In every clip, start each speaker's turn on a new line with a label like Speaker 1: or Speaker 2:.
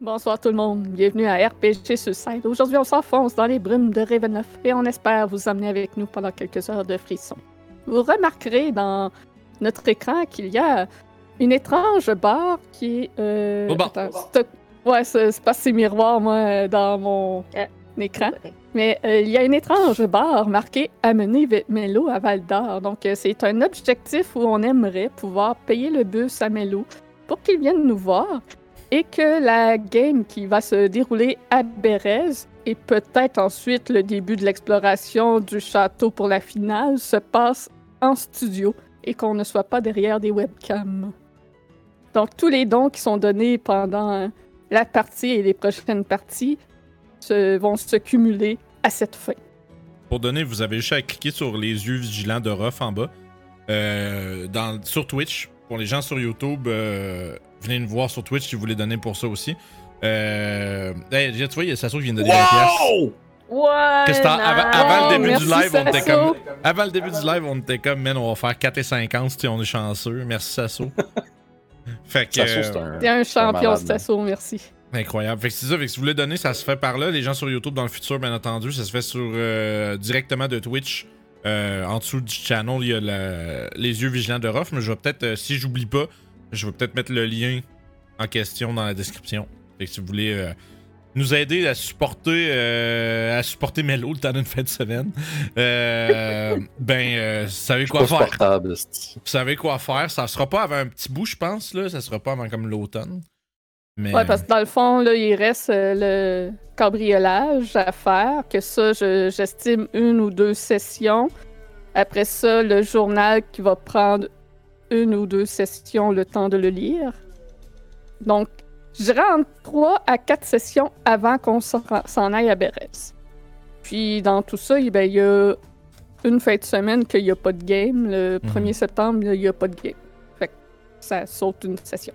Speaker 1: Bonsoir tout le monde, bienvenue à RPG Suicide. Aujourd'hui, on s'enfonce dans les brumes de Ravenloft et on espère vous amener avec nous pendant quelques heures de frissons. Vous remarquerez dans notre écran qu'il y a une étrange barre qui est. euh,
Speaker 2: Au bar.
Speaker 1: attends, c'est- Ouais, c'est c'est pas ces miroirs, moi, euh, dans mon
Speaker 3: Euh.
Speaker 1: écran. Mais euh, il y a une étrange barre marquée Amener Ve- Mello à Val d'Or. Donc, euh, c'est un objectif où on aimerait pouvoir payer le bus à Mello pour qu'il vienne nous voir et que la game qui va se dérouler à Bérez et peut-être ensuite le début de l'exploration du château pour la finale se passe en studio et qu'on ne soit pas derrière des webcams. Donc, tous les dons qui sont donnés pendant euh, la partie et les prochaines parties se- vont se cumuler à cette fin.
Speaker 2: Pour donner, vous avez juste à cliquer sur les yeux vigilants de Ruff en bas. Euh, dans, sur Twitch. Pour les gens sur YouTube, euh, venez nous voir sur Twitch si vous voulez donner pour ça aussi. Euh, hey, tu vois, il y a Sasso qui vient de donner une pièce.
Speaker 3: Ouais!
Speaker 2: Qu'est-ce que t'as- avant-
Speaker 3: nice.
Speaker 2: avant le début
Speaker 1: merci,
Speaker 2: du live, on était
Speaker 1: Sasso.
Speaker 2: comme. Avant le début du live, on était comme, man, on va faire 4 et 50 si on est chanceux. Merci Sasso. fait que.
Speaker 4: Ça, ça,
Speaker 2: euh,
Speaker 4: c'est un-
Speaker 1: T'es un champion,
Speaker 4: malade,
Speaker 1: Stasso, merci.
Speaker 2: Incroyable. Fait que c'est ça, fait que si vous voulez donner, ça se fait par là. Les gens sur YouTube, dans le futur, bien entendu, ça se fait sur euh, directement de Twitch. Euh, en dessous du channel, il y a la- les yeux vigilants de Ruff, mais je vais peut-être, euh, si j'oublie pas, je vais peut-être mettre le lien en question dans la description. Fait que si vous voulez euh, nous aider à supporter euh, à supporter Melo le temps d'une fin de semaine, euh, ben, euh, vous savez
Speaker 4: Pas
Speaker 2: quoi faire.
Speaker 4: supportable, c'est-
Speaker 2: Vous savez quoi faire. Ça sera pas avant un petit bout, je pense, là. Ça sera pas avant comme l'automne. Mais...
Speaker 1: Ouais, parce que dans le fond, là, il reste euh, le cambriolage à faire, que ça, je- j'estime une ou deux sessions. Après ça, le journal qui va prendre une ou deux sessions le temps de le lire. Donc, je rentre trois à quatre sessions avant qu'on s'en s'en aille à Bérez. Puis, dans tout ça, il ben, il y a une fin de semaine qu'il n'y a pas de game. Le
Speaker 2: Mhm.
Speaker 1: 1er septembre, il n'y a pas de game. Fait que ça saute une session.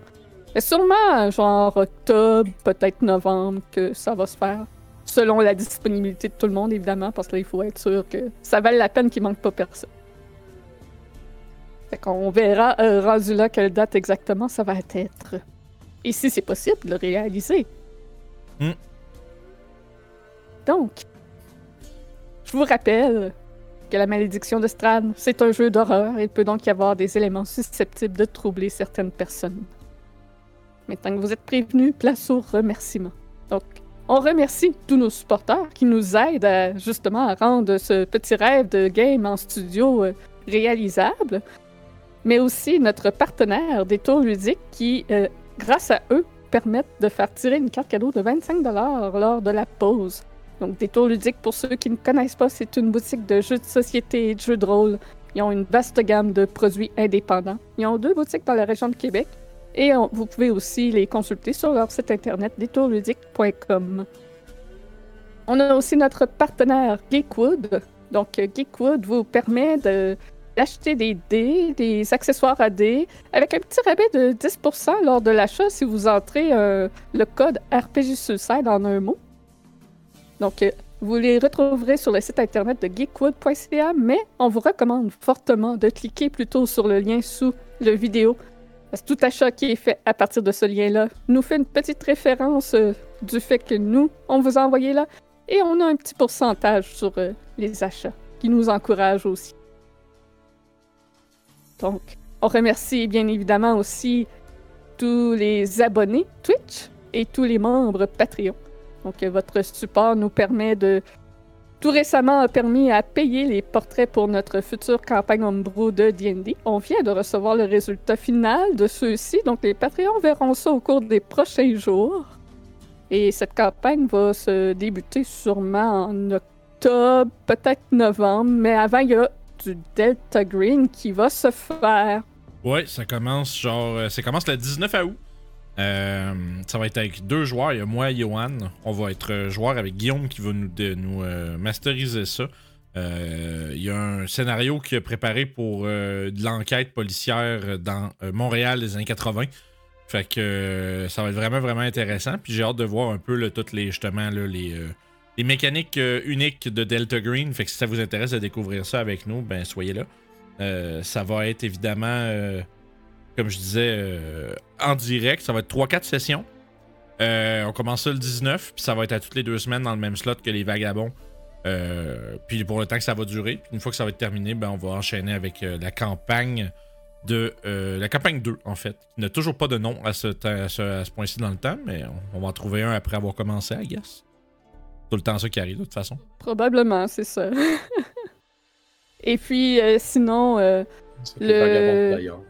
Speaker 1: Mais sûrement, genre octobre, peut-être novembre, que ça va se faire. Selon la disponibilité de tout le monde, évidemment, parce que là, il faut être sûr que ça vale la peine qu'il manque pas personne. Fait qu'on verra, euh, rendu là, quelle date exactement ça va être. Et si c'est possible, de le réaliser.
Speaker 2: Hmm.
Speaker 1: Donc, je vous rappelle que La Malédiction de Strad, c'est un jeu d'horreur. Il peut donc y avoir des éléments susceptibles de troubler certaines personnes. Maintenant que vous êtes prévenus, place aux remerciements. Donc, on remercie tous nos supporters qui nous aident à, justement à rendre ce petit rêve de game en studio euh, réalisable, mais aussi notre partenaire des tours ludiques qui, euh, grâce à eux, permettent de faire tirer une carte cadeau de 25 lors de la pause. Donc, des tours ludiques, pour ceux qui ne connaissent pas, c'est une boutique de jeux de société et de jeux de rôle. Ils ont une vaste gamme de produits indépendants. Ils ont deux boutiques dans la région de Québec. Et on- vous pouvez aussi les consulter sur leur site internet détourludique.com. On a aussi notre partenaire Geekwood. Donc, euh, Geekwood vous permet de- d'acheter des dés, des accessoires à dés, avec un petit rabais de 10% lors de l'achat si vous entrez euh, le code RPG Suicide en un mot. Donc, euh, vous les retrouverez sur le site internet de geekwood.ca, mais on vous recommande fortement de cliquer plutôt sur le lien sous le vidéo parce que tout achat qui est fait à partir de ce lien-là nous fait une petite référence euh, du fait que nous, on vous a envoyé là et on a un petit pourcentage sur euh, les achats qui nous encourage aussi. Donc, on remercie bien évidemment aussi tous les abonnés Twitch et tous les membres Patreon. Donc, euh, votre support nous permet de. Tout récemment a permis à payer les portraits pour notre future campagne Ombro de D&D. On vient de recevoir le résultat final de ceux-ci, donc les Patreons verront ça au cours des prochains jours. Et cette campagne va se débuter sûrement en octobre, peut-être novembre, mais avant, il y a du Delta Green qui va se faire.
Speaker 2: Ouais, ça commence genre. euh, Ça commence le 19 à août. Euh, ça va être avec deux joueurs. Il y a moi et Johan. On va être euh, joueur avec Guillaume qui va nous, dé- nous euh, masteriser ça. Euh, Il y a un scénario qui est préparé pour euh, de l'enquête policière dans euh, Montréal des années 80. Fait que euh, ça va être vraiment, vraiment intéressant. Puis j'ai hâte de voir un peu là, toutes les justement là, les, euh, les mécaniques euh, uniques de Delta Green. Fait que si ça vous intéresse de découvrir ça avec nous, ben soyez là. Euh, ça va être évidemment, euh, comme je disais, euh, en direct. Ça va être 3-4 sessions. Euh, on commence ça le 19, puis ça va être à toutes les deux semaines dans le même slot que les vagabonds. Euh, puis pour le temps que ça va durer, puis une fois que ça va être terminé, ben on va enchaîner avec euh, la campagne de euh, la campagne 2 en fait. Il n'a toujours pas de nom à ce, temps- à ce, à ce point-ci dans le temps, mais on, on va en trouver un après avoir commencé, I guess. Tout le temps ça qui arrive de toute façon.
Speaker 1: Probablement, c'est ça. Et puis, euh, sinon, euh,
Speaker 3: Ça va
Speaker 1: Le-
Speaker 3: être les vagabonds d'ailleurs.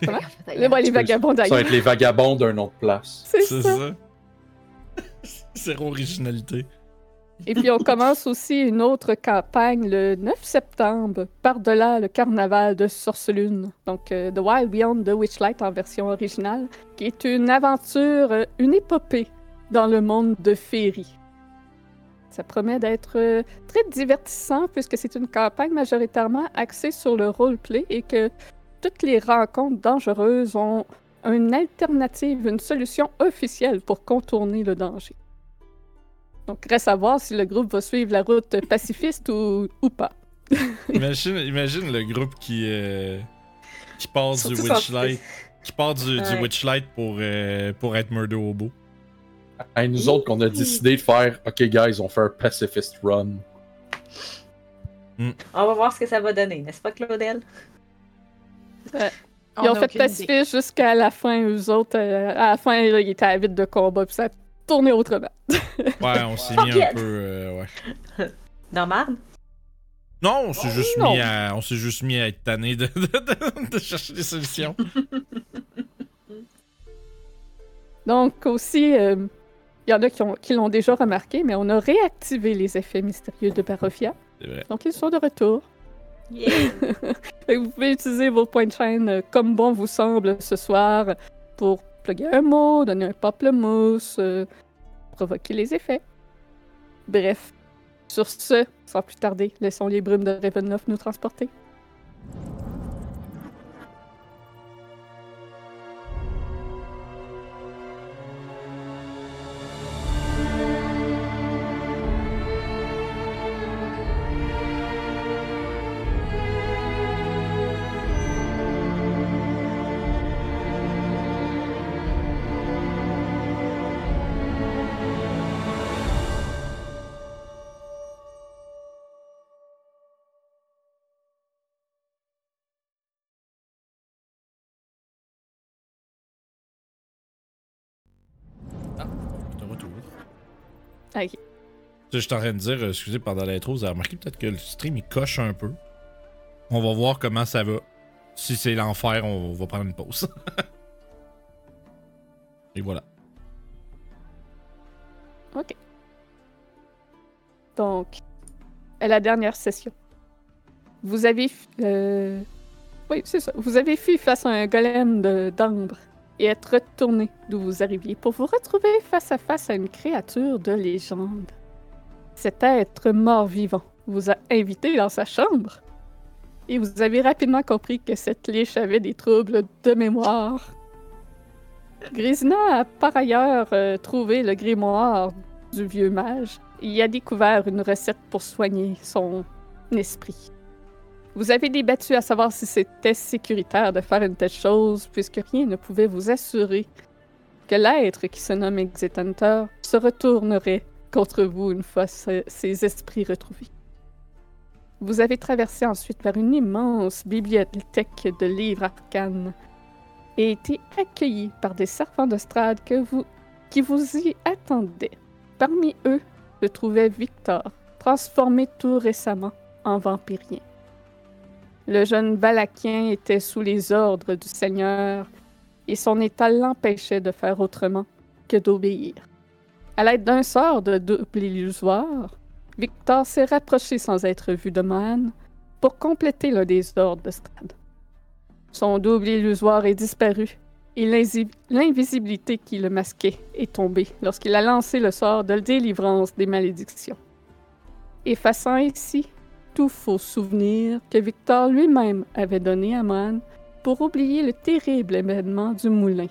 Speaker 1: le- ouais, les
Speaker 3: Excuse.
Speaker 1: vagabonds
Speaker 3: Ça va
Speaker 1: d'ailleurs.
Speaker 3: être les vagabonds d'un autre place.
Speaker 1: C'est ça.
Speaker 2: Zéro originalité.
Speaker 1: Et puis, on commence aussi une autre campagne le 9 septembre, par-delà le carnaval de Sorcelune. Donc, euh, The Wild Beyond the Witchlight en version originale, qui est une aventure, euh, une épopée dans le monde de Féerie. Ça promet d'être euh, très divertissant puisque c'est une campagne majoritairement axée sur le roleplay et que toutes les rencontres dangereuses ont une alternative, une solution officielle pour contourner le danger. Donc, reste à voir si le groupe va suivre la route pacifiste ou, ou pas.
Speaker 2: Imagine, imagine le groupe qui, euh, qui part du
Speaker 4: Surtout sans-
Speaker 2: Witchlight. Qui part du, du
Speaker 4: Ouais.
Speaker 2: Witchlight pour, euh, pour être murder hobo.
Speaker 3: Hey, nous autres, qu'on a décidé de faire, OK, guys, on fait un pacifist run.
Speaker 4: On va voir ce que ça va donner, n'est-ce pas, Claudel?
Speaker 1: Ils ont
Speaker 5: a
Speaker 1: fait
Speaker 5: aucune idée.
Speaker 1: pacifiste jusqu'à la fin, eux autres. euh, à la fin, là, ils étaient avides de combat, puis ça tournait autrement.
Speaker 2: Ouais, on s'est mis
Speaker 4: Fuck
Speaker 2: un
Speaker 4: it.
Speaker 2: peu. euh, ouais.
Speaker 4: Dans Marne?
Speaker 2: Non, on s'est juste,
Speaker 1: non.
Speaker 2: mis à- on s'est juste mis à être tanné de, de- de- de chercher des solutions.
Speaker 1: Donc, aussi, euh, il y en a qui, ont- qui l'ont déjà remarqué, mais on a réactivé les effets mystérieux de Barofia.
Speaker 2: C'est vrai.
Speaker 1: Donc, ils sont de retour.
Speaker 4: Yeah!
Speaker 1: Fait que vous pouvez utiliser vos points de chaîne euh, comme bon vous semble ce soir pour plugger un mot, donner un pamplemousse, euh, provoquer les effets. Bref, sur ce, sans plus tarder, laissons les brumes de Ravenloft nous transporter.
Speaker 2: De retour.
Speaker 1: Ok.
Speaker 2: Je suis en train de dire, euh, excusez, pendant l'intro, vous avez remarqué peut-être que le stream il coche un peu. On va voir comment ça va. Si c'est l'enfer, on va prendre une pause. Et voilà.
Speaker 1: Donc, à la dernière session, vous avez. f- euh, Oui, c'est ça. Vous avez fui face à un golem de- d'ambre et être retourné d'où vous arriviez pour vous retrouver face à face à une créature de légende. Cet être mort-vivant vous a invité dans sa chambre et vous avez rapidement compris que cette liche avait des troubles de mémoire. Grisina a par ailleurs euh, trouvé le grimoire du vieux mage, il a découvert une recette pour soigner son esprit. Vous avez débattu à savoir si c'était sécuritaire de faire une telle chose, puisque rien ne pouvait vous assurer que l'être qui se nomme Exetantor se retournerait contre vous une fois se- ses esprits retrouvés. Vous avez traversé ensuite par une immense bibliothèque de livres arcanes et été accueilli par des serpents de strade que vous, qui vous y attendaient. Parmi eux se trouvait Victor, transformé tout récemment en vampirien. Le jeune Valakien était sous les ordres du Seigneur et son état l'empêchait de faire autrement que d'obéir. À l'aide d'un sort de double illusoire, Victor s'est rapproché sans être vu de Man pour compléter l'un des ordres de Strad. Son double illusoire est disparu et l'insi- l'invisibilité qui le masquait est tombée lorsqu'il a lancé le sort de délivrance des malédictions. Effaçant ainsi tout faux souvenir que Victor lui-même avait donné à Man pour oublier le terrible événement du moulin.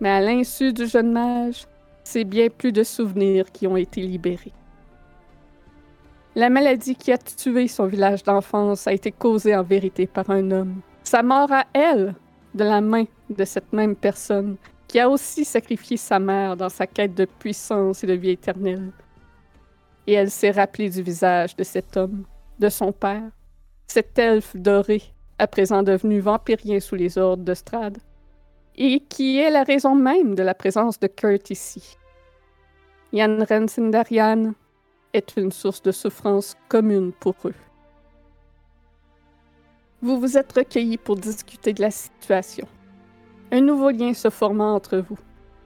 Speaker 1: Mais à l'insu du jeune mage, c'est bien plus de souvenirs qui ont été libérés. La maladie qui a tué son village d'enfance a été causée en vérité par un homme. Sa mort à elle de la main de cette même personne qui a aussi sacrifié sa mère dans sa quête de puissance et de vie éternelle. Et elle s'est rappelée du visage de cet homme, de son père, cet elfe doré, à présent devenu vampirien sous les ordres de Strad, et qui est la raison même de la présence de Kurt ici. Yann Rensindarian est une source de souffrance commune pour eux. Vous vous êtes recueillis pour discuter de la situation. Un nouveau lien se forma entre vous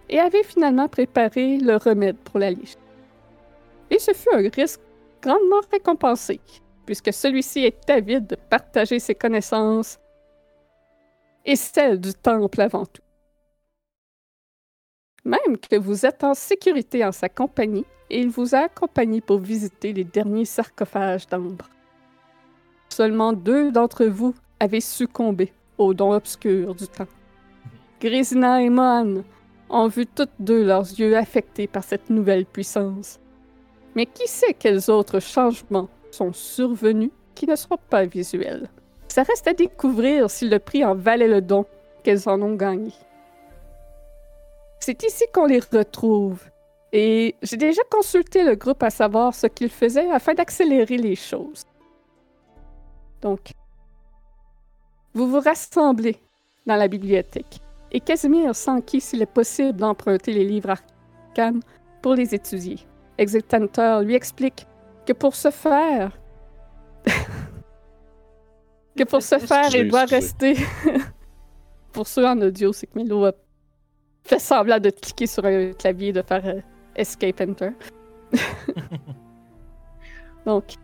Speaker 1: et avez finalement préparé le remède pour la liche. Et ce fut un risque grandement récompensé, puisque celui-ci est avide de partager ses connaissances et celles du temple avant tout. Même que vous êtes en sécurité en sa compagnie, et il vous a accompagné pour visiter les derniers sarcophages d'ambre seulement deux d'entre vous avaient succombé aux dons obscurs du temps. Grésina et Mohan ont vu toutes deux leurs yeux affectés par cette nouvelle puissance. Mais qui sait quels autres changements sont survenus qui ne seront pas visuels? Ça reste à découvrir si le prix en valait le don qu'elles en ont gagné. C'est ici qu'on les retrouve, et j'ai déjà consulté le groupe à savoir ce qu'ils faisaient afin d'accélérer les choses. Donc, vous vous rassemblez dans la bibliothèque et Casimir s'enquit s'il est possible d'emprunter les livres arcanes pour les étudier. Exultantor lui explique que pour ce faire, que pour ce faire, il doit rester. pour ceux en audio, c'est que Milo a fait semblant de cliquer sur un clavier de faire euh, Escape Enter. Donc,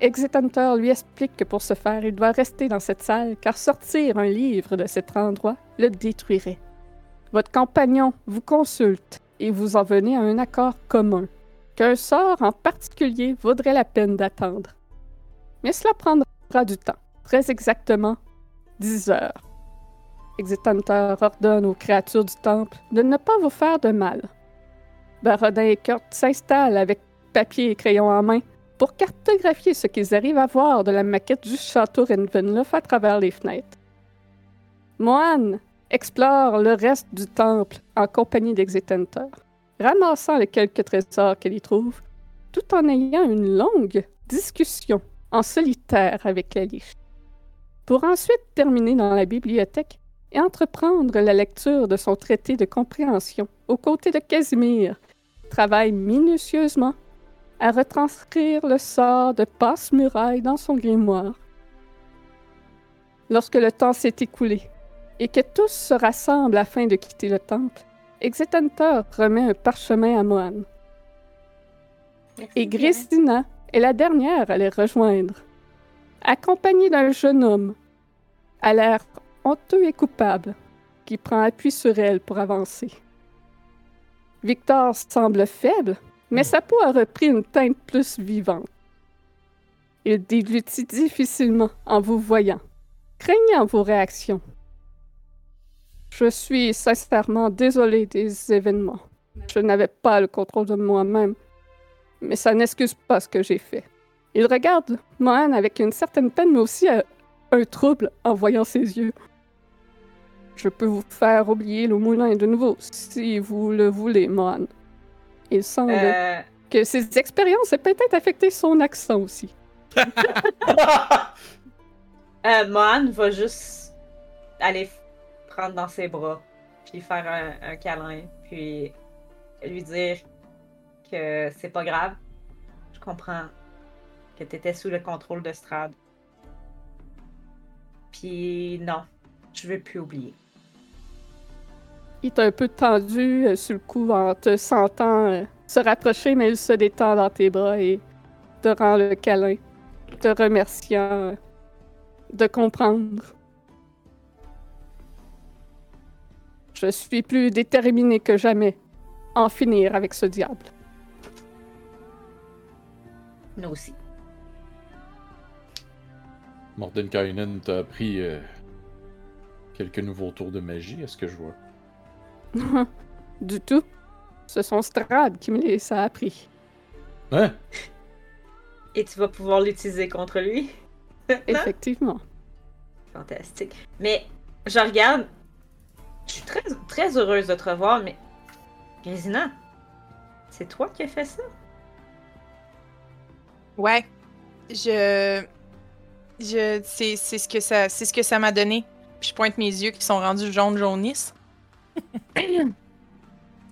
Speaker 1: Exit Hunter lui explique que pour ce faire, il doit rester dans cette salle, car sortir un livre de cet endroit le détruirait. Votre compagnon vous consulte et vous en venez à un accord commun, qu'un sort en particulier vaudrait la peine d'attendre. Mais cela prendra du temps, très exactement 10 heures. Exit Hunter ordonne aux créatures du temple de ne pas vous faire de mal. Barodin et Kurt s'installent avec papier et crayon en main pour cartographier ce qu'ils arrivent à voir de la maquette du château Renvenlof à travers les fenêtres. Mohan explore le reste du temple en compagnie d'Exitentor, ramassant les quelques trésors qu'elle y trouve, tout en ayant une longue discussion en solitaire avec la liche, pour ensuite terminer dans la bibliothèque et entreprendre la lecture de son traité de compréhension aux côtés de Casimir, travaille minutieusement à retranscrire le sort de Passe-Muraille dans son grimoire. Lorsque le temps s'est écoulé et que tous se rassemblent afin de quitter le temple, Exitentor remet un parchemin à Mohan
Speaker 4: Merci,
Speaker 1: et
Speaker 4: Pierre.
Speaker 1: Gristina est la dernière à les rejoindre, accompagnée d'un jeune homme, à l'air honteux et coupable, qui prend appui sur elle pour avancer. Victor semble faible, mais sa peau a repris une teinte plus vivante. Il déglutit difficilement en vous voyant, craignant vos réactions. Je suis sincèrement désolé des événements. Je n'avais pas le contrôle de moi-même mais ça n'excuse pas ce que j'ai fait. Il regarde Mohan avec une certaine peine, mais aussi euh, un trouble en voyant ses yeux. Je peux vous faire oublier le moulin de nouveau, si vous le voulez, Mohan. Il semble
Speaker 4: Euh,
Speaker 1: que ses expériences aient peut-être affecté son accent aussi.
Speaker 4: euh, Mohan va juste aller f- prendre dans ses bras, puis faire un, un câlin, puis lui dire que c'est pas grave. Je comprends que t'étais sous le contrôle de Strad. Puis non, je veux plus oublier.
Speaker 1: Il est un peu tendu euh, sur le cou en te sentant euh, se rapprocher, mais il se détend dans tes bras et te rend le câlin, te remerciant euh, de comprendre. Je suis plus déterminé que jamais à en finir avec ce diable.
Speaker 4: Nous aussi.
Speaker 3: Mordenkainen t'a appris euh, quelques nouveaux tours de magie, est-ce que je vois?
Speaker 1: du tout. Ce sont Strad qui me les a appris.
Speaker 3: Hein?
Speaker 4: Et tu vas pouvoir l'utiliser contre lui.
Speaker 1: Effectivement.
Speaker 4: Fantastique. Mais je regarde, Je suis très, très heureuse de te revoir, mais. Grésina, c'est toi qui as fait ça?
Speaker 6: Ouais. Je. Je. C'est c'est ce que ça. C'est ce que ça m'a donné. Puis je pointe mes yeux qui sont rendus jaunes jaunisses.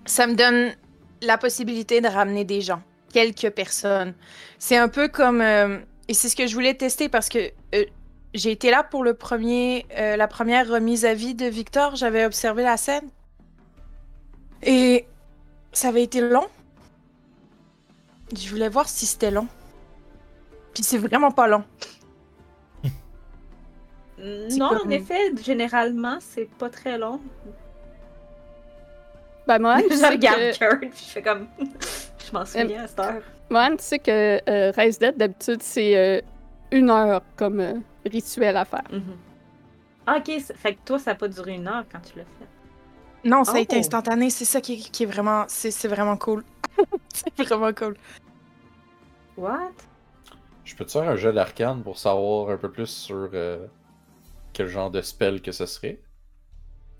Speaker 6: ça me donne la possibilité de ramener des gens. Quelques personnes. C'est un peu comme. euh, et c'est ce que je voulais tester parce que euh, j'ai été là pour le premier, euh, la première remise à vie de Victor. J'avais observé la scène. Et ça avait été long. Je voulais voir si c'était long. Puis c'est vraiment pas long. C'est
Speaker 4: Non,
Speaker 6: pas
Speaker 4: en
Speaker 6: comme-
Speaker 4: effet, généralement, c'est pas très long.
Speaker 1: Ben, Mohan, tu
Speaker 4: je
Speaker 1: sais
Speaker 4: regarde
Speaker 1: que-
Speaker 4: Kurt, puis je fais comme. je m'en souviens à cette heure.
Speaker 1: Mohan, tu sais que euh, Rise Dead, d'habitude, c'est euh, une heure comme euh, rituel à faire.
Speaker 4: Mhm. Ah, ok, ça- fait que toi, ça a pas duré une heure quand tu l'as fait.
Speaker 6: Non, ça a été
Speaker 4: Oh.
Speaker 6: instantané. C'est ça qui, qui est vraiment, c'est c'est vraiment cool. c'est vraiment cool.
Speaker 4: What?
Speaker 3: Je peux te faire un jeu d'arcane pour savoir un peu plus sur euh, quel genre de spell que ce serait?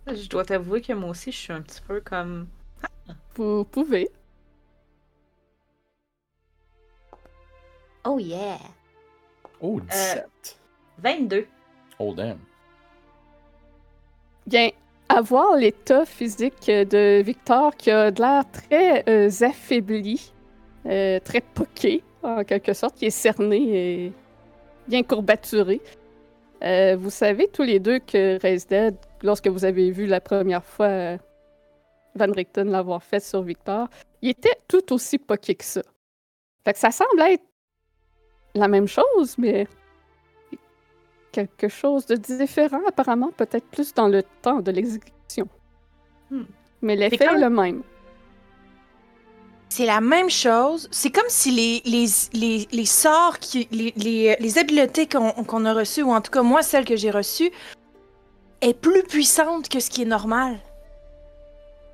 Speaker 4: Je dois t'avouer que moi aussi, je suis un petit peu comme.
Speaker 1: Vous pouvez.
Speaker 4: Oh yeah!
Speaker 3: Oh,
Speaker 4: euh,
Speaker 3: 17!
Speaker 4: 22.
Speaker 3: Oh damn!
Speaker 1: Bien, avoir l'état physique de Victor qui a de l'air très euh, affaibli, euh, très poqué en quelque sorte, qui est cerné et bien courbaturé. Euh, vous savez tous les deux que Raise Dead, lorsque vous avez vu la première fois euh, Van Richten l'avoir fait sur Victor, il était tout aussi poqué que ça. Fait que ça semble être la même chose, mais quelque chose de différent, apparemment, peut-être plus dans le temps de l'exécution.
Speaker 4: Hmm.
Speaker 1: Mais l'effet
Speaker 6: quand-
Speaker 1: est le même.
Speaker 6: C'est la même chose. C'est comme si les, les, les, les sorts, qui, les, les, les habiletés qu'on qu'on a reçues, ou en tout cas moi, celle que j'ai reçue, est plus puissante que ce qui est normal.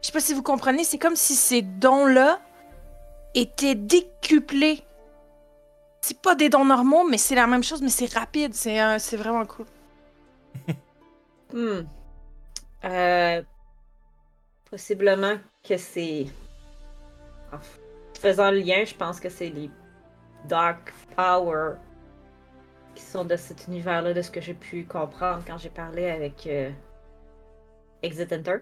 Speaker 6: Je sais pas si vous comprenez, c'est comme si ces dons-là étaient décuplés. C'est pas des dons normaux, mais c'est la même chose, mais c'est rapide. C'est euh, c'est vraiment cool.
Speaker 4: Hmm. Euh, possiblement que c'est. En f- faisant le lien, je pense que c'est les Dark Power qui sont de cet univers-là, de ce que j'ai pu comprendre quand j'ai parlé avec euh, Exit Enter.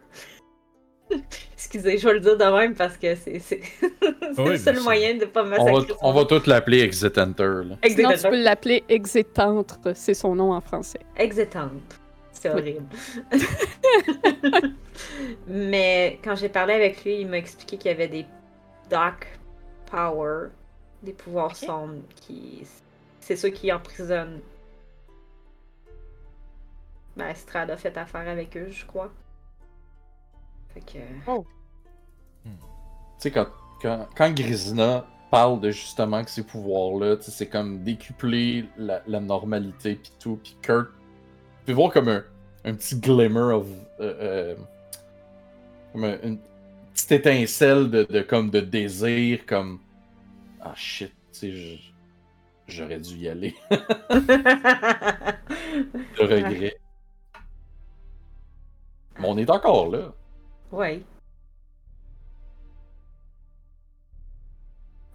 Speaker 4: Excusez, je vais le dire de même parce que c'est c'est- c'est
Speaker 2: bien
Speaker 4: le seul
Speaker 2: sûr.
Speaker 4: moyen de pas me
Speaker 3: On va,
Speaker 4: massacrer.
Speaker 3: on va tout l'appeler Exit Enter. Là.
Speaker 4: Exit
Speaker 1: Sinon, tu
Speaker 4: Enter.
Speaker 1: peux l'appeler Exétantre, c'est son nom en français.
Speaker 4: Exitante. C'est
Speaker 1: Oui.
Speaker 4: horrible. Mais quand j'ai parlé avec lui, il m'a expliqué qu'il y avait des dark power, des pouvoirs
Speaker 6: Ok.
Speaker 4: sombres qui. C'est ceux qui emprisonnent. Ben, Strad a fait affaire avec eux, je crois. Fait que.
Speaker 3: Tu sais, quand, quand, quand Grisina parle de justement que ces pouvoirs-là, tu sais, c'est comme décupler la, la normalité pis tout, pis Kurt, tu peux voir comme un, un petit glimmer of... euh, euh, comme un- une petite étincelle de, de, comme de désir, comme... Ah shit, tu sais, je- j'aurais dû y aller. De regret. Mais on est encore là.
Speaker 4: ouais.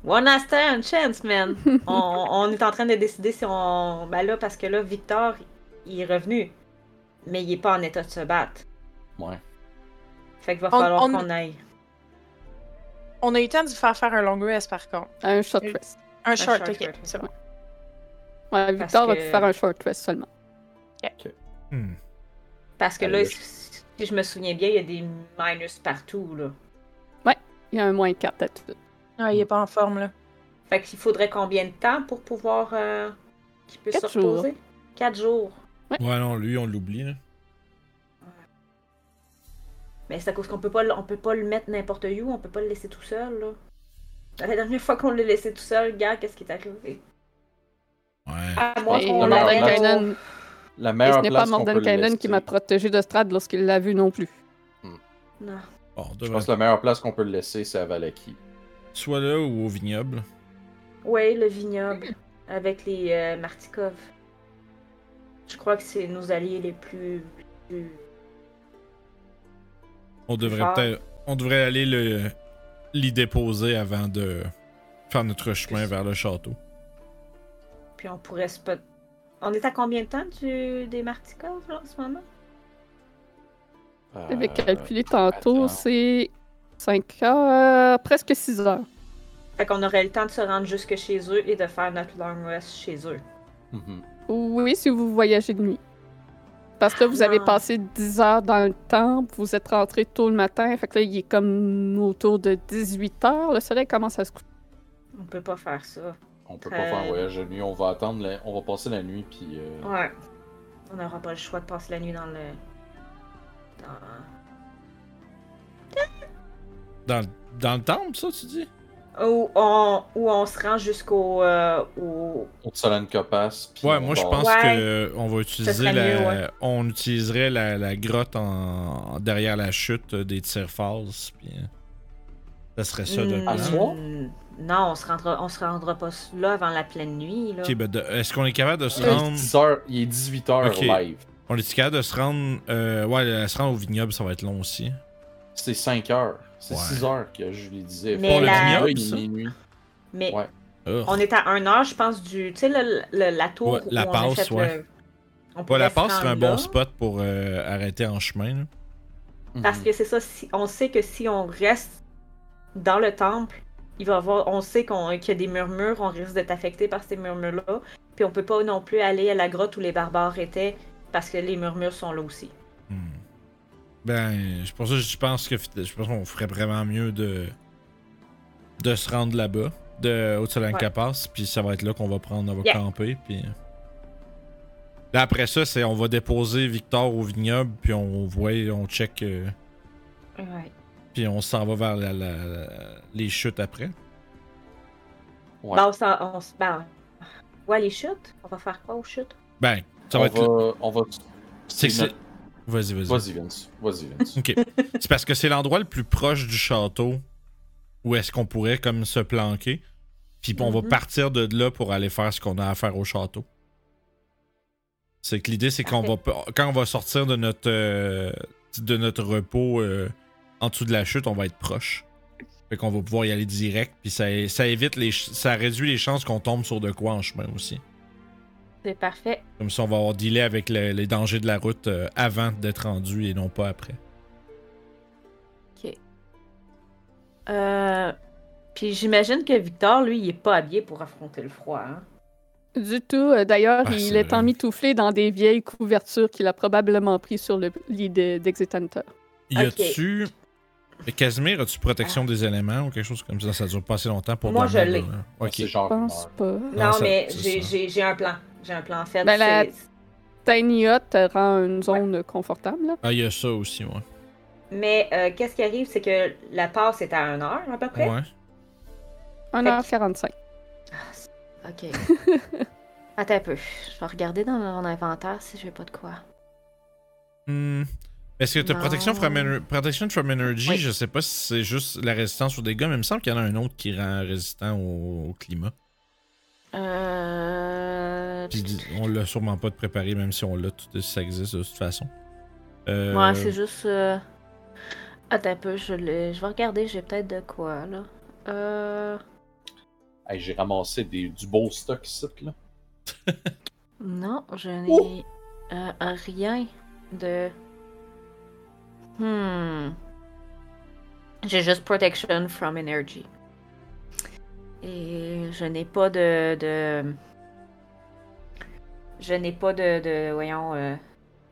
Speaker 4: One last time, chance, man! on, on est en train de décider si on. Ben là, parce que là, Victor, il est revenu. Mais il est pas en état de se battre.
Speaker 3: Ouais.
Speaker 4: Fait qu'il va
Speaker 6: On-
Speaker 4: falloir
Speaker 6: on-
Speaker 4: qu'on aille.
Speaker 6: On a eu le temps de vous faire faire un long rest, par contre.
Speaker 1: un short
Speaker 3: Euh,
Speaker 1: rest.
Speaker 6: Un short,
Speaker 4: short
Speaker 6: ok.
Speaker 4: rest,
Speaker 6: c'est bon.
Speaker 1: Ouais, Victor va
Speaker 4: que-
Speaker 1: te faire un short rest seulement.
Speaker 2: Hmm.
Speaker 4: Parce que
Speaker 3: Allez,
Speaker 4: là,
Speaker 3: je-
Speaker 4: si si je me souviens bien, il y a des minus partout, là.
Speaker 1: Il y a un moins 4 à tout.
Speaker 6: Ouais, il est pas en forme, là.
Speaker 4: Fait qu'il faudrait combien de temps pour pouvoir. euh, qu'il puisse
Speaker 1: Quatre
Speaker 4: se reposer? Quatre jours.
Speaker 2: Ouais, non, lui, on l'oublie. là.
Speaker 4: Mais c'est à cause qu'on peut pas, le- on peut pas le mettre n'importe où, on peut pas le laisser tout seul, là. La dernière fois qu'on l'a laissé tout seul, gars, qu'est-ce qui est arrivé?
Speaker 2: Ouais.
Speaker 3: Ah.
Speaker 4: À moins
Speaker 1: Et
Speaker 4: qu'on
Speaker 3: l'a
Speaker 1: Morden
Speaker 3: vraiment-
Speaker 4: l'amène au-
Speaker 1: Kainan-
Speaker 3: La
Speaker 1: et ce
Speaker 3: meilleure
Speaker 1: n'est pas
Speaker 3: place qu'on peut
Speaker 1: Morden
Speaker 3: le
Speaker 1: Kainan qui
Speaker 3: laisser-
Speaker 1: m'a protégé de Strad lorsqu'il l'a vu non plus.
Speaker 4: Non.
Speaker 2: Bon, on
Speaker 3: Je
Speaker 2: devrait
Speaker 3: pense que la meilleure place qu'on peut le laisser, c'est à Valaki.
Speaker 2: soit là ou au vignoble.
Speaker 4: Oui, le vignoble avec les euh, Martikov. Je crois que c'est nos alliés les plus, plus
Speaker 2: On devrait
Speaker 4: Fort.
Speaker 2: peut-être. On devrait aller le, l'y déposer avant de faire notre chemin vers le château.
Speaker 4: Puis on pourrait se pot- On est à combien de temps du... des Martikov là, en ce moment?
Speaker 1: J'avais
Speaker 3: Euh,
Speaker 1: calculé tantôt,
Speaker 3: attends.
Speaker 1: c'est 5 heures, presque 6 heures.
Speaker 4: Fait qu'on aurait le temps de se rendre jusque chez eux et de faire notre long rest chez eux.
Speaker 3: mhm.
Speaker 1: Oui, si vous voyagez de nuit. Parce que là, vous
Speaker 4: Ah,
Speaker 1: avez
Speaker 4: non.
Speaker 1: passé 10 heures dans le temple, vous êtes rentré tôt le matin, fait que là, il est comme autour de 18 heures, le soleil commence à se coucher.
Speaker 4: On peut pas faire ça.
Speaker 3: On peut pas faire un
Speaker 4: Euh,
Speaker 3: voyage de nuit. On va attendre. la- On va passer la nuit puis. euh,
Speaker 4: Ouais. On n'aura pas le choix de passer la nuit dans le. Dans...
Speaker 2: Dans, dans le temple, ça, tu dis
Speaker 4: Où, on... Où on se rend jusqu'au. euh, au...
Speaker 3: Au Solane Copas. puis
Speaker 2: Ouais,
Speaker 3: on
Speaker 2: moi je
Speaker 3: va-
Speaker 2: pense
Speaker 4: Ouais.
Speaker 2: que on va utiliser
Speaker 4: serait
Speaker 2: la,
Speaker 4: mieux,
Speaker 2: on utiliserait la, la grotte en, derrière la chute euh, des tirs phases, puis euh, ça serait ça de
Speaker 4: Hmm,
Speaker 3: À
Speaker 2: plan.
Speaker 3: soir?
Speaker 4: Non, on se rendra, on se rendra pas là avant la pleine nuit. Là.
Speaker 2: Ok, ben, de- est-ce qu'on est capable de se
Speaker 3: Il est
Speaker 2: rendre
Speaker 3: 10 heures- Il est 18h
Speaker 2: Ok.
Speaker 3: live.
Speaker 2: On est capable de se rendre euh, ouais, de se rendre au vignoble, ça va être long aussi.
Speaker 3: C'est 5 heures. C'est
Speaker 2: Ouais.
Speaker 3: 6 heures que je lui disais.
Speaker 4: Mais Pour le la-
Speaker 2: vignoble,
Speaker 3: il est
Speaker 2: ça?
Speaker 3: minuit.
Speaker 4: Mais
Speaker 3: Ouais.
Speaker 2: Ugh.
Speaker 4: on est à 1 heure, je pense, du. Tu sais, le- le- la tour.
Speaker 2: Ouais,
Speaker 4: où
Speaker 2: la
Speaker 4: on a
Speaker 2: passe,
Speaker 4: fait
Speaker 2: ouais.
Speaker 4: le- On
Speaker 2: Ouais, la
Speaker 4: pourrait se
Speaker 2: passe serait un
Speaker 4: rendre
Speaker 2: bon
Speaker 4: là,
Speaker 2: spot pour euh, arrêter en chemin. là.
Speaker 4: Parce
Speaker 3: Mhm.
Speaker 4: que c'est ça, si, on sait que si on reste dans le temple, il va avoir, on sait qu'on- qu'il y a des murmures, on risque d'être affecté par ces murmures-là. Puis on peut pas non plus aller à la grotte où les barbares étaient parce que les murmures sont là aussi.
Speaker 2: Hmm. Ben, c'est pour ça que je pense que je pense qu'on ferait vraiment mieux de de se rendre là-bas, de haute solane
Speaker 4: Ouais.
Speaker 2: Capas, puis ça va être là qu'on va prendre, on va
Speaker 4: Yeah.
Speaker 2: camper, puis euh. là après ça, c'est on va déposer Victor au vignoble, puis on voit, on check, euh,
Speaker 4: Ouais.
Speaker 2: puis on s'en va vers la- la- la- les chutes après.
Speaker 3: Ouais.
Speaker 4: Bah, on, s'en- on se ben, Ouais, les chutes On va faire quoi aux chutes
Speaker 2: Ben, ça
Speaker 3: on,
Speaker 2: va
Speaker 3: va
Speaker 2: être. là-
Speaker 3: on va.
Speaker 2: C'est que
Speaker 3: c'est
Speaker 2: c'est- Vas-y, vas-y.
Speaker 3: Vas-y, Vince. Vas-y, Vince.
Speaker 2: Ok. c'est parce que c'est l'endroit le plus proche du château où est-ce qu'on pourrait comme se planquer. Puis on va
Speaker 4: Mhm.
Speaker 2: partir de là pour aller faire ce qu'on a à faire au château. C'est que l'idée, c'est qu'on va quand on va sortir de notre euh, de notre repos euh, en dessous de la chute, on va être proche. Fait qu'on va pouvoir y aller direct. Puis ça, ça évite les ch- ça réduit les chances qu'on tombe sur de quoi en chemin aussi.
Speaker 4: C'est parfait.
Speaker 2: Comme ça, on va avoir dealé avec le- les dangers de la route euh, avant d'être rendu et non pas après.
Speaker 4: Euh, Puis j'imagine que Victor, lui, il est pas habillé pour affronter le froid. hein.
Speaker 1: Du tout. Euh, D'ailleurs,
Speaker 2: Ah,
Speaker 1: il
Speaker 2: c'est
Speaker 1: est
Speaker 2: vrai.
Speaker 1: emmitouflé dans des vieilles couvertures qu'il a probablement pris sur le lit de- d'Exetanter.
Speaker 2: Ah, Y
Speaker 4: Ok. Ah.
Speaker 2: a-tu. Casimir, as-tu protection des éléments ou quelque chose comme ça Ça dure pas assez longtemps pour.
Speaker 4: Moi,
Speaker 2: dormir,
Speaker 4: je l'ai.
Speaker 2: là. hein.
Speaker 3: C'est
Speaker 2: Ok.
Speaker 1: Je
Speaker 3: genre. une
Speaker 1: pense
Speaker 3: heure.
Speaker 1: pas.
Speaker 4: Non,
Speaker 2: ça-
Speaker 4: mais
Speaker 2: c'est
Speaker 4: j'ai-
Speaker 2: ça.
Speaker 4: j'ai j'ai un plan. J'ai un plan en fait.
Speaker 1: Ben, la-
Speaker 4: c'est-
Speaker 1: Tiny Hut euh, rend une zone confortable. là.
Speaker 2: Ah, y a ça aussi, ouais.
Speaker 4: Mais euh, qu'est-ce qui arrive, c'est que la passe est à 1 heure à peu près.
Speaker 2: Ouais.
Speaker 1: 1h45.
Speaker 4: Ok. Attends un peu. Je vais regarder dans mon inventaire si j'ai pas de quoi.
Speaker 2: Hmm. Est-ce que t'as
Speaker 4: Non.
Speaker 2: protection from, ener- protection from energy
Speaker 4: Oui.
Speaker 2: Je sais pas si c'est juste la résistance aux dégâts, mais il me semble qu'il y en a un autre qui rend résistant au, au climat.
Speaker 4: Euh.
Speaker 2: Puis on l'a sûrement pas de préparer, même si on l'a, tout- ça existe de toute façon. Euh,
Speaker 4: Ouais, c'est juste. euh, Attends un peu, je, l'ai- je vais regarder, j'ai peut-être de quoi là. Euh.
Speaker 3: Hey, J'ai ramassé des... du beau stock ici, là.
Speaker 4: Non, je
Speaker 3: Oh!
Speaker 4: n'ai euh, rien de. Hmm. J'ai juste protection from energy. Et je n'ai pas de. de... Je n'ai pas de. de voyons. euh,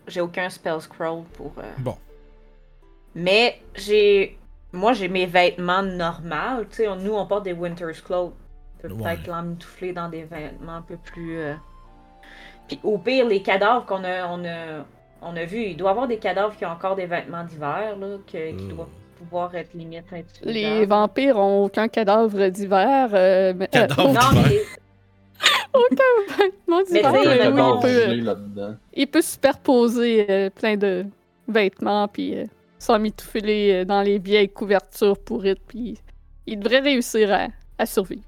Speaker 4: J'ai aucun spell scroll pour. euh,
Speaker 2: Bon.
Speaker 4: Mais j'ai. Moi, j'ai mes vêtements normaux. Tu sais, on- nous, on porte des winter's clothes. On peut
Speaker 2: Ouais.
Speaker 4: peut-être l'emmitoufler dans des vêtements un peu plus. euh, Puis au pire, les cadavres qu'on a, on a, on a vus, il doit y avoir des cadavres qui ont encore des vêtements d'hiver, là, que- qui
Speaker 2: Hmm.
Speaker 4: doivent pouvoir être limite intimidables.
Speaker 1: Les vampires ont aucun cadavre d'hiver. euh, mais- euh,
Speaker 2: Cadavre
Speaker 4: Non,
Speaker 1: vêtements d'hiver,
Speaker 2: d'hiver.
Speaker 4: mais tu sais,
Speaker 1: euh,
Speaker 4: le
Speaker 1: oui,
Speaker 4: cadavre
Speaker 1: il peut, euh,
Speaker 3: gelé là-dedans.
Speaker 1: il peut superposer euh, plein de vêtements, puis euh, s'emmitoufler euh, dans les vieilles couvertures pourrites, puis il devrait réussir à, à survivre.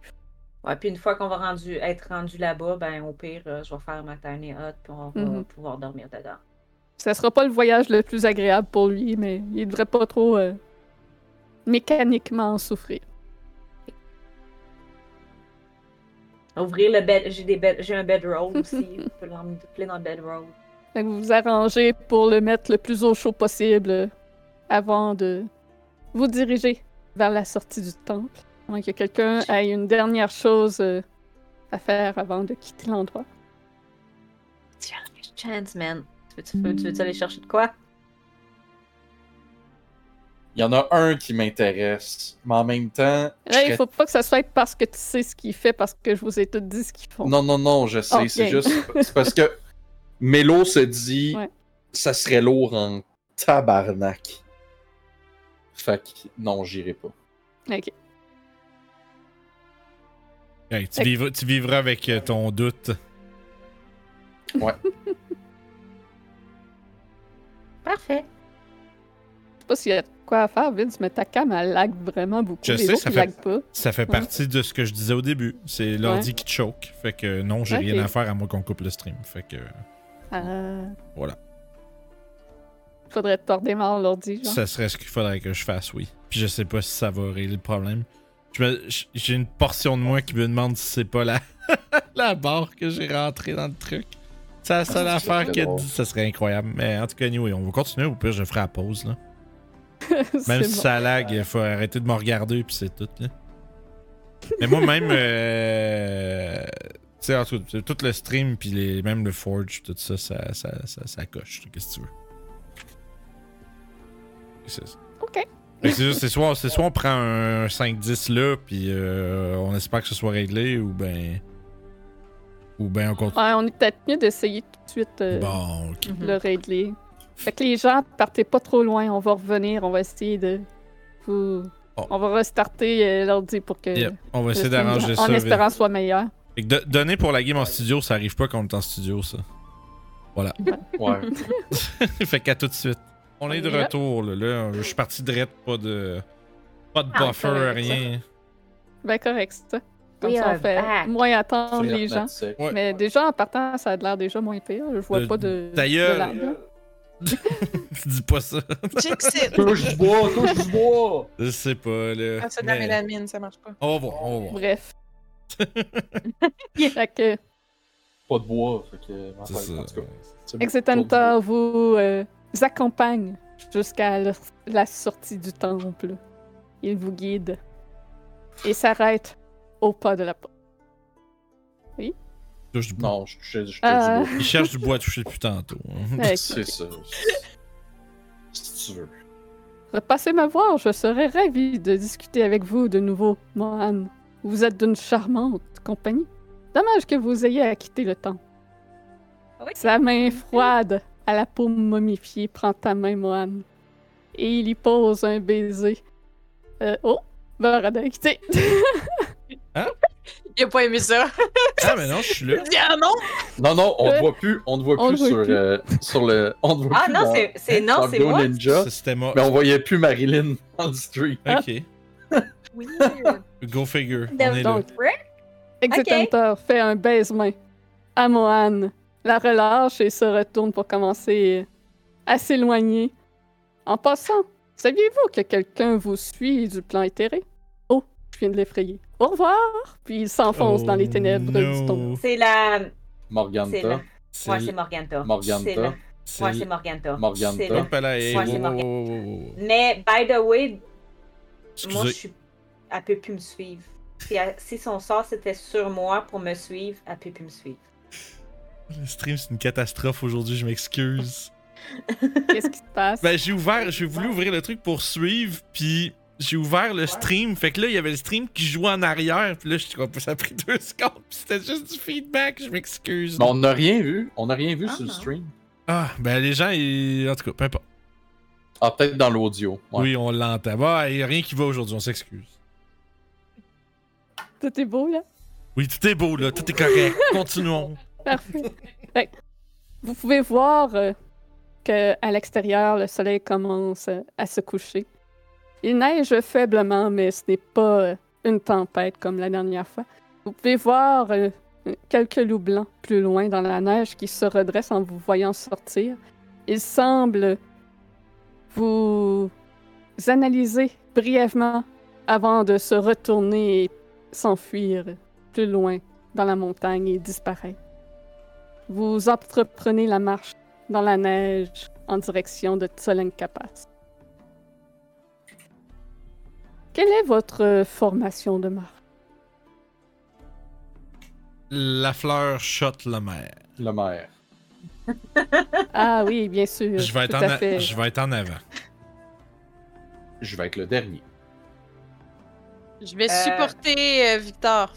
Speaker 4: Ouais, puis une fois qu'on va rendu, être rendu là-bas, ben au pire, euh, je vais faire ma tiny hut, puis on va
Speaker 1: Mhm.
Speaker 4: pouvoir dormir dedans.
Speaker 1: Ça sera pas le voyage le plus agréable pour lui, mais il devrait pas trop euh, mécaniquement en souffrir.
Speaker 4: Ouvrir le bed. J'ai des bed... j'ai un bedroll aussi. On peut l'emmener dans le bedroll.
Speaker 1: Fait que vous vous arrangez pour le mettre le plus au chaud possible euh, avant de vous diriger vers la sortie du temple. Avant que quelqu'un ait une dernière chose euh, à faire avant de quitter l'endroit.
Speaker 4: Chance, man. Tu veux-tu veux, tu veux-tu aller chercher de quoi?
Speaker 3: Il y en a un qui m'intéresse, mais en même temps.
Speaker 1: Là, il
Speaker 3: je serais-
Speaker 1: faut pas que ça soit parce que tu sais ce qu'il fait, parce que je vous ai tout dit ce qu'ils font.
Speaker 3: Non, non, non, je sais.
Speaker 1: Ok.
Speaker 3: C'est juste. C'est parce que Mélo se dit
Speaker 1: Ouais.
Speaker 3: ça serait lourd en tabarnak. Fait que non, j'irai pas.
Speaker 1: Ok.
Speaker 2: Hey, tu,
Speaker 1: Fait que-
Speaker 2: vivras, tu vivras avec euh, ton doute.
Speaker 4: Parfait.
Speaker 1: Je sais pas s'il y a de quoi à faire, Vince, mais ta cam, elle lag vraiment beaucoup.
Speaker 2: Je
Speaker 1: Les
Speaker 2: sais,
Speaker 1: autres,
Speaker 2: ça
Speaker 1: ils
Speaker 2: fait-
Speaker 1: laguent pas.
Speaker 2: Ça fait partie de ce que je disais au début. C'est l'ordi qui te choke. Fait que non, j'ai
Speaker 1: Ok.
Speaker 2: rien à faire à moins qu'on coupe le stream. Fait que
Speaker 1: Ah.
Speaker 2: Voilà.
Speaker 1: Faudrait te redémarrer l'ordi, genre.
Speaker 2: ça serait ce qu'il faudrait que je fasse, oui. Puis je sais pas si ça va régler le problème. Je me- j- J'ai une portion de moi qui me demande si c'est pas la, la barre que j'ai rentrée dans le truc. C'est la seule
Speaker 3: Ah, ça serait
Speaker 2: affaire qui a
Speaker 3: drôle.
Speaker 2: dit ça serait incroyable. Mais en tout cas, anyway, on va continuer. Au pire, je ferai la pause. Là. Même
Speaker 1: C'est
Speaker 2: si
Speaker 1: bon.
Speaker 2: ça lag, il faut arrêter de me regarder, puis c'est tout. Là. Mais moi-même, euh, tu sais, en tout, tout le stream, puis les, même le Forge, tout ça, ça, ça, ça, ça coche. Qu'est-ce que tu veux? C'est ça.
Speaker 1: Ok.
Speaker 2: Fait que C'est juste, c'est soit, c'est soit on prend un 5-10 là, puis euh, on espère que ce soit réglé, ou ben. Ou ben on continue.
Speaker 1: Ouais, on est peut-être mieux d'essayer tout de suite euh,
Speaker 2: Bon, ok.
Speaker 4: Mhm.
Speaker 1: de le régler. Fait que les gens, partez pas trop loin. On va revenir. On va essayer de vous.
Speaker 2: Oh.
Speaker 1: On va restarter euh, l'ordi pour que.
Speaker 2: Yep. On va
Speaker 1: le
Speaker 2: essayer
Speaker 1: stream-
Speaker 2: d'arranger ça.
Speaker 1: En
Speaker 2: vite.
Speaker 1: espérant soit meilleur.
Speaker 2: Fait que de- donner pour la game en studio, ça arrive pas quand on est en studio, ça.
Speaker 3: Ouais.
Speaker 2: fait qu'à tout de suite. On est de
Speaker 1: On est là.
Speaker 2: retour, là. là. Je suis parti de pas de. Pas de
Speaker 4: Ah, on est
Speaker 2: buffer,
Speaker 4: correct,
Speaker 2: rien.
Speaker 1: Ben correct, c'est ça. Comme
Speaker 4: We
Speaker 1: ça,
Speaker 4: are
Speaker 1: on fait
Speaker 4: back.
Speaker 1: moins attendre
Speaker 3: C'est
Speaker 1: les gens.
Speaker 3: automatique.
Speaker 2: Ouais.
Speaker 1: Mais déjà, en partant, ça a l'air déjà moins pire. Je vois
Speaker 2: Euh,
Speaker 1: pas de...
Speaker 2: ta
Speaker 1: de
Speaker 2: gueule.
Speaker 1: larmes.
Speaker 2: Tu dis pas ça.
Speaker 5: Check c'est.
Speaker 3: Touche du bois, touche du bois!
Speaker 2: Je sais pas, là.
Speaker 5: Ah, c'est de la
Speaker 2: Mais
Speaker 5: mélamine, ça marche pas.
Speaker 2: On va voir, on va voir.
Speaker 1: Bref. fait que,
Speaker 3: Pas de bois, fait que.
Speaker 2: C'est
Speaker 3: enfin, en
Speaker 2: ça.
Speaker 3: tout cas, c'est-
Speaker 1: Exetanta vous, euh, vous accompagne jusqu'à le- la sortie du temple. Il vous guide et s'arrête au pas de la porte.
Speaker 2: Touche du bois.
Speaker 3: Non, je touchais je touchais
Speaker 1: Ah.
Speaker 3: du bois.
Speaker 2: Il cherche du bois touché depuis tantôt. hein.
Speaker 1: Fait que,
Speaker 3: C'est ça. Si tu veux.
Speaker 1: Repassez me voir, je serais ravi de discuter avec vous de nouveau, Mohan. Vous êtes d'une charmante compagnie. Dommage que vous ayez à quitter le temps.
Speaker 4: Ah Oui.
Speaker 1: Sa main froide à la peau momifiée prend ta main, Mohan. Et il y pose un baiser. Euh, oh, Barada a quitté.
Speaker 5: Il a pas aimé ça.
Speaker 2: Ah, mais non, je suis là.
Speaker 5: Ah non!
Speaker 3: Non, non, on
Speaker 1: Euh,
Speaker 3: te voit plus, on te voit
Speaker 1: on
Speaker 3: plus
Speaker 1: te voit
Speaker 3: sur,
Speaker 1: plus.
Speaker 3: euh, sur le. On te voit
Speaker 4: Ah
Speaker 3: plus
Speaker 4: non,
Speaker 3: dans-
Speaker 4: c'est- c'est-
Speaker 2: Hein?
Speaker 4: non,
Speaker 3: dans
Speaker 4: c'est
Speaker 3: Go
Speaker 4: moi.
Speaker 3: Ninja,
Speaker 2: C'était mort.
Speaker 3: mais on voyait plus Marilyn dans le street.
Speaker 1: Ah,
Speaker 2: Ok.
Speaker 4: Weird.
Speaker 2: Go figure. On est là.
Speaker 1: Donc, Exetentor fait un baise-main à Mohan, la relâche et se retourne pour commencer à s'éloigner. En passant, saviez-vous que quelqu'un vous suit du plan éthéré? Oh, je viens de l'effrayer. Au revoir! Puis il s'enfonce
Speaker 2: Oh,
Speaker 1: dans les ténèbres du
Speaker 2: no.
Speaker 1: tombeau.
Speaker 4: C'est la. C'est la.
Speaker 3: Morganta.
Speaker 2: C'est
Speaker 4: Ouais, c'est Morganta.
Speaker 3: Morganta.
Speaker 4: C'est la-
Speaker 2: c'est-
Speaker 4: Ouais, c'est Morganta.
Speaker 3: Morganta.
Speaker 4: C'est la-
Speaker 2: Hop là, hey,
Speaker 4: Ouais,
Speaker 2: wow,
Speaker 4: c'est
Speaker 2: wow,
Speaker 4: Morgan.
Speaker 2: wow, wow, wow.
Speaker 4: Mais, by the way, moi, je
Speaker 2: Excusez.
Speaker 4: suis. Elle peut plus me suivre. Si, elle- si son sort c'était sur moi pour me suivre, elle peut plus me suivre.
Speaker 2: Le stream, c'est une catastrophe aujourd'hui, je m'excuse.
Speaker 1: Qu'est-ce qui se passe?
Speaker 2: Ben, j'ai ouvert, j'ai voulu ouvrir le truc pour suivre, puis j'ai ouvert le stream. Fait que là, il y avait le stream qui jouait en arrière, puis là, je comme, ça a pris deux secondes, puis c'était juste du feedback, je m'excuse.
Speaker 3: Mais on n'a rien vu, on n'a rien vu
Speaker 4: Ah,
Speaker 3: sur le
Speaker 4: non.
Speaker 3: stream.
Speaker 2: Ah, ben les gens, ils- en tout cas, peu importe.
Speaker 3: Ah, peut-être dans l'audio. ouais.
Speaker 2: Oui, on l'entend. Bah, il y a rien qui va aujourd'hui, on s'excuse.
Speaker 1: Tout est beau, là?
Speaker 2: Oui, tout est beau, là, tout est correct. Continuons.
Speaker 1: Parfait. Fait que vous pouvez voir euh, que à l'extérieur, le soleil commence euh, à se coucher. Il neige faiblement, mais ce n'est pas euh, une tempête comme la dernière fois. Vous pouvez voir euh, quelques loups blancs plus loin dans la neige qui se redressent en vous voyant sortir Il semble vous analyser brièvement avant de se retourner et s'enfuir plus loin dans la montagne et disparaître. Vous entreprenez la marche dans la neige en direction de Tsolenkapas. Quelle est votre euh, formation de marche?
Speaker 2: La fleur shot la mer.
Speaker 3: Le maire.
Speaker 1: Ah oui, bien sûr.
Speaker 2: Je vais, être
Speaker 1: tout
Speaker 2: en
Speaker 1: à
Speaker 2: a-
Speaker 1: fait.
Speaker 2: je vais être en avant.
Speaker 3: Je vais être le dernier.
Speaker 5: Je vais
Speaker 4: Euh.
Speaker 5: supporter euh, Victor.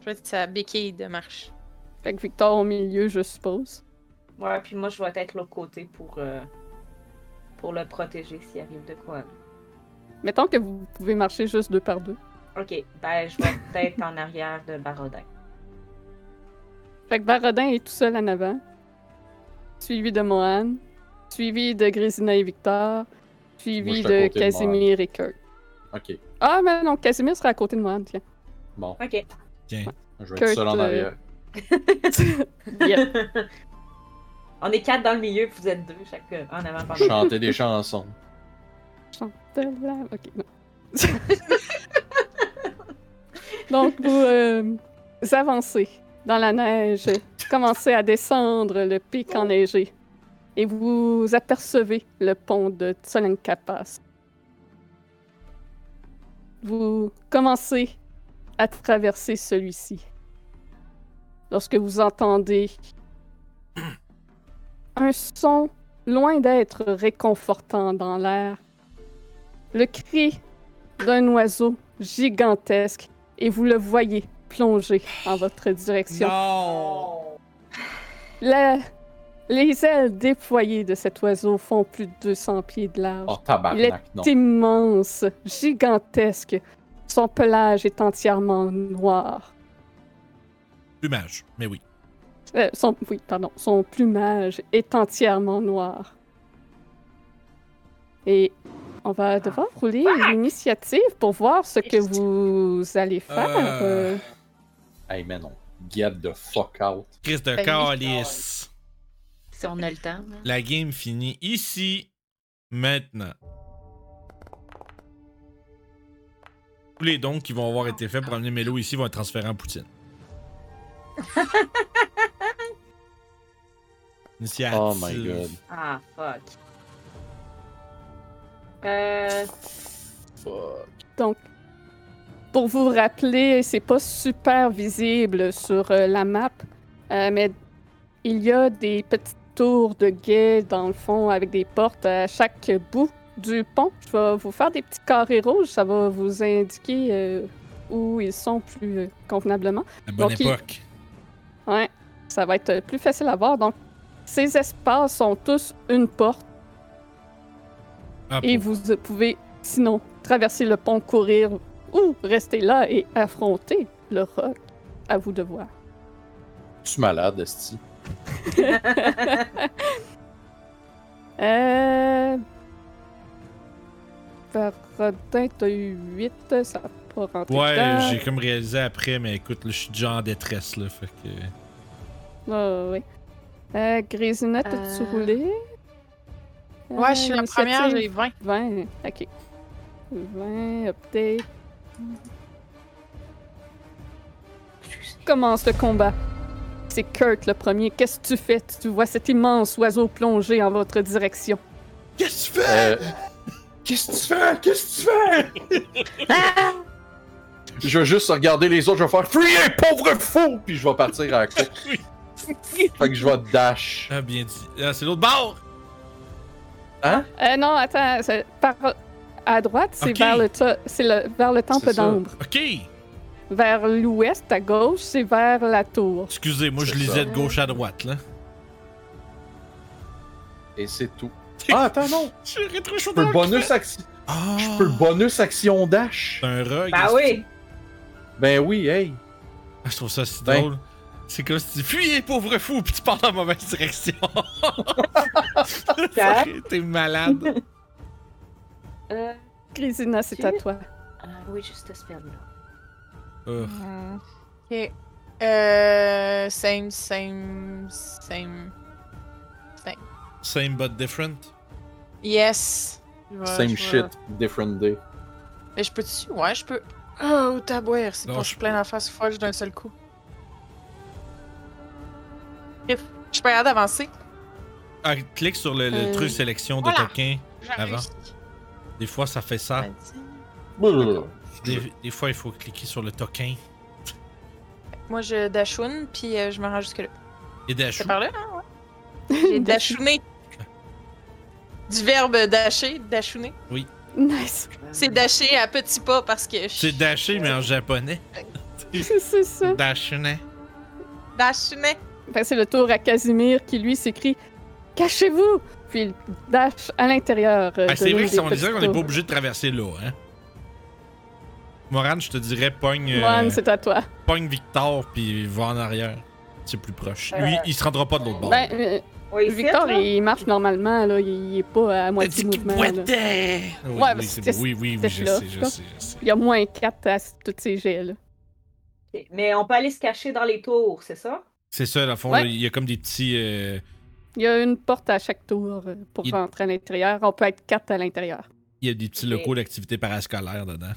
Speaker 5: Je vais être sa béquille de marche.
Speaker 1: Fait que Victor au milieu, je suppose.
Speaker 4: Ouais, puis moi, je vais être l'autre côté pour, euh, pour le protéger s'il arrive de quoi.
Speaker 1: Mettons que vous pouvez marcher juste deux par deux.
Speaker 4: Ok, ben, je vais peut-être en arrière de Barodin.
Speaker 1: Fait que Barodin est tout seul en avant, suivi de Mohan, suivi de Grésina et Victor,
Speaker 3: Moi, je
Speaker 1: suivi
Speaker 3: suis à
Speaker 1: de
Speaker 3: côté de Mohan.
Speaker 1: Casimir et Kurt.
Speaker 3: Ok.
Speaker 1: Ah, mais non, Casimir sera à côté de Mohan, tiens.
Speaker 3: Bon.
Speaker 4: Ok.
Speaker 2: Tiens.
Speaker 3: Je vais
Speaker 1: Kurt,
Speaker 3: être seul en
Speaker 1: euh,
Speaker 3: arrière.
Speaker 1: Yep.
Speaker 4: On est quatre dans le milieu, puis vous êtes deux, chacun en avant par
Speaker 3: Chanter des chansons.
Speaker 1: Chantal, là. Ok, non. Donc, vous euh, avancez dans la neige, commencez à descendre le pic enneigé et vous apercevez le pont de Tsolenkapas. Vous commencez à traverser celui-ci. Lorsque vous entendez un son loin d'être réconfortant dans l'air, le cri d'un oiseau gigantesque et vous le voyez plonger en votre direction.
Speaker 2: Non!
Speaker 1: La- Les ailes déployées de cet oiseau font plus de 200 pieds de large.
Speaker 3: Oh,
Speaker 1: Il
Speaker 3: tabarnak, non.
Speaker 1: est immense, gigantesque. Son pelage est entièrement noir.
Speaker 2: Plumage, mais oui.
Speaker 1: Euh, son, oui, pardon, son plumage est entièrement noir. Et on va devoir rouler l'initiative pour voir ce que vous allez faire.
Speaker 2: Euh.
Speaker 1: euh.
Speaker 3: Hey, mais non. Get the fuck out.
Speaker 2: Chris de
Speaker 5: Ben,
Speaker 2: Calice.
Speaker 4: Si on a le temps. hein.
Speaker 2: La game finit ici, maintenant. Tous les dons qui vont avoir été faits pour amener Melo ici vont être transférés en Poutine. Initiative.
Speaker 3: Oh my god.
Speaker 4: Ah, fuck. Euh,
Speaker 3: Fuck.
Speaker 1: Donc, pour vous rappeler, c'est pas super visible sur euh, la map, euh, mais il y a des petites tours de guet dans le fond avec des portes à chaque bout du pont. Je vais vous faire des petits carrés rouges, ça va vous indiquer euh, où ils sont plus euh, convenablement.
Speaker 2: La bonne
Speaker 1: Donc, il-
Speaker 2: époque.
Speaker 1: Ouais, ça va être euh, plus facile à voir. Donc, ces espaces sont tous une porte.
Speaker 2: Ah,
Speaker 1: Et
Speaker 2: pour-
Speaker 1: vous pouvez, sinon, traverser le pont, courir ou rester là et affronter le roc. À vous de voir.
Speaker 3: Tu es malade, Esti.
Speaker 1: Euh... Verdun, t'as eu 8, ça va pas rentrer
Speaker 2: Ouais,
Speaker 1: dedans.
Speaker 2: j'ai comme réalisé après, mais écoute, là, je suis déjà en détresse, là, fait que...
Speaker 1: Ouais, ouais. Ah, Euh, Grésina, t'as-tu
Speaker 4: Euh.
Speaker 1: roulé?
Speaker 5: Ouais, je suis la
Speaker 1: Euh,
Speaker 5: première,
Speaker 1: initiative.
Speaker 5: j'ai 20.
Speaker 1: 20, ok. 20, update. Commence le combat. C'est Kurt le premier. Qu'est-ce que tu fais? Tu vois cet immense oiseau plonger en votre direction.
Speaker 2: Qu'est-ce que tu fais?
Speaker 3: Euh, Qu'est-ce que tu fais? Qu'est-ce que tu fais? je vais juste regarder les autres, je vais faire Fuyez, pauvre fou! Puis je vais partir à la course. Fait que je vais dash.
Speaker 2: Ah, bien dit. Ah, c'est l'autre bord!
Speaker 3: Hein?
Speaker 1: Euh, non, attends. c'est Par... À droite, c'est
Speaker 2: Ok.
Speaker 1: vers, le to- c'est le... vers le temple
Speaker 3: C'est ça.
Speaker 1: d'ombre.
Speaker 2: OK!
Speaker 1: Vers l'ouest, à gauche, c'est vers la tour.
Speaker 2: Excusez, moi, je
Speaker 3: C'est
Speaker 2: lisais
Speaker 3: ça.
Speaker 2: de gauche à droite, là.
Speaker 3: Et c'est tout. Ah, attends, non!
Speaker 2: Je suis rétro
Speaker 3: Je peux le bonus, action...
Speaker 2: Ah!
Speaker 3: je peux le bonus action dash.
Speaker 2: C'est un rogue.
Speaker 4: bah oui!
Speaker 3: Ben oui, hey!
Speaker 2: Ah, je trouve ça si
Speaker 3: Ben.
Speaker 2: drôle. C'est comme si tu dis Fuyez, pauvre fou, puis tu pars dans la mauvaise direction. T'es malade.
Speaker 4: Euh,
Speaker 1: Grisina, c'est à
Speaker 4: Tu-
Speaker 1: toi.
Speaker 4: ah oui, juste ce spell-là.
Speaker 2: Ugh.
Speaker 5: Ok. Euh, same, same, same.
Speaker 2: Same but different.
Speaker 5: Yes. Je vais- je
Speaker 3: Same
Speaker 5: vais-
Speaker 3: shit, different day.
Speaker 5: Mais je peux dessus? Ouais, je peux. Oh, tabouère, c'est
Speaker 2: Non,
Speaker 5: pas
Speaker 2: je
Speaker 5: je plein d'affaires sur Forge d'un seul coup. Bref, je suis pas capable d'avancer.
Speaker 2: Ah, clique sur le, le
Speaker 5: Euh,
Speaker 2: truc sélection de
Speaker 5: voilà.
Speaker 2: token.
Speaker 5: J'ai
Speaker 2: Avant. Ah.
Speaker 5: réussi.
Speaker 2: Des fois, ça fait ça.
Speaker 3: Blablabla.
Speaker 2: Des, des fois, il faut cliquer sur le token.
Speaker 5: Moi, je dashoun, puis euh, je me rends jusque-là.
Speaker 2: Et dash.
Speaker 5: C'est par là, hein? Ouais. J'ai dashouné. Du verbe dasher, dashouner.
Speaker 1: Nice.
Speaker 5: C'est dasher à petits pas parce que.
Speaker 2: C'est dashé, mais en japonais.
Speaker 1: C'est ça.
Speaker 2: Dashné.
Speaker 5: Dashouné.
Speaker 1: Enfin, c'est le tour à Casimir qui lui s'écrit Cachez-vous Puis il dash à l'intérieur. euh,
Speaker 2: Ah,
Speaker 1: de
Speaker 2: c'est
Speaker 1: l'eau
Speaker 2: vrai que
Speaker 1: des
Speaker 2: si on disait
Speaker 1: petits
Speaker 2: qu'on n'est pas
Speaker 1: trous.
Speaker 2: obligé de traverser l'eau, hein. Moran, je te dirais, pogne, euh,
Speaker 1: Moine, c'est à toi.
Speaker 2: pogne Victor, puis va en arrière. C'est plus proche.
Speaker 4: Euh,
Speaker 2: Lui, il se rendra pas de l'autre bord.
Speaker 1: Ben, euh,
Speaker 4: Oui, ici,
Speaker 1: Victor,
Speaker 4: là?
Speaker 1: il marche normalement, là. Il il est pas à
Speaker 2: T'as
Speaker 1: moitié
Speaker 2: dit qu'il
Speaker 1: mouvement. là.
Speaker 2: boitait! Oui,
Speaker 1: Ouais,
Speaker 2: oui,
Speaker 1: parce
Speaker 2: c'est
Speaker 1: que
Speaker 2: bon. oui, oui, oui,
Speaker 1: c'est
Speaker 2: je
Speaker 1: là,
Speaker 2: sais, je
Speaker 1: quoi.
Speaker 2: sais, je sais.
Speaker 1: Il y a moins 4 à s- tous ces jets, là.
Speaker 4: Ok, Mais on peut aller se cacher dans les tours, c'est ça?
Speaker 2: C'est ça, à fond,
Speaker 1: Ouais.
Speaker 2: là, il y a comme des petits. euh,
Speaker 1: Il y a une porte à chaque tour euh, pour
Speaker 2: Il-
Speaker 1: rentrer à l'intérieur. On peut être 4 à l'intérieur.
Speaker 2: il y a des petits
Speaker 4: Ok.
Speaker 2: locaux d'activité parascolaire dedans.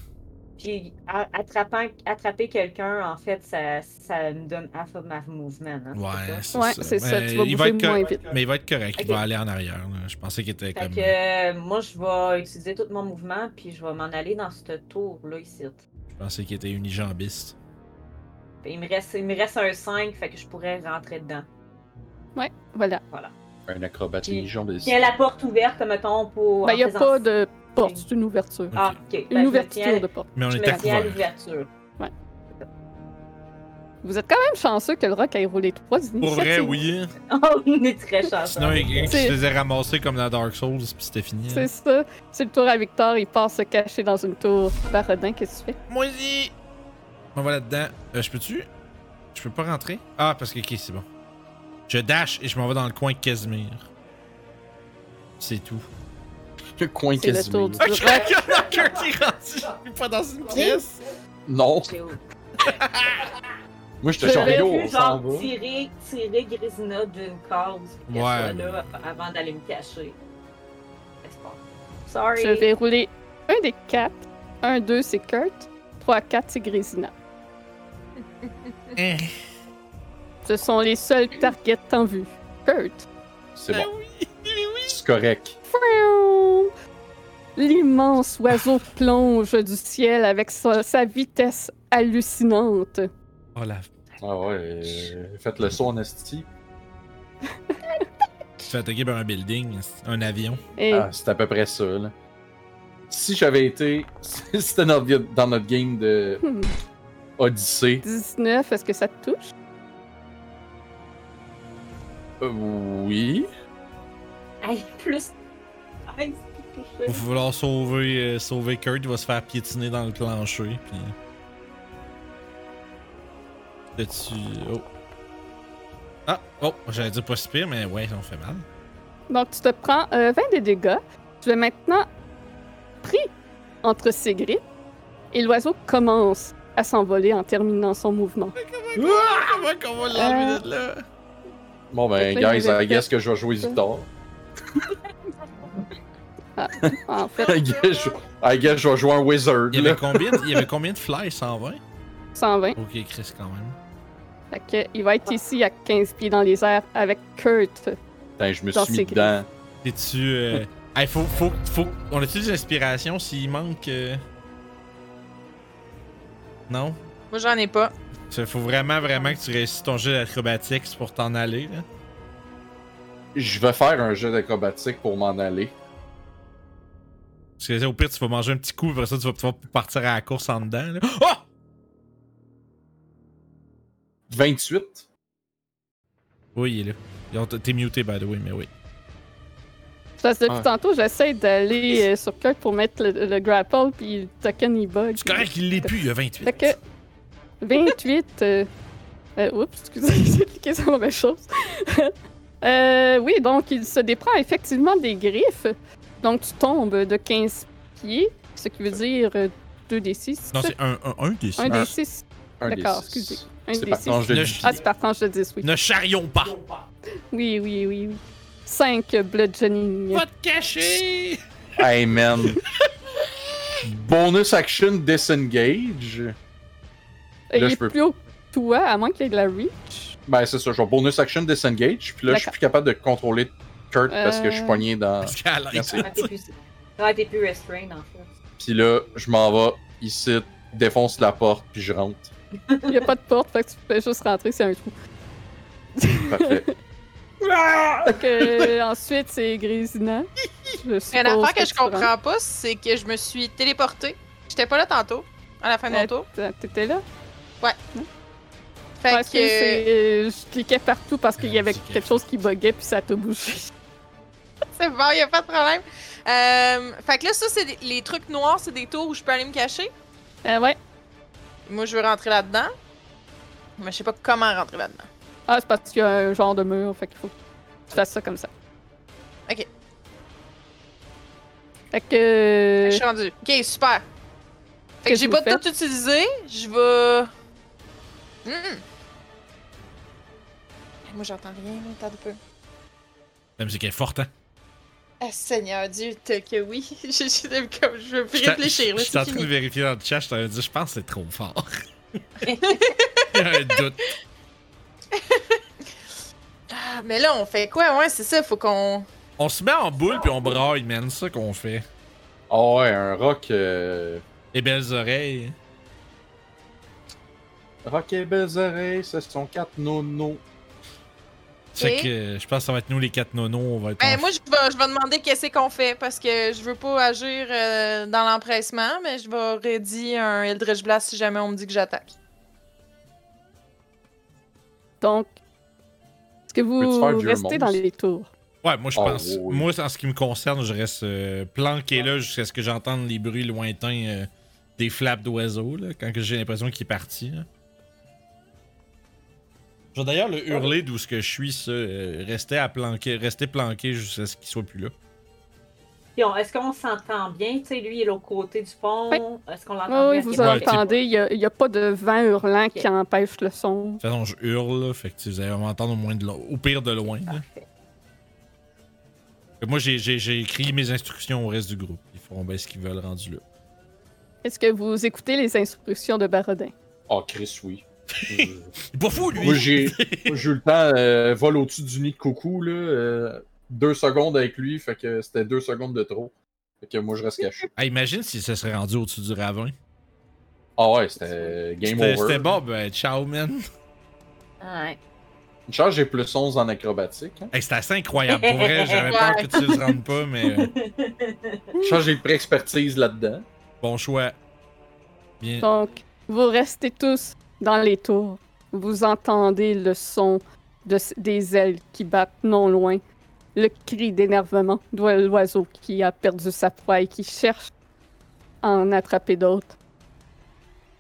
Speaker 4: Puis a- attrapant, attraper quelqu'un, en fait, ça, ça me donne half of my movement. hein, c'est
Speaker 2: Ouais,
Speaker 4: ça?
Speaker 2: c'est
Speaker 1: Ouais,
Speaker 2: ça.
Speaker 1: c'est Ah, ça,
Speaker 2: Mais
Speaker 1: tu vas
Speaker 2: il
Speaker 1: bouger
Speaker 2: être cor-
Speaker 1: moins vite.
Speaker 2: Mais il va être correct, il
Speaker 4: Ok.
Speaker 2: va aller en arrière. là. Je pensais qu'il était
Speaker 4: Fait
Speaker 2: comme.
Speaker 4: que euh, moi, je vais utiliser tout mon mouvement, puis je vais m'en aller dans ce tour-là ici.
Speaker 2: Je pensais qu'il était unijambiste.
Speaker 4: Il me, reste, il me reste un 5, fait que je pourrais rentrer dedans.
Speaker 1: Voilà.
Speaker 3: Un acrobate unijambiste.
Speaker 4: Il y a la porte ouverte, mettons, pour.
Speaker 1: Ben, il n'y a
Speaker 4: en
Speaker 1: pas
Speaker 4: faisant-
Speaker 1: de porte, c'est une ouverture.
Speaker 4: Ah, ok. Ben,
Speaker 1: Une
Speaker 4: je me tiens à-
Speaker 1: ouverture de porte.
Speaker 2: Mais on
Speaker 4: Je
Speaker 2: était
Speaker 4: me tiens à
Speaker 2: couvert.
Speaker 4: l'ouverture.
Speaker 1: Vous êtes quand même chanceux que le rock ait roulé 3
Speaker 2: Pour vrai, oui.
Speaker 4: Oh, On est très chanceux.
Speaker 2: Sinon, il y a quelqu'un qui
Speaker 1: C'est-
Speaker 2: se faisait ramasser comme dans Dark Souls, puis c'était fini. hein.
Speaker 1: C'est ça. C'est le tour à Victor. Il part se cacher dans une tour. Barodin, qu'est-ce que tu fais?
Speaker 2: Moisi! On va là-dedans. Euh, je peux-tu? Je peux pas rentrer? Ah, parce que, ok, c'est bon. Je dash et je m'en vais dans le coin de Casimir. C'est tout.
Speaker 3: Le coin
Speaker 1: C'est le tour
Speaker 3: Casimir.
Speaker 1: du
Speaker 2: Ah,
Speaker 1: rock.
Speaker 2: je crois qu'il y en a qu'un qui rentre! Je suis pas dans une pièce!
Speaker 3: Non,
Speaker 4: J'ai-
Speaker 3: moi je te
Speaker 1: Je
Speaker 3: chante
Speaker 1: l'ai
Speaker 4: J'aurais
Speaker 3: yo,
Speaker 4: pu,
Speaker 3: on s'en
Speaker 4: genre,
Speaker 3: va.
Speaker 4: tirer, tirer Grisina d'une corde qu'elle
Speaker 2: Ouais,
Speaker 4: soit là avant d'aller me cacher. C'est pas. Sorry.
Speaker 1: Je vais rouler un des 4. 1, 2, c'est Kurt. 3, 4, c'est Grésina.
Speaker 2: Hein.
Speaker 1: Ce sont les seuls targets en vue. Kurt.
Speaker 3: C'est
Speaker 2: Ah
Speaker 3: bon,
Speaker 2: oui, mais oui.
Speaker 3: c'est correct.
Speaker 1: Froum! L'immense oiseau plonge du ciel avec sa- sa vitesse hallucinante.
Speaker 2: Oh la
Speaker 3: Ah ouais, euh, faites le saut en esti.
Speaker 2: Tu te fais attaquer par un building, un avion.
Speaker 1: Et
Speaker 3: Ah, c'est à peu près ça, là. Si j'avais été. si C'était dans notre- dans notre game de
Speaker 1: hmm,
Speaker 3: Odyssée,
Speaker 1: 19, est-ce que ça te touche?
Speaker 3: euh, oui.
Speaker 4: Hey, plus. Hey, c'est plus touché.
Speaker 2: Il va falloir sauver, euh, sauver Kurt, il va se faire piétiner dans le plancher. Puis... T'as-tu. Oh. Ah, oh, j'allais dire pas si pire, mais ouais, on fait mal.
Speaker 1: Donc, tu te prends euh, 20 de dégâts. Tu es maintenant pris entre ses griffes et l'oiseau commence à s'envoler en terminant son mouvement.
Speaker 2: Ah, comment qu'on va l'enlever
Speaker 1: Euh.
Speaker 2: de là?
Speaker 3: Bon
Speaker 1: Fait
Speaker 3: ben,
Speaker 1: que là,
Speaker 3: guys,
Speaker 1: il avait
Speaker 3: I guess que je vais jouer Victor.
Speaker 1: En fait,
Speaker 3: I guess, je... I guess je vais jouer un Wizard,
Speaker 2: Il y
Speaker 3: là.
Speaker 2: avait combien, de- il y avait combien de fly 120
Speaker 1: 120.
Speaker 2: Ok, Chris, quand même.
Speaker 1: Fait que, il va être ici à 15 pieds dans les airs avec Kurt.
Speaker 3: Putain, je me
Speaker 1: Dans
Speaker 3: suis
Speaker 1: ses
Speaker 3: mis dedans.
Speaker 2: T'es-tu. Euh... hey, faut, faut, faut. On a-tu des inspirations s'il manque. euh, Non?
Speaker 5: Moi, j'en ai pas.
Speaker 2: Ça, Faut vraiment, vraiment que tu réussisses ton jeu d'acrobatics pour t'en aller, là.
Speaker 3: Je vais faire un jeu d'acrobatique pour m'en aller.
Speaker 2: Parce que au pire, tu vas manger un petit coup, après ça, tu vas pouvoir partir à la course en dedans. là. Oh!
Speaker 3: 28.
Speaker 2: Oui, il est là. Ils ont- T'es muté, by the way, mais oui.
Speaker 1: Parce que depuis
Speaker 3: Ouais.
Speaker 1: tantôt, j'essaie d'aller euh, sur Kurt pour mettre le, le grapple, puis le token, il bug.
Speaker 2: C'est correct qu'il l'est plus, il y a 28.
Speaker 1: Fait que 28. euh, euh, oups, excusez, j'ai cliqué sur la mauvaise chose. Euh, oui, donc il se déprend effectivement des griffes. Donc tu tombes de 15 pieds, ce qui veut dire 2 des 6.
Speaker 2: Non, c'est un, un, un des six.
Speaker 1: 1 des 6.
Speaker 3: Un
Speaker 1: D'accord,
Speaker 3: des six.
Speaker 1: excusez. Un
Speaker 3: C'est
Speaker 1: des
Speaker 3: partant,
Speaker 1: six.
Speaker 3: je le
Speaker 2: Le
Speaker 3: dis.
Speaker 1: Ah, c'est partant, je te dis oui.
Speaker 2: Ne charrions pas!
Speaker 1: Oui, oui, oui, oui. 5 bludgeoning.
Speaker 2: Va te cacher!
Speaker 3: Hey man. Bonus action disengage.
Speaker 1: Et Euh, il
Speaker 3: là, je
Speaker 1: est
Speaker 3: peux-
Speaker 1: plus haut que toi, à moins qu'il y ait de la reach.
Speaker 3: Ben c'est ça, genre bonus action disengage. Puis là, je suis
Speaker 1: D'accord.
Speaker 3: plus capable de contrôler Kurt parce que je suis
Speaker 1: Euh.
Speaker 3: poigné dans.
Speaker 2: Parce qu'à l'aide.
Speaker 3: Merci.
Speaker 4: Ah, t'es plus- Ah, t'es plus restrained en fait.
Speaker 3: Puis là, je m'en vais ici, défonce la porte, puis je rentre.
Speaker 1: Il n'y a pas de porte, fait que tu peux juste rentrer, c'est un trou.
Speaker 3: Parfait. Ah!
Speaker 1: Fait que, ensuite, c'est grisina. Je
Speaker 6: Une
Speaker 1: suppose
Speaker 6: affaire que je
Speaker 1: tu rentres.
Speaker 6: comprends pas, c'est que je me suis téléportée. J'étais pas là tantôt, à la fin de mon
Speaker 1: Euh,
Speaker 6: tour.
Speaker 1: T'as- T'étais là?
Speaker 6: Fait
Speaker 1: Parce que
Speaker 6: que
Speaker 1: c'est- je cliquais partout parce qu'il y avait
Speaker 2: Ah, c'est
Speaker 1: quelque chose qui buguait puis ça t'a bougé.
Speaker 6: c'est bon, y a pas de problème. Euh, fait que là, ça, c'est des- les trucs noirs, c'est des tours où je peux aller me cacher.
Speaker 1: Euh, ouais.
Speaker 6: Moi, je veux rentrer là-dedans. Mais je sais pas comment rentrer là-dedans.
Speaker 1: Ah, c'est parce qu'il y a un genre de mur, fait qu'il faut que tu fasses ça comme ça.
Speaker 6: Ok.
Speaker 1: Fait que.
Speaker 6: Je suis rendue. Ok, super. Fait que
Speaker 1: Euh. Qu'est-ce
Speaker 6: j'ai
Speaker 1: que
Speaker 6: pas
Speaker 1: vous faites?
Speaker 6: tout utilisé. Je vais. Hmm. Moi, j'entends rien, là. Attends un peu.
Speaker 2: La musique est forte, hein?
Speaker 6: Ah, Seigneur Dieu, tel que oui. J'ai- j'ai- comme, je veux plus
Speaker 2: J'étais-
Speaker 6: réfléchir. là,
Speaker 2: J'étais
Speaker 6: C'est
Speaker 2: en train de
Speaker 6: fini.
Speaker 2: vérifier dans le chat, je t'avais dit, je pense que c'est trop fort. Il y a un doute.
Speaker 6: Ah, mais là, on fait quoi? Ouais, c'est ça. Faut qu'on.
Speaker 2: On se met en boule puis on braille, man, c'est ça qu'on fait.
Speaker 3: Ah ouais, un rock. euh,
Speaker 2: Les belles oreilles.
Speaker 3: Rock et belles oreilles, ce sont quatre nonos.
Speaker 2: C'est
Speaker 6: Ok.
Speaker 2: que euh, je pense que ça va être nous les quatre nonos, on va être.
Speaker 6: Ben,
Speaker 2: en-
Speaker 6: moi, je vais, je vais demander qu'est-ce qu'on fait parce que je veux pas agir euh, dans l'empressement, mais je vais ready un Eldritch Blast si jamais on me dit que j'attaque.
Speaker 1: Donc, est-ce que vous
Speaker 3: Peux-tu faire vieux
Speaker 1: restez dans
Speaker 3: monstre?
Speaker 1: les tours?
Speaker 2: Ouais, moi je
Speaker 3: Ah,
Speaker 2: pense.
Speaker 3: oui.
Speaker 2: Moi, en ce qui me concerne, je reste euh, planqué là jusqu'à ce que j'entende les bruits lointains euh, des flaps d'oiseaux, là, quand que j'ai l'impression qu'il est parti. là. Je vais d'ailleurs le hurler d'où ce que je suis, ça. euh, rester à planquer, rester planqué jusqu'à ce qu'il soit plus là.
Speaker 4: Puis on- est-ce qu'on s'entend bien? Tu sais, lui, il est de l'autre côté du pont. Est-ce qu'on l'entend
Speaker 1: Ah Oui,
Speaker 4: bien?
Speaker 1: oui, vous
Speaker 4: Ah, Ok,
Speaker 2: Ouais,
Speaker 4: bon.
Speaker 1: entendez, il n'y a, pas de vent hurlant
Speaker 4: Ok.
Speaker 1: qui empêche le son.
Speaker 2: De toute façon, je hurle, là, fait que tu sais, vous allez m'entendre au, moins de lo- au pire de loin. là.
Speaker 4: Parfait.
Speaker 2: Fait que Moi, j'ai- j'ai j'ai écrit mes instructions au reste du groupe. Ils feront bien ce qu'ils veulent rendu là.
Speaker 1: Est-ce que vous écoutez les instructions de Barodin?
Speaker 3: Ah, Chris, oui. Euh,
Speaker 2: Il est pas fou, lui!
Speaker 3: Moi, j'ai moi, j'ai eu le temps, euh, vol au-dessus du nid de coucou, là. euh, deux secondes avec lui, fait que c'était deux secondes de trop. Fait que moi, je reste caché.
Speaker 2: Ah, imagine si ça serait rendu au-dessus du ravin.
Speaker 3: Ah ouais, c'était game
Speaker 2: C'était-
Speaker 3: over.
Speaker 2: C'était bon, ben, ciao, man.
Speaker 4: Ouais.
Speaker 3: Une charge, j'ai plus 11 en acrobatique. Hein.
Speaker 2: Hey, c'était assez incroyable. Pour vrai, j'avais peur que tu le rendes pas, mais euh,
Speaker 3: Une charge, j'ai pris expertise là-dedans.
Speaker 2: bon choix. Bien.
Speaker 1: Donc, vous restez tous dans les tours. Vous entendez le son de, des ailes qui battent non loin, le cri d'énervement de l'oiseau qui a perdu sa proie et qui cherche à en attraper d'autres.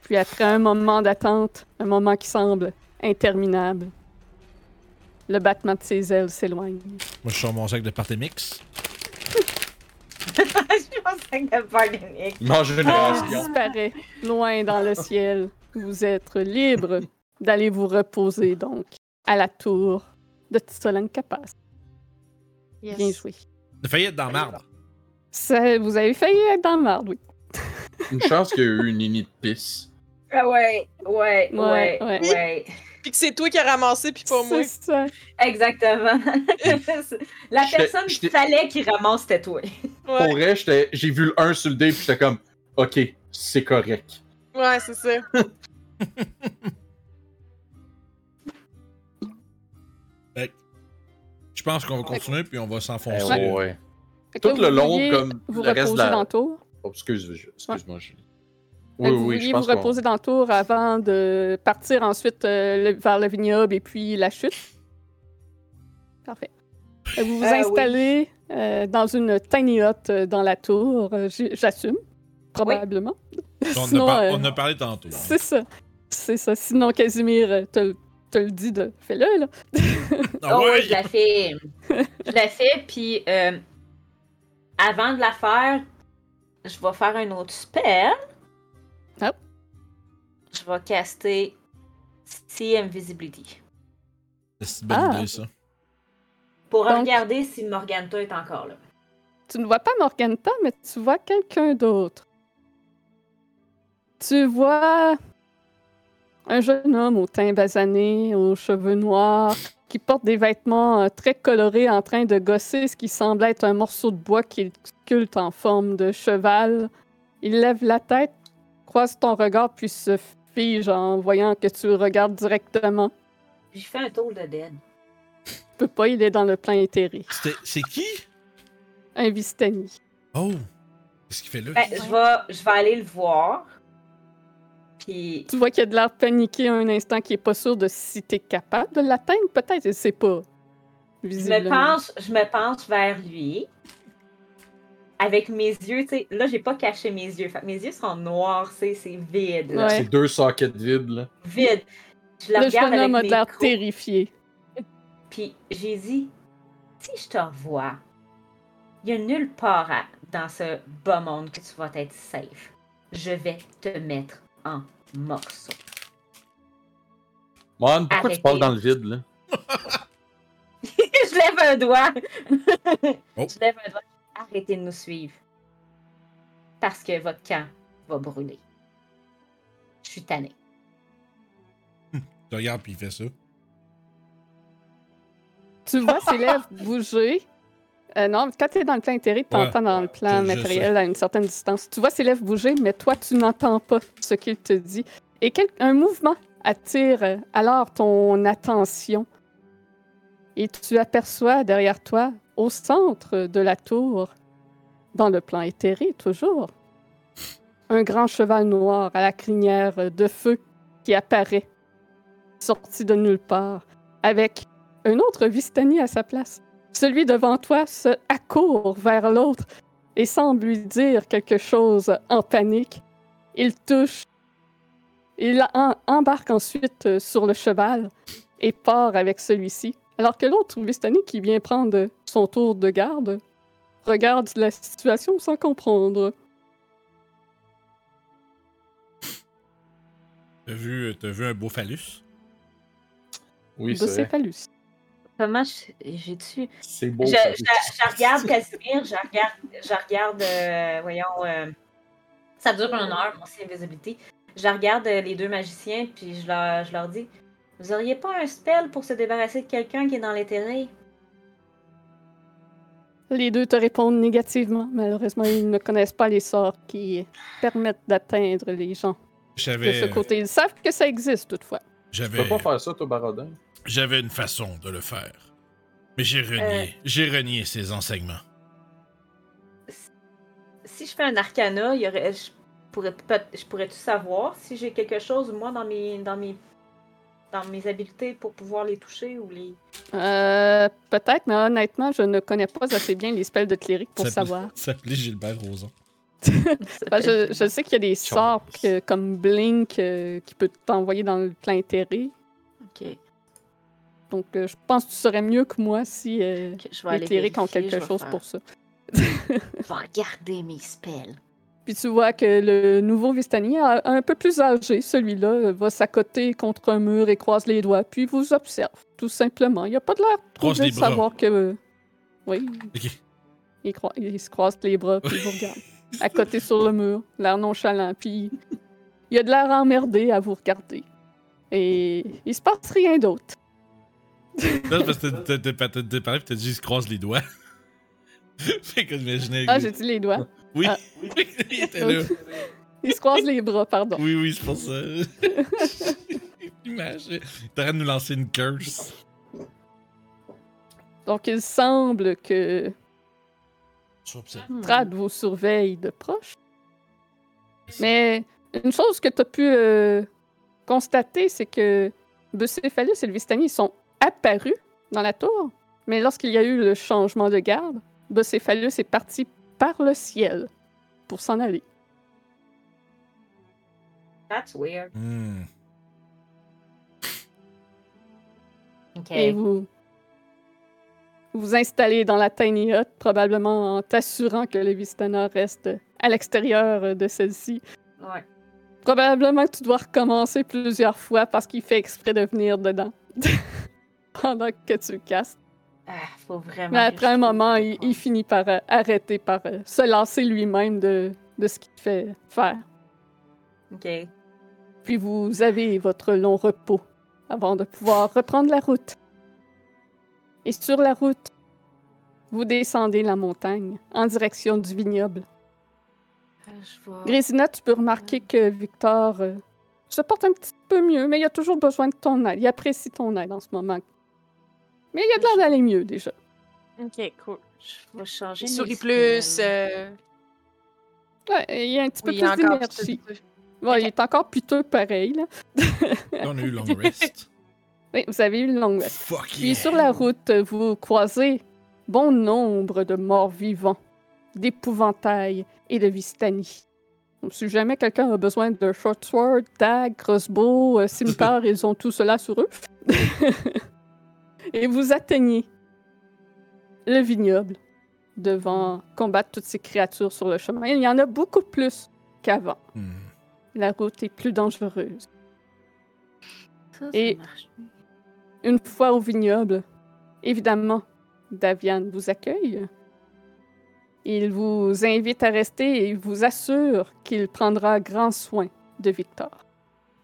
Speaker 1: Puis après un moment d'attente, un moment qui semble interminable, le battement de ses ailes s'éloigne.
Speaker 2: Moi, je sors mon sac de Partemix.
Speaker 4: Je pense que pardon, Nick.
Speaker 3: Il mange une
Speaker 2: Ah!
Speaker 1: Il
Speaker 3: ration.
Speaker 1: disparaît loin dans le ciel. Vous êtes libre d'aller vous reposer donc à la tour de Tissolan Capas. Bien joué.
Speaker 2: T'as failli être dans marbre.
Speaker 1: Ça, vous avez failli être dans le marde, oui.
Speaker 3: Une chance qu'il y a eu une nid de pisse.
Speaker 4: Ah ouais, ouais,
Speaker 1: Ouais,
Speaker 4: ouais,
Speaker 1: ouais.
Speaker 4: ouais.
Speaker 6: Puis que c'est toi qui as ramassé, puis pas moi.
Speaker 1: C'est ça.
Speaker 4: Exactement. La
Speaker 3: J'étais-
Speaker 4: personne
Speaker 3: j'étais-
Speaker 4: qu'il fallait qu'il ramasse tatoué.
Speaker 6: Ouais,
Speaker 3: Pour vrai, j'étais- j'ai vu le 1 sur le dé, puis j'étais comme, ok, c'est correct.
Speaker 6: ouais c'est ça.
Speaker 2: Fait que Je pense qu'on va continuer, puis on va
Speaker 3: Eh
Speaker 2: s'enfoncer.
Speaker 3: ouais, ouais.
Speaker 1: Fait que
Speaker 3: Tout le
Speaker 1: vous
Speaker 3: long,
Speaker 1: vouliez
Speaker 3: comme
Speaker 1: vous
Speaker 3: le reste
Speaker 1: reposer
Speaker 3: de la-
Speaker 1: dans le tour.
Speaker 3: Oh, excuse, je- excuse-moi. je-
Speaker 1: Fait
Speaker 3: Oui,
Speaker 1: que vous
Speaker 3: oui, je
Speaker 1: vouliez vous
Speaker 3: pense qu'on...
Speaker 1: reposer dans le tour avant de partir ensuite euh, le- vers le vignoble et puis la chute. Parfait. Fait que Vous vous
Speaker 4: Euh, oui.
Speaker 1: installez euh, dans une tiny hut euh, dans la tour, euh, j- j'assume, probablement.
Speaker 2: On,
Speaker 1: Sinon,
Speaker 2: a par-
Speaker 1: euh,
Speaker 2: on a parlé tantôt.
Speaker 1: C'est ça. C'est ça. Sinon, Casimir euh, te, le- te le dit de. Fais-le, là.
Speaker 2: Ah ouais!
Speaker 4: oui, Oh,
Speaker 1: euh,
Speaker 4: je la fais. je la fais, puis euh, avant de la faire, je vais faire un autre spell.
Speaker 1: Ah.
Speaker 4: Je vais caster See Invisibility.
Speaker 2: C'est une bonne
Speaker 1: Ah.
Speaker 2: idée, ça.
Speaker 4: Pour
Speaker 1: Donc-
Speaker 4: regarder si Morganta est encore là.
Speaker 1: Tu ne vois pas Morganta, mais tu vois quelqu'un d'autre. Tu vois un jeune homme au teint basané, aux cheveux noirs, qui porte des vêtements euh, très colorés en train de gosser ce qui semble être un morceau de bois qu'il sculpte en forme de cheval. Il lève la tête, croise ton regard, puis se fige en voyant que tu le regardes directement.
Speaker 4: J'ai fait un tour de dead.
Speaker 1: Tu peux pas, il est dans le plan éthéré.
Speaker 2: C'était- C'est qui?
Speaker 1: Un Vistani.
Speaker 2: Oh! Qu'est-ce qu'il fait là?
Speaker 4: Ben, je vais, je vais aller le voir. Puis,
Speaker 1: Tu vois qu'il a de l'air paniqué un instant, qu'il est pas sûr de si t'es capable de l'atteindre, peut-être, je sais pas.
Speaker 4: je me
Speaker 1: Visiblement.
Speaker 4: penche, je me penche vers lui. Avec mes yeux, tu sais, là, j'ai pas caché mes yeux. Fait que mes yeux sont noirs, c'est c'est vide. là.
Speaker 1: Ouais.
Speaker 3: C'est deux sockets vides, là.
Speaker 4: Vide. Je la
Speaker 1: Le
Speaker 4: regarde
Speaker 1: jeune
Speaker 4: avec
Speaker 1: homme a de
Speaker 4: mes
Speaker 1: l'air
Speaker 4: crocs,
Speaker 1: terrifié.
Speaker 4: Puis, j'ai dit, si je te revois, il y a nulle part à- dans ce bas monde que tu vas être safe. Je vais te mettre en morceaux.
Speaker 3: Mon, pourquoi
Speaker 4: Arrêtez.
Speaker 3: tu parles dans le vide, là?
Speaker 4: je lève un doigt.
Speaker 2: Oh.
Speaker 4: Je lève un doigt. Arrêtez de nous suivre. Parce que votre camp va brûler. Je suis tannée.
Speaker 2: Je regarde puis il fait ça.
Speaker 1: Tu vois ses lèvres bouger. Euh, non, quand t'es dans le plan intérêt, t'entends dans le plan
Speaker 2: je- je
Speaker 1: matériel à une certaine distance. Tu vois ses lèvres bouger, mais toi, tu n'entends pas ce qu'il te dit. Et quel- un mouvement attire euh, alors ton attention. Et tu aperçois derrière toi, au centre de la tour, dans le plan éthéré toujours, un grand cheval noir à la crinière de feu qui apparaît, sorti de nulle part, avec un autre Vistani à sa place. Celui devant toi se accourt vers l'autre et semble lui dire quelque chose en panique. Il touche. Il en- embarque ensuite euh, sur le cheval et part avec celui-ci. Alors que l'autre Vistani qui vient prendre son tour de garde regarde la situation sans comprendre.
Speaker 2: T'as vu, t'as vu un beau phallus?
Speaker 3: Oui,
Speaker 1: de
Speaker 3: c'est vrai.
Speaker 1: Céphalus.
Speaker 4: Comment j'ai-tu.
Speaker 3: C'est
Speaker 4: Je,
Speaker 3: beau.
Speaker 4: je,
Speaker 3: ça.
Speaker 4: je regarde Casimir, je regarde. Je regarde euh, voyons. euh, ça dure une heure, mon signe invisibilité. Je regarde euh, les deux magiciens, puis je leur, je leur dis Vous auriez pas un spell pour se débarrasser de quelqu'un qui est dans les terrains
Speaker 1: Les deux te répondent négativement. Malheureusement, ils ne connaissent pas les sorts qui permettent d'atteindre les gens de ce
Speaker 2: J'avais,
Speaker 1: côté. Ils savent que ça existe toutefois.
Speaker 3: Tu
Speaker 2: j'avais,
Speaker 3: peux pas faire ça, toi, Barodin?
Speaker 2: j'avais une façon de le faire. Mais j'ai renié,
Speaker 1: Euh,
Speaker 2: j'ai renié ces enseignements.
Speaker 4: si je fais un arcana, il y aurait, je pourrais peut- je pourrais tout savoir si j'ai quelque chose moi dans mes dans mes dans mes habiletés pour pouvoir les toucher ou les
Speaker 1: Euh, peut-être, mais honnêtement, je ne connais pas assez bien les spells de cléric pour
Speaker 2: Ça s'appelait-
Speaker 1: savoir.
Speaker 2: Ça s'appelait Gilbert Rozon.
Speaker 1: Parce que je, je sais qu'il y a des sorts que- comme Blink euh, qui peut t'envoyer dans le plein intérêt.
Speaker 4: Ok.
Speaker 1: Donc, euh, je pense que tu serais mieux que moi si euh,
Speaker 4: Ok, je vais
Speaker 1: les
Speaker 4: aller
Speaker 1: clérics ont
Speaker 4: vérifier, je
Speaker 1: quelque
Speaker 4: vais
Speaker 1: chose
Speaker 4: faire-
Speaker 1: pour ça.
Speaker 4: Je vais regarder mes spells.
Speaker 1: Puis tu vois que le nouveau Vistani, un un peu plus âgé, celui-là, euh, va s'accoter contre un mur et croise les doigts, puis vous observe, tout simplement. Il n'y a pas de l'air trop
Speaker 2: Croise les
Speaker 1: de
Speaker 2: bras.
Speaker 1: savoir que... euh, Oui,
Speaker 2: Ok.
Speaker 1: il, croi- il se croise les bras, puis il vous regarde. À côté sur le mur, l'air nonchalant, puis il a de l'air emmerdé à vous regarder. Et il se passe rien d'autre.
Speaker 2: Là, c'est parce que t'as- t'as- t'as- t'as t'as parlé pis t'as dit il se croise les doigts. fait que j'imaginais.
Speaker 1: Ah, j'ai dit les doigts.
Speaker 2: Oui.
Speaker 1: ah.
Speaker 2: il était là.
Speaker 1: Il se croise les bras, pardon.
Speaker 2: Oui, oui, c'est pour ça. L'image. T'arrêtes de nous lancer une curse.
Speaker 1: Donc il semble que
Speaker 2: Je suis
Speaker 1: Trad vous surveille de proche. Mais une chose que tu as pu euh, constater, c'est que Bucéphallus et le Vistani ils sont apparus dans la tour, mais lorsqu'il y a eu le changement de garde, Bucéphallus est parti par le ciel pour s'en aller.
Speaker 4: That's weird.
Speaker 2: Hmm.
Speaker 4: Ok.
Speaker 1: Et vous vous installez dans la tiny hut, probablement en t'assurant que le Vistana reste à l'extérieur de celle-ci.
Speaker 4: Ouais.
Speaker 1: Probablement que tu dois recommencer plusieurs fois parce qu'il fait exprès de venir dedans. Pendant que tu castes.
Speaker 4: Ah, faut vraiment.
Speaker 1: Mais
Speaker 4: que
Speaker 1: après
Speaker 4: je
Speaker 1: un
Speaker 4: trouve
Speaker 1: moment,
Speaker 4: un
Speaker 1: il,
Speaker 4: point.
Speaker 1: il finit par euh, arrêter, par euh, se lancer lui-même de, de ce qu'il fait faire.
Speaker 4: Ok.
Speaker 1: Puis vous avez votre long repos avant de pouvoir reprendre la route. Et sur la route, vous descendez la montagne en direction du vignoble.
Speaker 4: Je vois.
Speaker 1: Grésina, tu peux remarquer que Victor euh, se porte un petit peu mieux, mais il a toujours besoin de ton aide. Il apprécie ton aide en ce moment. Mais il a de l'air d'aller mieux déjà.
Speaker 6: Ok, cool.
Speaker 4: Je vais changer.
Speaker 6: Il
Speaker 4: mes
Speaker 6: sourit plus.
Speaker 4: semelles.
Speaker 6: euh,
Speaker 1: Ouais, il a un petit
Speaker 6: oui,
Speaker 1: peu
Speaker 6: il a
Speaker 1: plus
Speaker 6: encore
Speaker 1: d'énergie. Bon, Il est encore piteux pareil. Là.
Speaker 2: Là, on a eu long rest.
Speaker 1: Oui, vous avez eu une longue rest.
Speaker 2: Fuck
Speaker 1: Puis
Speaker 2: yeah.
Speaker 1: sur la route, vous croisez bon nombre de morts vivants, d'épouvantails et de vistani. Donc, Si jamais quelqu'un a besoin de short sword, tag, crossbow, euh, scimitar, ils ont tout cela sur eux. et vous atteignez le vignoble devant combattre toutes ces créatures sur le chemin. Il y en a beaucoup plus qu'avant.
Speaker 2: Hmm.
Speaker 1: La route est plus dangereuse.
Speaker 4: Ça, ça
Speaker 1: Et-
Speaker 4: marche.
Speaker 1: Une fois au vignoble, évidemment, Davian vous accueille. Il vous invite à rester et il vous assure qu'il prendra grand soin de Victor.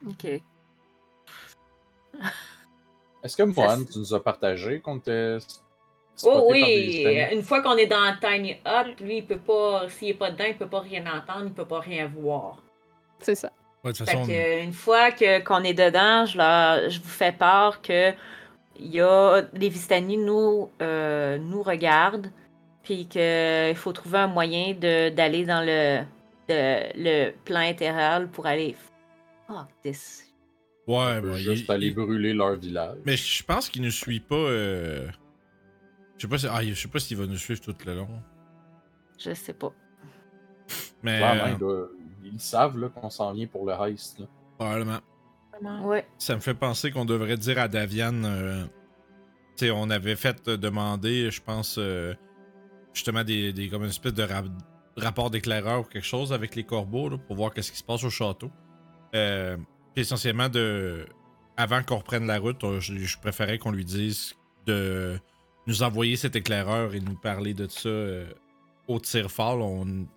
Speaker 4: Ok.
Speaker 3: Est-ce que Mohan,
Speaker 4: c'est-
Speaker 3: tu nous as partagé qu'on était s- spoté
Speaker 4: Oh
Speaker 3: par
Speaker 4: oui,
Speaker 3: des Hispaniques?
Speaker 4: une fois qu'on est dans Tiny Hut, lui, il peut pas, s'il est pas dedans, il peut pas rien entendre, il peut pas rien voir.
Speaker 1: C'est ça.
Speaker 2: Ouais, de toute
Speaker 4: Fait
Speaker 2: façon, on-
Speaker 4: que, une fois que qu'on est dedans, je, leur- je vous fais part que il y a les Vistani nous euh, nous regardent, puis que il faut trouver un moyen de d'aller dans le de- le plan intérieur pour aller. Fuck this.
Speaker 2: ouais,
Speaker 3: On peut
Speaker 2: bah,
Speaker 3: juste
Speaker 2: il-
Speaker 3: aller
Speaker 2: il-
Speaker 3: brûler leur village.
Speaker 2: Mais je pense qu'il ne suit pas. euh, Je sais pas si- ah, je sais pas s'il va nous suivre tout le long.
Speaker 4: Je sais pas.
Speaker 2: Mais
Speaker 3: Clairement,
Speaker 2: euh,
Speaker 3: ben, ils doivent- ils savent là, qu'on s'en vient pour le heist. là.
Speaker 2: probablement.
Speaker 6: vraiment.
Speaker 4: Ouais.
Speaker 2: Ça me fait penser qu'on devrait dire à Davian. euh, tu sais, on avait fait euh, demander, je pense, euh, justement, des, des- comme une espèce de rap- rapport d'éclaireur ou quelque chose avec les corbeaux là, pour voir qu'est-ce qui se passe au château. Euh, puis essentiellement, de, avant qu'on reprenne la route, euh, je, je préférais qu'on lui dise de nous envoyer cet éclaireur et nous parler de ça euh, au tir fort. On,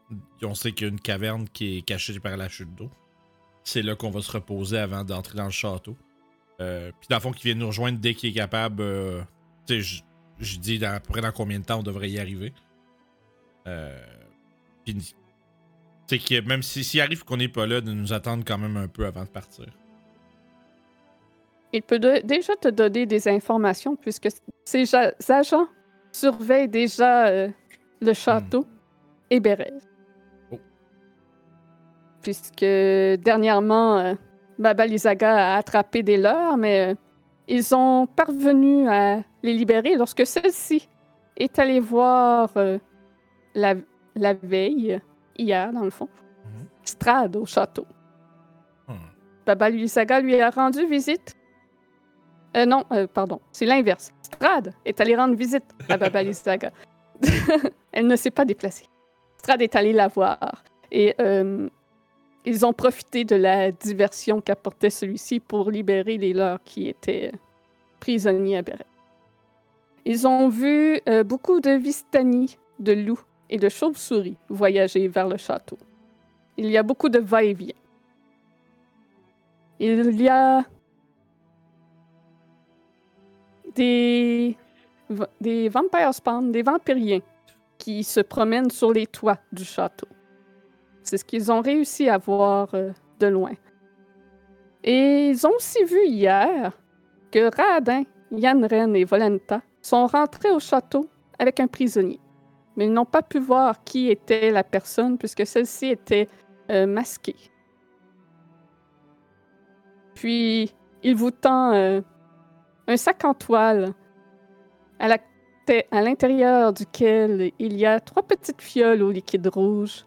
Speaker 2: on sait qu'il y a une caverne qui est cachée par la chute d'eau. C'est là qu'on va se reposer avant d'entrer dans le château. Euh, puis dans le fond, qu'il vienne nous rejoindre dès qu'il est capable. euh, tu sais, je- je dis dans, à peu près dans combien de temps on devrait y arriver. Euh, puis, tu sais, que même si- s'il arrive qu'on n'est pas là, de nous attendre quand même un peu avant de partir.
Speaker 1: Il peut de- déjà te donner des informations puisque ses ja- agents surveillent déjà euh, le château et Bérez.
Speaker 2: Hmm. Oh.
Speaker 1: Puisque dernièrement, euh, Baba Lizaga a attrapé des leurs, mais euh, ils ont parvenu à les libérer lorsque celle-ci est allée voir euh, la, la veille, hier dans le fond,
Speaker 2: Mhm.
Speaker 1: Strade au château.
Speaker 2: Hmm.
Speaker 1: Baba Luisaga lui a rendu visite. Euh, non, euh, pardon, c'est l'inverse. Strad est allée rendre visite à Baba Luisaga. Elle ne s'est pas déplacée. Strad est allée la voir. Et euh, ils ont profité de la diversion qu'apportait celui-ci pour libérer les leurs qui étaient euh, prisonniers à Beret. Ils ont vu euh, beaucoup de Vistani, de loups et de chauves-souris voyager vers le château. Il y a beaucoup de va-et-vient. Il y a des, va- des vampires spawn, des vampiriens qui se promènent sur les toits du château. C'est ce qu'ils ont réussi à voir euh, de loin. Et ils ont aussi vu hier que Radin, Yanren et Volenta sont rentrés au château avec un prisonnier. Mais ils n'ont pas pu voir qui était la personne puisque celle-ci était euh, masquée. Puis il vous tend euh, un sac en toile à la- te- à l'intérieur duquel il y a trois petites fioles au liquide rouge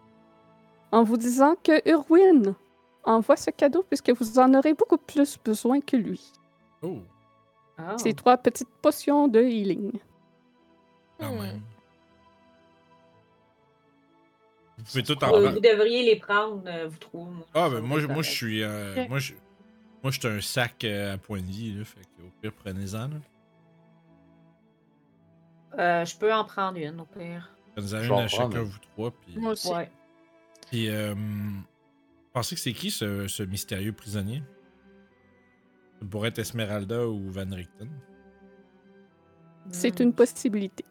Speaker 1: en vous disant que Urwin envoie ce cadeau puisque vous en aurez beaucoup plus besoin que lui.
Speaker 2: Oh,
Speaker 4: Ah.
Speaker 1: Ces trois petites potions de healing.
Speaker 2: quand
Speaker 6: Hmm.
Speaker 2: même. Vous pouvez tout en
Speaker 4: Vous,
Speaker 2: prendre.
Speaker 4: vous devriez les prendre, euh, vous trouvez. moi.
Speaker 2: ben. Ah, ben moi, je- moi je
Speaker 4: C'est
Speaker 2: suis. euh,
Speaker 6: Ok.
Speaker 2: Moi, je moi, je suis un sac euh, à point de vie, là. Fait que, au pire, prenez-en, là.
Speaker 4: Euh, je peux en prendre une, au pire.
Speaker 2: Ça nous amène
Speaker 3: Je vais
Speaker 2: à
Speaker 3: en prendre,
Speaker 2: chacun
Speaker 3: hein.
Speaker 2: vous trois. Puis,
Speaker 6: Moi aussi.
Speaker 4: Ouais.
Speaker 2: puis, euh, pensez que c'est qui ce, ce mystérieux prisonnier Ça pourrait être Esmeralda ou Van Richten.
Speaker 4: Mm. Ah.
Speaker 1: C'est une possibilité.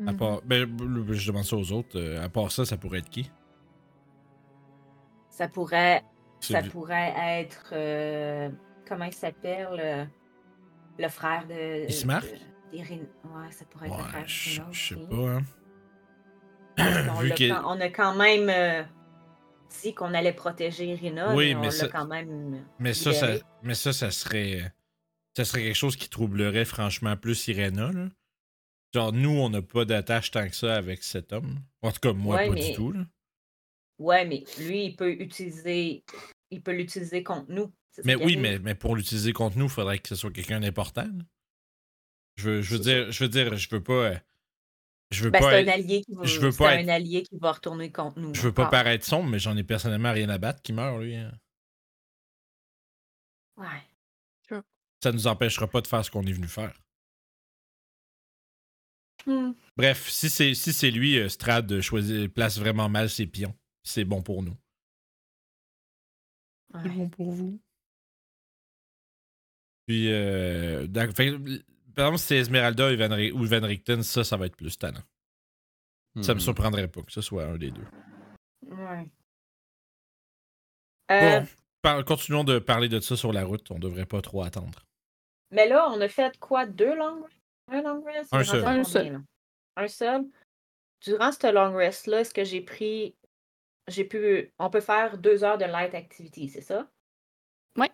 Speaker 4: Mm-hmm.
Speaker 2: À part, ben, le- je demande ça aux autres. euh, à part ça, ça pourrait être qui
Speaker 4: Ça pourrait,
Speaker 2: C'est
Speaker 4: ça
Speaker 2: du-
Speaker 4: pourrait être. euh, comment il s'appelle euh, Le frère de. euh,
Speaker 2: Ismark?
Speaker 4: de- d'Irin- Ouais, ça pourrait être le
Speaker 2: Ouais,
Speaker 4: frère
Speaker 2: je
Speaker 4: d'Irin
Speaker 2: je sais
Speaker 4: aussi.
Speaker 2: pas. Hein.
Speaker 4: On,
Speaker 2: Vu
Speaker 4: l'a
Speaker 2: qu'il-
Speaker 4: quand- on a quand même euh, dit qu'on allait protéger Irina.
Speaker 2: Oui,
Speaker 4: mais
Speaker 2: mais
Speaker 4: on
Speaker 2: ça-
Speaker 4: l'a quand même.
Speaker 2: Mais ça, ça,
Speaker 4: libérée.
Speaker 2: mais ça, ça serait. Ça serait quelque chose qui troublerait franchement plus Irena. Là. Genre, nous, on n'a pas d'attache tant que ça avec cet homme. En tout cas, moi,
Speaker 4: Ouais,
Speaker 2: pas
Speaker 4: mais-
Speaker 2: du tout. Là.
Speaker 4: Ouais, mais lui, il peut utiliser. Il peut l'utiliser contre nous. C'est ça
Speaker 2: Mais
Speaker 4: qui
Speaker 2: oui,
Speaker 4: arrive.
Speaker 2: mais, mais pour l'utiliser contre nous, il faudrait que ce soit quelqu'un d'important. là. Je veux, je veux dire, je veux dire, je veux pas. euh, Je veux
Speaker 4: Ben,
Speaker 2: pas
Speaker 4: c'est un
Speaker 2: être-
Speaker 4: allié qui va.
Speaker 2: je veux
Speaker 4: c'est
Speaker 2: pas
Speaker 4: un
Speaker 2: être-
Speaker 4: allié qui va retourner contre nous.
Speaker 2: je veux pas
Speaker 4: Ah,
Speaker 2: paraître sombre, mais j'en ai personnellement rien à battre qui meurt, lui. hein.
Speaker 4: Ouais.
Speaker 2: Ça nous empêchera pas de faire ce qu'on est venu faire.
Speaker 4: Hmm.
Speaker 2: Bref, si c'est si c'est lui, euh, Strad euh, choisit, place vraiment mal ses pions. C'est bon pour nous.
Speaker 4: Ouais.
Speaker 2: pour vous. Puis, euh, d'ac- fait que, l- par exemple, si c'est Esmeralda et Van Ri- ou Van Richten, ça, ça va être plus talent. Ça me
Speaker 3: Hmm.
Speaker 2: surprendrait pas que ce soit un des deux.
Speaker 4: Ouais. Euh,
Speaker 2: Bon, par- continuons de parler de ça sur la route. On devrait pas trop attendre.
Speaker 4: Mais là, on a fait quoi? Deux long rests? Un long rest?
Speaker 2: Un
Speaker 4: On est rendu
Speaker 2: seul.
Speaker 4: à
Speaker 1: Un
Speaker 4: combien,
Speaker 1: seul.
Speaker 4: là? Un seul. Durant ce long rest-là, est-ce que j'ai pris. J'ai pu. On peut faire deux heures de light activity, c'est ça?
Speaker 1: Ouais.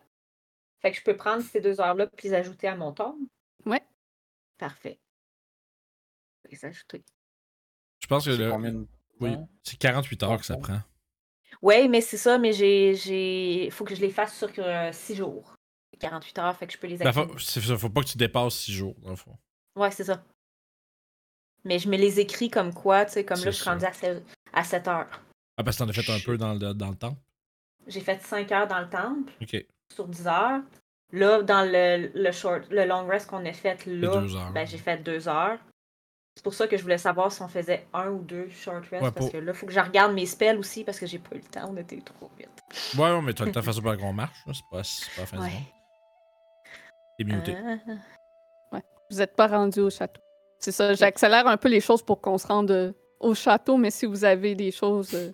Speaker 4: Fait que je peux prendre ces deux heures-là puis les ajouter à mon tombe?
Speaker 1: Ouais.
Speaker 4: Parfait. Je vais Les ajouter.
Speaker 2: Je pense que
Speaker 3: C'est
Speaker 2: le-
Speaker 3: combien de
Speaker 2: oui,
Speaker 3: temps?
Speaker 2: c'est 48 heures que ça prend.
Speaker 4: Oui, mais c'est ça, mais j'ai. j'ai... faut que je les fasse sur euh, six jours. 48 heures, fait que je peux les
Speaker 2: Ben,
Speaker 4: activer.
Speaker 2: faut, c'est ça, faut pas que tu dépasses 6 jours, dans le fond.
Speaker 4: Ouais, c'est ça. Mais je me les écris comme quoi, tu sais, comme
Speaker 2: C'est
Speaker 4: là, je suis
Speaker 2: ça.
Speaker 4: rendue à sept- à 7 heures.
Speaker 2: Ah, parce que t'en as fait un peu dans le, dans le temps.
Speaker 4: J'ai fait 5 heures dans le temple
Speaker 2: Ok,
Speaker 4: sur 10 heures. Là, dans le, le short, le long rest qu'on a fait là,
Speaker 2: deux heures.
Speaker 4: ben, j'ai fait 2 heures. C'est pour ça que je voulais savoir si on faisait un ou deux short rests.
Speaker 2: Ouais,
Speaker 4: parce
Speaker 2: pour-
Speaker 4: que là, faut que je regarde mes spells aussi parce que j'ai pas eu le temps. On était trop vite.
Speaker 2: Ouais, ouais, mais t'as le temps de faire ça pendant qu'on marche. là. C'est pas, c'est pas la fin du
Speaker 4: Ouais.
Speaker 2: monde. T'es muté.
Speaker 1: Euh.
Speaker 4: Ah.
Speaker 1: Vous n'êtes pas rendu au château. C'est ça, j'accélère un peu les choses pour qu'on se rende euh, au château, mais si vous avez des choses, euh,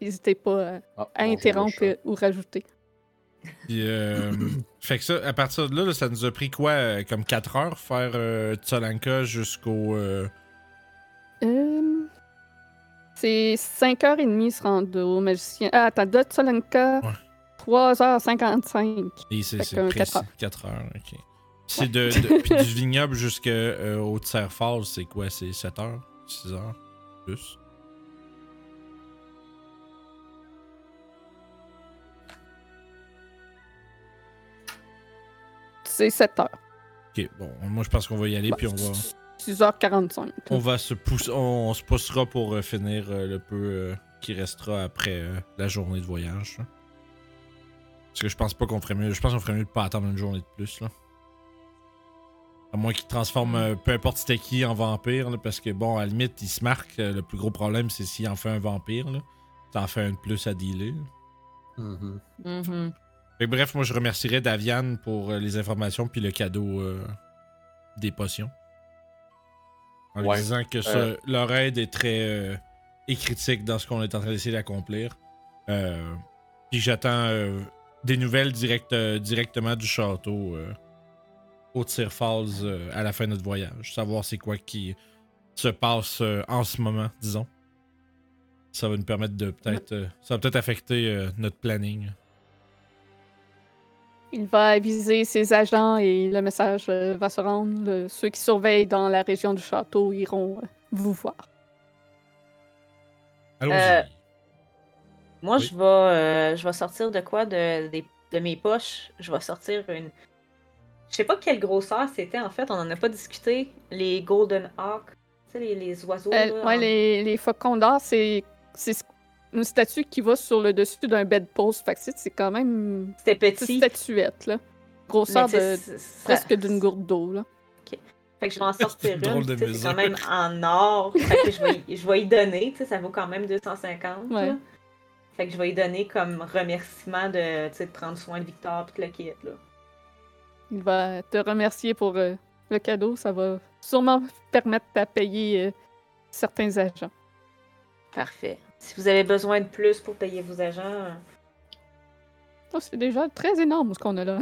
Speaker 1: n'hésitez pas à, à
Speaker 3: Ah, bonjour, le
Speaker 1: interrompre
Speaker 3: chat.
Speaker 1: euh, ou rajouter.
Speaker 2: Puis, euh, fait que ça, à partir de là, là, ça nous a pris quoi, euh, comme 4 heures, faire euh, Tsolanka jusqu'au. euh,
Speaker 1: Euh, C'est 5h30 se rendre au magicien. Ah, attends, de Tsolanka,
Speaker 2: Ouais.
Speaker 1: 3h55.
Speaker 2: et c'est
Speaker 1: Fait
Speaker 2: c'est
Speaker 1: qu'un
Speaker 2: précis,
Speaker 1: 4 heures.
Speaker 2: 4 heures. ok. C'est de, de- puis du vignoble jusqu'au haute serre c'est quoi C'est 7 heures 6 heures Plus
Speaker 1: C'est 7h,
Speaker 2: Ok, bon, moi je pense qu'on va y
Speaker 1: Bah,
Speaker 2: aller, puis on va,
Speaker 1: 6h45.
Speaker 2: on va se pousser, on, on se poussera pour euh, finir euh, le peu euh, qui restera après euh, la journée de voyage. là. Parce que je pense pas qu'on ferait mieux, je pense qu'on ferait mieux de pas attendre une journée de plus, là. À moins qu'il transforme euh, peu importe c'était qui en vampire, là, parce que bon, à la limite, il se marque, euh, le plus gros problème c'est s'il en fait un vampire, là. T'en fais un de plus à dealer. là.
Speaker 3: Mhm.
Speaker 2: Fait que bref, moi je remercierais Daviane pour euh, les informations puis le cadeau euh, des potions. En lui
Speaker 3: Ouais.
Speaker 2: disant que ce-
Speaker 3: Euh.
Speaker 2: leur aide est très euh, est critique dans ce qu'on est en train d'essayer d'accomplir. Euh, puis j'attends euh, des nouvelles direct, euh, directement du château euh, au Tyr Falls euh, à la fin de notre voyage. Savoir c'est quoi qui se passe euh, en ce moment, disons. Ça va nous permettre de peut-être. euh, ça va peut-être affecter euh, notre planning.
Speaker 1: Il va aviser ses agents et le message euh, va se rendre. Le- ceux qui surveillent dans la région du château iront euh, vous voir.
Speaker 2: Allons-y.
Speaker 4: Euh, Moi,
Speaker 2: Oui.
Speaker 4: je, vais, euh, je vais sortir de quoi de, des- de mes poches? Je vais sortir une. Je sais pas quelle grosseur c'était en fait, on en a pas discuté. Les Golden Hawk, tu sais, les, les oiseaux.
Speaker 1: Euh,
Speaker 4: là,
Speaker 1: ouais,
Speaker 4: en-
Speaker 1: les, les faucons d'or, c'est c'est ce- une statue qui va sur le dessus d'un bedpost. Fait que c'est- c'est quand même une
Speaker 4: C'était
Speaker 1: petite
Speaker 4: petit.
Speaker 1: statuette, là. Grosseur
Speaker 4: mais tu sais,
Speaker 1: de
Speaker 4: c'est- ça-
Speaker 1: presque d'une gourde d'eau, là.
Speaker 4: Fait que je vais en sortir
Speaker 2: Drôle
Speaker 4: une.
Speaker 2: de
Speaker 4: tu sais,
Speaker 2: mesure.
Speaker 4: C'est quand même en or. Fait que je vais, y- je vais y donner. tu sais, Ça vaut quand même 250.
Speaker 1: Ouais.
Speaker 4: là. Fait que je vais y donner comme remerciement de, tu sais, de prendre soin de Victor et de le kit. Là.
Speaker 1: Il va te remercier pour euh, le cadeau. Ça va sûrement permettre à payer euh, certains agents.
Speaker 4: Parfait. Si vous avez besoin de plus pour payer vos agents,
Speaker 1: Oh, c'est déjà très énorme ce qu'on a là.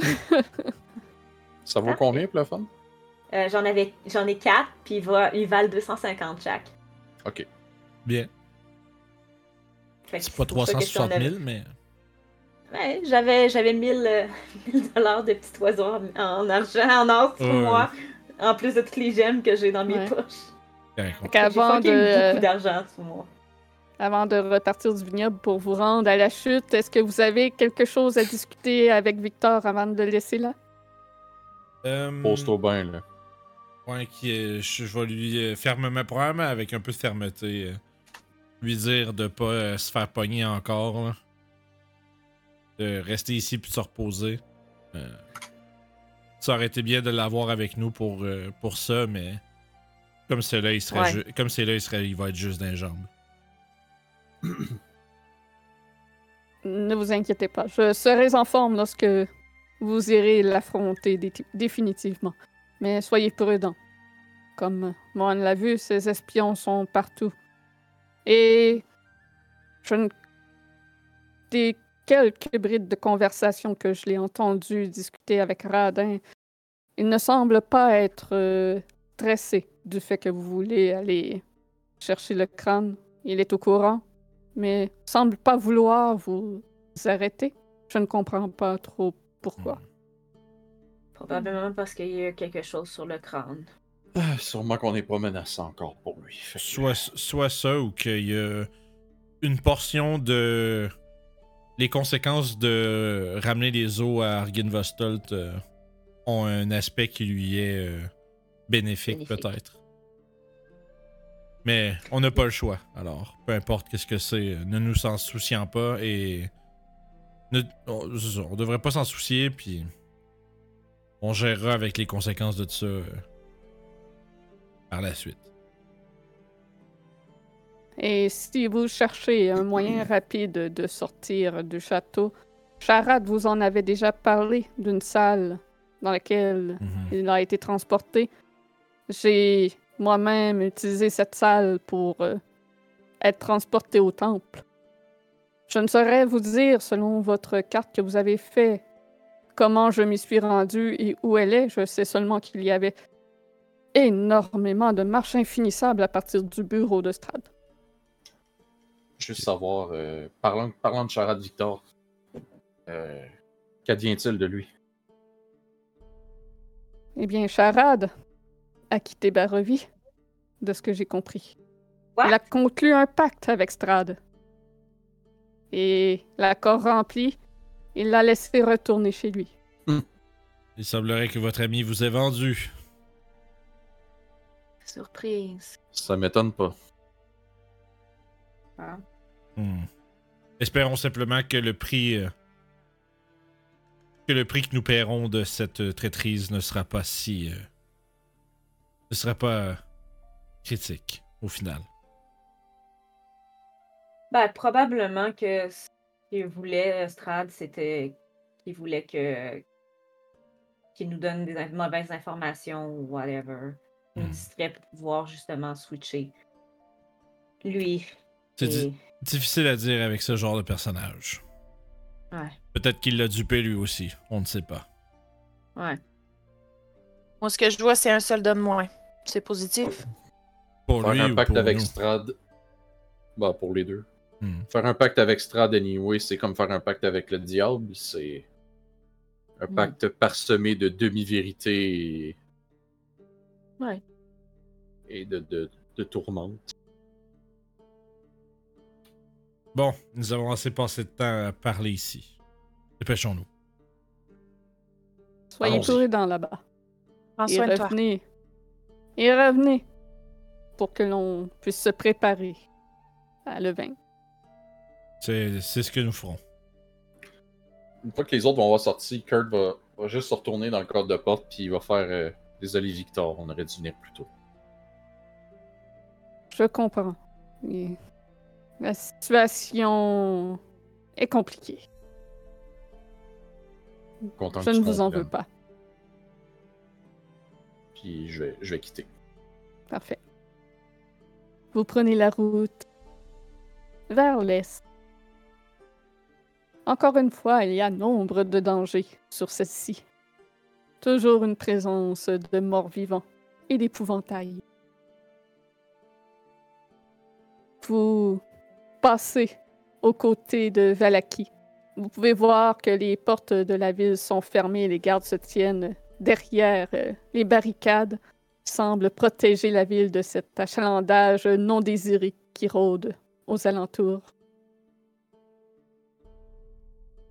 Speaker 1: Ah.
Speaker 3: Ça vaut combien pour le fun?
Speaker 4: euh, j'en avais j'en ai 4, puis ils, va- ils valent 250 chaque.
Speaker 3: Ok.
Speaker 2: Bien.
Speaker 4: Fait que
Speaker 2: C'est pas
Speaker 4: pour ça que je t'en
Speaker 2: 360 000, mais.
Speaker 4: avais- Ouais, j'avais j'avais 1000 euh, 1000 dollars de petits oiseaux en, en argent, en or pour
Speaker 2: Ouais.
Speaker 4: moi, en plus de toutes les gemmes que j'ai dans mes
Speaker 1: Ouais.
Speaker 4: poches.
Speaker 2: correct, on-
Speaker 1: Fait qu'avant de,
Speaker 4: J'ai fucké
Speaker 1: euh,
Speaker 4: beaucoup d'argent sur moi.
Speaker 1: avant de repartir du vignoble pour vous rendre à la chute, est-ce que vous avez quelque chose à discuter avec Victor avant de le laisser là?
Speaker 2: Euh,
Speaker 3: Pose-toi bien, là.
Speaker 2: Ouais, qui, euh, je, je vais lui euh, fermement, probablement avec un peu de fermeté, euh, lui dire de pas euh, se faire pogner encore. là. De rester ici puis de se reposer. Euh, ça aurait été bien de l'avoir avec nous pour, euh, pour ça, mais comme c'est là, il serait
Speaker 4: Ouais.
Speaker 2: ju- comme c'est là, il serait, il va être juste d'un jambe.
Speaker 1: Ne vous inquiétez pas, je serai en forme lorsque vous irez l'affronter dé- définitivement. Mais soyez prudents. Comme Mohan l'a vu, ces espions sont partout. Et je ne... Des quelques brides de conversation que je l'ai entendu discuter avec Radin, il ne semble pas être euh, stressé du fait que vous voulez aller chercher le crâne. Il est au courant mais semble pas vouloir vous arrêter. Je ne comprends pas trop pourquoi.
Speaker 4: Probablement parce qu'il y a quelque chose sur le crâne.
Speaker 3: Ah, sûrement qu'on n'est pas menaçant encore pour lui. Fait que-
Speaker 2: Soit, soit ça ou qu'il y a une portion de. Les conséquences de ramener les eaux à Argenvostolt euh, ont un aspect qui lui est euh, bénéfique,
Speaker 4: Bénéfique.
Speaker 2: peut-être. Mais on n'a pas le choix, alors peu importe qu'est-ce que c'est, euh, ne nous en soucions pas et. ne- on, c'est ça, on devrait pas s'en soucier, puis. On gérera avec les conséquences de ça euh, par la suite.
Speaker 1: Et si vous cherchez un moyen rapide de sortir du château, Charade vous en avait déjà parlé d'une salle dans laquelle
Speaker 2: Mhm.
Speaker 1: il a été transporté. J'ai moi-même utilisé cette salle pour euh, être transporté au temple. Je ne saurais vous dire, selon votre carte que vous avez fait, comment je m'y suis rendu et où elle est. Je sais seulement qu'il y avait énormément de marches infinissables à partir du bureau de Strad.
Speaker 3: Juste savoir, euh, parlant, parlant de Charade Victor, euh, qu'advient-il de lui?
Speaker 1: Eh bien, Charade a quitté Barovie, de ce que j'ai compris.
Speaker 4: What?
Speaker 1: Elle a conclu un pacte avec Strad. Et l'accord rempli, il l'a laissé retourner chez lui.
Speaker 2: Il semblerait que votre ami vous ait vendu.
Speaker 4: Surprise.
Speaker 3: Ça m'étonne pas.
Speaker 2: Hmm. Espérons simplement que le prix euh, que le prix que nous paierons de cette euh, traîtrise ne sera pas si euh, ne sera pas euh, critique au final.
Speaker 4: Ben, probablement que ce qu'il voulait, euh, Strad, c'était qu'il voulait que qu'il nous donne des in- mauvaises informations ou whatever. Il nous
Speaker 2: Hmm.
Speaker 4: distrait pour pouvoir justement switcher. Lui.
Speaker 2: C'est
Speaker 4: et-
Speaker 3: Hmm.
Speaker 2: di- difficile à dire avec ce genre de personnage.
Speaker 4: Ouais.
Speaker 2: Peut-être qu'il l'a dupé lui aussi, on ne sait pas.
Speaker 4: Ouais.
Speaker 5: Moi, ce que je vois, c'est un soldat de moins. C'est positif.
Speaker 2: Pour
Speaker 3: Faire
Speaker 2: lui
Speaker 3: un
Speaker 2: ou
Speaker 3: pacte
Speaker 2: pour
Speaker 3: avec
Speaker 2: nous.
Speaker 3: Strad. Bah, pour les deux.
Speaker 2: Hmm.
Speaker 3: Faire un pacte avec Strad, anyway, c'est comme faire un pacte avec le diable. C'est un
Speaker 1: Hmm.
Speaker 4: Mm.
Speaker 3: pacte parsemé de demi-vérités et...
Speaker 4: Ouais.
Speaker 3: et de, de, de tourmentes.
Speaker 2: Bon, nous avons assez passé de temps à parler ici. Dépêchons-nous.
Speaker 1: Soyez
Speaker 3: Allons-y.
Speaker 1: prudents là-bas.
Speaker 5: Prends
Speaker 1: Et
Speaker 5: soin de toi.
Speaker 1: revenez. Et revenez. Pour que l'on puisse se préparer à le vaincre.
Speaker 2: C'est c'est ce que nous ferons.
Speaker 3: Une fois que les autres vont avoir sorti, Kurt va, va juste se retourner dans le cadre de porte, puis il va faire. euh, Désolé, Victor, on aurait dû venir plus tôt.
Speaker 1: Je comprends. Et La situation est compliquée.
Speaker 3: Content
Speaker 1: Je
Speaker 3: que
Speaker 1: ne
Speaker 3: tu
Speaker 1: vous en
Speaker 3: comprennes.
Speaker 1: veux pas.
Speaker 3: Puis je vais, je vais quitter.
Speaker 1: Parfait. Vous prenez la route vers l'est. Encore une fois, il y a nombre de dangers sur celle-ci. Toujours une présence de morts vivants et d'épouvantails. Vous passez aux côtés de Valaki. Vous pouvez voir que les portes de la ville sont fermées et les gardes se tiennent derrière euh, les barricades semble protéger la ville de cet achalandage non désiré qui rôde aux alentours.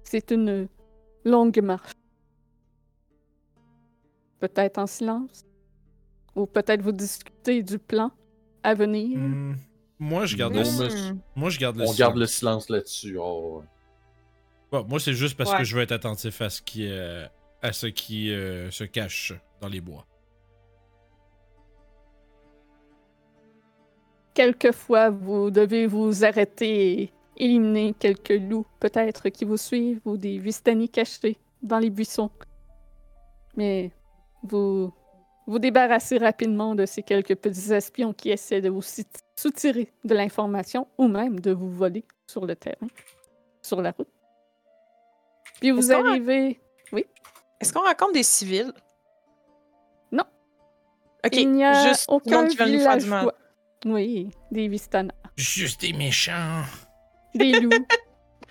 Speaker 1: C'est une longue marche. Peut-être en silence, ou peut-être vous discutez du plan à venir.
Speaker 2: Hmm, moi, je garde
Speaker 3: On,
Speaker 2: le,
Speaker 6: Yes.
Speaker 3: me-
Speaker 2: moi, je garde le
Speaker 3: on
Speaker 2: silence.
Speaker 3: garde le silence là-dessus. Oh, ouais.
Speaker 2: Bon, moi, c'est juste parce
Speaker 4: Ouais.
Speaker 2: que je veux être attentif à ce qui, euh, à ce qui euh, se cache dans les bois.
Speaker 1: Quelquefois, vous devez vous arrêter et éliminer quelques loups, peut-être, qui vous suivent, ou des vistani cachés dans les buissons. Mais vous vous débarrassez rapidement de ces quelques petits espions qui essaient de vous si- soutirer de l'information ou même de vous voler sur le terrain, sur la route. Puis vous
Speaker 6: Est-ce qu'on a-
Speaker 1: arrivez.
Speaker 6: Est-ce qu'on rencontre des civils?
Speaker 1: Non.
Speaker 6: Ok,
Speaker 1: il n'y a
Speaker 6: juste du
Speaker 1: aucun
Speaker 6: monde qui veulent nous faire du mal.
Speaker 1: villageois. Oui, des vistana.
Speaker 2: Juste des méchants!
Speaker 1: Des loups.
Speaker 6: Ok,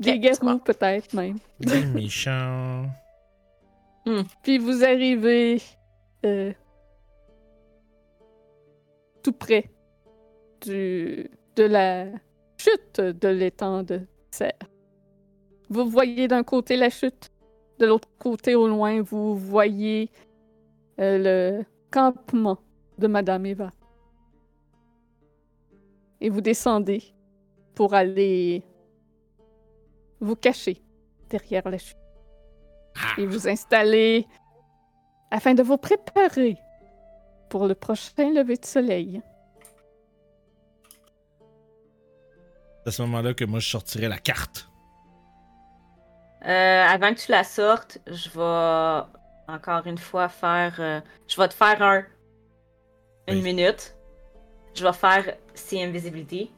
Speaker 1: des
Speaker 6: c'est
Speaker 1: garous,
Speaker 6: bon.
Speaker 1: peut-être, même.
Speaker 2: Des méchants!
Speaker 1: Puis vous arrivez euh, tout près du, de la chute de l'étang de serre. Vous voyez d'un côté la chute, de l'autre côté au loin, vous voyez euh, le campement de Madame Eva. Et vous descendez pour aller vous cacher derrière la chute et vous installer afin de vous préparer pour le prochain lever de soleil.
Speaker 2: C'est à ce moment-là que moi, je sortirai la carte.
Speaker 4: Euh, avant que tu la sortes, je vais encore une fois faire. euh, je vais te faire un. Une
Speaker 2: Oui.
Speaker 4: minute. Je vais faire See Invisibility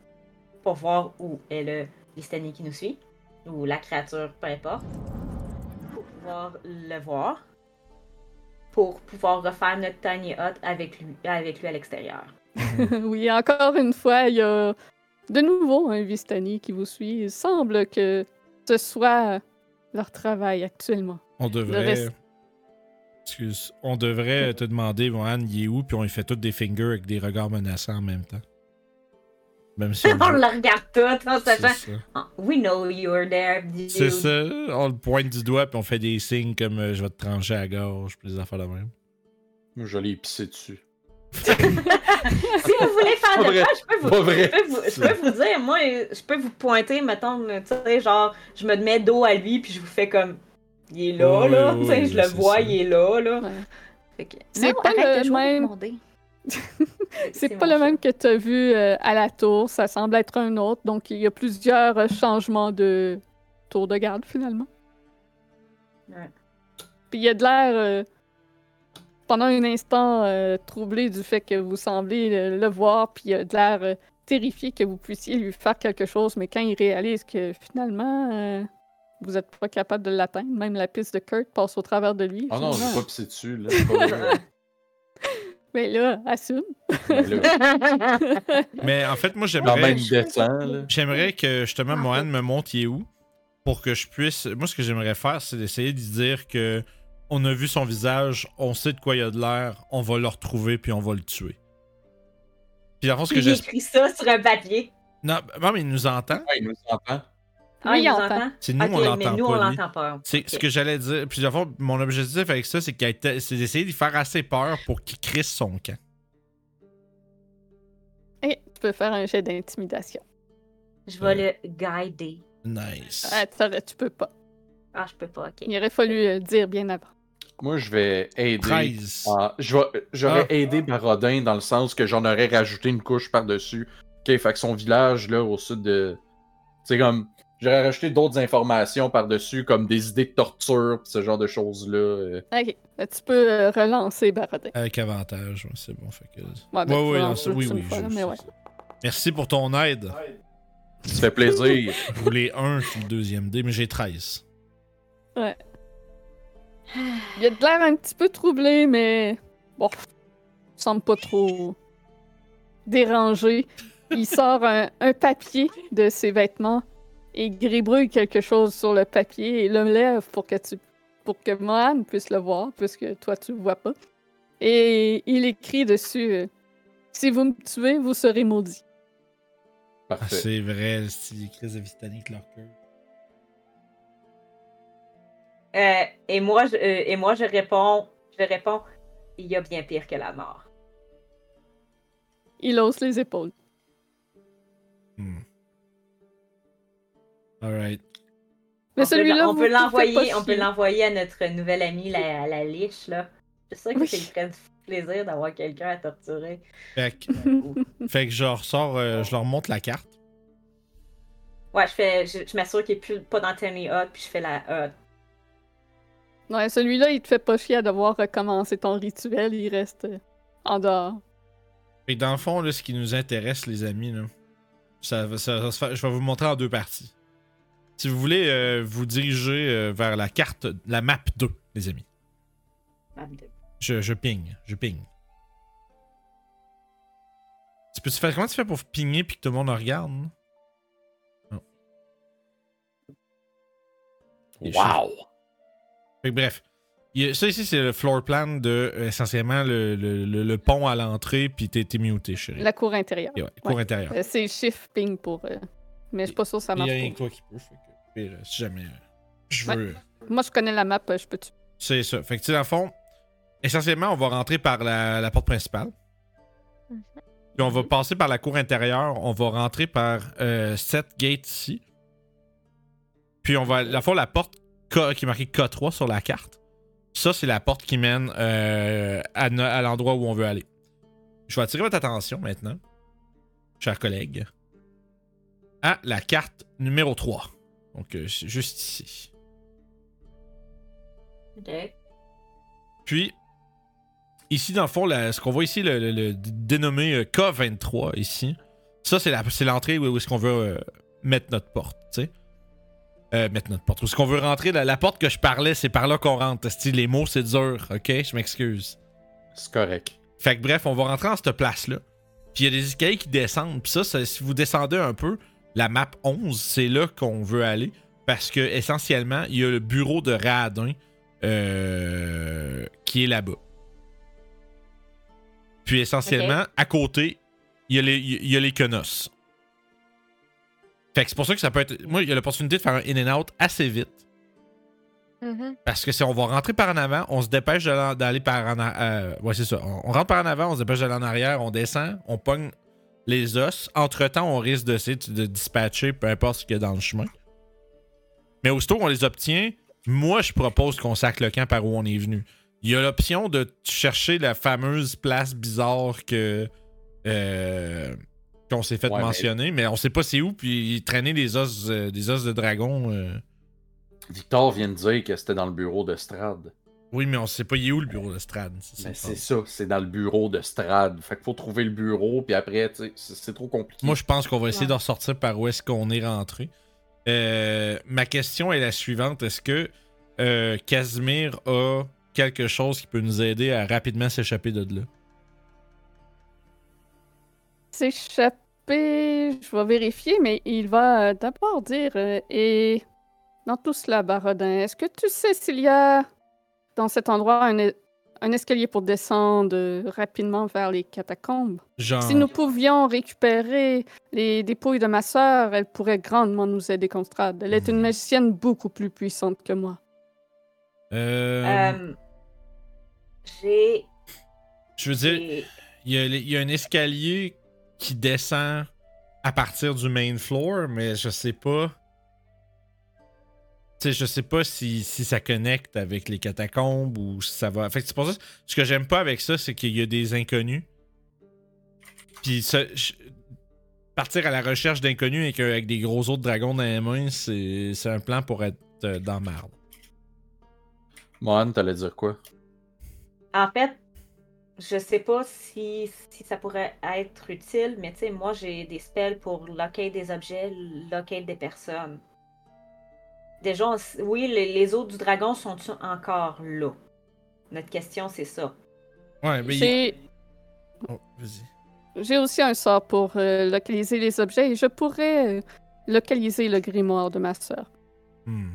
Speaker 4: pour voir où est le Listani qui nous suit. Ou la créature, peu importe. Pour pouvoir le voir. Pour pouvoir refaire notre tiny hut avec lui, avec lui à l'extérieur.
Speaker 1: oui, encore une fois, il y a de nouveau un Vistani qui vous suit. Il semble que ce soit leur travail actuellement.
Speaker 2: On
Speaker 1: Le
Speaker 2: devrait.
Speaker 1: reste-
Speaker 2: Excuse. On devrait te demander, bon, Anne, il est où? Puis on lui fait toutes des fingers avec des regards menaçants en même temps. Même si. on le
Speaker 4: on
Speaker 2: voit.
Speaker 4: la regarde toute en
Speaker 2: C'est
Speaker 4: sachant.
Speaker 2: ça.
Speaker 4: Ah, We know you're there. dude.
Speaker 2: C'est ça. On le pointe du doigt, puis on fait des signes comme euh, je vais te trancher à la gorge, puis des affaires de même.
Speaker 3: Je l'ai pissé dessus.
Speaker 4: Si vous voulez faire
Speaker 3: Pas
Speaker 4: de
Speaker 3: vrai.
Speaker 4: quoi, je peux vous
Speaker 3: Pas vrai.
Speaker 4: Je peux, vous, je peux vous dire, moi, je peux vous pointer, mettons, tu sais, genre, je me mets dos à lui, puis je vous fais comme, il est là,
Speaker 2: Oui,
Speaker 4: là,
Speaker 2: oui,
Speaker 4: tu sais, je
Speaker 2: oui,
Speaker 4: le
Speaker 2: c'est
Speaker 4: vois,
Speaker 2: ça.
Speaker 4: il est là, là.
Speaker 1: Ouais.
Speaker 4: Fait que-
Speaker 1: C'est
Speaker 4: Non,
Speaker 1: pas
Speaker 4: arrête
Speaker 1: le
Speaker 4: de jouer avec
Speaker 1: même-
Speaker 4: mon dé.
Speaker 1: C'est
Speaker 4: C'est
Speaker 1: pas
Speaker 4: mon
Speaker 1: le même
Speaker 4: jeu.
Speaker 1: que tu as vu euh, à la tour, ça semble être un autre. Donc il y a plusieurs euh, changements de tour de garde finalement.
Speaker 4: Ouais.
Speaker 1: Puis il y a de l'air euh, pendant un instant euh, troublé du fait que vous semblez euh, le voir, puis il y a de l'air euh, terrifié que vous puissiez lui faire quelque chose, mais quand il réalise que finalement euh, vous n'êtes pas capable de l'atteindre, même la piste de Kurt passe au travers de lui.
Speaker 3: Ah non, j'ai
Speaker 1: finalement.
Speaker 3: pas pissé dessus. Là. C'est pas vrai.
Speaker 1: Mais là, assume.
Speaker 3: Mais là,
Speaker 4: Ah.
Speaker 2: Mais en fait, moi,
Speaker 3: quand
Speaker 2: j'aimerais.
Speaker 3: même, il descend. Là.
Speaker 2: J'aimerais que
Speaker 4: Ah,
Speaker 2: justement Mohan me montre il est où pour que je puisse. Moi, ce que j'aimerais faire, c'est d'essayer de dire que on a vu son visage, on sait de quoi il a de l'air, on va le retrouver puis on va le tuer. Puis dans le fond, ce que
Speaker 4: Puis j'ai
Speaker 2: j'espère.
Speaker 4: écrit ça sur un papier.
Speaker 2: Non, non, mais il nous entend.
Speaker 3: Ouais, il nous entend.
Speaker 4: Ah, il
Speaker 1: il
Speaker 4: nous
Speaker 1: entend.
Speaker 4: entend?
Speaker 2: C'est nous,
Speaker 4: Ok,
Speaker 2: on
Speaker 4: mais
Speaker 2: l'entend
Speaker 4: nous, on
Speaker 2: pas. lui.
Speaker 4: l'entend pas.
Speaker 2: C'est
Speaker 4: Ok.
Speaker 2: ce que j'allais dire. Puis dans le fond, mon objectif avec ça, c'est qu'il était- c'est d'essayer de lui faire assez peur pour qu'il crisse son camp.
Speaker 1: Et tu peux faire un jet d'intimidation.
Speaker 4: Je vais le guider.
Speaker 2: Nice.
Speaker 1: Ah, tu saurais- tu peux pas.
Speaker 4: Ah, je peux pas, ok.
Speaker 1: Il aurait fallu euh, dire bien avant.
Speaker 3: Moi, je vais aider.
Speaker 2: 13.
Speaker 3: Ah, je vais- J'aurais
Speaker 2: Ah.
Speaker 3: aidé Barodin dans le sens que j'en aurais rajouté une couche par-dessus. Ok, fait que son village, là, au sud de. C'est comme. J'aurais rajouté d'autres informations par-dessus, comme des idées de torture, pis ce genre de choses-là. euh.
Speaker 1: Ok, ben, tu peux euh, relancer Barodin.
Speaker 2: Avec avantage, ouais, c'est bon. Fait que...
Speaker 1: Ouais, ben,
Speaker 2: Ouais,
Speaker 1: tu
Speaker 2: ouais,
Speaker 1: vas en
Speaker 2: non, ça-
Speaker 1: rajouter
Speaker 2: oui,
Speaker 1: une
Speaker 2: oui,
Speaker 1: fois,
Speaker 2: je-
Speaker 1: là, mais
Speaker 2: ça-
Speaker 1: ouais.
Speaker 2: ça. Merci pour ton aide.
Speaker 3: Ça fait plaisir.
Speaker 2: Je voulais un sur le deuxième dé, mais j'ai 13.
Speaker 1: Il a de l'air un petit peu troublé, mais bon, il semble pas trop dérangé. Il sort un, un papier de ses vêtements et gribouille quelque chose sur le papier et le lève pour que tu pour que Mohan puisse le voir, puisque toi tu le vois pas. Et il écrit dessus euh, Si vous me tuez, vous serez maudit.
Speaker 2: Ah,
Speaker 3: Parfait.
Speaker 2: c'est vrai, le style les crises de Vitanique, leur cœur.
Speaker 4: Euh, et, moi, je, euh, et moi, je réponds, je réponds, il y a bien pire que la mort.
Speaker 1: Il hausse les épaules.
Speaker 2: Hmm. Alright.
Speaker 1: Mais
Speaker 4: on peut l'en-
Speaker 1: celui-là,
Speaker 4: on
Speaker 1: vous-
Speaker 4: peut
Speaker 1: vous faites
Speaker 4: l'envoyer,
Speaker 1: pas
Speaker 4: on peut
Speaker 1: chier.
Speaker 4: l'envoyer à notre nouvelle amie, la, la liche, là. Je suis sûre que
Speaker 1: Oui.
Speaker 4: ça lui ferait du plaisir d'avoir quelqu'un à torturer.
Speaker 2: Fait que, fait que je ressors, euh, je leur montre la carte.
Speaker 4: Ouais, je fais, je, je m'assure qu'il n'est plus pas dans Tiny Hot, puis je fais la Hot.
Speaker 1: Ouais, celui-là, il te fait pas chier à devoir recommencer ton rituel, il reste euh, en dehors.
Speaker 2: Fait que dans le fond, là, ce qui nous intéresse, les amis, là, ça, va- ça va se faire- je vais vous montrer en deux parties. Si vous voulez euh, vous diriger euh, vers la carte, la map 2, les amis. Je, je ping, je ping. Tu peux, tu fais, comment tu fais pour pinguer puis que tout le monde regarde? hein? là?
Speaker 3: Wow!
Speaker 2: Fait que bref. Il y a- ça ici, c'est le floor plan de euh, essentiellement le, le- le- le pont à l'entrée, puis t'es t'es muté, chérie.
Speaker 1: La cour intérieure.
Speaker 2: Ok, ouais, cour intérieure.
Speaker 1: Euh, c'est chiffre ping pour. euh, Mais je suis pas sûr que ça
Speaker 2: Il
Speaker 1: marche.
Speaker 2: y a rien
Speaker 1: pour-
Speaker 2: que toi qui peux, fait que, puis, euh, si jamais euh, je
Speaker 1: Ouais.
Speaker 2: veux.
Speaker 1: Moi, je connais la map, euh, je peux tu.
Speaker 2: C'est ça. Fait que, tu sais, dans le fond, essentiellement, on va rentrer par la, la porte principale. Puis on va passer par la cour intérieure. On va rentrer par euh, cette gate ici. Puis on va. La fois, la porte K- qui est marquée K3 sur la carte. Ça, c'est la porte qui mène euh, à, no- à l'endroit où on veut aller. Je vais attirer votre attention maintenant, chers collègues, à la carte numéro 3. Donc, euh, c'est juste ici.
Speaker 4: Ok.
Speaker 2: Puis, ici, dans le fond, la- ce qu'on voit ici, le, le- le dénommé euh, K23, ici, ça, c'est la- c'est l'entrée où, où est-ce qu'on veut euh, mettre notre porte, tu sais. Euh, mettre notre porte. Où est-ce qu'on veut rentrer? La, la porte que je parlais, c'est par là qu'on rentre. esti. les mots, c'est dur, OK? Je m'excuse.
Speaker 3: C'est correct.
Speaker 2: Fait que bref, on va rentrer en cette place-là. Puis il y a des escaliers qui descendent. Puis ça, ça, si vous descendez un peu, la map 11, c'est là qu'on veut aller. Parce que essentiellement, il y a le bureau de Radin euh, qui est là-bas. Puis essentiellement, à côté, il y a les, il y a les Kenos. Fait que c'est pour ça que ça peut être. Moi, il y a l'opportunité de faire un in and out assez vite.
Speaker 6: Mhm.
Speaker 2: Parce que si on va rentrer par en avant, on se dépêche de l'en- d'aller par en arrière. ouais, c'est ça. On, on rentre par en avant, on se dépêche d'aller en arrière, on descend, on pogne les os. Entre-temps, on risque de, s'essayer de dispatcher, peu importe ce qu'il y a dans le chemin. Mais aussitôt qu'on les obtient, moi, je propose qu'on sac le camp par où on est venu. Il y a l'option de chercher la fameuse place bizarre que. euh, qu'on s'est fait
Speaker 3: Ouais, mais-
Speaker 2: mentionner, mais... on sait pas c'est où, puis traîner des os, euh, des os de dragon. euh,
Speaker 3: Victor vient de dire que c'était dans le bureau de Strad.
Speaker 2: Oui, mais on sait pas il est où le bureau de Strad. c'est ça
Speaker 3: Mais
Speaker 2: le
Speaker 3: Ben, c'est
Speaker 2: problème.
Speaker 3: ça, c'est dans le bureau de Strad. Fait qu'il faut trouver le bureau, puis après, tu sais, c'est c'est trop compliqué.
Speaker 2: Moi, je pense qu'on va essayer
Speaker 4: Ouais.
Speaker 2: de ressortir par où est-ce qu'on est rentré. Euh, ma question est la suivante. Est-ce que euh, Casimir a quelque chose qui peut nous aider à rapidement s'échapper de là?
Speaker 1: S'échapper, je vais vérifier, mais il va euh, d'abord dire. euh, et dans tout cela, Barodin, est-ce que tu sais s'il y a dans cet endroit un, es- un escalier pour descendre euh, rapidement vers les catacombes?
Speaker 2: Genre,
Speaker 1: Si nous pouvions récupérer les dépouilles de ma sœur, elle pourrait grandement nous aider contre Strad. Elle est une
Speaker 2: Hmm.
Speaker 1: magicienne beaucoup plus puissante que moi.
Speaker 2: euh,
Speaker 4: Euh, j'ai.
Speaker 2: je veux dire,
Speaker 4: j'ai-
Speaker 2: il y, a, les- il y a un escalier qui descend à partir du main floor, mais je sais pas. Tu Tu sais, je sais pas si, si ça connecte avec les catacombes ou si ça va. Fait que c'est pour ça. Ce que j'aime pas avec ça, c'est qu'il y a des inconnus. Puis ça, je- partir à la recherche d'inconnus avec, euh, avec des gros autres dragons dans les mains, c'est c'est un plan pour être euh, dans marde.
Speaker 3: Mohan, t'allais dire quoi?
Speaker 4: En fait, je sais pas si, si ça pourrait être utile, mais tu sais, moi j'ai des spells pour locate des objets, locate des personnes. Déjà, on s- oui, les, les os du dragon sont encore là? Notre question, c'est ça.
Speaker 2: Ouais, mais. il-
Speaker 1: J'ai-
Speaker 2: Oh, vas-y.
Speaker 1: J'ai aussi un sort pour euh, localiser les objets et je pourrais euh, localiser le grimoire de ma sœur.
Speaker 2: Hmm.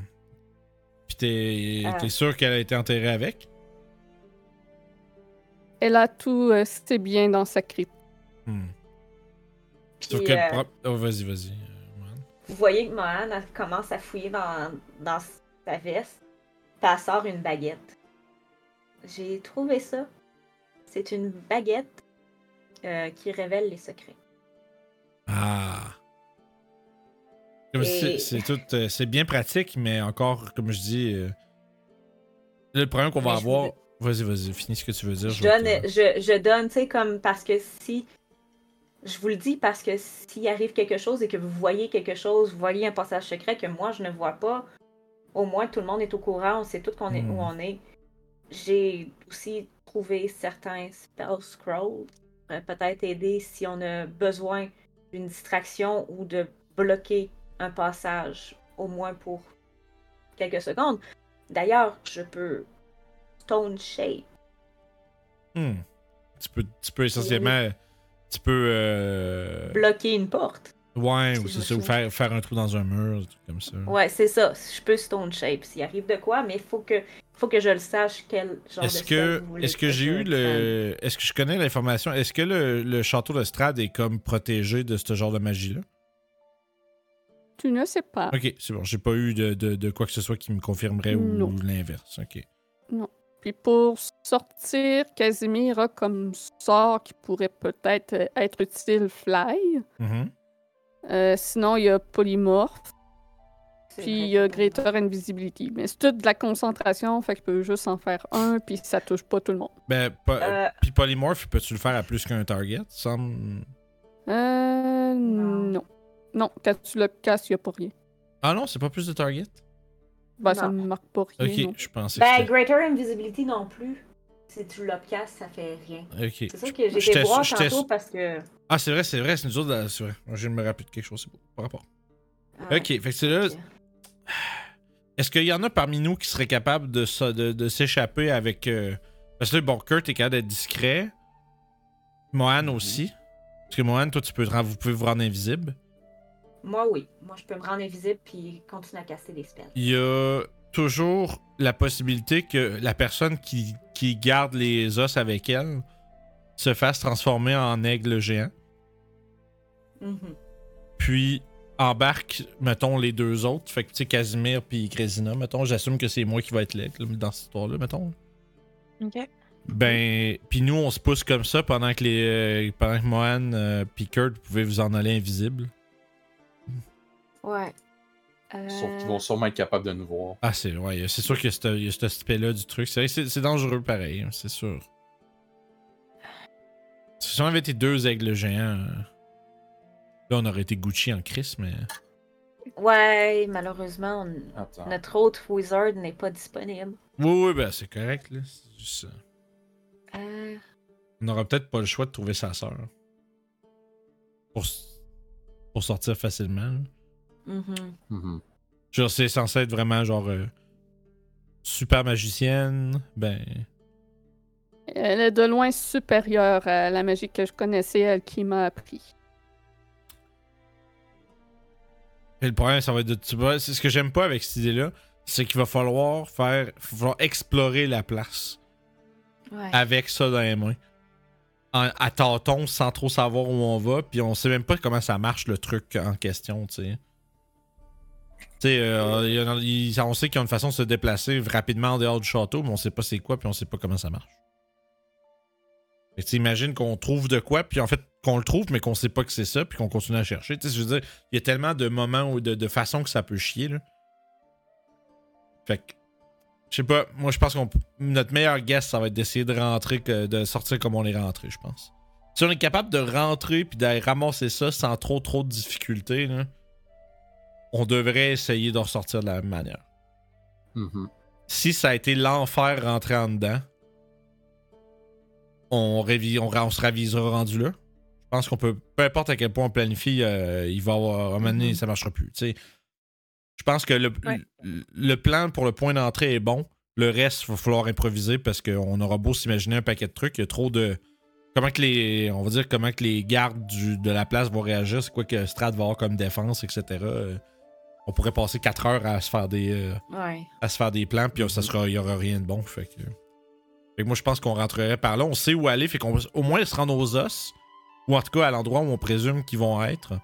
Speaker 2: Puis t'es
Speaker 4: Ah.
Speaker 2: t'es sûr qu'elle a été enterrée avec?
Speaker 1: Elle a tout euh, ses biens dans sa crypte.
Speaker 2: Hmm. Sauf
Speaker 4: Puis,
Speaker 2: que le
Speaker 4: euh,
Speaker 2: propre- Oh, vas-y, vas-y. euh, Mohan.
Speaker 4: vous voyez que Mohan elle commence à fouiller dans, dans sa veste, puis elle sort une baguette. J'ai trouvé ça. C'est une baguette euh, qui révèle les secrets.
Speaker 2: Ah. Comme si c'est-
Speaker 4: Et-
Speaker 2: c'est tout, euh, c'est bien pratique, mais encore, comme je dis, euh, le problème qu'on va
Speaker 4: Mais je
Speaker 2: avoir. Vas-y, vas-y, finis ce que tu veux dire.
Speaker 4: je
Speaker 2: vais
Speaker 4: donne,
Speaker 2: te-
Speaker 4: je, je donne, tu sais, comme parce que si. Je vous le dis parce que s'il arrive quelque chose et que vous voyez quelque chose, vous voyez un passage secret que moi je ne vois pas, au moins tout le monde est au courant, on sait tout qu'on est
Speaker 2: Mhm.
Speaker 4: où on est. J'ai aussi trouvé certains spell scrolls pourraient peut-être aider si on a besoin d'une distraction ou de bloquer un passage, au moins pour quelques secondes. D'ailleurs, je peux Stone Shape.
Speaker 2: Hmm. Tu, peux, tu peux essentiellement. Tu peux. euh,
Speaker 4: bloquer une porte.
Speaker 2: Ouais,
Speaker 4: Si
Speaker 2: ou
Speaker 4: je
Speaker 2: c'est
Speaker 4: me
Speaker 2: ça, ou
Speaker 4: souviens.
Speaker 2: faire, faire un trou dans un mur, des trucs comme ça.
Speaker 4: Ouais, c'est ça. Je peux stone shape s'il arrive de quoi, mais faut que faut que je le sache quel genre
Speaker 2: Est-ce
Speaker 4: de spell
Speaker 2: que,
Speaker 4: vous voulez
Speaker 2: est-ce que
Speaker 4: je
Speaker 2: j'ai eu
Speaker 4: prenne.
Speaker 2: le. Est-ce que je connais l'information? Est-ce que le, le château de Strad est comme protégé de ce genre de magie-là?
Speaker 1: Tu ne sais pas.
Speaker 2: Ok, c'est bon, j'ai pas eu de, de- de quoi que ce soit qui me confirmerait
Speaker 1: Non.
Speaker 2: ou l'inverse. Ok.
Speaker 1: Puis pour sortir, Casimir a comme sort qui pourrait peut-être euh, être utile Fly.
Speaker 2: Mhm.
Speaker 1: Euh, sinon, il y a Polymorph,
Speaker 4: C'est
Speaker 1: puis
Speaker 4: vrai.
Speaker 1: il y a Greater Invisibility. Mais c'est toute de la concentration, fait que je peux juste en faire un, puis ça touche pas tout le monde.
Speaker 2: Ben, pas-
Speaker 4: Euh,
Speaker 2: Puis polymorph, peux-tu le faire à plus qu'un target? Semble-
Speaker 1: Euh.
Speaker 4: Non.
Speaker 1: Non. Non, quand tu le casses, il n'y a pas rien.
Speaker 2: Ah non, c'est pas plus de target?
Speaker 1: Bah, ça
Speaker 4: Non.
Speaker 1: ne marque pas rien.
Speaker 2: Ok,
Speaker 1: non.
Speaker 2: je pensais
Speaker 4: Ben,
Speaker 2: que
Speaker 4: Greater Invisibility non plus. Si tu l'obcasses, ça fait rien.
Speaker 2: c'était...
Speaker 4: C'est
Speaker 2: Ok.
Speaker 4: ça que
Speaker 2: j'étais
Speaker 4: j'étais voir
Speaker 2: sûr- j'étais
Speaker 4: tantôt
Speaker 2: sûr-
Speaker 4: parce que. euh,
Speaker 2: Ah, c'est vrai, c'est vrai, c'est nous autres, euh, c'est vrai. Je viens de me rappeler de quelque chose, c'est beau. Par rapport.
Speaker 4: Ah,
Speaker 2: Ok, fait que c'est là...
Speaker 4: ok.
Speaker 2: Est-ce qu'il y en a parmi nous qui seraient capables de, ça- de, de s'échapper avec... euh, Parce que là, bon, Kurt est capable d'être discret. Mohan
Speaker 4: Mhm.
Speaker 2: aussi. Parce que Mohan, toi, tu peux te rendre- vous pouvez vous rendre invisible.
Speaker 4: Moi oui. Moi je peux me rendre invisible puis continuer à casser des spells.
Speaker 2: il y a toujours la possibilité que la personne qui, qui garde les os avec elle se fasse transformer en aigle géant,
Speaker 4: Mhm.
Speaker 2: puis embarque, mettons, les deux autres. Fait que, tu sais, Casimir puis Grésina, mettons, j'assume que c'est moi qui vais être l'aigle dans cette histoire-là, mettons.
Speaker 5: Ok.
Speaker 2: Ben, puis nous, on se pousse comme ça pendant que les euh, pendant que Mohan euh, puis Kurt, vous pouvez vous en aller invisible.
Speaker 4: Ouais. Euh,
Speaker 3: Sauf qu'ils vont sûrement être capables de nous voir.
Speaker 2: Ah, c'est ouais, c'est sûr qu'il y a ce- il y a cet aspect-là du truc. C'est vrai que c'est- c'est dangereux pareil, hein, c'est sûr. Si on avait été deux aigles géants, euh, là on aurait été Gucci en crise, mais.
Speaker 4: Ouais, malheureusement, on-
Speaker 3: Attends.
Speaker 2: Ah.
Speaker 4: notre autre wizard n'est pas disponible.
Speaker 2: Oui, oui, ben c'est correct, là. C'est juste, euh,
Speaker 4: Euh,
Speaker 2: On n'aura peut-être pas le choix de trouver sa sœur. Pour, s- pour sortir facilement. là.
Speaker 4: mhm.
Speaker 3: Mhm.
Speaker 2: Genre, c'est censé être vraiment genre. euh, super magicienne, ben.
Speaker 1: Elle est de loin supérieure à la magie que je connaissais, elle qui m'a appris.
Speaker 2: Et le problème, ça va être de. tu vois, c'est ce que j'aime pas avec cette idée-là, c'est qu'il va falloir faire. faut falloir explorer la place
Speaker 4: Ouais.
Speaker 2: avec ça dans les mains. En- à tâtons, sans trop savoir où on va, puis on sait même pas comment ça marche le truc en question, tu sais. Tu sais, euh, il y en a- il- on sait qu'ils ont une façon de se déplacer rapidement en dehors du château, mais on sait pas c'est quoi, puis on sait pas comment ça marche. Fait que tu sais, imagine qu'on trouve de quoi, puis en fait, qu'on le trouve, mais qu'on sait pas que c'est ça, puis qu'on continue à chercher. Tu sais, je veux dire, il y a tellement de moments ou de, de façons que ça peut chier, là. Fait que, je sais pas, moi je pense qu'on notre meilleur guess, ça va être d'essayer de rentrer, que- de sortir comme on est rentré, je pense. Si on est capable de rentrer puis d'aller ramasser ça sans trop trop de difficultés, là, on devrait essayer de ressortir de la même manière.
Speaker 3: Mhm.
Speaker 2: Si ça a été l'enfer rentrer en dedans, on, révi- on, ra- on se ravisera rendu là. Je pense qu'on peut, peu importe à quel point on planifie, euh, il va avoir, à un moment donné, ça marchera plus. tu sais. Je pense que le,
Speaker 6: Ouais.
Speaker 2: le- le plan pour le point d'entrée est bon. Le reste, il va falloir improviser parce qu'on aura beau s'imaginer un paquet de trucs. Il y a trop de. Comment que les. On va dire comment que les gardes du- de la place vont réagir, c'est quoi que Strad va avoir comme défense, etc. Euh, on pourrait passer 4 heures à se faire des. euh,
Speaker 4: Ouais.
Speaker 2: à se faire des plans, puis ça sera, il y aura rien de bon. Fait que, fait que moi, je pense qu'on rentrerait par là. On sait où aller, fait qu'on va au moins se rendre aux os, ou en tout cas à l'endroit où on présume qu'ils vont être.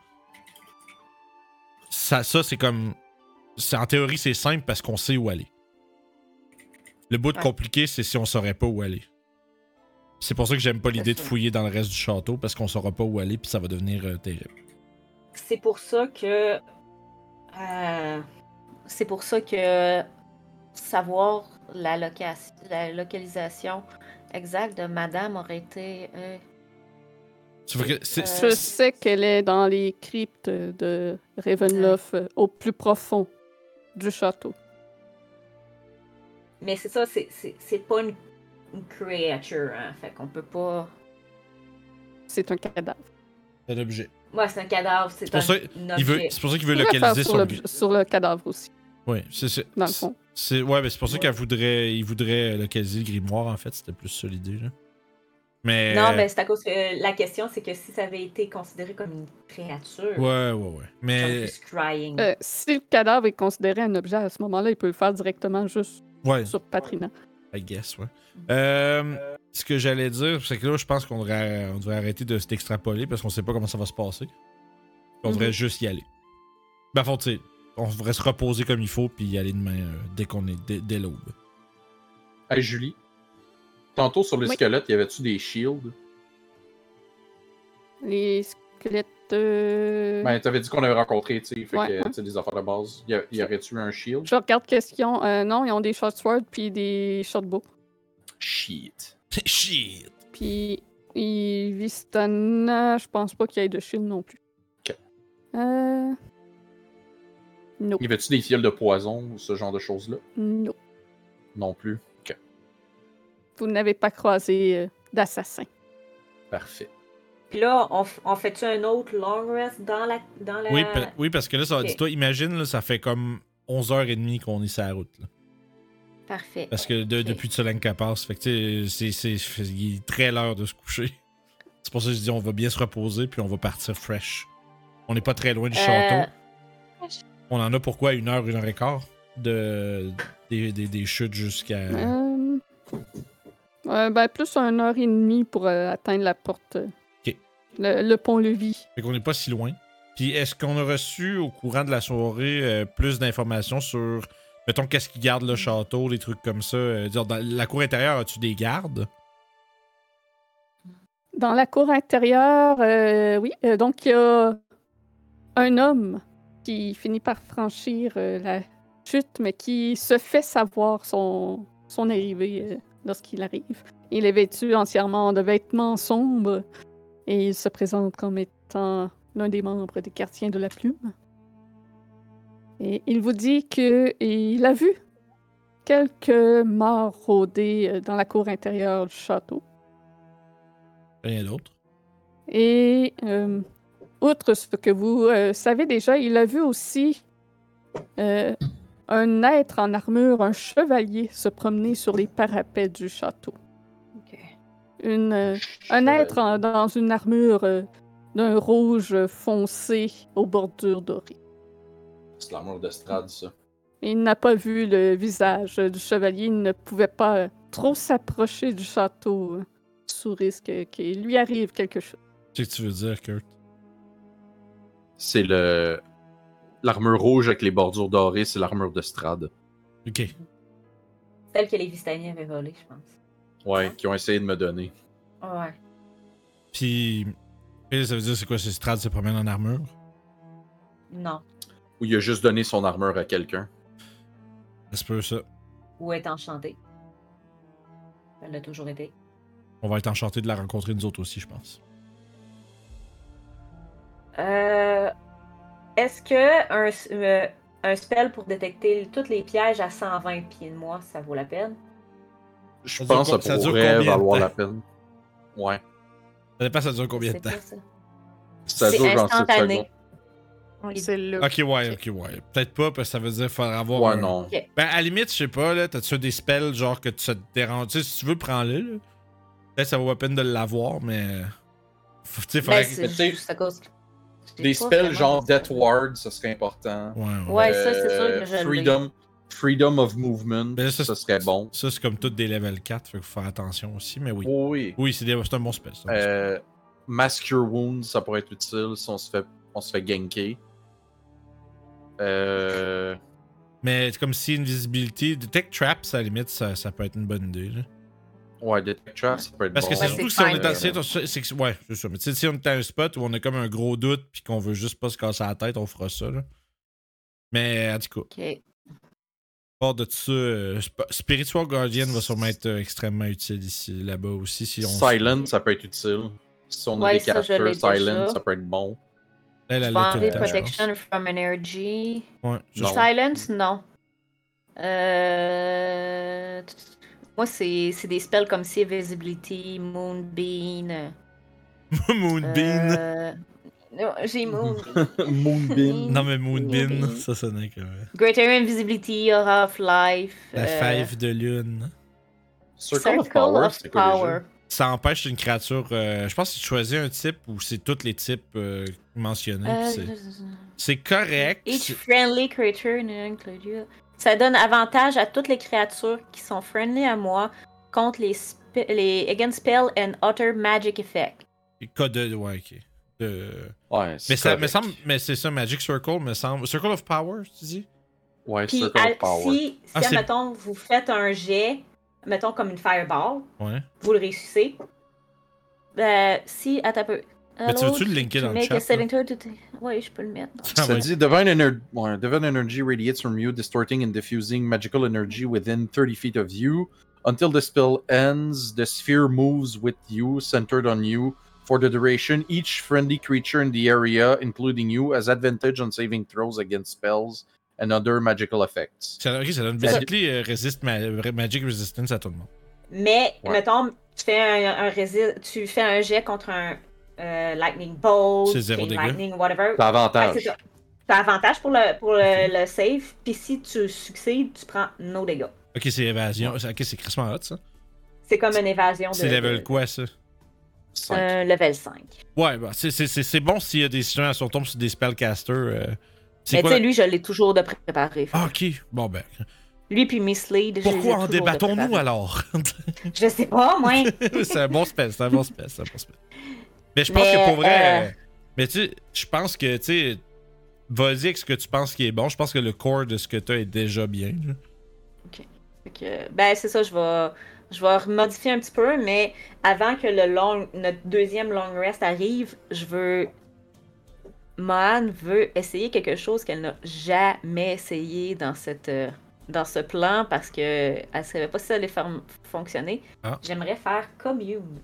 Speaker 2: Ça, ça c'est comme. c'est- en théorie, c'est simple parce qu'on sait où aller. Le bout de
Speaker 4: Ouais.
Speaker 2: compliqué, c'est si on saurait pas où aller. C'est pour ça que j'aime pas l'idée de fouiller dans le reste du château parce qu'on saura pas où aller puis ça va devenir euh, terrible.
Speaker 4: C'est pour ça que. euh, c'est pour ça que savoir la, loca- la localisation exacte de madame aurait été. euh,
Speaker 2: Ça fait que c'est-
Speaker 1: Je
Speaker 4: Euh,
Speaker 1: sais qu'elle est dans les cryptes de Ravenloft euh, au plus profond du château.
Speaker 4: Mais c'est ça, c'est- c'est c'est pas une, une creature, hein. Fait qu'on peut pas.
Speaker 1: C'est un cadavre.
Speaker 2: c'est un objet.
Speaker 4: Ouais, c'est un cadavre, c'est
Speaker 2: pour
Speaker 4: un,
Speaker 2: ça-
Speaker 4: un
Speaker 2: Il veut-
Speaker 4: objet.
Speaker 2: C'est pour ça qu'il veut
Speaker 1: On pourrait
Speaker 2: localiser
Speaker 1: faire
Speaker 2: son
Speaker 1: sur,
Speaker 2: objet.
Speaker 1: le, sur le cadavre aussi,
Speaker 2: Oui, c'est- c'est-
Speaker 1: dans le fond.
Speaker 2: C'est ouais, mais c'est pour ça
Speaker 4: Ouais.
Speaker 2: qu'elle voudrait, il voudrait euh, localiser le grimoire en fait, c'était plus ça l'idée là. Mais
Speaker 4: Non, mais c'est à cause que la question, c'est que si ça avait été considéré comme une créature,
Speaker 2: ouais, ouais, ouais.
Speaker 4: comme
Speaker 2: Mais
Speaker 4: plus crying.
Speaker 1: Euh, si le cadavre est considéré un objet, à ce moment-là, il peut le faire directement juste
Speaker 2: ouais,
Speaker 1: sur Patrina.
Speaker 2: I guess ouais.
Speaker 4: Mm-hmm.
Speaker 2: Euh, ce que j'allais dire, c'est que là, je pense qu'on devrait, on devrait arrêter de s'extrapoler parce qu'on sait pas comment ça va se passer. On
Speaker 4: Mm-hmm.
Speaker 2: devrait juste y aller. Ben, fond, tu sais, on devrait se reposer comme il faut puis y aller demain euh, dès qu'on est dès, dès l'aube.
Speaker 3: Hey, Julie, tantôt sur le
Speaker 1: Oui.
Speaker 3: squelette, y avait-tu des shields?
Speaker 1: Les squelettes. euh,
Speaker 3: Ben, t'avais dit qu'on avait rencontré, tu sais, fait
Speaker 1: Ouais,
Speaker 3: que,
Speaker 1: ouais.
Speaker 3: tu sais, des affaires de base. Y, a- y aurait-tu un shield?
Speaker 1: Je regarde qu'est-ce qu'ils ont. Euh, non, ils ont des short swords puis des short bow.
Speaker 3: Shit.
Speaker 2: Shit.
Speaker 1: Puis il Vistana, je pense pas qu'il y ait de shield non plus.
Speaker 3: Ok.
Speaker 1: Euh. Non,
Speaker 3: Y avait-tu des fioles de poison ou ce genre de choses-là?
Speaker 1: non.
Speaker 3: Non plus.
Speaker 1: Vous n'avez pas croisé euh, d'assassin.
Speaker 3: Parfait.
Speaker 4: Puis là, on, f- on fait-tu un autre long rest dans la. Dans la...
Speaker 2: Oui, pa- oui, parce que là, ça,
Speaker 4: Ben, Ok.
Speaker 2: dis-toi, imagine, là, ça fait comme 11h30 qu'on est sur la route. là.
Speaker 4: Parfait.
Speaker 2: Parce que de-
Speaker 4: Ok.
Speaker 2: depuis Tsolanka passe, fait que tu sais, c'est- c'est- il est très l'heure de se coucher. C'est pour ça que je dis on va bien se reposer puis on va partir fresh. On n'est pas très loin du
Speaker 4: Euh,
Speaker 2: château. On en a pourquoi une heure, une heure et quart de, des, des- des chutes jusqu'à.
Speaker 1: Euh, euh, ben, plus un heure et demie pour euh, atteindre la porte. euh,
Speaker 2: Ok.
Speaker 1: Le, le pont-levis.
Speaker 2: Fait qu'on n'est pas si loin. Puis est-ce qu'on a reçu au courant de la soirée euh, plus d'informations sur, mettons, qu'est-ce qui garde le château, des trucs comme ça? euh, dire, dans la cour intérieure, as-tu des gardes?
Speaker 1: Dans la cour intérieure, euh, oui, euh, donc il y a un homme qui finit par franchir euh, la chute, mais qui se fait savoir son, son arrivée euh, lorsqu'il arrive. Il est vêtu entièrement de vêtements sombres et il se présente comme étant l'un des membres des quartiers de la plume. Et il vous dit qu'il a vu quelques morts rôder euh, dans la cour intérieure du château.
Speaker 2: Rien d'autre.
Speaker 1: Et euh, outre ce que vous euh, savez déjà, il a vu aussi euh, un être en armure, un chevalier, se promener sur les parapets du château.
Speaker 4: Ok.
Speaker 1: Une, euh, un
Speaker 3: Cheval.
Speaker 1: être en- dans une armure euh, d'un rouge foncé aux bordures dorées.
Speaker 3: C'est l'amour de Strad, ça.
Speaker 1: Il n'a pas vu le visage euh, du chevalier, il ne pouvait pas euh, trop s'approcher du château euh, sous risque euh, qu'il lui arrive quelque chose.
Speaker 2: C'est ce que tu veux dire, Kurt?
Speaker 3: C'est le. L'armure rouge avec les bordures dorées, c'est l'armure de Strad.
Speaker 2: Ok.
Speaker 4: Celle que les Vistani avaient volée, je pense.
Speaker 3: Ouais, qui ont essayé de me donner.
Speaker 4: Ouais.
Speaker 2: Puis. et ça veut dire c'est quoi, c'est Strad se promène en armure?
Speaker 4: Non.
Speaker 3: Ou il a juste donné son armure à quelqu'un.
Speaker 2: Ça se peut, ça.
Speaker 4: ou est enchantée. Elle l'a toujours été.
Speaker 2: On va être enchanté de la rencontrer nous autres aussi, je pense.
Speaker 4: Euh, Est-ce que un, s- euh, un spell pour détecter tous les pièges à 120 pieds de moi, ça vaut la peine?
Speaker 3: Je
Speaker 2: Ça
Speaker 3: pense
Speaker 2: dure
Speaker 3: que
Speaker 2: co- ça
Speaker 3: ça
Speaker 2: dure
Speaker 3: pourrait
Speaker 2: combien de
Speaker 3: valoir
Speaker 2: temps?
Speaker 3: la peine. Ouais.
Speaker 2: Ça dépend, ça dure combien de
Speaker 4: C'est
Speaker 2: temps.
Speaker 4: quoi, ça?
Speaker 3: Ça
Speaker 4: C'est
Speaker 3: dure genre 7 secondes.
Speaker 4: instantané. Ben,
Speaker 1: C'est le.
Speaker 2: Ok, ouais, ok, ouais. Peut-être pas, parce que ça veut dire qu'il faudra avoir.
Speaker 3: Ouais,
Speaker 2: un-
Speaker 3: non.
Speaker 2: Ben, à la limite, je sais pas, là, t'as-tu des spells, genre, que tu te déranges. Tu sais, si tu veux, prends-le, là. Peut-être que ça vaut la peine de l'avoir, mais. Faut- Tu sais,
Speaker 4: Ben,
Speaker 2: faudrait. que-
Speaker 4: c'est
Speaker 3: Mais tu sais,
Speaker 4: juste à cause que j'ai
Speaker 3: Des
Speaker 4: pas
Speaker 3: spells
Speaker 4: vraiment-
Speaker 3: genre Death Ward, ça serait important.
Speaker 2: Ouais, ouais.
Speaker 4: Ouais, ça, c'est sûr
Speaker 3: Euh,
Speaker 4: que je l'ai.
Speaker 3: Freedom, freedom of movement,
Speaker 2: Ben,
Speaker 3: ça,
Speaker 2: ça, c'est-
Speaker 3: serait bon.
Speaker 2: Ça, c'est comme toutes des level 4, fait qu'il faut faire attention aussi, mais oui.
Speaker 3: Oh oui.
Speaker 2: Oui, c'est des- c'est un bon spell. c'est un bon spell.
Speaker 3: Euh, Mask Your Wound, ça pourrait être utile si on se fait, on se fait ganker. Euh,
Speaker 2: Mais c'est comme si Invisibility. Detect Traps, à la limite, ça, ça peut être une bonne idée, là.
Speaker 3: ouais, Detect Trap, ça peut être
Speaker 2: Parce que
Speaker 3: bon.
Speaker 2: c'est
Speaker 4: Ouais,
Speaker 2: surtout que
Speaker 4: Ben, c'est
Speaker 2: si on
Speaker 4: fine.
Speaker 2: est à, c'est- c'est- c'est- ouais, c'est ça. Mais tu sais, si on est à un spot où on a comme un gros doute puis qu'on veut juste pas se casser la tête, on fera ça. Là. Mais en tout cas,
Speaker 4: Ok.
Speaker 2: hors de ça, euh, Sp- Spiritual Guardian va sûrement être euh, extrêmement utile ici, là-bas aussi. Si on...
Speaker 3: Silent, ça peut être utile. Si on a
Speaker 4: Ouais,
Speaker 3: des
Speaker 4: ça, je l'ai
Speaker 3: captures Silent,
Speaker 4: déjà.
Speaker 3: ça peut être bon.
Speaker 2: Elle,
Speaker 4: Je
Speaker 2: elle
Speaker 4: vais
Speaker 2: l'a tout le
Speaker 4: enlever
Speaker 2: temps, je
Speaker 4: Protection from Energy.
Speaker 2: pense. Ouais, juste-
Speaker 3: Non.
Speaker 4: Silence, non. Euh... Moi, c'est c'est des spells comme si Visibility, Moonbeam.
Speaker 2: Moonbean.
Speaker 4: euh, non, J'ai Moonbeam.
Speaker 3: Moonbeam.
Speaker 2: Non, mais Moonbean,
Speaker 4: Moonbean.
Speaker 2: ça sonnait comme. euh,
Speaker 4: Greater Invisibility, Aura of Life.
Speaker 2: La
Speaker 4: euh,
Speaker 2: fève de lune.
Speaker 3: Circle of Power, c'est quoi déjà?
Speaker 2: Ça empêche une créature. euh, je pense que tu choisis un type ou c'est tous les types euh, mentionnés.
Speaker 4: Euh,
Speaker 2: puis c'est- C'est correct.
Speaker 4: Each
Speaker 2: c'est-
Speaker 4: friendly creature not included. Ça donne avantage à toutes les créatures qui sont friendly à moi contre les, spe- les against spell and other magic effect.
Speaker 2: Cas de. Ouais, ok. De-
Speaker 3: Ouais,
Speaker 2: Mais
Speaker 3: c'est
Speaker 2: ça me
Speaker 3: correct.
Speaker 2: semble. Mais c'est ça, Magic Circle me semble. Circle of Power, tu dis
Speaker 3: Ouais,
Speaker 4: Puis
Speaker 3: Circle
Speaker 4: à-
Speaker 3: of Power.
Speaker 4: si,
Speaker 2: Ah,
Speaker 4: si
Speaker 2: c'est-
Speaker 4: mettons vous faites un jet, mettons comme une fireball,
Speaker 2: Ouais.
Speaker 4: vous le réussissez. Euh, si attends un peu.
Speaker 2: Mais tu veux-tu le linker dans le chat, là?
Speaker 4: Oui, je peux le mettre.
Speaker 2: Ah,
Speaker 3: Ça
Speaker 2: ouais.
Speaker 3: dit Divine, ener- ouais, Divine Energy radiates from you, distorting and diffusing magical energy within 30 feet of you. Until the spell ends, the sphere moves with you, centered on you. For the duration, each friendly creature in the area, including you, has advantage on saving throws against spells and other magical effects.
Speaker 2: Ça, ok, ça donne
Speaker 3: Ça-
Speaker 2: basically euh, resist ma- re- Magic Resistance à tout le monde.
Speaker 4: Mais
Speaker 3: Ouais.
Speaker 4: mettons tu fais un, un résil- tu fais un jet contre un euh, lightning bolt,
Speaker 2: C'est zéro
Speaker 4: un
Speaker 2: dégâts.
Speaker 4: lightning whatever.
Speaker 3: T'as
Speaker 4: Fait que
Speaker 3: avantage. Mm-hmm.
Speaker 4: c'est
Speaker 2: Ah,
Speaker 4: ça. T'as avantage pour le pour le, le save, puis si tu succèdes, tu prends nos dégâts.
Speaker 2: Ok, c'est évasion. Ok, c'est crissement hot, ça.
Speaker 4: C'est comme une
Speaker 3: Ah,
Speaker 4: évasion de
Speaker 2: C'est
Speaker 3: ben,
Speaker 2: level quoi, ça Euh,
Speaker 3: Cinq.
Speaker 4: un level 5.
Speaker 2: Ouais, bah, c'est- c'est c'est- c'est bon s'il y a des situations si on tombe sur des spellcasters. euh, C'est
Speaker 4: Mais tu
Speaker 2: quoi
Speaker 4: sais, lui, je l'ai toujours de préparé.
Speaker 2: Ah, ok. Bon, ben.
Speaker 4: Lui puis Miss Lead.
Speaker 2: Pourquoi en débattons-nous alors
Speaker 4: Je sais pas, moi.
Speaker 2: c'est un bon spell, c'est un bon spell, c'est un bon spell. Mais je pense
Speaker 4: Mais,
Speaker 2: que pour vrai.
Speaker 4: euh,
Speaker 2: euh, Mais tu sais, je pense que, tu sais, vas-y avec ce que tu penses qui est bon. Je pense que le corps de ce que t'as est déjà bien. là.
Speaker 4: Fait que, ben, c'est ça, je vais, je vais remodifier un petit peu, mais avant que le long, notre deuxième long rest arrive, je veux. Mohan veut essayer quelque chose qu'elle n'a jamais essayé dans, cette, euh, dans ce plan parce que elle ne savait pas si ça allait faire fonctionner.
Speaker 2: Ah.
Speaker 4: J'aimerais faire commune.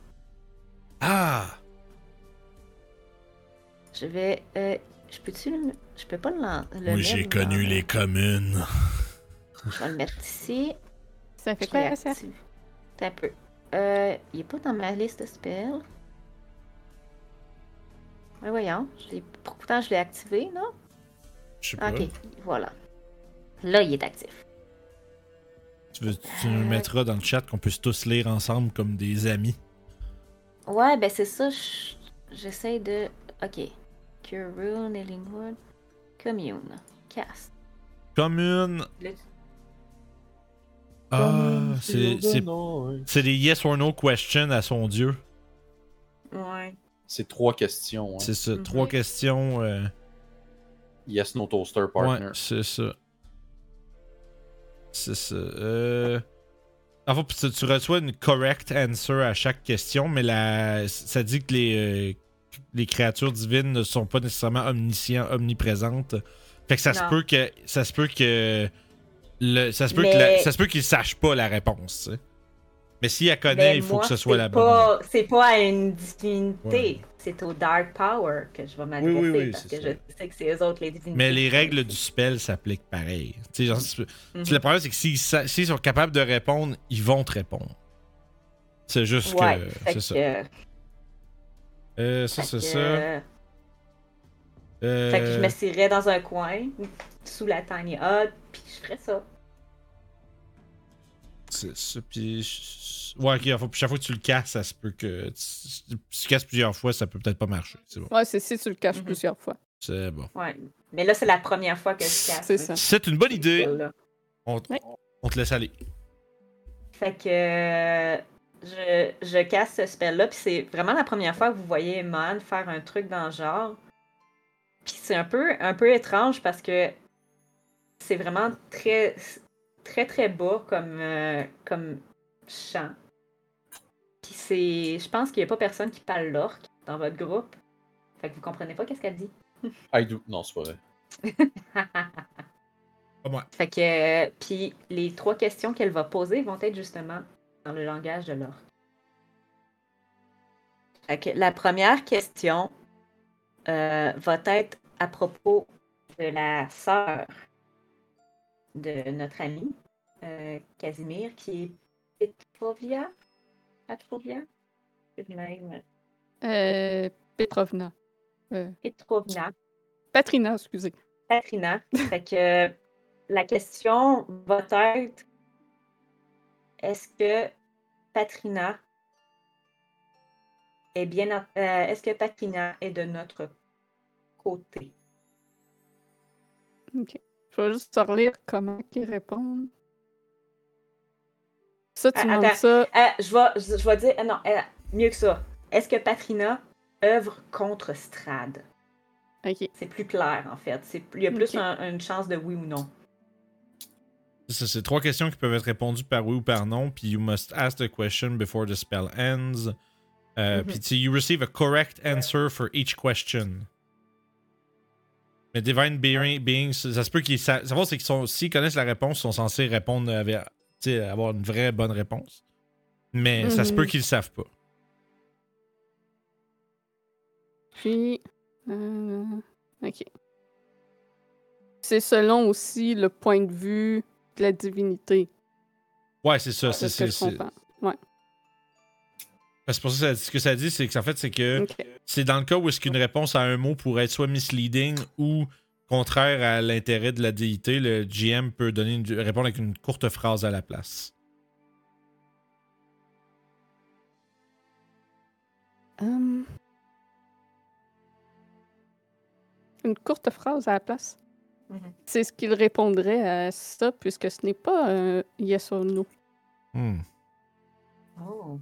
Speaker 2: Ah
Speaker 4: Je vais. euh, je peux-tu le- Je peux pas le, lan- le mettre dans-
Speaker 2: communes.
Speaker 4: Je vais le mettre ici.
Speaker 1: Ça fait
Speaker 4: Je
Speaker 1: quoi,
Speaker 4: l'ai
Speaker 1: ça?
Speaker 4: activé. Attends un peu. Euh, il est pas dans ma liste de spells. Mais voyons, je l'ai- pourtant je l'ai activé, non?
Speaker 2: Je sais pas.
Speaker 4: Ok, voilà. Là, il est actif.
Speaker 2: Tu, veux, tu nous le mettras dans le chat qu'on puisse tous lire ensemble comme des amis.
Speaker 4: Ouais, ben c'est ça, je- j'essaie de... Ok. Cure Rune, Healing Word, Commune, Cast.
Speaker 2: Commune.
Speaker 4: Le-
Speaker 2: Ah, c'est c'est- c'est des yes or no questions à son dieu.
Speaker 4: Ouais.
Speaker 3: C'est trois questions. hein.
Speaker 2: C'est ça.
Speaker 4: Mhm.
Speaker 2: Trois questions. euh,
Speaker 3: Yes, no toaster
Speaker 2: Ouais,
Speaker 3: partner.
Speaker 2: c'est ça. C'est ça. Euh... En fait, tu, tu reçois une correct answer à chaque question, mais la... ça dit que les, euh, les créatures divines ne sont pas nécessairement omniscientes, omniprésentes. Fait que ça se
Speaker 4: Non.
Speaker 2: peut que ça se peut que Le- ça se peut
Speaker 4: Mais-
Speaker 2: que la- ça se peut qu'il sache pas la réponse, tu sais. Mais si elle connaît,
Speaker 4: Ben,
Speaker 2: il faut
Speaker 4: moi,
Speaker 2: que ce soit
Speaker 4: c'est
Speaker 2: la bonne.
Speaker 4: pas- C'est pas à une divinité,
Speaker 2: Ouais.
Speaker 4: c'est au Dark Power que je vais m'adresser
Speaker 2: Oui, oui, oui,
Speaker 4: parce
Speaker 2: c'est
Speaker 4: que je sais que c'est eux autres les divinités.
Speaker 2: Mais les règles du spell s'appliquent pareil. Tu sais, genre, c'est-
Speaker 4: Mhm.
Speaker 2: c'est Le problème, c'est que s'ils sa- s'ils sont capables de répondre, ils vont te répondre. C'est juste
Speaker 4: ouais,
Speaker 2: que.
Speaker 4: fait
Speaker 2: C'est ça.
Speaker 4: que-
Speaker 2: Euh, ça, c'est
Speaker 4: fait
Speaker 2: ça.
Speaker 4: que-
Speaker 2: Euh,
Speaker 4: Fait que je m'assirais dans un coin, sous la tiny hut, puis je ferais ça.
Speaker 2: c'est ça, puis je- Ouais, ok, faut- chaque fois que tu le casses, ça se peut que. tu- Si tu le casses plusieurs fois, ça peut peut-être pas marcher. C'est bon.
Speaker 1: Ouais, c'est si tu le caches
Speaker 4: Mhm.
Speaker 1: plusieurs fois.
Speaker 2: C'est bon.
Speaker 4: Ouais. Mais là, c'est la première fois que je casse.
Speaker 1: C'est ça.
Speaker 2: C'est une bonne idée.
Speaker 4: Celle-là.
Speaker 2: On,
Speaker 1: Ouais.
Speaker 2: on te laisse aller.
Speaker 4: Fait que euh, je, je casse ce spell-là, puis c'est vraiment la première fois que vous voyez Man faire un truc dans le genre. Puis c'est un peu, un peu étrange parce que c'est vraiment très, très, très bas comme, euh, comme chant. Puis c'est. Je pense qu'il n'y a pas personne qui parle l'orque dans votre groupe. Fait que vous comprenez pas qu'est-ce qu'elle dit.
Speaker 3: I do. Non, c'est pas vrai.
Speaker 2: Pas moi.
Speaker 4: Fait que, euh, puis les trois questions qu'elle va poser vont être justement dans le langage de l'orque. Fait que la première question euh, va être à propos de la sœur de notre ami euh, Casimir, qui est Petrovia. Petrovia? C'est le même.
Speaker 1: Euh, Petrovna.
Speaker 4: Petrovna.
Speaker 1: Patrina, excusez.
Speaker 4: Patrina. fait que euh, la question va être est-ce que Patrina est bien en- euh, est-ce que Patrina est de notre côté?
Speaker 1: Ok. Je vais juste te relire comment ils répondent. Ça, tu
Speaker 4: Ah,
Speaker 1: demandes
Speaker 4: attends.
Speaker 1: ça.
Speaker 4: Euh, je vais je, je vais dire euh, non, euh, mieux que ça. Est-ce que Patrina œuvre contre Strad?
Speaker 1: Ok.
Speaker 4: C'est plus clair en fait. C'est plus- il y a plus
Speaker 1: Ok.
Speaker 4: un- une chance de oui ou non.
Speaker 2: Ça, C'est trois questions qui peuvent être répondues par oui ou par non. Puis you must ask the question before the spell ends. Euh,
Speaker 4: Mhm.
Speaker 2: Puis tu- you receive a correct answer for each question. Mais Divine Being, being, ça, ça se peut qu'ils sa- savoir c'est qu'ils sont s'ils connaissent la réponse, ils sont censés répondre avec, tu sais, avoir une vraie bonne réponse. Mais ça se
Speaker 1: Mhm.
Speaker 2: peut qu'ils le savent pas.
Speaker 1: Puis. euh, ok. C'est selon aussi le point de vue de la divinité.
Speaker 2: Ouais, c'est ça.
Speaker 1: C'est
Speaker 2: C'est
Speaker 1: ce que
Speaker 2: c'est-
Speaker 1: je hein.
Speaker 2: c'est-
Speaker 1: comprends.
Speaker 2: c'est pour ça que ça- ce que ça dit, c'est que en fait, c'est que
Speaker 1: Ok.
Speaker 2: C'est dans le cas où est-ce qu'une réponse à un mot pourrait être soit misleading ou contraire à l'intérêt de la déité, le GM peut donner une- répondre avec une courte phrase à la place.
Speaker 1: Hum. Une courte phrase à la place.
Speaker 4: Mhm.
Speaker 1: C'est ce qu'il répondrait à ça, puisque ce n'est pas un yes or no.
Speaker 2: Hmm.
Speaker 4: Oh.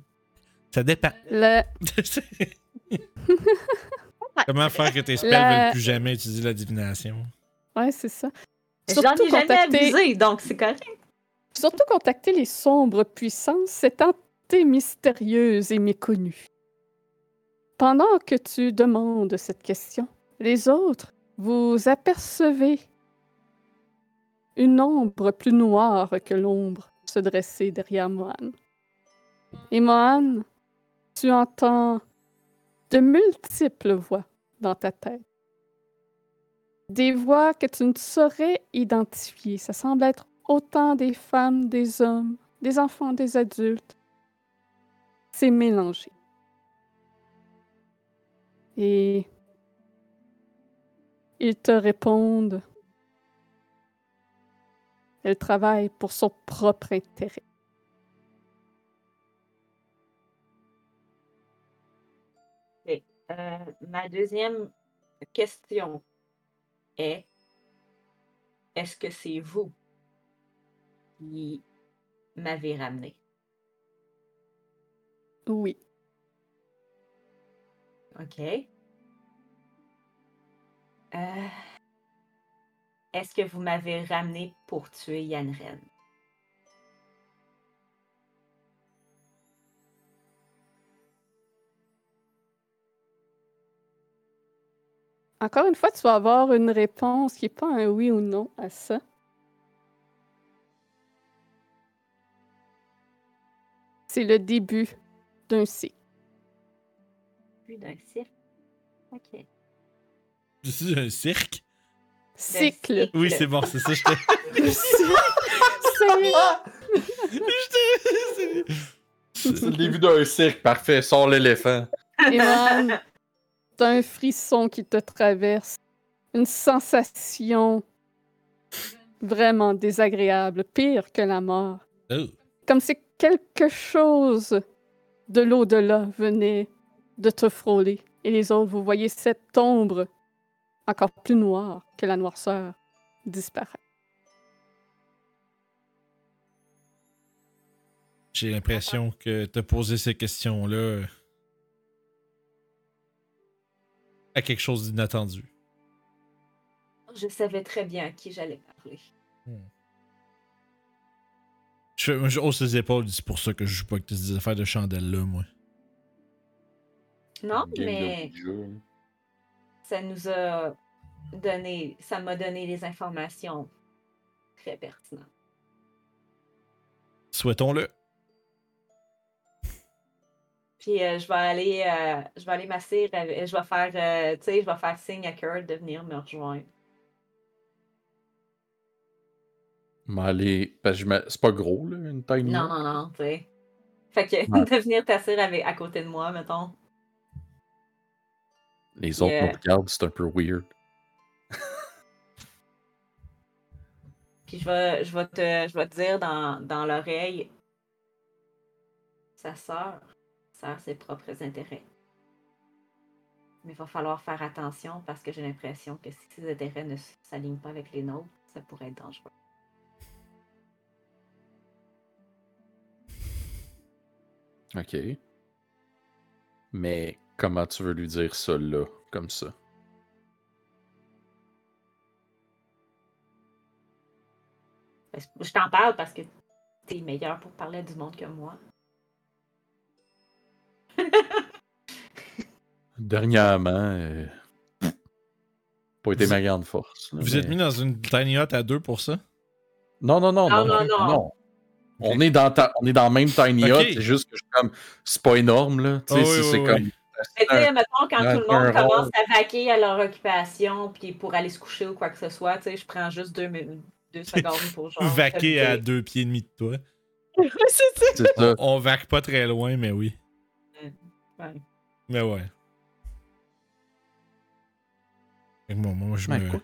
Speaker 2: Ça dépend.
Speaker 1: La-
Speaker 2: Comment faire que tes spells
Speaker 1: La-
Speaker 2: veulent plus jamais utiliser la divination?
Speaker 1: Ouais, c'est ça.
Speaker 4: J'en ai jamais
Speaker 1: contacter-
Speaker 4: abusé, donc c'est correct.
Speaker 1: Surtout contacter les sombres puissances, cette entité mystérieuse et méconnue. Pendant que tu demandes cette question, les autres, vous apercevez une ombre plus noire que l'ombre se dresser derrière Mohan. Et Mohan, tu entends de multiples voix dans ta tête. Des voix que tu ne saurais identifier. Ça semble être autant des femmes, des hommes, des enfants, des adultes. C'est mélangé. Et ils te répondent. Elle travaille pour son propre intérêt.
Speaker 4: Euh, ma deuxième question est est-ce que c'est vous qui m'avez ramené?
Speaker 1: Oui.
Speaker 4: OK. Euh, est-ce que vous m'avez ramené pour tuer Yann Ren?
Speaker 1: Encore une fois, tu vas avoir une réponse qui n'est pas un oui ou non à ça. C'est le début d'un cycle.
Speaker 7: Plus d'un cirque. Ok.
Speaker 2: C'est un cirque?
Speaker 1: Cycle.
Speaker 2: Oui, c'est bon, c'est ça. J'étais.
Speaker 1: C'est-
Speaker 2: J'étais-
Speaker 3: C'est le début d'un cirque, parfait, sors l'éléphant.
Speaker 1: Eman, t'as un frisson qui te traverse, une sensation vraiment désagréable, pire que la mort.
Speaker 2: Oh.
Speaker 1: Comme si quelque chose de l'au-delà venait de te frôler. Et les autres, vous voyez cette ombre, encore plus noire que la noirceur, disparaître.
Speaker 2: J'ai l'impression que te poser ces questions-là euh, à quelque chose d'inattendu.
Speaker 7: Je savais très bien à qui j'allais parler.
Speaker 2: Je, je hausse les épaules, c'est pour ça que je joue pas avec tes affaires de chandelle là, moi.
Speaker 7: Non,
Speaker 3: Game
Speaker 7: mais
Speaker 3: de jeu.
Speaker 7: ça nous a donné, ça m'a donné des informations très pertinentes.
Speaker 2: Souhaitons-le.
Speaker 7: Puis euh, je vais aller, euh, je vais aller m'asseoir, avec- je vais faire, euh, tu sais, je vais faire signe à Kurt de venir me rejoindre.
Speaker 3: Mais allez, parce que je me- c'est pas gros, là, une taille de
Speaker 7: Non,
Speaker 3: mouche.
Speaker 7: non, non, tu sais. Fait que
Speaker 3: Ouais.
Speaker 7: de venir t'asseoir avec à côté de moi, mettons.
Speaker 3: Les autres
Speaker 7: Yeah.
Speaker 3: nous regardent, c'est un peu weird.
Speaker 7: Puis je vais, je vais te, je vais te dire dans, dans l'oreille, sa sœur sert ses propres intérêts. Mais il va falloir faire attention parce que j'ai l'impression que si ses intérêts ne s- s'alignent pas avec les nôtres, ça pourrait être dangereux.
Speaker 3: Ok. Mais comment tu veux lui dire ça là, comme ça?
Speaker 7: Parce que- Je t'en parle parce que t'es meilleur pour parler du monde que moi.
Speaker 3: Dernièrement, euh, pas été ma grande force. là,
Speaker 2: Vous
Speaker 3: mais-
Speaker 2: êtes mis dans une tiny hut à deux pour ça?
Speaker 3: Non, non, non, non,
Speaker 7: Non, non,
Speaker 3: non.
Speaker 7: non.
Speaker 3: non. On, est dans ta- on est dans le même tiny
Speaker 2: Ok.
Speaker 3: hut, c'est juste que je suis comme, c'est pas énorme là. Tu sais,
Speaker 2: Ah
Speaker 3: c'est
Speaker 2: oui,
Speaker 3: c'est
Speaker 2: oui,
Speaker 3: comme.
Speaker 7: Mais tu sais, mettons, quand
Speaker 3: un-
Speaker 7: tout le monde
Speaker 3: un
Speaker 7: commence
Speaker 3: rôle.
Speaker 7: à vaquer à leur occupation, puis pour aller se coucher ou quoi que ce soit, tu sais, je prends juste deux, mi- deux secondes pour genre.
Speaker 2: Vaquer à
Speaker 7: t'habiller.
Speaker 2: deux pieds et demi de toi.
Speaker 3: c'est ça.
Speaker 2: On vaque pas très loin, mais oui.
Speaker 7: Ouais.
Speaker 2: Mais ouais. Fait que moi, moi, je
Speaker 3: Ben,
Speaker 2: me-
Speaker 3: quoi?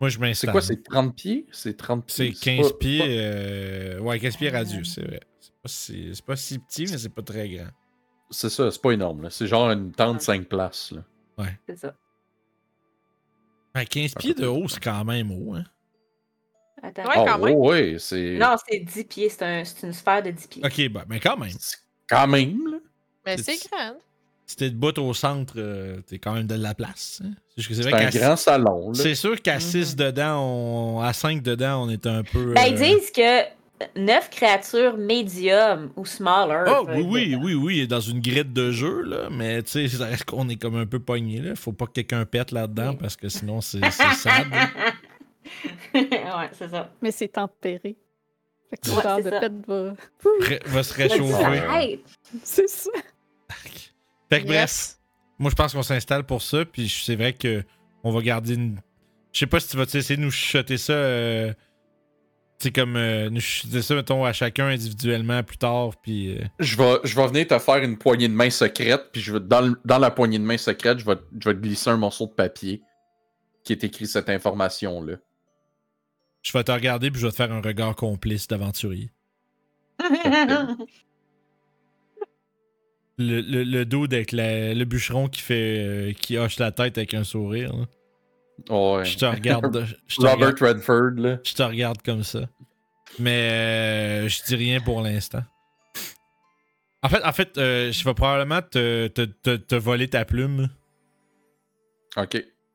Speaker 2: moi, je
Speaker 3: C'est
Speaker 2: m'installe.
Speaker 3: quoi, c'est 30 pieds? C'est 30
Speaker 2: C'est
Speaker 3: pieds.
Speaker 2: 15
Speaker 3: pas-
Speaker 2: pieds.
Speaker 3: pas-
Speaker 2: euh, Ouais, 15 pieds radius, c'est vrai. C'est pas, si... c'est pas si petit, mais c'est pas très grand.
Speaker 3: C'est ça, c'est pas énorme. là. C'est genre une tente
Speaker 7: Ouais.
Speaker 3: 5 places. Là.
Speaker 7: C'est ça.
Speaker 2: Ouais, 15 Ben, pieds de haut, c'est quand même haut, hein.
Speaker 7: Attends.
Speaker 6: Ouais,
Speaker 3: oh,
Speaker 6: Ah, quand même.
Speaker 3: oh, ouais, c'est
Speaker 7: Non, c'est 10 pieds. C'est un- c'est une sphère de 10 pieds.
Speaker 2: Ok, bah, mais quand même.
Speaker 3: c'est quand même. Là.
Speaker 6: Mais
Speaker 2: C'est-
Speaker 6: Ben, c'est grand.
Speaker 2: Si t'es debout au centre, euh, t'es quand même de la place. hein. C'est juste que c'est
Speaker 3: C'est
Speaker 2: vrai qu'à
Speaker 3: un grand salon. Là.
Speaker 2: C'est sûr qu'à 6 dedans, on... à 5 dedans, on est un peu.
Speaker 7: Ben, ils
Speaker 2: euh,
Speaker 7: disent que 9 créatures médium ou smaller.
Speaker 2: Ah
Speaker 7: peuvent
Speaker 2: oui,
Speaker 7: être
Speaker 2: oui,
Speaker 7: dedans.
Speaker 2: oui, oui, dans une grille de jeu, là, mais tu sais, ça reste qu'on est comme un peu pogné, là. Faut pas que quelqu'un pète là-dedans
Speaker 7: Oui.
Speaker 2: parce que sinon c'est c'est sad.
Speaker 7: ouais, c'est ça.
Speaker 1: Mais c'est tempéré. Fait que
Speaker 7: Ouais,
Speaker 1: genre
Speaker 7: c'est
Speaker 1: de
Speaker 7: ça.
Speaker 1: pète va.
Speaker 2: Ré- va se
Speaker 7: Ça
Speaker 2: réchauffer.
Speaker 7: disparaît.
Speaker 1: C'est ça.
Speaker 2: Fait que bref,
Speaker 6: Yes.
Speaker 2: moi je pense qu'on s'installe pour ça, puis je- c'est vrai que on va garder une. Je sais pas si tu vas essayer de nous chuchoter ça. euh, Tu sais, comme euh, nous chuchoter ça, mettons, à chacun individuellement plus tard, puis. euh,
Speaker 3: Je, vais, je vais venir te faire une poignée de main secrète. Puis je vais, dans, le- dans la poignée de main secrète, je vais, je vais te glisser un morceau de papier qui est écrit cette information-là.
Speaker 2: je vais te regarder, puis je vais te faire un regard complice d'aventurier. Le, le, le dude avec la- le bûcheron qui fait. euh, qui hoche la tête avec un sourire, là.
Speaker 3: Ouais.
Speaker 2: Je te regarde. Je te
Speaker 3: Robert
Speaker 2: regarde,
Speaker 3: Redford, là.
Speaker 2: je te regarde comme ça. Mais euh, je dis rien pour l'instant. En fait, en fait euh, je vais probablement te, te, te- te voler ta plume.
Speaker 3: Ok.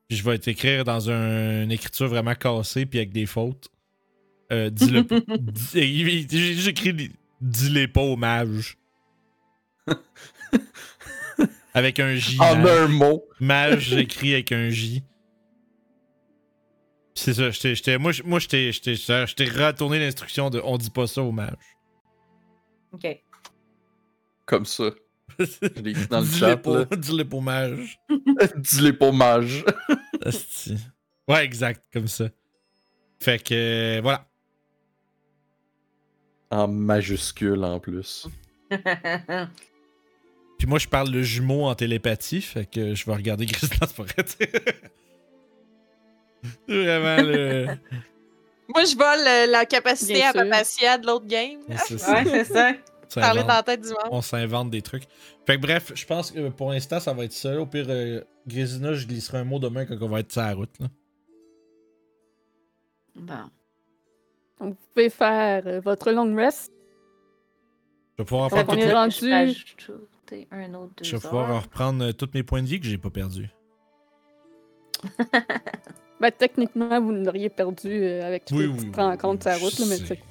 Speaker 2: Puis je vais t'écrire dans un- une écriture vraiment cassée puis avec des fautes. Euh, dis-le pas. Dis- et- et- j'ai- J'écris des- dis-les pas au mage. avec un J. hein.
Speaker 3: En
Speaker 2: mage.
Speaker 3: un mot.
Speaker 2: Mage, j'écris avec un J. C'est ça, j'étais, j'étais, moi, je- moi j'étais, j'étais, j'étais retourné l'instruction de on dit pas ça au mage.
Speaker 7: ok.
Speaker 3: comme ça. Je l'ai écrit dans le
Speaker 2: Dis-les
Speaker 3: chat,
Speaker 2: pour,
Speaker 3: là.
Speaker 2: dis-les pour mage.
Speaker 3: Dis-les pour mage.
Speaker 2: Asti. Ouais, exact, comme ça. Fait que euh, voilà.
Speaker 3: En majuscule, en plus.
Speaker 2: Puis moi, je parle le jumeau en télépathie, fait que je vais regarder Christian Sporette. Vraiment, le.
Speaker 6: Moi, je vole euh, la capacité
Speaker 1: Bien
Speaker 6: à
Speaker 1: sûr.
Speaker 6: papacia de l'autre game.
Speaker 2: C'est ça.
Speaker 4: ouais, c'est ça.
Speaker 2: On
Speaker 6: Parler
Speaker 2: s'invente-
Speaker 6: dans la tête du monde.
Speaker 2: On s'invente des trucs. Fait que bref, je pense que pour l'instant, ça va être ça. Au pire, euh, Grisina, je glisserai un mot demain quand on va être sur la route. Là.
Speaker 4: Bon.
Speaker 1: Donc, vous pouvez faire euh, votre long rest.
Speaker 2: Je vais pouvoir en
Speaker 1: Ça
Speaker 4: Fait
Speaker 2: prendre,
Speaker 1: va
Speaker 2: toutes
Speaker 4: qu'on
Speaker 1: est
Speaker 2: mes...
Speaker 1: venir- rendu-
Speaker 4: Je peux ajouter un autre deux
Speaker 2: je vais pouvoir en
Speaker 4: heures.
Speaker 2: reprendre euh, tous mes points de vie que j'ai pas perdus.
Speaker 1: Ben, techniquement, vous ne l'auriez perdu euh, avec toutes
Speaker 2: Oui,
Speaker 1: les
Speaker 2: oui.
Speaker 1: petites
Speaker 2: oui,
Speaker 1: rencontres sur
Speaker 2: oui,
Speaker 1: la route,
Speaker 2: je
Speaker 1: là, mais
Speaker 2: sais.
Speaker 1: c'est-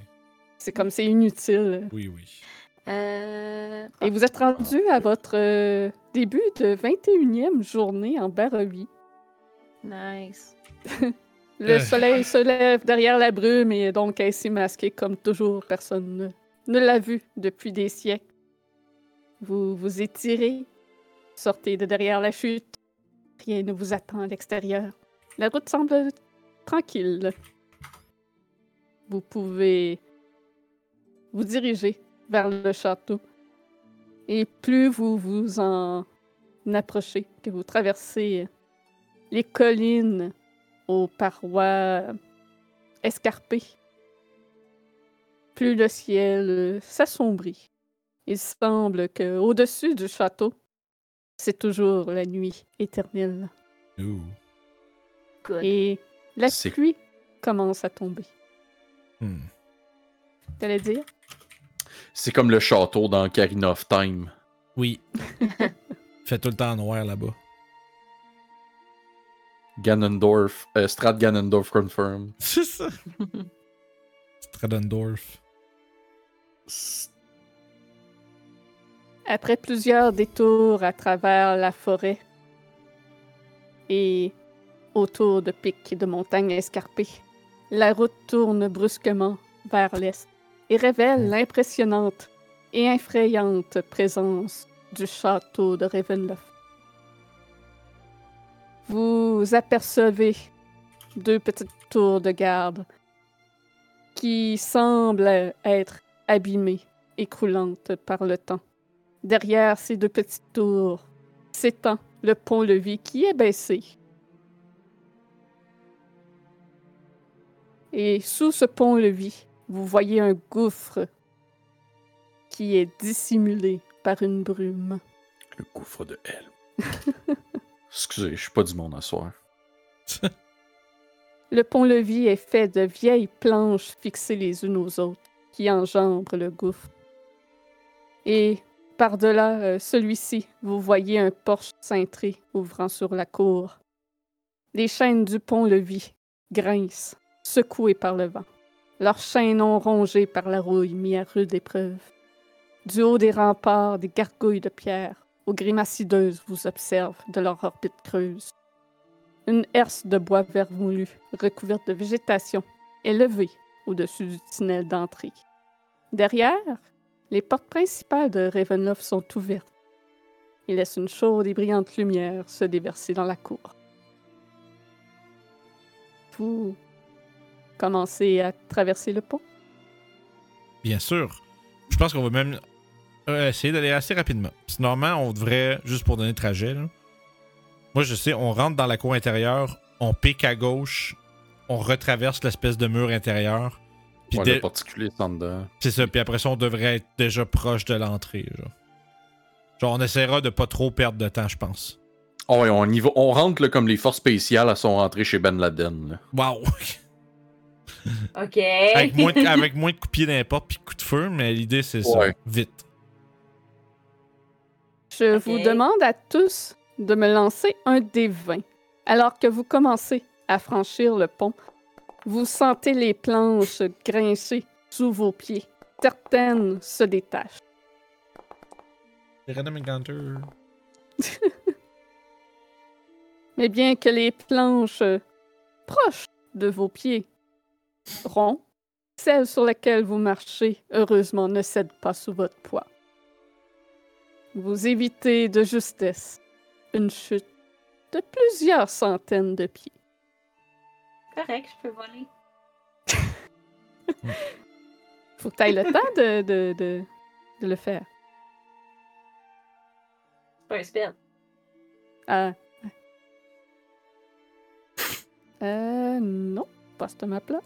Speaker 1: c'est comme c'est inutile.
Speaker 2: Oui, oui.
Speaker 4: Euh...
Speaker 1: Et vous êtes rendu à votre euh, début de 21e journée en Barovie.
Speaker 4: Nice.
Speaker 1: Le
Speaker 2: Euh.
Speaker 1: soleil se lève derrière la brume et est donc ainsi masqué comme toujours personne ne, ne l'a vu depuis des siècles. Vous vous étirez, sortez de derrière la chute. Rien ne vous attend à l'extérieur. La route semble tranquille. Vous pouvez vous diriger vers le château. Et plus vous vous en approchez, que vous traversez les collines aux parois escarpées. Plus le ciel euh, s'assombrit. Il semble que au-dessus du château, c'est toujours la nuit éternelle
Speaker 2: Ouh.
Speaker 4: Good.
Speaker 1: et la
Speaker 3: C'est-
Speaker 1: pluie commence à tomber.
Speaker 2: Hmm.
Speaker 1: T'allais dire
Speaker 3: C'est comme le château dans Karina of Time.
Speaker 2: Oui. fait tout le temps noir là-bas.
Speaker 3: Ganondorf, euh, Strat Ganondorf confirm.
Speaker 2: C'est ça. Stradendorf.
Speaker 1: Après plusieurs détours à travers la forêt et autour de pics et de montagnes escarpées, la route tourne brusquement vers l'est et révèle l'impressionnante et effrayante présence du château de Ravenloft. Vous apercevez deux petites tours de garde qui semblent être abîmées et croulantes par le temps. Derrière ces deux petites tours s'étend le pont-levis qui est baissé. Et sous ce pont-levis, vous voyez un gouffre qui est dissimulé par une brume.
Speaker 3: Le gouffre de Hell. Excusez, je suis pas du monde à soir.
Speaker 1: Le pont-levis est fait de vieilles planches fixées les unes aux autres qui enjambrent le gouffre. Et par-delà euh, celui-ci, vous voyez un porche cintré ouvrant sur la cour. Les chaînes du pont-levis grincent, secouées par le vent. Leurs chaînons rongés par la rouille mis à rude épreuve. Du haut des remparts, des gargouilles de pierre, aux grimacideuses vous observent de leur orbite creuse. Une herse de bois vermoulu, recouverte de végétation, est levée au-dessus du tunnel d'entrée. Derrière, les portes principales de Ravenloft sont ouvertes et laissent une chaude et brillante lumière se déverser dans la cour. Vous commencez à traverser le pont.
Speaker 2: Bien sûr. Je pense qu'on va même euh, essayer d'aller assez rapidement. Parce que normalement, on devrait, juste pour donner le trajet, là, moi je sais, on rentre dans la cour intérieure, on pique à gauche, on retraverse l'espèce de mur intérieur. Puis
Speaker 3: Ouais,
Speaker 2: dès-
Speaker 3: le particulier c'est en dedans.
Speaker 2: C'est ça, puis après ça, on devrait être déjà proche de l'entrée. Genre. Genre, on essaiera de pas trop perdre de temps, je pense.
Speaker 3: Oh, et on, y va- on rentre là, comme les forces spéciales à son rentrée chez Ben Laden. là.
Speaker 2: Waouh!
Speaker 4: OK.
Speaker 2: avec, moins de, avec moins de coups de pied n'importe, puis de coups de feu, mais l'idée c'est
Speaker 3: Ouais.
Speaker 2: ça. Vite.
Speaker 1: Je
Speaker 4: Ok.
Speaker 1: vous demande à tous de me lancer un des 20. Alors que vous commencez à franchir le pont, vous sentez les planches grincer sous vos pieds. Certaines se détachent.
Speaker 2: Random Encounter.
Speaker 1: Mais bien que les planches euh, proches de vos pieds rompent, celles sur lesquelles vous marchez, heureusement, ne cèdent pas sous votre poids. vous évitez de justesse une chute de plusieurs centaines de pieds.
Speaker 4: Correct, je peux voler.
Speaker 1: Faut que t'ailles le temps de, de, de, de le faire.
Speaker 4: C'est pas un spell.
Speaker 1: Ah. Euh, non, pas cette map-là.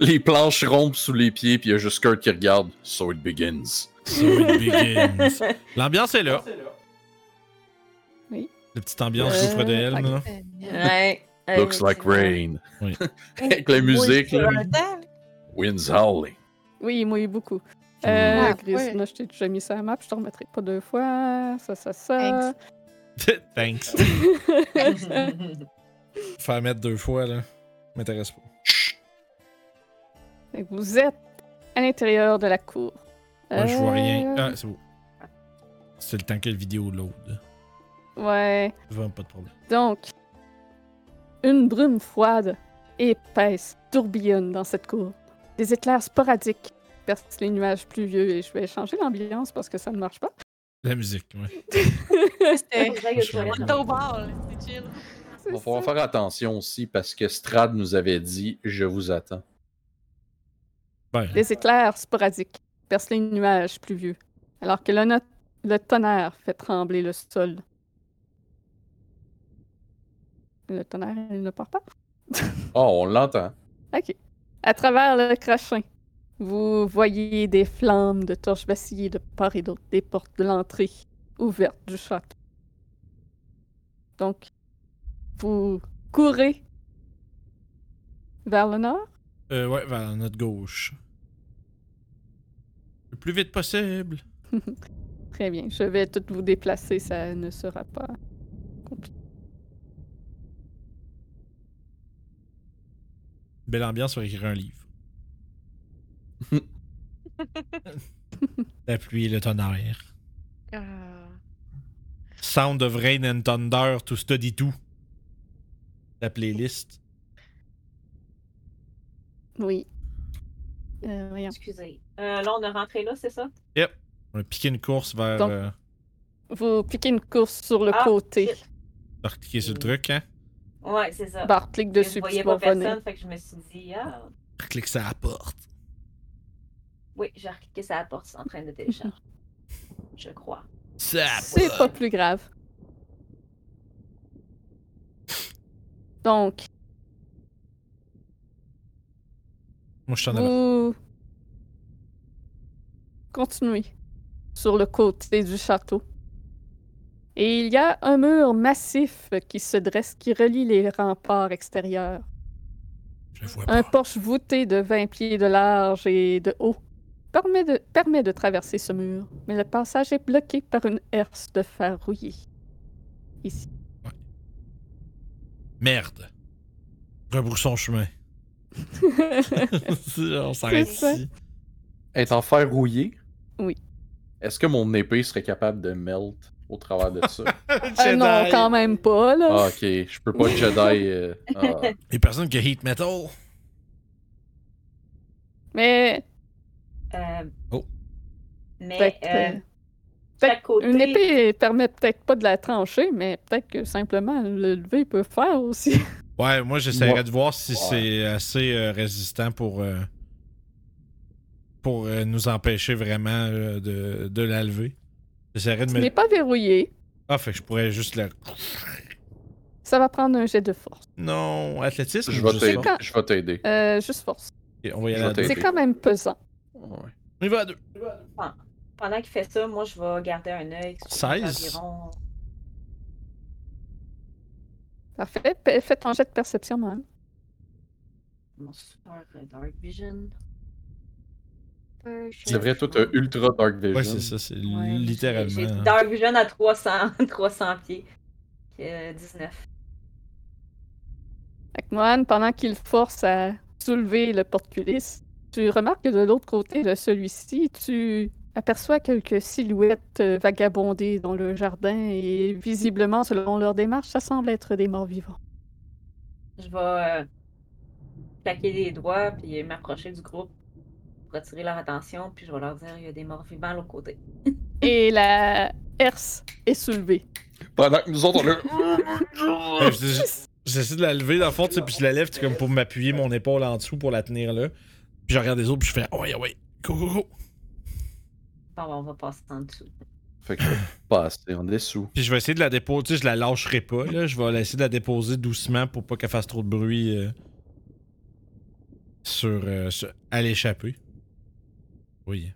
Speaker 3: Les planches rompent sous les pieds, puis il y a juste Kurt qui regarde. So it begins.
Speaker 2: So it begins. L'ambiance est là.
Speaker 1: Oui. Euh,
Speaker 2: La petite ambiance du froid de Helm, là.
Speaker 4: Ouais.
Speaker 7: Euh,
Speaker 3: Looks like rain.
Speaker 2: Oui.
Speaker 3: Avec la musique,
Speaker 6: Oui,
Speaker 3: là.
Speaker 6: c'est un temps.
Speaker 3: Winds howling.
Speaker 1: Oui, il mouille beaucoup. Euh,
Speaker 6: Ah,
Speaker 1: Gris,
Speaker 6: ouais.
Speaker 1: là, je t'ai déjà mis sur la map, je te remettrai pas deux fois. Ça, ça, ça.
Speaker 6: Thanks.
Speaker 2: Thanks. Faire mettre deux fois, là. M'intéresse pas.
Speaker 1: Fait que Vous êtes à l'intérieur de la cour.
Speaker 2: Moi, je vois rien.
Speaker 1: Euh,
Speaker 2: Ah, c'est beau. C'est le temps que la vidéo load.
Speaker 1: Ouais.
Speaker 2: Vraiment pas de problème.
Speaker 1: Donc, une brume froide, épaisse, tourbillonne dans cette cour. Des éclairs sporadiques percent les nuages pluvieux et je vais changer l'ambiance parce que ça ne marche pas.
Speaker 2: La musique, ouais.
Speaker 6: C'était
Speaker 2: Ouais.
Speaker 6: au bar, là, c'était chill.
Speaker 1: C'est
Speaker 3: On va
Speaker 1: ça.
Speaker 3: falloir faire attention aussi parce que Strad nous avait dit Je vous attends.
Speaker 2: Ben,
Speaker 1: Des éclairs sporadiques percent les nuages pluvieux, alors que le, no- le tonnerre fait trembler le sol. Le tonnerre, il ne part pas.
Speaker 3: Oh, on l'entend.
Speaker 1: OK. À travers le crachin, vous voyez des flammes de torches vaciller de part et d'autre des portes de l'entrée ouvertes du château. Donc, vous courez vers le nord.
Speaker 2: euh, ouais, vers notre gauche. Le plus vite possible.
Speaker 1: Très bien, je vais tout vous déplacer, ça ne sera pas compliqué.
Speaker 2: Belle ambiance pour écrire un livre. la pluie et le tonnerre.
Speaker 6: Euh,
Speaker 2: Sound of Rain and Thunder to Study To. La playlist.
Speaker 1: Oui. Euh, voyons.
Speaker 4: Excusez. Euh, là, on est rentré là, c'est ça?
Speaker 2: On a piqué une course vers.
Speaker 1: Donc-
Speaker 2: euh,
Speaker 1: Vous piquez une course sur le
Speaker 4: Ah,
Speaker 1: côté.
Speaker 4: shit.
Speaker 2: par cliquer sur le truc, hein.
Speaker 4: Ouais, c'est ça.
Speaker 1: Barre clique
Speaker 4: Mais
Speaker 1: dessus,
Speaker 4: je
Speaker 1: puis
Speaker 4: voyais
Speaker 1: tu
Speaker 4: pas
Speaker 1: vas
Speaker 4: personne,
Speaker 1: revenir.
Speaker 4: fait que je me suis dit, ah,
Speaker 2: Clique sur la porte.
Speaker 4: oui, j'ai recliqué sur la porte, c'est en train de télécharger. je crois.
Speaker 2: Ça
Speaker 1: C'est pas plus grave. Donc,
Speaker 2: Moi, je suis en avant.
Speaker 1: vous continuez sur le côté du château. Et il y a un mur massif qui se dresse, qui relie les remparts extérieurs.
Speaker 2: Je le vois
Speaker 1: Un
Speaker 2: pas.
Speaker 1: porche voûté de 20 pieds de large et de haut permet de, permet de traverser ce mur, mais le passage est bloqué par une herse de fer rouillé. Ici.
Speaker 2: Merde. Rebroussons chemin. On s'arrête
Speaker 1: C'est ça.
Speaker 2: ici.
Speaker 3: Être en fer rouillé
Speaker 1: Oui.
Speaker 3: Est-ce que mon épée serait capable de melt au travers de ça
Speaker 1: Ah non, quand même pas, là.
Speaker 3: Ah, Ok, je peux pas Jedi. euh, ah.
Speaker 2: Les personnes qui hate metal.
Speaker 1: Mais
Speaker 4: Euh,
Speaker 2: Oh.
Speaker 4: Mais
Speaker 1: peut-être
Speaker 4: euh,
Speaker 1: euh,
Speaker 4: chaque côté,
Speaker 1: une épée permet peut-être pas de la trancher, mais peut-être que simplement le lever peut faire aussi.
Speaker 2: Ouais, moi, j'essaierais
Speaker 3: Moi-
Speaker 2: de voir si
Speaker 3: Ouais.
Speaker 2: c'est assez euh, résistant pour. euh, pour euh, nous empêcher vraiment euh, de, de la lever. J'essaierais de
Speaker 1: Ce n'est
Speaker 2: me.
Speaker 1: pas verrouillé.
Speaker 2: Ah, fait que je pourrais juste la.
Speaker 1: Ça va prendre un jet de force.
Speaker 2: Non, athlétisme.
Speaker 3: je
Speaker 2: ou
Speaker 3: vais
Speaker 2: juste
Speaker 3: t'aider.
Speaker 2: pas?
Speaker 1: quand-
Speaker 3: Je vais t'aider.
Speaker 1: Euh, juste force.
Speaker 2: Ok, on va y
Speaker 3: Je
Speaker 2: aller à
Speaker 3: vais
Speaker 2: deux.
Speaker 1: C'est
Speaker 3: t'aider.
Speaker 1: quand même pesant.
Speaker 3: Ouais.
Speaker 2: On y va à deux.
Speaker 4: pendant qu'il fait ça, moi, je vais garder un œil sur
Speaker 2: 16?
Speaker 4: environ.
Speaker 1: Parfait. Pe- Faites un jet de perception, même.
Speaker 4: Mon super euh, Dark Vision. Euh,
Speaker 3: C'est vrai, toi, t'as ultra dark vision.
Speaker 2: Ouais, c'est ça, c'est
Speaker 4: Ouais, J'ai
Speaker 2: littéralement. hein.
Speaker 4: Dark Vision à 300, 300 pieds. Euh, 19.
Speaker 1: Fait que Mohan, pendant qu'il force à soulever le porte-culisse, tu remarques que de l'autre côté de celui-ci, tu aperçois quelques silhouettes euh, vagabonder dans le jardin et visiblement, selon leur démarche, ça semble être des morts vivants.
Speaker 4: Je vais euh, claquer les doigts puis m'approcher du groupe pour pour attirer leur attention, puis je vais leur dire il y a des morts vivants à l'autre côté.
Speaker 1: Et la herse est soulevée.
Speaker 3: Pendant que nous autres, on a.
Speaker 2: Ouais, j'ai- J'essaie de la lever dans le fond, tu sais, puis je la lève, c'est comme pour m'appuyer mon épaule en dessous pour la tenir là. Puis je regarde les autres, puis je fais, ah ouais, ouais, go, go, go.
Speaker 4: Bon, ben, on va passer en dessous.
Speaker 3: Fait que passer, on est sous.
Speaker 2: Puis je vais essayer de la déposer, tu sais, je la lâcherai pas, là. Je vais essayer de la déposer doucement pour pas qu'elle fasse trop de bruit euh, sur, euh, sur- à l'échapper. Oui.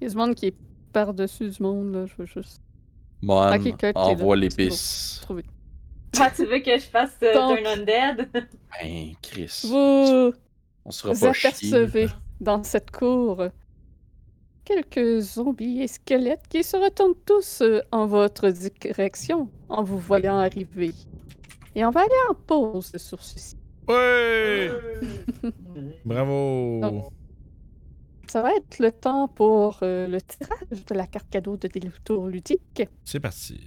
Speaker 1: Il y a du monde qui est par-dessus du monde, là. Je veux juste
Speaker 3: Mon
Speaker 1: Ok, Kurt, t'es là.
Speaker 3: envoie
Speaker 1: C'est
Speaker 3: l'épice.
Speaker 1: trouver.
Speaker 4: Ah, tu veux que je fasse euh,
Speaker 1: Donc-
Speaker 4: Turn Undead?
Speaker 3: Ben, Chris.
Speaker 1: Vous
Speaker 3: On sera pas chier.
Speaker 1: apercevez dans cette cour quelques zombies et squelettes qui se retournent tous euh, en votre direction en vous voyant arriver. Et on va aller en pause sur ceci.
Speaker 2: Ouais!
Speaker 4: Hmm.
Speaker 2: Bravo!
Speaker 1: Non. Ça va être le temps pour euh, le tirage de la carte cadeau de Délutour Ludique.
Speaker 2: C'est parti.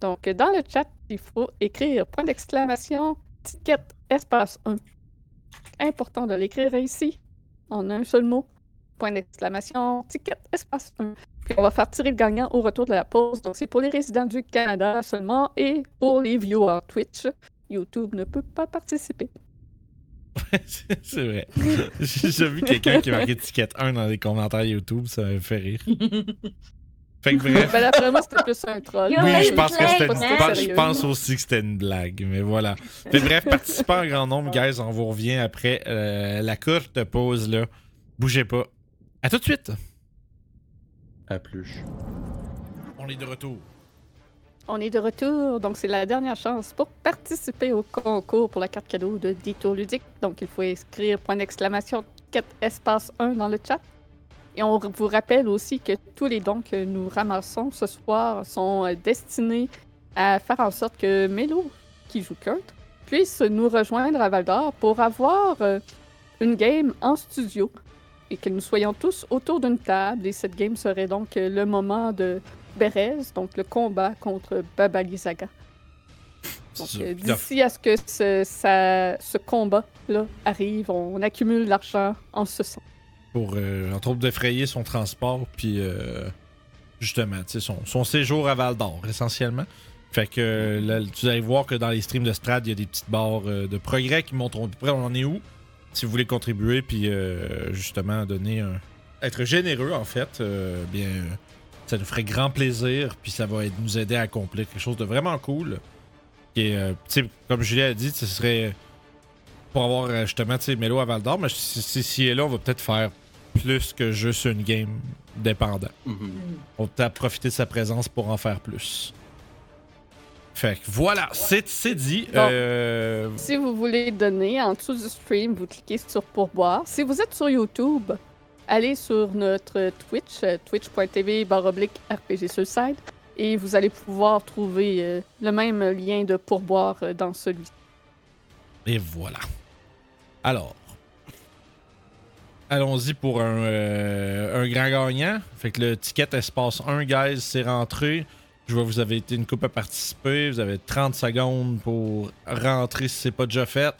Speaker 1: Donc, euh, dans le chat, il faut écrire point d'exclamation, ticket, espace 1. Important de l'écrire ici, en un seul mot. Point d'exclamation, ticket, espace 1. Puis on va faire tirer le gagnant au retour de la pause. Donc, c'est pour les résidents du Canada seulement et pour les viewers Twitch. YouTube ne peut pas participer.
Speaker 2: c'est vrai. J'ai déjà vu quelqu'un qui marquait étiquette 1 dans les commentaires YouTube, ça me fait rire. Fait que bref.
Speaker 1: Ben, d'après moi, c'était plus un troll.
Speaker 4: Oui,
Speaker 2: Oui, je
Speaker 4: Blague,
Speaker 2: pense, que
Speaker 4: blague,
Speaker 2: c'était
Speaker 1: Pas
Speaker 2: une-
Speaker 4: blague.
Speaker 2: je
Speaker 1: très
Speaker 2: pense- je
Speaker 1: sérieux.
Speaker 2: pense aussi que c'était une blague, mais voilà. Mais bref, participants en grand nombre, guys, on vous revient après euh, la courte pause là. Bougez pas. À tout de suite.
Speaker 3: À plus.
Speaker 2: On est de retour.
Speaker 1: On est de retour, donc c'est la dernière chance pour participer au concours pour la carte cadeau de Détour Ludique. Donc il faut inscrire point d'exclamation 4 espace 1 dans le chat. Et on vous rappelle aussi que tous les dons que nous ramassons ce soir sont euh, destinés à faire en sorte que Melo, qui joue Kurt, puisse nous rejoindre à Val d'Or pour avoir euh, une game en studio et que nous soyons tous autour d'une table. Et cette game serait donc euh, le moment de Berez, donc le combat contre Babalizaga. Donc, euh, d'ici à ce que ce, ça- ce combat-là arrive, on accumule l'argent en ce sens.
Speaker 2: Pour euh, entre autres d'effrayer son transport, puis euh, justement, tu sais, son, son séjour à Val d'Or essentiellement. Fait que euh, là, vous allez voir que dans les streams de Strad, il y a des petites barres euh, de progrès qui montrent à peu près on en est où. si vous voulez contribuer puis euh, justement donner un- être généreux en fait euh, bien euh, ça nous ferait grand plaisir puis ça va être- nous aider à accomplir quelque chose de vraiment cool et euh, comme Julie a dit ce serait pour avoir euh, justement tu sais, Melo à Val d'Or mais si, si, si elle est là on va peut-être faire plus que juste une game dépendant
Speaker 3: Mhm.
Speaker 2: on peut peut-être profiter de sa présence pour en faire plus fait que voilà c'est c'est dit
Speaker 1: Bon.
Speaker 2: Euh,
Speaker 1: Si vous voulez donner, en dessous du stream, vous cliquez sur pourboire. Si vous êtes sur YouTube, allez sur notre Twitch, euh, twitch.tv baroblique RPG Suicide, et vous allez pouvoir trouver euh, le même lien de pourboire euh, dans celui
Speaker 2: Et voilà. Alors, allons-y pour un, euh, un grand gagnant. Fait que le ticket espace 1, guys, c'est rentré. Je vois que vous avez été une coupe à participer. Vous avez 30 secondes pour rentrer si c'est pas déjà fait.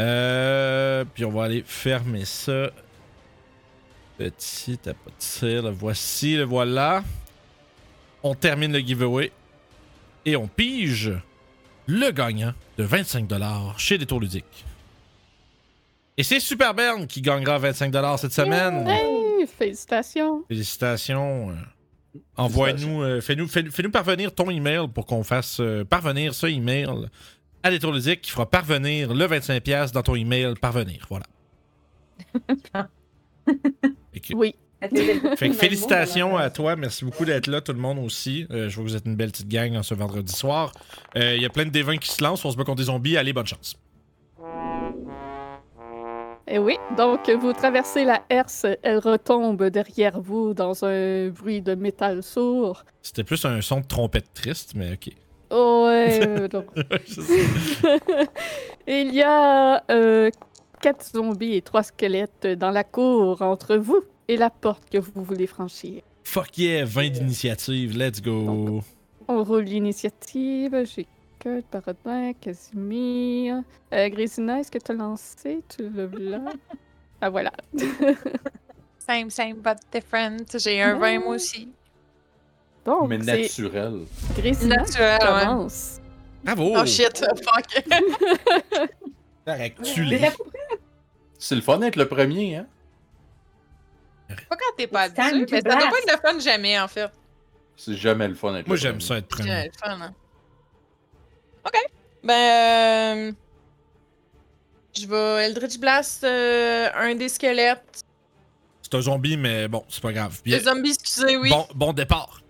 Speaker 2: Euh, puis on va aller fermer ça. Petit à petit, le voici, le voilà. On termine le giveaway et on pige le gagnant de 25$ chez Détour Ludique. Et c'est Superberne qui gagnera 25$ cette semaine.
Speaker 1: Hey, félicitations!
Speaker 2: Félicitations. euh, Envoie-nous, euh, fais-nous, fais-nous- fais-nous parvenir ton email pour qu'on fasse euh, parvenir ce email à Détour Ludique qui fera parvenir le 25$ dans ton email parvenir. Voilà. Et que-
Speaker 1: Oui,
Speaker 2: fait que félicitations à toi. Merci beaucoup d'être là, tout le monde aussi. Euh, je vois que vous êtes une belle petite gang en ce vendredi soir. Euh, Il y a plein de dévins qui se lancent. On se bat contre des zombies. Allez, bonne chance.
Speaker 1: Et Eh oui, donc vous traversez la herse, elle retombe derrière vous dans un bruit de métal sourd.
Speaker 2: C'était plus un son de trompette triste, mais ok.
Speaker 1: Oh, ouais, euh, donc. Il y a euh, quatre zombies et trois squelettes dans la cour entre vous et la porte que vous voulez franchir.
Speaker 2: Fuck yeah, 20 d'initiative. Let's go.
Speaker 1: On roule l'initiative, j'ai Kurt, Barodin, Casimir. Euh, Grésina, est-ce que tu as lancé? Tu le là? ah, voilà.
Speaker 6: Same, same, but different. J'ai un
Speaker 1: Ouais.
Speaker 6: 20 moi aussi.
Speaker 1: Donc,
Speaker 3: mais
Speaker 1: c'est
Speaker 3: naturel.
Speaker 1: Grésina qui
Speaker 6: Naturel,
Speaker 4: Ah,
Speaker 6: ouais.
Speaker 1: commence.
Speaker 2: Bravo!
Speaker 6: Oh shit, fuck.
Speaker 2: Correct, tu
Speaker 4: Mais
Speaker 2: lis.
Speaker 4: la-
Speaker 3: C'est le fun d'être le premier, hein?
Speaker 6: Pas quand t'es pas
Speaker 4: It's time
Speaker 6: dessus,
Speaker 4: to
Speaker 6: mais ça doit pas
Speaker 4: blast.
Speaker 6: être le fun jamais, en fait.
Speaker 3: C'est jamais le fun d'être
Speaker 2: Moi,
Speaker 3: le
Speaker 2: j'aime
Speaker 3: premier.
Speaker 2: ça être
Speaker 6: C'est
Speaker 2: premier.
Speaker 6: le fun, hein. OK. Ben... euh, Je vais Eldritch Blast euh, un des squelettes.
Speaker 2: C'est un zombie, mais bon, c'est pas grave. Bien-
Speaker 6: Les zombies, excusez, oui.
Speaker 2: bon, bon départ.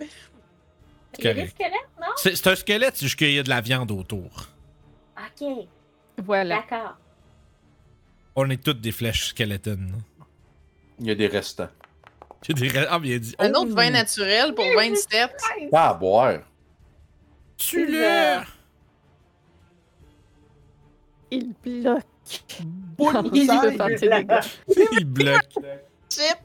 Speaker 4: Il y a des
Speaker 2: correct.
Speaker 4: squelettes, non?
Speaker 2: C'est c'est un squelette, c'est juste qu'il y a de la viande autour.
Speaker 4: Ok,
Speaker 1: Voilà.
Speaker 4: d'accord.
Speaker 2: On est toutes des flèches squelettines.
Speaker 3: Il y a des restants.
Speaker 2: J'ai des ra- Ah, bien dit.
Speaker 6: Un
Speaker 2: Oh,
Speaker 6: autre vin naturel pour 27.
Speaker 3: Pas à boire.
Speaker 2: Tue-le!
Speaker 1: Il bloque.
Speaker 3: Boule
Speaker 1: Il veut faire des dégâts.
Speaker 2: Il bloque.
Speaker 6: Shit.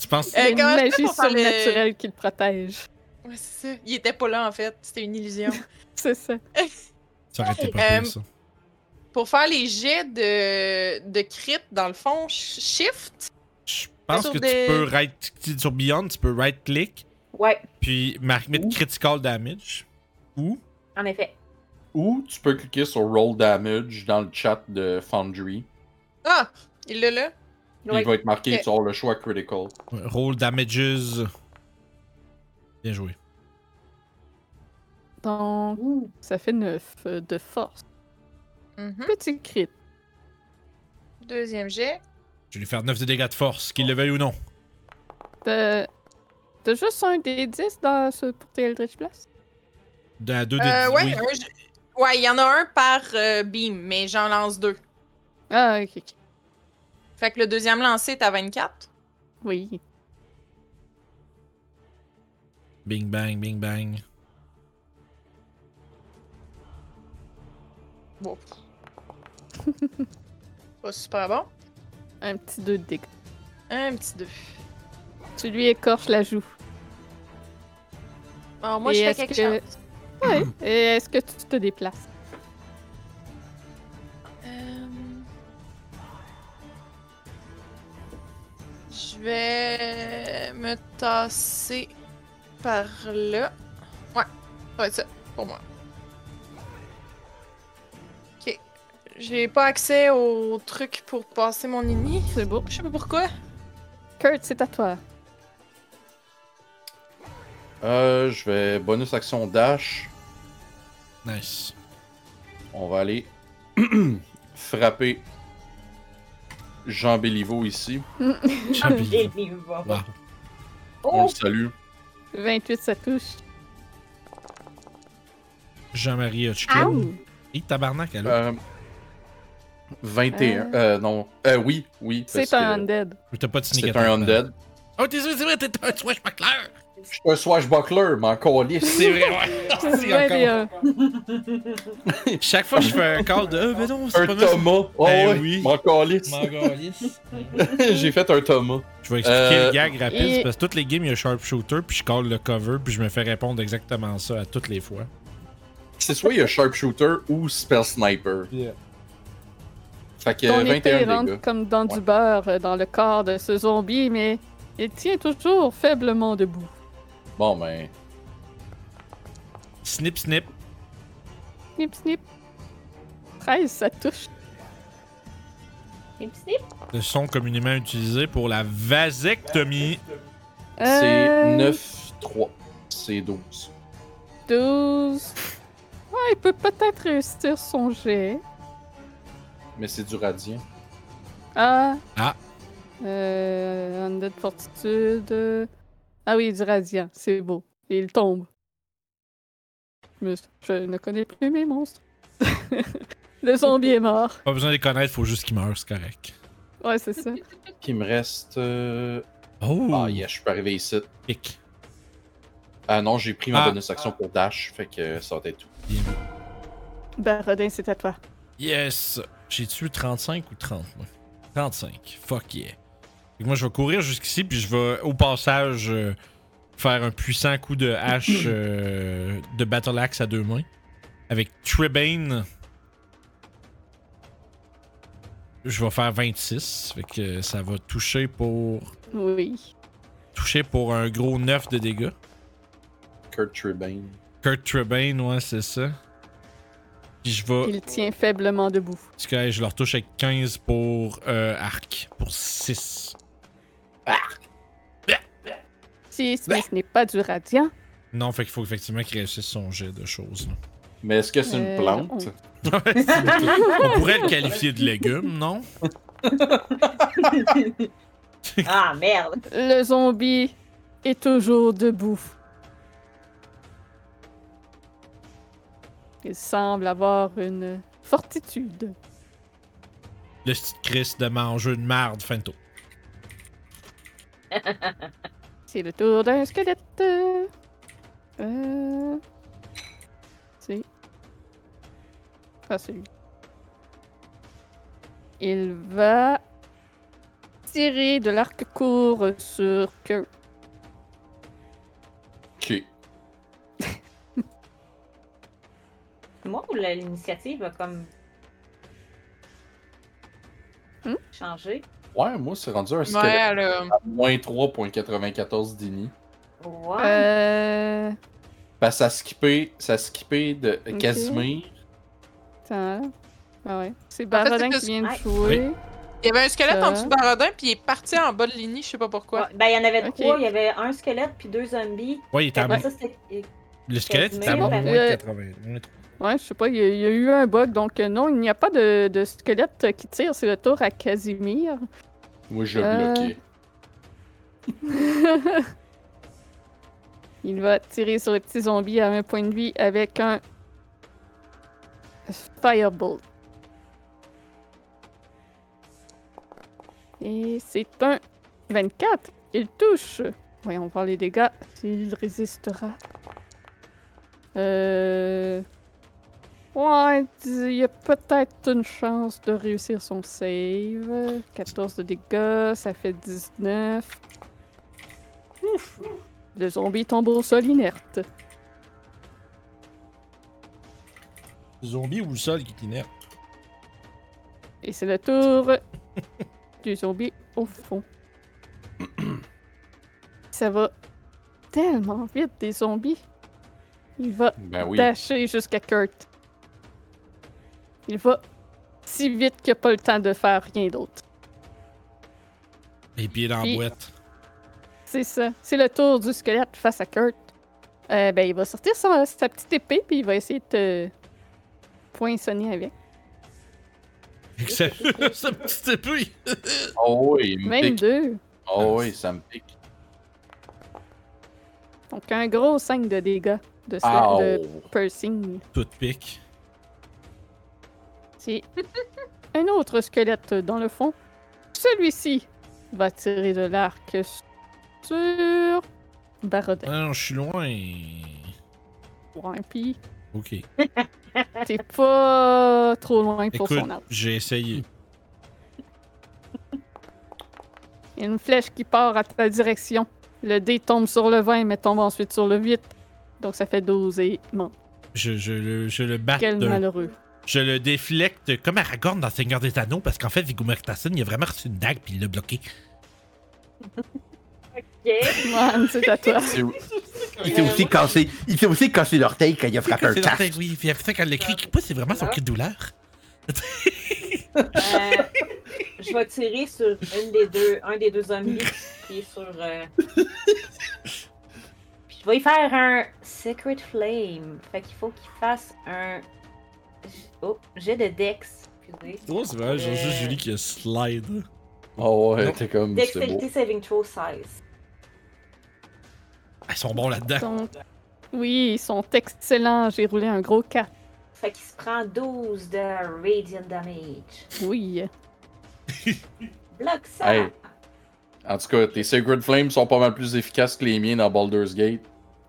Speaker 2: Tu penses.
Speaker 6: Euh,
Speaker 1: C'est une
Speaker 6: comment je fais
Speaker 1: magie
Speaker 6: pour faire le-
Speaker 1: surnaturelle qui le protège.
Speaker 6: Ouais, c'est ça. Il était pas là, en fait. C'était une illusion.
Speaker 1: C'est ça.
Speaker 2: Ça aurait été pas
Speaker 6: Euh,
Speaker 2: pire, ça.
Speaker 6: pour faire les jets de, de crit, dans le fond, sh- shift.
Speaker 2: Je pense
Speaker 6: sur
Speaker 2: que tu
Speaker 6: des-
Speaker 2: peux right. Sur Beyond, tu peux right-click,
Speaker 4: Ouais,
Speaker 2: puis mar- mettre critical damage. Ou.
Speaker 4: en effet.
Speaker 3: Ou tu peux cliquer sur Roll Damage dans le chat de Foundry.
Speaker 6: Ah, il l'a là.
Speaker 3: Puis
Speaker 4: Ouais.
Speaker 3: Il va être marqué
Speaker 6: Ok.
Speaker 3: sur le choix critical.
Speaker 2: Ouais, Roll damages. Bien joué.
Speaker 1: Donc,
Speaker 4: Ouh.
Speaker 1: ça fait 9 de force.
Speaker 6: Mhm.
Speaker 1: Petit crit.
Speaker 6: Deuxième jet.
Speaker 2: Je vais lui faire 9 de dégâts de force, qu'il le veuille ou non.
Speaker 1: T'as t'as juste un des 10 dans ce, pour tes Eldritch Blast?
Speaker 2: De à 2 de
Speaker 6: Euh, ouais,
Speaker 2: oui.
Speaker 6: un jet- ouais, il y en a un par euh, beam, mais j'en lance deux.
Speaker 1: Ah, ok. ok.
Speaker 6: Fait que le deuxième lancé est à 24.
Speaker 1: Oui.
Speaker 2: Bing bang, bing bang.
Speaker 6: Bon. Pas super bon.
Speaker 1: Un petit 2 de dégâts.
Speaker 6: Un petit deux.
Speaker 1: Tu lui écorches la joue.
Speaker 6: Bon, moi,
Speaker 1: Et
Speaker 6: je fais
Speaker 1: est-ce
Speaker 6: quelque
Speaker 1: que-
Speaker 6: chose.
Speaker 1: Ouais. Et est-ce que tu te déplaces?
Speaker 6: Euh, Je vais me tasser par là. Ouais, ça va être ça pour moi. Ok. J'ai pas accès au truc pour passer mon ennemi.
Speaker 1: C'est beau.
Speaker 6: Je sais pas pourquoi.
Speaker 1: Kurt, c'est à toi.
Speaker 3: Euh, je vais bonus action dash.
Speaker 2: Nice.
Speaker 3: On va aller frapper Jean Béliveau ici.
Speaker 2: Ah,
Speaker 4: J'ai
Speaker 2: Chapitre.
Speaker 4: dit, bon.
Speaker 2: Wow.
Speaker 3: On
Speaker 4: Oh,
Speaker 3: le salue.
Speaker 1: 28, ça touche.
Speaker 2: Jean-Marie
Speaker 4: Ah
Speaker 2: Hotchkiss.
Speaker 1: Ouh!
Speaker 2: Et tabarnak, elle a.
Speaker 3: Euh, 21.
Speaker 1: Euh.
Speaker 3: Euh, non. Euh, oui, oui. parce
Speaker 1: C'est un
Speaker 3: que
Speaker 1: undead.
Speaker 2: T'as pas de sneak
Speaker 3: C'est
Speaker 2: attack,
Speaker 3: un
Speaker 2: man.
Speaker 3: undead.
Speaker 2: Oh, désolé, c'est vrai, t'es un swash pas clair.
Speaker 3: Je suis un swashbuckler, mais encore lisse.
Speaker 2: C'est vrai, ouais. Si,
Speaker 1: Ouais, mais,
Speaker 2: encore.
Speaker 1: euh,
Speaker 2: Chaque fois que je fais un call de. Euh, mais non,
Speaker 3: Un
Speaker 2: c'est pas mal.
Speaker 3: Thomas. Oh,
Speaker 2: Ben oui.
Speaker 3: oui. mais encore lisse.
Speaker 2: M'en calisse.
Speaker 3: J'ai fait un Thomas.
Speaker 2: Je vais expliquer
Speaker 3: Euh,
Speaker 2: le gag rapide,
Speaker 1: et-
Speaker 2: c'est parce que toutes les games, il y a Sharpshooter, puis je call le cover, puis je me fais répondre exactement ça à toutes les fois.
Speaker 3: C'est soit il y a Sharpshooter ou Spell Sniper. Fait que
Speaker 1: ton
Speaker 3: 21
Speaker 1: épée
Speaker 3: dégâts.
Speaker 1: rentre comme dans du
Speaker 3: Ouais.
Speaker 1: beurre euh, dans le corps de ce zombie, mais il tient toujours faiblement debout.
Speaker 3: Bon, ben.
Speaker 2: Snip, snip.
Speaker 1: Snip, snip. 13, ça touche.
Speaker 4: snip, snip.
Speaker 2: Le son communément utilisé pour la vasectomie.
Speaker 1: Euh,
Speaker 3: C'est 9, 3. C'est 12.
Speaker 1: 12. Ouais, il peut peut-être réussir son jet.
Speaker 3: Mais c'est du radiant.
Speaker 1: Ah.
Speaker 2: Ah.
Speaker 1: Euh, Undead Fortitude. Ah oui, du radiant, c'est beau. Et il tombe. Je, me- je ne connais plus mes monstres. Le zombie est mort.
Speaker 2: Pas besoin de les connaître, faut juste qu'ils meurent, c'est correct.
Speaker 1: Ouais, c'est ça.
Speaker 3: Puis il me reste. euh,
Speaker 2: Oh,
Speaker 3: Ah,
Speaker 1: Hmm.
Speaker 3: yeah, je suis pas arrivé ici.
Speaker 2: Pic.
Speaker 3: Ah non, j'ai pris ma
Speaker 2: Ah.
Speaker 3: bonus action pour Dash, fait que ça va être tout.
Speaker 2: Bien vu.
Speaker 1: Ben, Rodin, c'est à toi.
Speaker 2: Yes! J'ai tué 35 ou 30, moi? 35. Fuck yeah. Fait que moi, je vais courir jusqu'ici, puis je vais, au passage, euh, faire un puissant coup de hache euh, de Battle Axe à deux mains. Avec Tribane. Je vais faire 26. Fait que ça va toucher pour.
Speaker 1: Oui.
Speaker 2: Toucher pour un gros 9 de dégâts.
Speaker 3: Kurt Tribane.
Speaker 2: Kurt Tribane, ouais, c'est ça. Puis je vais.
Speaker 1: Il tient faiblement debout.
Speaker 2: Sky, je leur touche avec 15 pour euh, arc. Pour 6.
Speaker 1: Si, si, mais ce n'est pas du radiant.
Speaker 2: Non, fait qu'il faut effectivement qu'il réussisse son jet de choses. là.
Speaker 3: Mais est-ce que c'est une
Speaker 1: Euh,
Speaker 3: plante?
Speaker 2: Ouais, c'est- On pourrait le qualifier de légume, non?
Speaker 4: Ah merde!
Speaker 1: Le zombie est toujours debout. Il semble avoir une fortitude.
Speaker 2: Le petit Chris de manger une marde, fin de tour.
Speaker 1: C'est le tour d'un squelette. Euh... C'est. Ah, c'est lui. Il va tirer de l'arc court sur Kurt.
Speaker 3: Ok.
Speaker 4: Moi ou la- l'initiative a comme.
Speaker 1: Hmm?
Speaker 4: Changé?
Speaker 3: Ouais, moi, c'est rendu un squelette
Speaker 6: Ouais, là.
Speaker 3: à moins 3.94 d'ini.
Speaker 7: Ah.
Speaker 4: Ouais.
Speaker 1: Euh.
Speaker 3: Parce que ça a skippé, ça a skippé de
Speaker 1: Ok.
Speaker 3: Casimir.
Speaker 1: Attends. là. Ah ouais. C'est
Speaker 6: fait, c'est
Speaker 1: Baradin
Speaker 6: que-
Speaker 1: qui vient
Speaker 4: Aïe.
Speaker 1: de jouer.
Speaker 6: Il y avait un squelette
Speaker 1: Ça.
Speaker 6: en dessous de Barodin, puis il est parti en bas de l'ini, je sais pas pourquoi.
Speaker 4: Ouais, Ben, il y en avait
Speaker 1: Ok.
Speaker 4: trois. Il y avait un squelette puis deux zombies.
Speaker 2: Ouais, il est à
Speaker 4: Après
Speaker 2: moins.
Speaker 4: ça, c'était.
Speaker 2: Le squelette est à
Speaker 4: Bon,
Speaker 2: moins
Speaker 1: euh,
Speaker 2: 80. moins 30.
Speaker 1: Ouais, je sais pas, il y, a, il y a eu un bug, donc euh, non, il n'y a pas de, de squelette euh, qui tire, c'est le tour à Casimir.
Speaker 3: Moi, je
Speaker 1: Euh.
Speaker 3: bloquais.
Speaker 1: Il va tirer sur le petit zombie à un point de vie avec un Firebolt. Et c'est un 24. Il touche. Voyons voir les dégâts. S'il résistera. Euh... Ouais, il y a peut-être une chance de réussir son save. 14 de dégâts, ça fait 19. Le zombie tombe au sol inerte.
Speaker 2: Zombie ou le sol qui est inerte?
Speaker 1: Et c'est le tour du zombie au fond. Ça va tellement vite, des zombies. Il va
Speaker 3: Ben oui.
Speaker 1: dasher jusqu'à Kurt. Il va si vite qu'il n'a pas le temps de faire rien d'autre.
Speaker 2: Les pieds dans la
Speaker 1: Puis-
Speaker 2: boîte.
Speaker 1: C'est ça. C'est le tour du squelette face à Kurt. Euh, ben, il va sortir sa, sa petite épée, puis il va essayer de te poinçonner avec.
Speaker 2: C'est ce petit épée.
Speaker 3: Oh oui, il me
Speaker 1: Même
Speaker 3: pique.
Speaker 1: deux.
Speaker 3: Oh oui, ça me pique.
Speaker 1: Donc, un gros 5 de dégâts de,
Speaker 3: Ah,
Speaker 1: sla- de piercing.
Speaker 2: Tout pique.
Speaker 1: C'est un autre squelette dans le fond. Celui-ci va tirer de l'arc sur Barodin.
Speaker 2: Ah non, je suis loin.
Speaker 1: Ouais, puis
Speaker 2: Ok.
Speaker 1: t'es pas trop loin pour
Speaker 2: Écoute,
Speaker 1: son arc.
Speaker 2: j'ai essayé.
Speaker 1: Il y a une flèche qui part à ta direction. Le dé tombe sur le 20, mais tombe ensuite sur le 8. Donc ça fait 12 et... Bon,
Speaker 2: Je, je le, je le batte.
Speaker 1: quel
Speaker 2: d'un-
Speaker 1: malheureux.
Speaker 2: Je le déflecte comme Aragorn dans Seigneur des Anneaux parce qu'en fait, Viggo Mortensen, il a vraiment reçu une dague puis il l'a bloqué.
Speaker 4: Ok.
Speaker 1: Man, c'est à toi.
Speaker 3: C'est-
Speaker 7: Il s'est aussi cassé, il s'est aussi cassé l'orteil quand il a frappé un
Speaker 2: C'est dans
Speaker 7: casque.
Speaker 2: ta- Oui, puis après ça, quand le cri qui pousse, c'est vraiment son cri de douleur.
Speaker 4: Euh, je vais tirer sur une des deux, un des deux zombies qui est sur. euh, Puis je vais y faire un Secret Flame. Fait qu'il faut qu'il fasse un. Oh, j'ai de Dex. Excusez.
Speaker 2: Oh, c'est vrai,
Speaker 4: j'ai juste Julie
Speaker 2: qui a slide.
Speaker 3: Oh ouais,
Speaker 2: Non.
Speaker 3: t'es comme. C'est beau.
Speaker 4: Dexterity Saving Throw Size.
Speaker 2: Elles sont bons là-dedans.
Speaker 1: Donc, oui, ils sont excellents. J'ai roulé un gros 4.
Speaker 4: Fait qu'il se prend 12 de Radiant Damage.
Speaker 1: Oui.
Speaker 4: Bloque ça!
Speaker 3: Hey. En tout cas, tes Sacred Flames sont pas mal plus efficaces que les miens dans Baldur's Gate.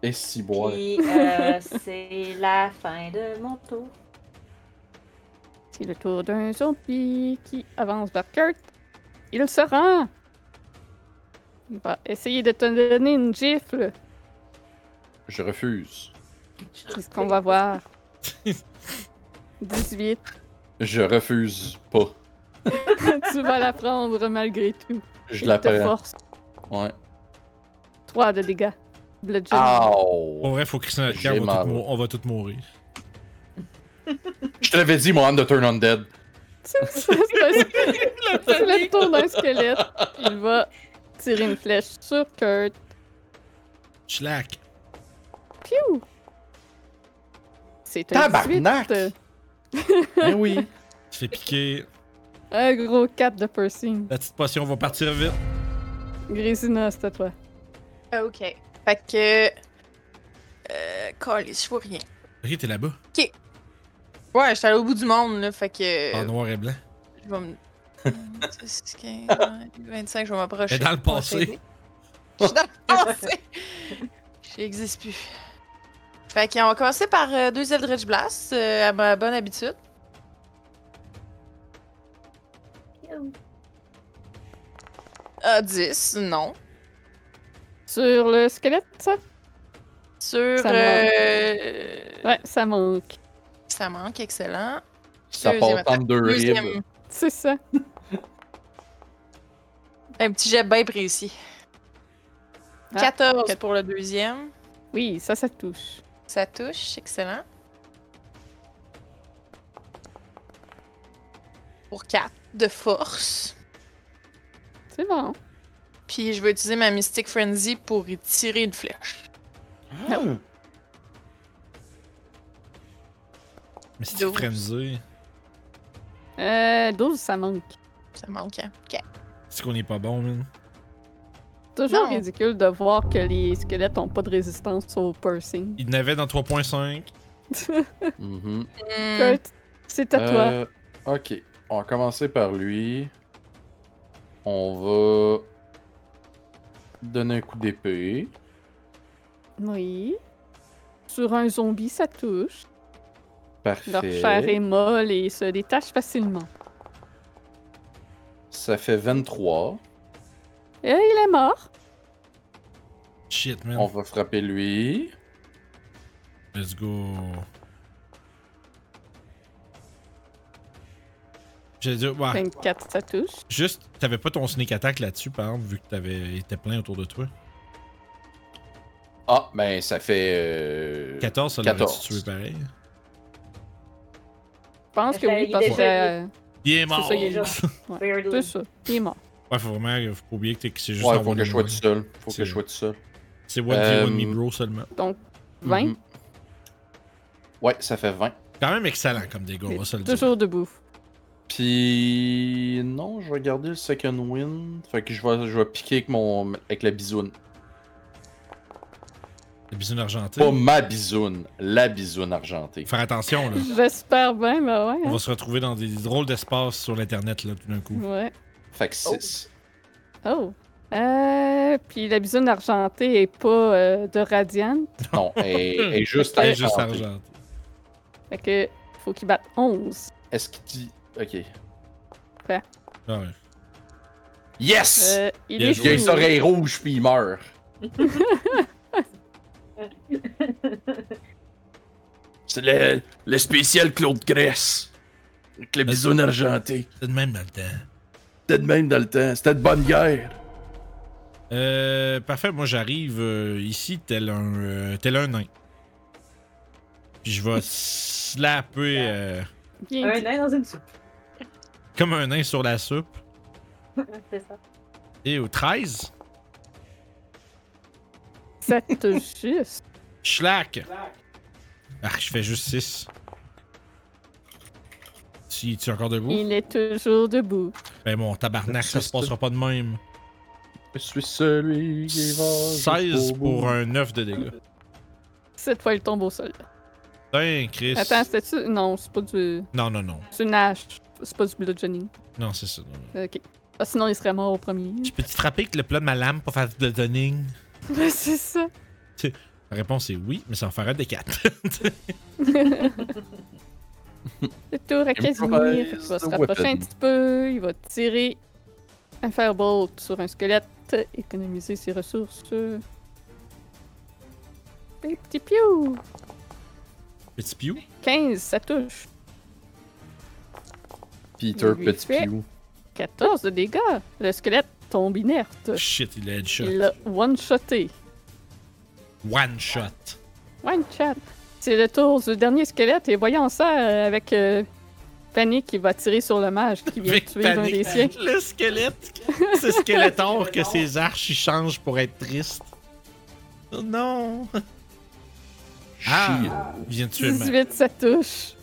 Speaker 3: Et si bois.
Speaker 4: Puis euh, c'est la fin de mon tour.
Speaker 1: C'est le tour d'un zombie qui avance vers Kurt. Il se rend. Il va essayer de te donner une gifle.
Speaker 3: Je refuse.
Speaker 1: C'est ce qu'on va voir. 18.
Speaker 3: Je refuse pas.
Speaker 1: tu vas la prendre malgré tout.
Speaker 3: Je
Speaker 1: Il
Speaker 3: la
Speaker 1: te
Speaker 3: prends.
Speaker 1: force.
Speaker 3: Ouais.
Speaker 1: 3 de dégâts. Bludgeoning.
Speaker 3: Ah.
Speaker 2: Pour
Speaker 3: Ow!
Speaker 2: vrai, faut crisser notre
Speaker 3: J'ai
Speaker 2: camp, on va
Speaker 3: mal.
Speaker 2: tous mou- on va tous mourir.
Speaker 3: Je te l'avais dit, mon âme de Turn Undead.
Speaker 1: C'est c'est- c'est- c'est le tour d'un squelette. Il va tirer une flèche sur Kurt.
Speaker 2: Schlack.
Speaker 1: Piou! C'est un
Speaker 3: Tabarnak!
Speaker 1: 18.
Speaker 7: Eh
Speaker 3: Mais oui.
Speaker 2: Tu fais piquer.
Speaker 1: Un gros 4 de piercing.
Speaker 2: La petite potion va partir vite.
Speaker 1: Grisina, c'est à toi.
Speaker 6: euh, Ok. Fait que. Euh. Calisse, je vois rien.
Speaker 2: Ok, t'es là-bas.
Speaker 6: Ouais, je suis allé au bout du monde, là. Fait
Speaker 3: Euh.
Speaker 6: que.
Speaker 2: En noir et blanc.
Speaker 6: Je vais me. 10, 15, 20, 25, je vais m'approcher.
Speaker 2: Mais dans le passé.
Speaker 6: Je suis dans le passé. J'existe plus. Fait qu'on va commencer par euh, deux Eldritch Blast, euh, à ma bonne habitude. Ah, 10, non.
Speaker 1: Sur le squelette, ça?
Speaker 6: Sur.
Speaker 1: Ça manque.
Speaker 6: euh,
Speaker 1: Ouais, ça manque.
Speaker 6: Ça manque, excellent.
Speaker 3: Ça
Speaker 6: Deuxième
Speaker 3: part en deux
Speaker 6: attaque. Deuxième.
Speaker 3: ribs.
Speaker 1: C'est ça.
Speaker 6: Un petit jet bien précis.
Speaker 1: Ah,
Speaker 6: 14 pour le deuxième.
Speaker 1: Oui, ça, ça touche.
Speaker 6: Ça touche, excellent. Pour 4 de force.
Speaker 1: C'est bon.
Speaker 6: Puis je vais utiliser ma Mystic Frenzy pour y tirer une flèche.
Speaker 2: Mais si tu
Speaker 6: Douze.
Speaker 2: frenzy,
Speaker 1: Euh, 12, ça manque.
Speaker 6: Ça manque, hein? Ok.
Speaker 2: c'est qu'on est pas bon, man.
Speaker 1: Toujours
Speaker 6: Non.
Speaker 1: ridicule de voir que les squelettes ont pas de résistance au piercing.
Speaker 2: Il n'avait dans 3.5.
Speaker 3: Mhm.
Speaker 6: Hmm,
Speaker 1: Kurt, c'est à toi.
Speaker 3: Euh, ok. On va commencer par lui. On va donner un coup d'épée.
Speaker 1: Oui. Sur un zombie, ça touche. Leur chair est
Speaker 3: Parfait.
Speaker 1: molle et se détache facilement.
Speaker 3: Ça fait 23.
Speaker 1: Et il est mort.
Speaker 2: Shit, man.
Speaker 3: On va frapper lui.
Speaker 2: Let's go. J'ai dit, ouais,
Speaker 1: 24, ça touche.
Speaker 2: Juste, t'avais pas ton sneak attack là-dessus, par exemple, vu que t'avais été plein autour de toi.
Speaker 3: Ah, ben ça fait. euh,
Speaker 2: 14, ça l'aurait
Speaker 3: 14.
Speaker 2: tué pareil.
Speaker 1: Je pense que
Speaker 4: Ben,
Speaker 1: oui,
Speaker 4: il
Speaker 1: parce
Speaker 4: est
Speaker 1: que
Speaker 4: déjà-
Speaker 1: euh,
Speaker 2: Il est mort!
Speaker 1: ça, il est
Speaker 4: Déjà,
Speaker 1: c'est
Speaker 4: weirdly.
Speaker 1: ça. Il est mort.
Speaker 2: Ouais, faut vraiment, faut pas oublier que t'es- que c'est juste
Speaker 3: Ouais,
Speaker 2: en
Speaker 3: faut que je sois
Speaker 2: volume.
Speaker 3: tout seul. Faut
Speaker 2: C'est
Speaker 3: que je sois tout seul.
Speaker 2: C'est what
Speaker 3: Euh,
Speaker 2: you and me, bro, seulement.
Speaker 1: 20,
Speaker 3: Mhm. Ouais, ça fait 20.
Speaker 2: Quand même excellent comme dégâts, on va se le dire.
Speaker 1: toujours debout.
Speaker 3: Puis non, je vais garder le second win. Fait que je vais, je vais piquer avec mon avec la bisoune.
Speaker 2: Le bisou argenté.
Speaker 3: Pas ma bisoune, la bisoune argentée.
Speaker 2: Faire attention, là.
Speaker 1: J'espère bien, mais ouais.
Speaker 2: On
Speaker 1: hein.
Speaker 2: va se retrouver dans des drôles d'espaces sur l'internet, là, tout d'un coup.
Speaker 1: Ouais.
Speaker 3: Fait que 6.
Speaker 1: Oh. Euh, puis la bisoune argentée est pas euh, de radiane.
Speaker 3: Non, et, juste
Speaker 2: C'est juste
Speaker 3: argentée.
Speaker 2: argenté.
Speaker 1: Fait que faut qu'il batte 11.
Speaker 3: Est-ce qu'il dit. Ok.
Speaker 2: Ah ouais.
Speaker 3: Yes!
Speaker 1: Euh, il
Speaker 2: Bien
Speaker 1: est
Speaker 2: joué.
Speaker 3: il a les
Speaker 1: fini.
Speaker 3: oreilles rouges puis il meurt.
Speaker 7: C'est le, le spécial Claude Grèce. Avec le bison argenté.
Speaker 2: C'est de même dans le temps.
Speaker 7: C'était de même dans le temps. C'était de bonne guerre.
Speaker 2: Euh, parfait, moi j'arrive euh, ici tel un, euh, tel un nain. Puis je vais slapper euh,
Speaker 1: Bien
Speaker 4: Un
Speaker 1: dit.
Speaker 4: nain dans une soupe.
Speaker 2: comme un nain sur la soupe.
Speaker 4: C'est ça.
Speaker 2: Et au 13,
Speaker 1: Ça touche juste.
Speaker 2: Schlack! Ah, je fais juste 6. Si tu es encore debout,
Speaker 1: Il est toujours debout.
Speaker 2: ben mon tabarnak, ça se passera pas de même.
Speaker 3: Je suis celui qui va. jusqu'au
Speaker 2: 16
Speaker 3: bout.
Speaker 2: pour un 9 de dégâts.
Speaker 1: Cette fois, il tombe au sol.
Speaker 2: Putain, Ben, Chris.
Speaker 1: Attends, c'était-tu. Non, c'est pas du.
Speaker 2: Non, non, non.
Speaker 1: C'est une hache. C'est pas du bludgeoning.
Speaker 2: Non, c'est ça. non, non.
Speaker 1: Ok. Ah, sinon, il serait mort au premier.
Speaker 2: Je peux te frapper avec le plat de ma lame pour faire de donning?
Speaker 1: Ouais, c'est ça.
Speaker 2: La réponse est oui, mais ça en fera des 4.
Speaker 1: Le tour à Casimir. Il va se rapprocher un petit peu. Il va tirer un firebolt sur un squelette. Économiser ses ressources. Des petits piou!
Speaker 2: Petit piou.
Speaker 1: 15, ça touche.
Speaker 3: Peter
Speaker 1: Lui
Speaker 3: Petit
Speaker 1: fait.
Speaker 3: Piou.
Speaker 1: 14 de dégâts. Le squelette tombe inerte.
Speaker 2: Shit, il a headshot.
Speaker 1: Il l'a one-shoté.
Speaker 2: One shot.
Speaker 1: One shot. C'est le tour du dernier squelette et voyons ça euh, avec euh, Panique qui va tirer sur le mage qui vient de
Speaker 2: Avec
Speaker 1: tuer un
Speaker 2: panique.
Speaker 1: des siens.
Speaker 2: Le squelette. C'est Skeletor que ses arches ils changent pour être triste. Oh Non.
Speaker 7: Shield.
Speaker 2: Ah, il vient de tuer ma...
Speaker 1: 18, ça touche.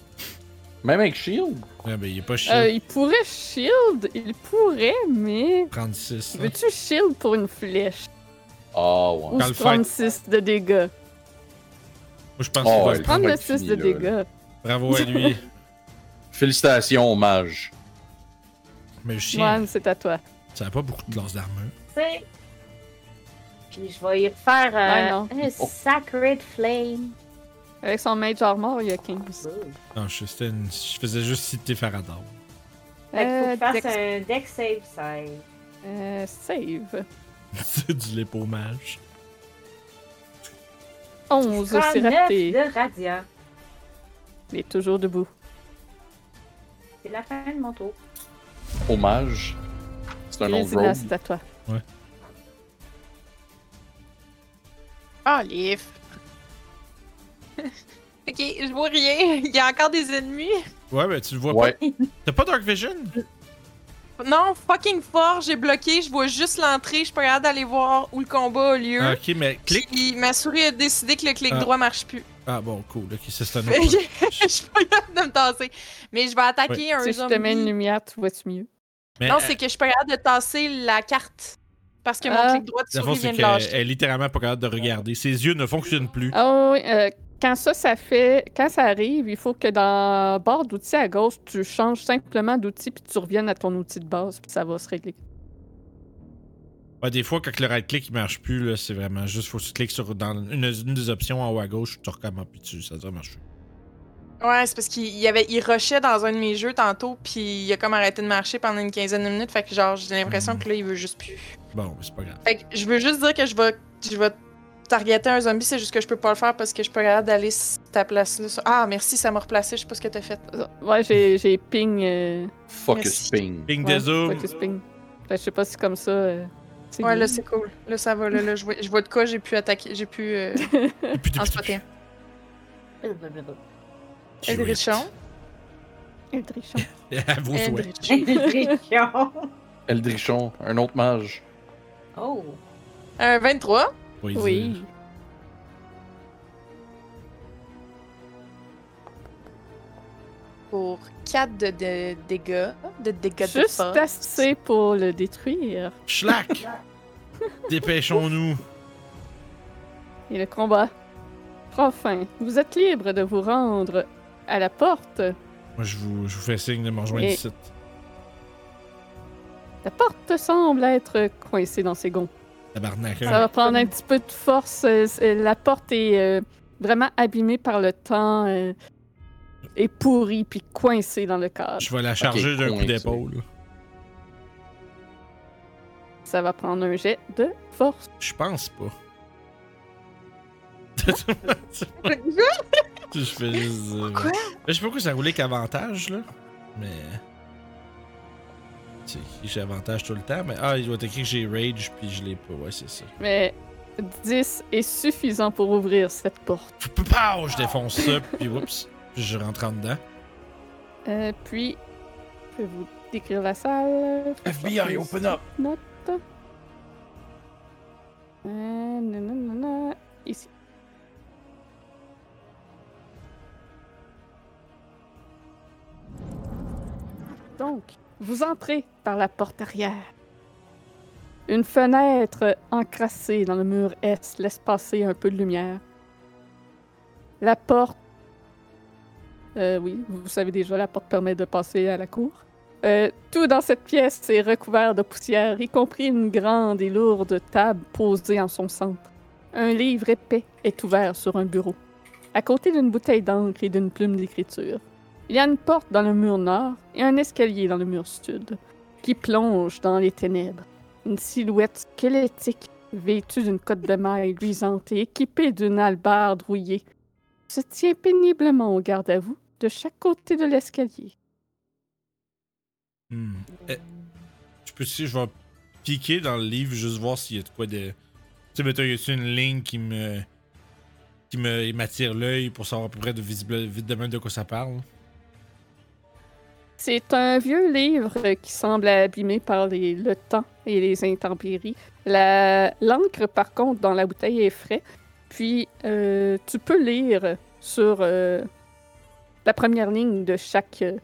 Speaker 3: Même avec Shield.
Speaker 2: Ah, ben, il est pas shield.
Speaker 1: Euh, il pourrait shield, il pourrait, mais.
Speaker 2: 36. hein.
Speaker 1: Veux-tu shield pour une flèche?
Speaker 3: Ah
Speaker 1: Ou
Speaker 3: ouais.
Speaker 2: Dans le fight.
Speaker 1: 36 de dégâts?
Speaker 2: Moi, je pense
Speaker 3: Oh,
Speaker 2: qu'il va
Speaker 3: ouais.
Speaker 2: le prendre.
Speaker 1: 36 de
Speaker 3: Fini, là,
Speaker 1: dégâts.
Speaker 2: Bravo à lui.
Speaker 3: Félicitations, mage.
Speaker 2: Mais le chien,
Speaker 1: Moine, c'est à toi.
Speaker 2: ça a pas beaucoup de glace d'armure.
Speaker 4: sais. Puis je vais y refaire euh,
Speaker 1: Ouais,
Speaker 7: Oh.
Speaker 4: un Sacred Flame.
Speaker 1: Avec son mage armor, il y a 15.
Speaker 2: Non, je, c'était une- je faisais juste citer Faraday.
Speaker 4: Fait qu'il faut
Speaker 1: Euh,
Speaker 4: que je fasse
Speaker 1: dex-
Speaker 4: un deck save save.
Speaker 1: euh, save.
Speaker 2: C'est du lépaumage.
Speaker 1: 11, c'est
Speaker 4: 39
Speaker 1: raté.
Speaker 4: de radiant.
Speaker 1: Il est toujours debout.
Speaker 4: C'est la fin de mon tour.
Speaker 3: Hommage. C'est un nom de
Speaker 1: Grisina,
Speaker 3: rogue.
Speaker 1: c'est à toi.
Speaker 6: Ah, livre. ok, je vois rien. Il y a encore des ennemis.
Speaker 2: Ouais, ben tu le vois
Speaker 3: Ouais.
Speaker 2: pas. T'as pas Dark Vision?
Speaker 6: Non, fucking fort, j'ai bloqué. Je vois juste l'entrée. Je suis pas capable d'aller voir où le combat a lieu.
Speaker 2: Ah, ok, mais clique.
Speaker 6: Puis ma souris a décidé que le clic
Speaker 2: Ah.
Speaker 6: droit marche plus.
Speaker 2: Ah bon, cool. Ok, ça, c'est un
Speaker 6: Fait
Speaker 2: autre.
Speaker 6: que je suis pas capable de me tasser. Mais je vais attaquer un
Speaker 1: Si je
Speaker 6: zombie.
Speaker 1: te mets une lumière, tu vois-tu mieux?
Speaker 2: Mais,
Speaker 6: Non,
Speaker 2: euh,
Speaker 6: c'est que je suis pas capable de tasser la carte. Parce que mon
Speaker 1: Ah.
Speaker 6: clic droit de
Speaker 2: La force,
Speaker 6: souris
Speaker 2: c'est
Speaker 6: vient de
Speaker 2: qu'elle
Speaker 6: lâcher.
Speaker 2: elle est littéralement pas capable de regarder. Ses yeux ne fonctionnent plus.
Speaker 1: Ah oui, euh, quand ça, ça fait. Quand ça arrive, il faut que dans barre d'outils à gauche, tu changes simplement d'outil puis tu reviennes à ton outil de base puis ça va se régler.
Speaker 2: Ouais, des fois, quand le right-click il marche plus, là, c'est vraiment juste faut que tu cliques sur dans une, une des options en haut à gauche, tu recommences, puis tu, ça doit marcher.
Speaker 6: Ouais, c'est parce qu'il il y avait, il rushait dans un de mes jeux tantôt, puis il a comme arrêté de marcher pendant une quinzaine de minutes. Fait que genre, j'ai l'impression
Speaker 2: Mhm.
Speaker 6: que là, il veut juste plus.
Speaker 2: Bon, mais c'est pas grave.
Speaker 6: Fait que je veux juste dire que je vais, je vais targeter un zombie, c'est juste que je peux pas le faire parce que je peux regarder d'aller sur ta place là. sur- Ah, merci, ça m'a replacé, je sais pas ce que t'as fait.
Speaker 1: Ouais, j'ai j'ai ping. euh,
Speaker 3: Focus
Speaker 6: Merci.
Speaker 3: ping.
Speaker 2: Ping
Speaker 1: ouais,
Speaker 2: des zooms.
Speaker 1: focus ping. Fait que je sais pas si comme ça. euh, c'est
Speaker 6: Ouais,
Speaker 1: mieux.
Speaker 6: là, c'est cool. Là, ça va, là, là, je vois, je vois de quoi, j'ai pu attaquer, j'ai pu euh,
Speaker 2: Et puis,
Speaker 6: en
Speaker 2: tu-
Speaker 6: spotter.
Speaker 2: tu-
Speaker 6: Eldrichon.
Speaker 1: Eldritch.
Speaker 2: À vos souhaits.
Speaker 6: Eldritch.
Speaker 4: Nutrition.
Speaker 3: Eldrichon, un autre mage.
Speaker 4: oh.
Speaker 6: Un 23.
Speaker 2: Oui.
Speaker 1: Oui.
Speaker 6: Pour 4 de, de dégâts. De dégâts de
Speaker 1: Juste
Speaker 6: force.
Speaker 1: assez pour le détruire.
Speaker 2: Schlack! Dépêchons-nous.
Speaker 1: Et le combat prend fin. Vous êtes libre de vous rendre à la porte.
Speaker 2: Moi, je vous, je vous fais signe de me rejoindre
Speaker 1: Et-
Speaker 2: ici.
Speaker 1: La porte semble être coincée dans ses gonds.
Speaker 2: Tabarnak. hein.
Speaker 1: Ça va prendre un petit peu de force. euh, c'est- La porte est euh, vraiment abîmée par le temps euh, et pourrie, puis coincée dans le cadre.
Speaker 2: Je vais la charger d'un coup
Speaker 3: coincé.
Speaker 2: d'épaule.
Speaker 1: Ça va prendre un jet de force.
Speaker 2: Je pense pas. je fais juste. dire-
Speaker 6: Quoi?
Speaker 2: Je sais pas pourquoi ça roulait qu'avantage, là. Mais. C'est qui j'ai avantage tout le temps, mais. Ah, il doit être écrit que j'ai rage, puis je l'ai pas. Ouais, c'est ça.
Speaker 1: Mais 10 est suffisant pour ouvrir cette porte.
Speaker 2: Pow! oh, Je défonce ça, puis oups. Puis je rentre en dedans.
Speaker 1: Euh, puis, je vais vous décrire la salle.
Speaker 7: FBI, open up!
Speaker 1: Note. Euh, nanana, ici. Donc, vous entrez par la porte arrière. Une fenêtre encrassée dans le mur est laisse passer un peu de lumière. La porte... Euh, oui, vous savez déjà, la porte permet de passer à la cour. Euh, tout dans cette pièce est recouvert de poussière, y compris une grande et lourde table posée en son centre. Un livre épais est ouvert sur un bureau, à côté d'une bouteille d'encre et d'une plume d'écriture. Il y a une porte dans le mur nord et un escalier dans le mur sud, qui plonge dans les ténèbres. Une silhouette squelettique vêtu d'une cotte de maille luisante et équipé d'une hallebarde rouillée, se tient péniblement au garde à vous de chaque côté de l'escalier.
Speaker 2: Hmm. Eh, je peux si je vais piquer dans le livre juste voir s'il y a de quoi de. Tu sais, mettons, y a une ligne qui me. qui me m'attire l'œil pour savoir à peu près de visible, vite de même de quoi ça parle.
Speaker 1: C'est un vieux livre euh, qui semble abîmé par les- le temps et les intempéries. La- L'encre, par contre, dans la bouteille est frais. Puis, euh, tu peux lire sur euh, la première ligne de chaque euh,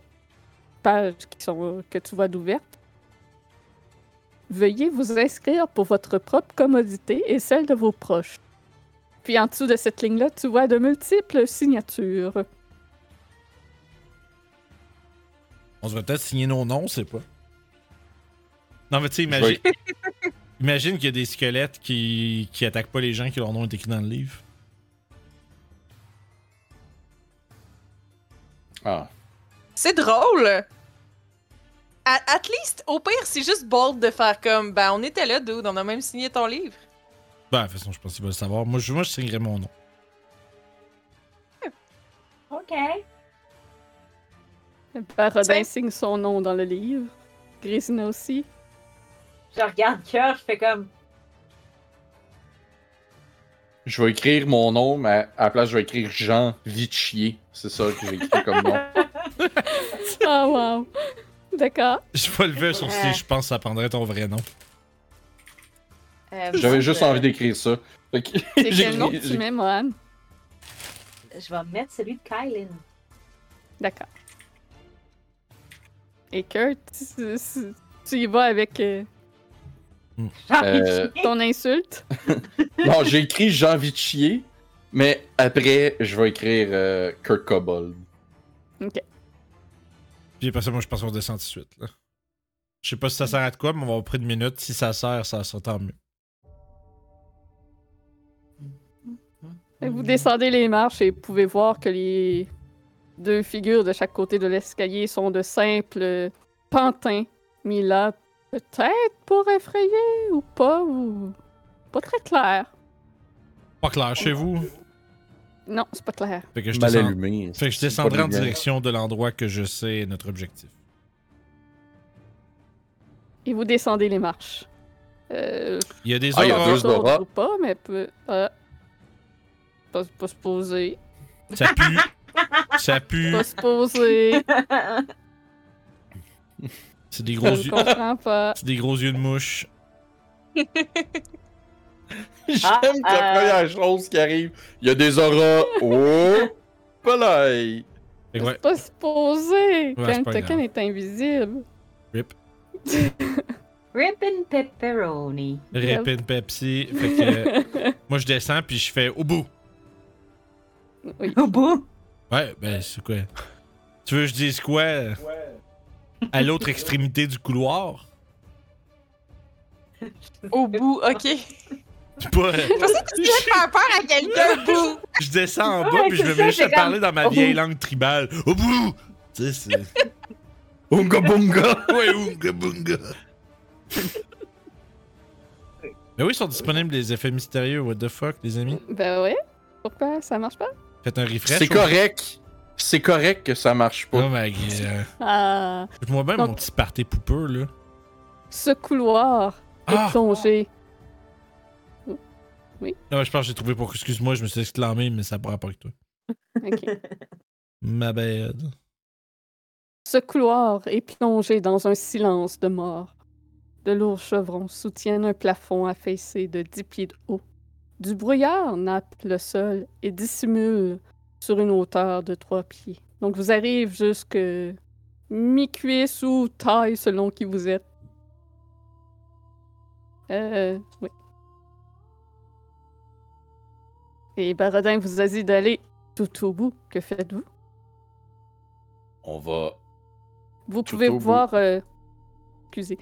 Speaker 1: page qui sont, que tu vois d'ouverte. Veuillez vous inscrire pour votre propre commodité et celle de vos proches. Puis en dessous de cette ligne-là, tu vois de multiples signatures.
Speaker 2: On devrait peut-être signer nos noms, c'est pas. Non, mais tu sais,
Speaker 3: Je vais-
Speaker 2: imagine. imagine qu'il y a des squelettes qui, qui attaquent pas les gens qui leur nom est écrit dans le livre.
Speaker 3: Ah.
Speaker 6: C'est drôle! À- at least, au pire, c'est juste bold de faire comme ben on était là, dude, on a même signé ton livre.
Speaker 2: Ben, de toute façon, je pense qu'il va le savoir. Moi, je, moi, je signerais mon nom.
Speaker 4: OK.
Speaker 1: Barodin
Speaker 6: Tiens.
Speaker 1: signe son nom dans le livre. Grésina aussi.
Speaker 4: Je regarde cœur, je fais comme.
Speaker 3: Je vais écrire mon nom, mais à la place, je vais écrire Jean Vichier. C'est ça que j'ai écrit comme nom.
Speaker 1: Ah, wow! D'accord.
Speaker 2: Je vais lever un sourcil,
Speaker 4: Ouais.
Speaker 2: je pense que ça prendrait ton vrai nom.
Speaker 4: euh,
Speaker 3: J'avais juste
Speaker 4: euh,
Speaker 3: envie d'écrire ça. Fait que-
Speaker 1: C'est
Speaker 3: j'ai-
Speaker 1: quel nom que tu
Speaker 3: j'ai-
Speaker 1: mets, Mohan?
Speaker 4: Je vais mettre celui de Kylan.
Speaker 1: D'accord. Et Kurt, tu, tu- tu y vas avec euh,
Speaker 3: Euh,
Speaker 1: ton insulte.
Speaker 3: Non, j'ai écrit Jean Vichier, mais après, je vais écrire euh, Kurt Cobold.
Speaker 2: Puis après ça, moi, je pense qu'on descend tout de suite. Là. Je sais pas si ça sert à de quoi, mais on va avoir pris une minute. Si ça sert, ça sera tant mieux.
Speaker 1: Vous descendez les marches et pouvez voir que les deux figures de chaque côté de l'escalier sont de simples pantins mis là, peut-être pour effrayer ou pas, ou pas très clair.
Speaker 2: Pas clair chez vous.
Speaker 1: Non, c'est pas clair.
Speaker 2: Fait que je,
Speaker 3: Mal
Speaker 2: descends-
Speaker 3: allumé. hein,
Speaker 2: fait que je
Speaker 3: C'est pas
Speaker 2: descendrai en
Speaker 3: bien.
Speaker 2: direction de l'endroit que je sais est notre objectif.
Speaker 1: Et vous descendez les marches. Euh,
Speaker 2: Il y a des
Speaker 3: Ah, il y a
Speaker 2: auras.
Speaker 3: deux
Speaker 1: autour
Speaker 3: auras.
Speaker 1: ou pas, mais peu. ah. Pas, pas se poser.
Speaker 2: Ça pue. ça pue.
Speaker 1: Pas se poser.
Speaker 2: C'est des
Speaker 1: Je
Speaker 2: gros
Speaker 1: ne
Speaker 2: yeux.
Speaker 1: comprends pas.
Speaker 2: C'est des gros yeux de mouche.
Speaker 3: J'aime
Speaker 4: Ah,
Speaker 3: que la
Speaker 4: euh.
Speaker 3: première chose qui arrive, il y a des auras. Oh, palais.
Speaker 2: Fait que ouais,
Speaker 1: Pas se poser.
Speaker 2: Ouais,
Speaker 1: quand
Speaker 2: c'est
Speaker 1: le
Speaker 2: pas
Speaker 1: token
Speaker 2: grave.
Speaker 1: est invisible.
Speaker 4: Rippin' pepperoni.
Speaker 2: Ripin Pepsi. Fait que moi, je descends, puis je fais au bout.
Speaker 1: Oui.
Speaker 4: Au bout.
Speaker 2: Ouais, ben, c'est quoi? Tu veux que je dise quoi? À l'autre extrémité du couloir?
Speaker 6: Au bout, ok.
Speaker 2: Pas.
Speaker 6: Tu viens de faire peur à quelqu'un, bout!
Speaker 2: Je descends en
Speaker 4: Ouais,
Speaker 2: bas, puis je
Speaker 4: c'est
Speaker 2: me
Speaker 4: ça,
Speaker 2: mets juste
Speaker 4: c'est
Speaker 2: à parler dans ma vieille
Speaker 4: Oh.
Speaker 2: langue tribale. Au bout! Tu sais, c'est.
Speaker 3: Ounga bunga.
Speaker 2: Ouais, ounga bunga! Mais Ben oui, ils sont disponibles les effets mystérieux, what the fuck, les amis.
Speaker 1: Ben ouais. Pourquoi ça marche pas?
Speaker 2: Faites un refresh.
Speaker 3: C'est correct. C'est correct que ça marche
Speaker 2: Oh
Speaker 3: pas.
Speaker 2: my god.
Speaker 1: Ah.
Speaker 2: Moi même
Speaker 1: Donc-
Speaker 2: mon petit party poupeux, là.
Speaker 1: Ce couloir est
Speaker 2: Ah!
Speaker 1: plongé.
Speaker 2: Non, je pense que j'ai trouvé pour. Excuse-moi, je me suis exclamé, mais ça prend pas avec toi.
Speaker 1: Ok.
Speaker 2: Ma bad.
Speaker 1: Ce couloir est plongé dans un silence de mort. De lourds chevrons soutiennent un plafond affaissé de dix pieds de haut. Du brouillard nappe le sol et dissimule sur une hauteur de trois pieds. Donc vous arrivez jusque mi-cuisse ou taille selon qui vous êtes. Euh, oui. Et Baradin vous a dit d'aller tout au bout. Que faites-vous?
Speaker 3: On va.
Speaker 1: Vous
Speaker 3: Tout
Speaker 1: pouvez
Speaker 3: au bout.
Speaker 1: voir, euh, excusez,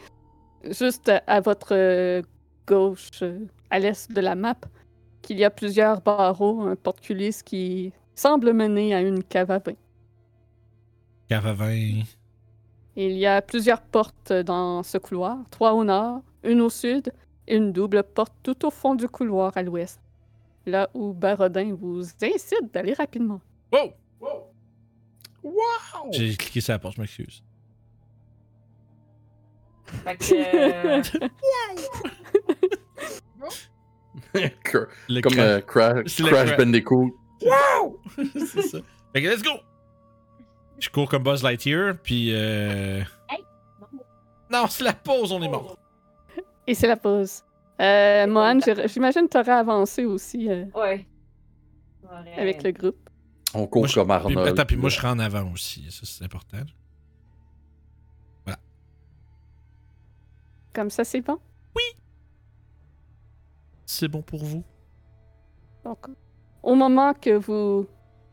Speaker 1: juste à, à votre euh, gauche, euh, à l'est de la map, qu'il y a plusieurs barreaux, un porte-culisse qui semble mener à une cave à vin.
Speaker 2: Cave à vin.
Speaker 1: Il y a plusieurs portes dans ce couloir, trois au nord, une au sud Une double porte tout au fond du couloir à l'ouest, là où Barodin vous incite d'aller rapidement.
Speaker 2: Wow!
Speaker 1: Oh.
Speaker 8: Wow!
Speaker 2: J'ai cliqué sur la porte, je m'excuse.
Speaker 7: Fait que. euh,
Speaker 3: Cra-
Speaker 2: Le
Speaker 3: Comme
Speaker 2: crash-
Speaker 3: euh, Cra-
Speaker 2: C'est le
Speaker 3: Crash
Speaker 2: cra-
Speaker 3: Bandicoot.
Speaker 2: C'est ça. Fait que let's go! Je cours comme Buzz Lightyear, puis euh...
Speaker 7: Hey,
Speaker 2: Non, c'est la pause, on est mort.
Speaker 3: Oh.
Speaker 1: Et c'est la pause. Euh, Mohan, j'ai- j'imagine que tu aurais avancé aussi euh,
Speaker 7: Ouais. Ouais.
Speaker 1: avec le groupe.
Speaker 3: On court
Speaker 2: Moi, je-
Speaker 3: comme
Speaker 2: Puis,
Speaker 3: Arnold.
Speaker 2: attends, puis moi je serai en avant aussi, ça c'est important.
Speaker 1: Comme ça, c'est bon.
Speaker 2: C'est bon pour vous?
Speaker 1: Donc, au moment que vous.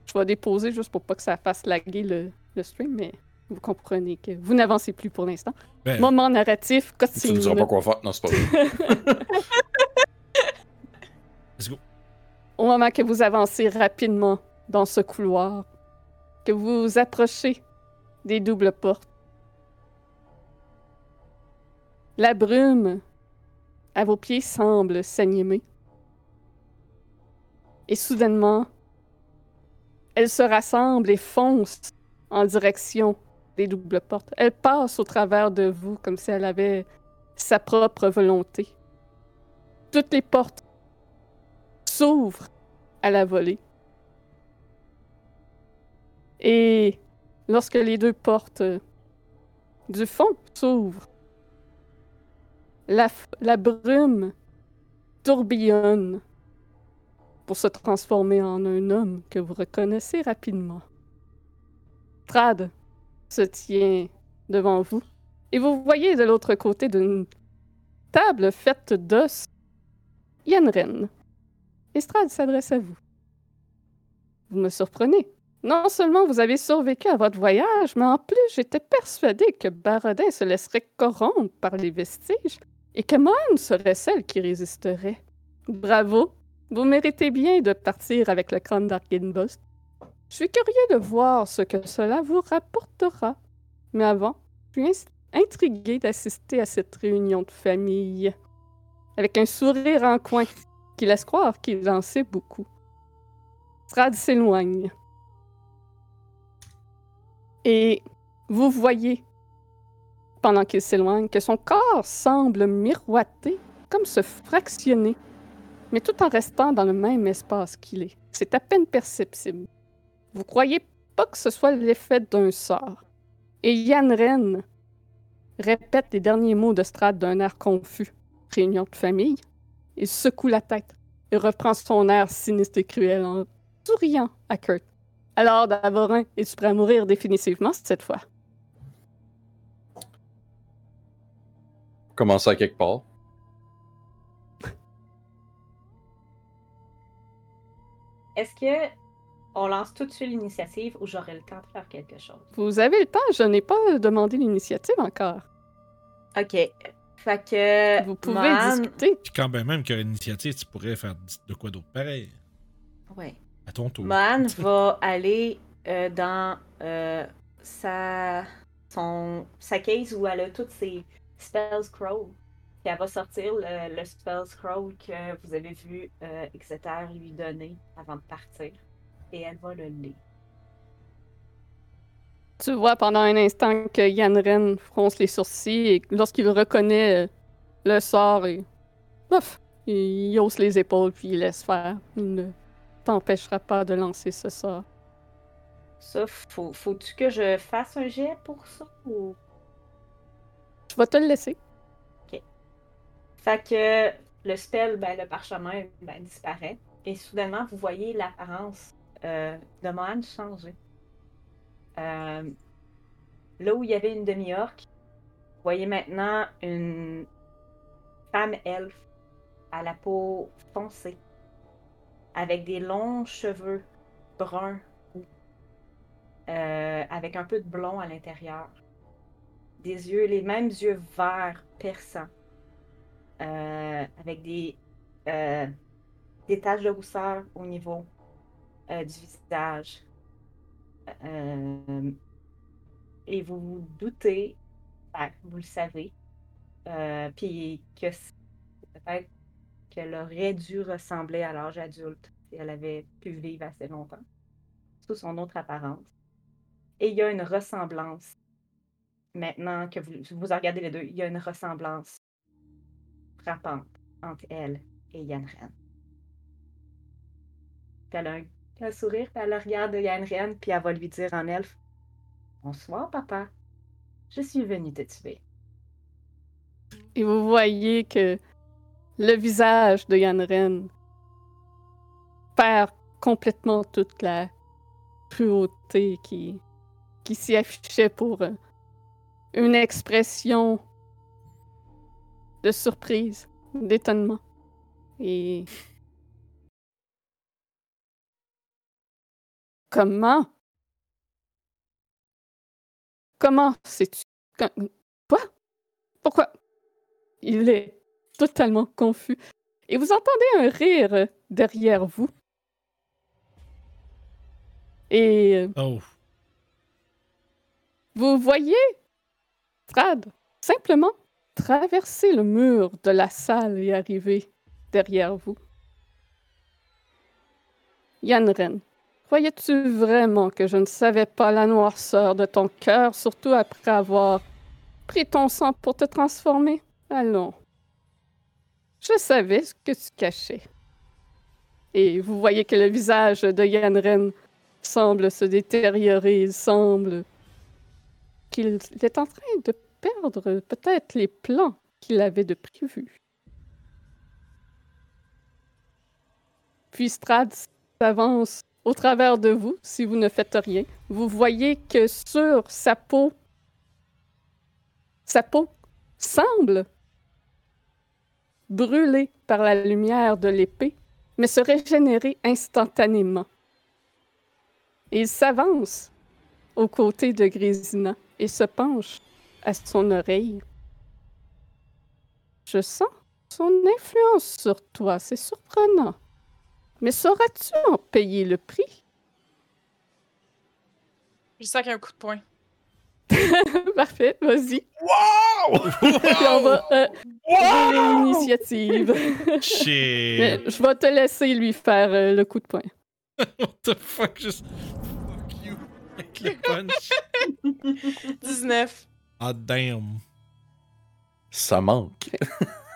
Speaker 1: Je vais déposer juste pour pas que ça fasse laguer le, le stream, mais vous comprenez que vous n'avancez plus pour l'instant.
Speaker 2: Ben,
Speaker 1: Moment narratif,
Speaker 3: Tu me
Speaker 1: continue.
Speaker 3: diras pas quoi faire. Non, c'est pas vrai.
Speaker 2: let's go.
Speaker 1: Au moment que vous avancez rapidement dans ce couloir, que vous vous approchez des doubles portes, la brume à vos pieds semble s'animer. Et soudainement, elle se rassemble et fonce en direction des doubles portes. Elle passe au travers de vous comme si elle avait sa propre volonté. Toutes les portes s'ouvre à la volée. Et lorsque les deux portes euh, du fond s'ouvrent, la, f- la brume tourbillonne pour se transformer en un homme que vous reconnaissez rapidement. Trad se tient devant vous et vous voyez de l'autre côté d'une table faite d'os Yanren. Estrade s'adresse à vous. Vous me surprenez. Non seulement vous avez survécu à votre voyage, mais en plus j'étais persuadée que Barodin se laisserait corrompre par les vestiges et que Mohan serait celle qui résisterait. Bravo, vous méritez bien de partir avec le crâne d'Argenbost. Je suis curieux de voir ce que cela vous rapportera. Mais avant, je suis ins- intriguée d'assister à cette réunion de famille. Avec un sourire en coin, qui laisse croire qu'il en sait beaucoup. Strad s'éloigne. Et vous voyez, pendant qu'il s'éloigne, que son corps semble miroiter, comme se fractionner, mais tout en restant dans le même espace qu'il est. C'est à peine perceptible. Vous croyez pas que ce soit l'effet d'un sort. Et Yann Ren répète les derniers mots de Strad d'un air confus. Réunion de famille. Il secoue la tête et reprend son air sinistre et cruel en souriant à Kurt. Alors, Davorin, es-tu prêt à mourir définitivement cette fois?
Speaker 3: Commencer à quelque part.
Speaker 7: Est-ce que on lance tout de suite l'initiative ou j'aurai le temps de faire quelque chose?
Speaker 1: Vous avez le temps, je n'ai pas demandé l'initiative encore.
Speaker 7: Ok. Fait que.
Speaker 1: Vous pouvez
Speaker 7: Mohan-
Speaker 1: discuter.
Speaker 2: Puis quand ben même qu'il y a une initiative, tu pourrais faire de quoi d'autre pareil.
Speaker 7: Ouais.
Speaker 2: À ton tour.
Speaker 7: Mohan va aller euh, dans euh, sa, son, sa case où elle a toutes ses spells scroll. Puis elle va sortir le, le spell scroll que vous avez vu euh, Exeter lui donner avant de partir. Et elle va le lire.
Speaker 1: Tu vois pendant un instant que Yann Ren fronce les sourcils et lorsqu'il reconnaît euh, le sort, et... Ouf! il il hausse les épaules puis il laisse faire. Il ne t'empêchera pas de lancer ce sort.
Speaker 7: Ça, faut, faut-tu que je fasse un jet pour ça ou.
Speaker 1: Je vais te le laisser.
Speaker 7: Fait que le spell, ben, le parchemin, ben, disparaît. Et soudainement, vous voyez l'apparence euh, de Mohan changer. Euh, là où il y avait une demi-orque, vous voyez maintenant une femme elfe à la peau foncée, avec des longs cheveux bruns, euh, avec un peu de blond à l'intérieur, des yeux, les mêmes yeux verts perçants euh, avec des, euh, des taches de rousseur au niveau euh, du visage. Euh, et vous vous doutez, ben, vous le savez, euh, puis que c-
Speaker 4: peut-être qu'elle aurait dû ressembler à l'âge adulte si elle avait pu vivre assez longtemps, sous son autre apparence. Et il y a une ressemblance. Maintenant que vous, vous regardez les deux, il y a une ressemblance frappante entre elle et Yann Ren. Puis elle a un, un sourire, puis elle regarde Yann Ren, puis elle va lui dire en elfe Bonsoir, papa. Je suis venue te tuer.
Speaker 1: Et vous voyez que le visage de Yanren perd complètement toute la cruauté qui, qui s'y affichait pour euh, une expression de surprise, d'étonnement. Et. Comment? Comment sais-tu? Quand- Quoi? Pourquoi? Il est totalement confus. Et vous entendez un rire euh, derrière vous. Et euh,
Speaker 2: Oh.
Speaker 1: vous voyez Trad simplement traverser le mur de la salle et arriver derrière vous. Yanren, croyais-tu vraiment que je ne savais pas la noirceur de ton cœur, surtout après avoir pris ton sang pour te transformer Allons. Je savais ce que tu cachais. Et vous voyez que le visage de Yanren semble se détériorer, il semble qu'il est en train de perdre peut-être les plans qu'il avait de prévus. Puis Strad s'avance au travers de vous si vous ne faites rien. Vous voyez que sur sa peau, sa peau semble brûlée par la lumière de l'épée, mais se régénérer instantanément. Et il s'avance aux côtés de Grésina et se penche à son oreille. Je sens son influence sur toi, c'est surprenant. Mais sauras-tu en payer le prix?
Speaker 6: Je sac un coup de poing.
Speaker 1: Parfait, vas-y.
Speaker 9: Oh!
Speaker 1: Puis on va euh, rouler l'initiative. Mais
Speaker 2: Shit.
Speaker 1: je vais te laisser lui faire euh, le coup de poing.
Speaker 2: What the fuck? Just fuck you. Avec le punch.
Speaker 6: 19.
Speaker 2: Ah, damn.
Speaker 3: Ça manque.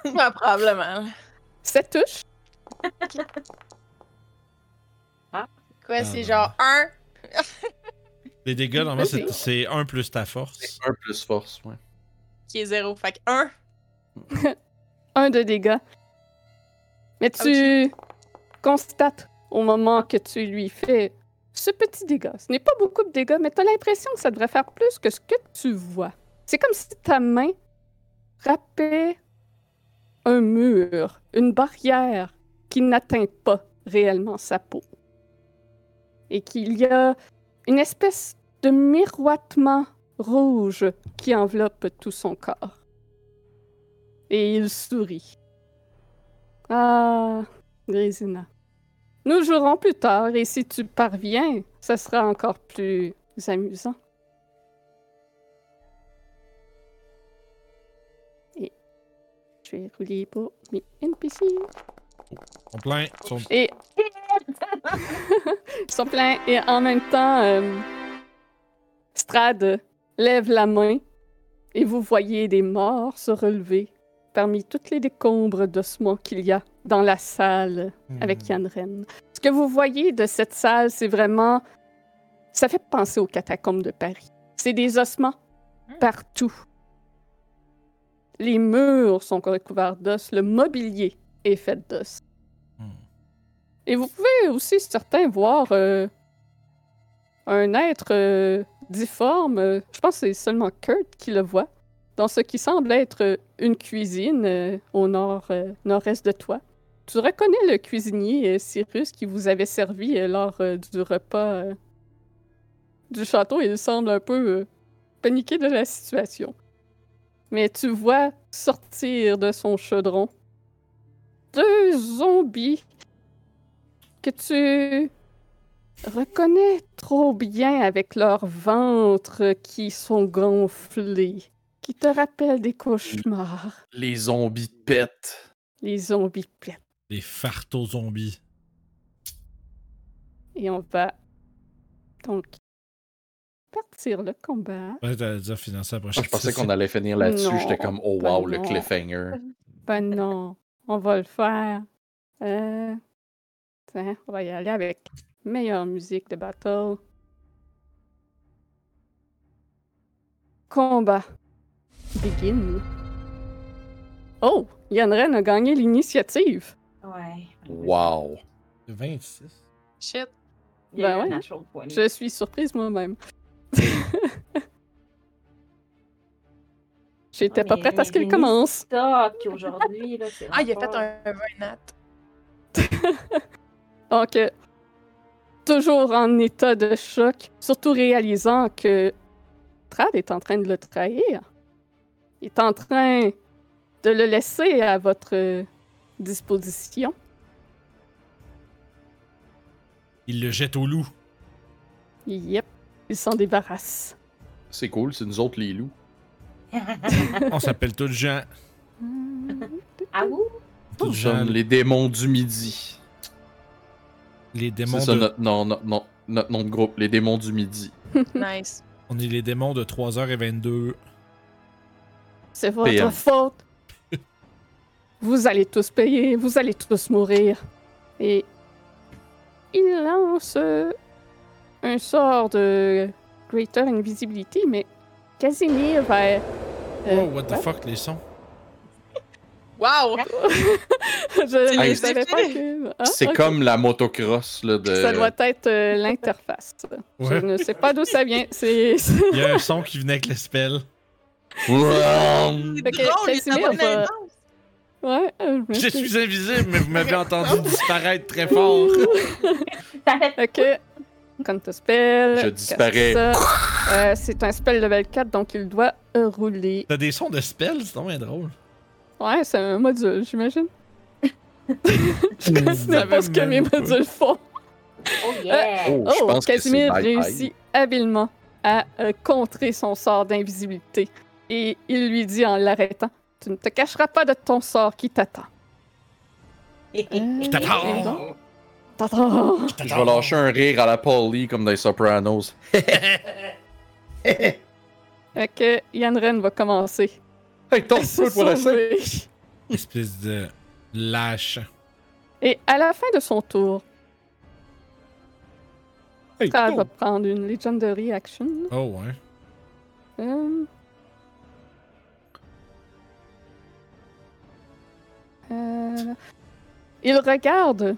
Speaker 6: Ouais, probablement.
Speaker 1: Ça touche.
Speaker 6: Quoi,
Speaker 2: Ah,
Speaker 6: c'est
Speaker 2: ouais.
Speaker 6: genre 1.
Speaker 2: Les dégâts, normalement, c'est-
Speaker 1: Ok.
Speaker 2: c'est 1 plus ta force.
Speaker 3: Un plus force, ouais.
Speaker 6: qui est 0. Fait que 1.
Speaker 1: un de dégâts. Mais tu constates au moment que tu lui fais ce petit dégât. Ce n'est pas beaucoup de dégâts, mais tu as l'impression que ça devrait faire plus que ce que tu vois. C'est comme si ta main frappait un mur, une barrière qui n'atteint pas réellement sa peau. Et qu'il y a une espèce de miroitement rouge qui enveloppe tout son corps. Et il sourit. Ah, Grésina. Nous jouerons plus tard et si tu parviens, ça sera encore plus amusant. Et je vais rouler pour mes NPC.
Speaker 2: On plein. Son...
Speaker 1: Et. Ils sont pleins. Et en même temps, euh, Strad lève la main et vous voyez des morts se relever parmi toutes les décombres d'ossements qu'il y a dans la salle
Speaker 2: Hmm.
Speaker 1: avec Yann Ren. Ce que vous voyez de cette salle, c'est vraiment. Ça fait penser aux catacombes de Paris. C'est des ossements partout. Les murs sont recouverts d'os, le mobilier est fait d'os.
Speaker 2: Hmm.
Speaker 1: Et vous pouvez aussi, certains, voir euh, un être euh, difforme. euh, je pense que c'est seulement Kurt qui le voit. Dans ce qui semble être euh, une cuisine euh, au nord, euh, nord-est de toi. Tu reconnais le cuisinier euh, Cyrus qui vous avait servi euh, lors euh, du repas euh, du château. Il semble un peu euh, paniqué de la situation. Mais tu vois sortir de son chaudron deux zombies que tu reconnais trop bien avec leurs ventres qui sont gonflés, qui te rappellent des cauchemars.
Speaker 3: Les zombies pètent.
Speaker 1: Les zombies pleins.
Speaker 2: Des farteaux zombies.
Speaker 1: Et on va donc partir le combat.
Speaker 2: Ouais, ah, t'allais dire financer la prochaine
Speaker 3: Je pensais
Speaker 2: session.
Speaker 3: qu'on allait finir là-dessus.
Speaker 1: Ah, Non,
Speaker 3: J'étais comme, oh wow,
Speaker 1: ben
Speaker 3: le
Speaker 1: non.
Speaker 3: cliffhanger.
Speaker 1: Ben non, on va le faire. Euh, tiens, on va y aller avec meilleure musique de battle. Combat. Begin. Oh, Yanren a gagné l'initiative.
Speaker 4: Ouais.
Speaker 3: Wow.
Speaker 2: 26.
Speaker 6: Shit.
Speaker 4: Il y
Speaker 1: Ben
Speaker 4: a eu un
Speaker 1: ouais.
Speaker 4: natural point.
Speaker 1: Je suis surprise moi-même. J'étais pas
Speaker 4: Mais-
Speaker 1: prête à ce
Speaker 4: mais
Speaker 1: qu'il commence.
Speaker 4: Stock aujourd'hui, là. c'est
Speaker 6: Ah, il a
Speaker 4: encore-
Speaker 6: fait
Speaker 1: Oh.
Speaker 6: un 20 nat.
Speaker 1: Donc, euh, toujours en état de choc, surtout réalisant que Trad est en train de le trahir. Il est en train de le laisser à votre euh, disposition.
Speaker 2: Il le jette au loup.
Speaker 1: Yep, il s'en débarrasse.
Speaker 3: C'est cool, c'est nous autres les loups.
Speaker 2: On s'appelle tous Jean.
Speaker 4: Ah ouh!
Speaker 2: Tous
Speaker 3: Nous
Speaker 2: Jean,
Speaker 3: sommes les démons du midi.
Speaker 2: les
Speaker 3: C'est
Speaker 2: démons
Speaker 3: ça
Speaker 2: de-
Speaker 3: notre, non, non, non, notre nom de groupe, les démons du midi.
Speaker 6: Nice.
Speaker 2: On est les démons de 3h22.
Speaker 1: C'est votre
Speaker 3: PM.
Speaker 1: faute. vous allez tous payer, vous allez tous mourir. Et il lance euh, un sort de Greater Invisibility, mais Casimir va. euh,
Speaker 2: Oh, what the fuck, les sons.
Speaker 6: Wow!
Speaker 1: je
Speaker 3: Ah,
Speaker 1: ne
Speaker 3: il-
Speaker 1: savais pas que. Ah,
Speaker 3: c'est
Speaker 1: ok.
Speaker 3: comme la motocross là, de.
Speaker 1: Ça doit être euh, l'interface.
Speaker 2: Ouais.
Speaker 1: Je ne sais pas d'où ça vient. C'est.
Speaker 2: Il y a un son qui venait avec le spell.
Speaker 3: Wouah!
Speaker 1: Fait que
Speaker 6: Drôle, il est
Speaker 1: Casimir
Speaker 6: en bonne
Speaker 1: va- Ouais, euh, me
Speaker 2: Je
Speaker 1: suis-
Speaker 2: suis invisible, mais vous m'avez entendu disparaître très fort.
Speaker 4: Ça fait
Speaker 1: Ok. Counterspell.
Speaker 3: Je disparais.
Speaker 1: casse ça. Euh, c'est un spell level 4, donc il doit euh, rouler.
Speaker 2: T'as des sons de spell, c'est bien drôle.
Speaker 1: Ouais, c'est un module, j'imagine. Je connais
Speaker 2: savais
Speaker 1: pas ce que
Speaker 2: même
Speaker 1: mes
Speaker 2: pas.
Speaker 1: modules font.
Speaker 4: Oh yeah!
Speaker 6: Euh,
Speaker 3: Oh, je
Speaker 1: Oh,
Speaker 3: pense que c'est
Speaker 1: Casimir
Speaker 3: bye-bye.
Speaker 1: réussit habilement à euh, contrer son sort d'invisibilité. Et il lui dit en l'arrêtant Tu ne te cacheras pas de ton sort qui t'attend.
Speaker 2: Je t'attends.
Speaker 1: Pardon? T'attends.
Speaker 3: Je vais lâcher un rire à la Paulie comme dans les Sopranos.
Speaker 1: Fait que Yann Ren va commencer.
Speaker 3: Hey,
Speaker 1: à
Speaker 3: t'en
Speaker 1: se
Speaker 3: peux, toi, la scène.
Speaker 1: sauver.
Speaker 2: Espèce de lâche.
Speaker 1: Et à la fin de son tour,
Speaker 2: Hey,
Speaker 1: ça
Speaker 2: go.
Speaker 1: va prendre une Legendary Action.
Speaker 2: Oh, ouais.
Speaker 1: Hum. Euh, Il regarde.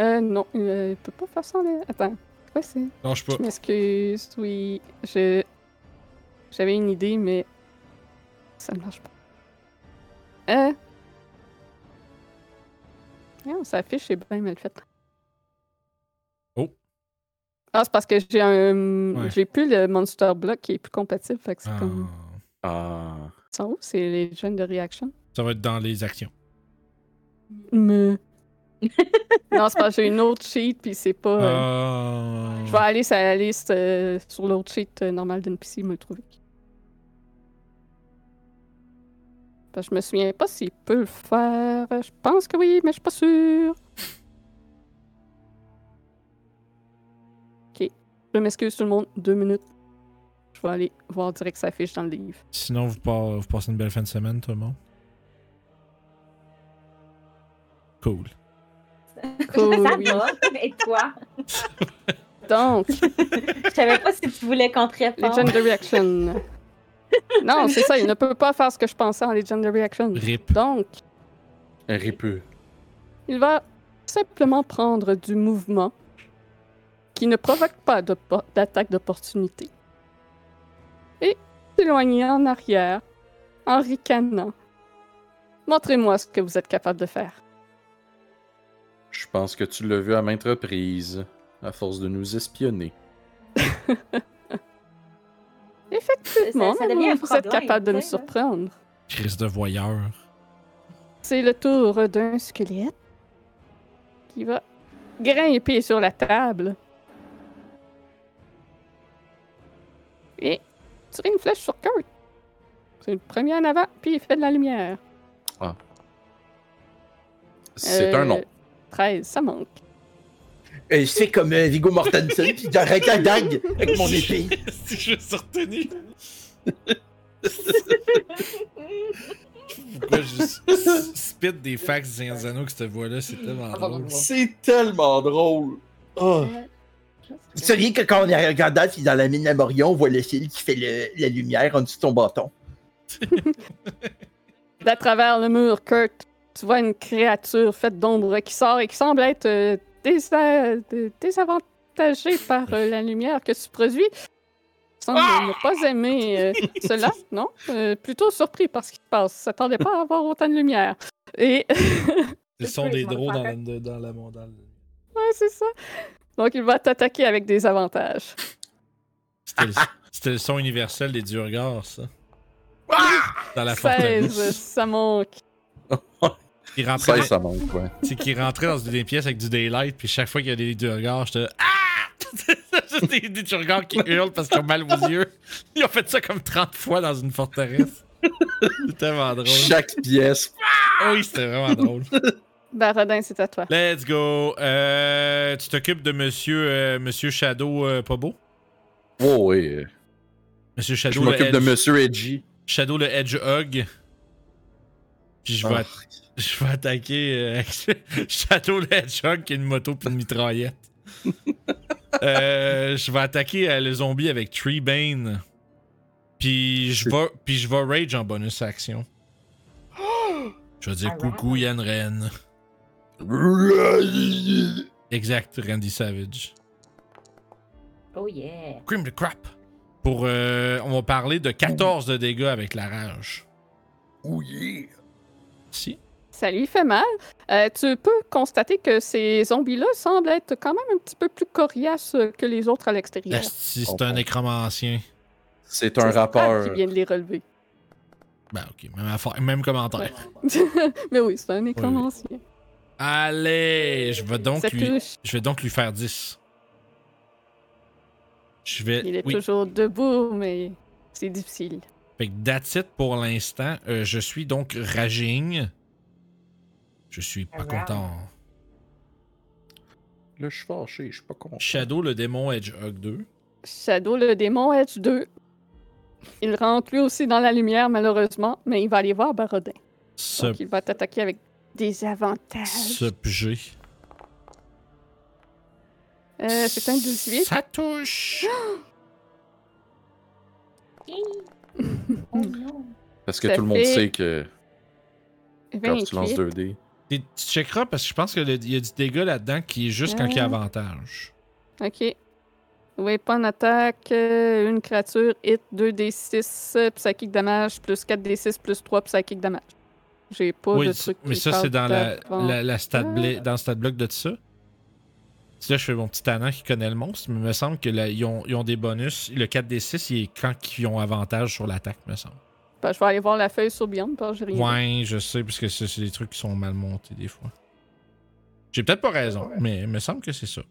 Speaker 1: Euh, non, il euh, il peut pas faire ça. Là. Attends, quoi c'est
Speaker 2: Lâche pas.
Speaker 1: Je m'excuse, oui. Je. J'avais une idée, mais. Ça ne marche pas. Euh. Ah, Non, ça affiche, c'est bien mal fait.
Speaker 2: Oh.
Speaker 1: Ah, c'est parce que j'ai un.
Speaker 2: Ouais.
Speaker 1: J'ai plus le Monster Block qui est plus compatible, fait que c'est
Speaker 2: Ah.
Speaker 1: comme.
Speaker 3: Ah.
Speaker 1: Ils sont où, c'est les jeunes de réaction?
Speaker 2: Ça va être dans les actions.
Speaker 1: Mais. non, c'est parce que j'ai une autre sheet, puis c'est pas. euh,
Speaker 2: Ah.
Speaker 1: Je vais aller sur la liste euh, sur l'autre sheet euh, normale d'NPC, me le trouver. Parce que je me souviens pas s'il peut le faire. Je pense que oui, mais je suis pas sûre. Ok. Je m'excuse tout le monde. Deux minutes. Je vais aller voir direct sa fiche dans le livre.
Speaker 2: Sinon, vous, par- vous passez une belle fin de semaine, tout le monde. Cool.
Speaker 6: Oh,
Speaker 1: Cool.
Speaker 4: Ça
Speaker 1: oui.
Speaker 4: va? Et toi?
Speaker 1: Donc,
Speaker 4: Je savais pas si tu voulais qu'on te réponde.
Speaker 1: Legendary Action. non, c'est ça. Il ne peut pas faire ce que je pensais en Legendary Action.
Speaker 2: Rip.
Speaker 1: Donc,
Speaker 3: Un ripeux.
Speaker 1: Il va simplement prendre du mouvement qui ne provoque pas de po- d'attaque d'opportunité. Et s'éloigner en arrière en ricanant. Montrez-moi ce que vous êtes capable de faire.
Speaker 3: Je pense que tu l'as vu à maintes reprises, à force de nous espionner.
Speaker 1: Bon,
Speaker 4: Ça, ça devient un
Speaker 1: vous
Speaker 4: problème.
Speaker 1: êtes
Speaker 4: hein.
Speaker 1: capable de
Speaker 4: tu
Speaker 1: nous
Speaker 4: sais, là.
Speaker 1: surprendre.
Speaker 2: Crise de voyeur.
Speaker 1: C'est le tour d'un squelette qui va grimper sur la table. Et tirer une flèche sur Kurt. C'est le premier en avant, puis il fait de la lumière.
Speaker 3: Ah. C'est un
Speaker 1: Euh,
Speaker 3: nom.
Speaker 1: 13, ça manque.
Speaker 9: Euh, je fais comme euh, Viggo Mortensen, puis j'arrête la dague avec mon épée.
Speaker 2: si je suis retenu. Pourquoi je s- s- spit des fax Zinzano que cette voix-là, c'est tellement
Speaker 1: Ah,
Speaker 2: drôle.
Speaker 3: C'est tellement drôle. Oh.
Speaker 9: Vous seriez que quand on est à Gandalf, il est dans la mine à Morion, on voit le fil qui fait le- la lumière en dessous de ton bâton.
Speaker 1: D'à travers le mur, Kurt, tu vois une créature faite d'ombre qui sort et qui semble être euh, désa- dé- désavantagée par euh, la lumière que tu produis. Semble ne pas aimer euh, cela, non? Euh, plutôt surpris par ce qui se passe. S'attendait pas à avoir autant de lumière. Et
Speaker 2: Le son des drôles dans la, de- dans la mondiale.
Speaker 1: ouais, c'est ça. Donc il va t'attaquer avec des avantages.
Speaker 2: C'était le, c'était le son universel des Durgars, ça. Dans la forteresse.
Speaker 1: 16, ça manque.
Speaker 2: Qui
Speaker 3: Ça,
Speaker 2: rentrait,
Speaker 3: ça manque, ouais.
Speaker 2: c'est qu'il rentrait dans une des pièces avec du daylight, puis chaque fois qu'il y a des Durgars, j'étais. Ah! Juste des, des Durgars qui hurlent parce qu'ils ont mal aux yeux. Ils ont fait ça comme 30 fois dans une forteresse. C'est tellement drôle.
Speaker 3: Chaque pièce.
Speaker 2: Ah Oui, c'était vraiment drôle.
Speaker 1: Baradin, c'est à toi.
Speaker 2: Let's go. Euh, tu t'occupes de Monsieur, euh, monsieur Shadow euh, pas beau?
Speaker 3: Oh, oui.
Speaker 2: Monsieur
Speaker 3: Je
Speaker 2: Shadow euh, le
Speaker 3: m'occupe de
Speaker 2: Hedge-
Speaker 3: Monsieur Edgy.
Speaker 2: Shadow le Hedgehog. Puis je vais,
Speaker 3: Ah.
Speaker 2: atta- je vais attaquer euh, avec Shadow le Hedgehog qui a une moto puis une mitraillette. Euh, je vais attaquer euh, le zombie avec Tree Bane. Puis je vais, puis je vais rage en bonus action. Je vais dire coucou Yann Ren. Exact, Randy Savage.
Speaker 4: Oh yeah.
Speaker 2: Cream de crap. Pour, euh, on va parler de 14 de dégâts avec la rage.
Speaker 7: Oui.
Speaker 2: Si.
Speaker 1: Ça lui fait mal. Euh, tu peux constater que ces zombies-là semblent être quand même un petit peu plus coriaces euh, que les autres à l'extérieur.
Speaker 2: Asti, C'est un nécromancien.
Speaker 3: C'est un
Speaker 1: C'est Stan
Speaker 3: rappeur.
Speaker 1: qui vient de les relever.
Speaker 2: Ben, ok, même affaire, même commentaire.
Speaker 1: Mais oui, c'est un nécromancien.
Speaker 2: Allez, je vais donc
Speaker 1: Ça
Speaker 2: lui,
Speaker 1: touche.
Speaker 2: je vais donc lui faire 10. Je vais.
Speaker 1: Il est
Speaker 2: oui.
Speaker 1: toujours debout, mais c'est difficile.
Speaker 2: Fait que that's it pour l'instant. Euh, je suis donc raging. Je suis pas
Speaker 4: Alright.
Speaker 2: content.
Speaker 3: Là, je suis fâché, je suis pas con.
Speaker 2: Shadow le démon Hedgehog 2.
Speaker 1: Shadow, le démon H2. Il rentre lui aussi dans la lumière, malheureusement, mais il va aller voir Barodin.
Speaker 2: Ce
Speaker 1: Donc, il va t'attaquer avec des avantages.
Speaker 2: ce pg.
Speaker 1: Euh, c'est un 18.
Speaker 2: Ça touche.
Speaker 4: Oh non.
Speaker 3: Parce que
Speaker 1: Ça
Speaker 3: tout le monde
Speaker 1: fait
Speaker 3: sait que quand tu lances
Speaker 1: 28.
Speaker 3: 2D,
Speaker 2: Et tu checkeras parce que je pense qu'il y a du dégât là-dedans qui est juste quand il y a avantage.
Speaker 1: Ok. Weapon attaque, euh, une créature, hit 2d6, euh, psychic damage, plus 4d6, plus 3 psychic damage. J'ai pas
Speaker 2: Oui,
Speaker 1: de
Speaker 2: c-
Speaker 1: truc.
Speaker 2: mais
Speaker 1: qui
Speaker 2: ça,
Speaker 1: parle
Speaker 2: c'est dans la,
Speaker 1: d'avant.
Speaker 2: la, la
Speaker 1: Ah.
Speaker 2: stat bla- dans le stat block de ça. C'est Là, je fais mon petit talent qui connaît le monstre, mais il me semble que là, ils, ont, ils ont des bonus. Le 4d6, il est quand ils ont avantage sur l'attaque, me semble.
Speaker 1: Ben, je vais aller voir la feuille sur Beyond, parce que j'ai rien.
Speaker 2: Ouais, je sais, parce que ça, c'est des trucs qui sont mal montés des fois. J'ai peut-être pas raison, mais il me semble que c'est ça.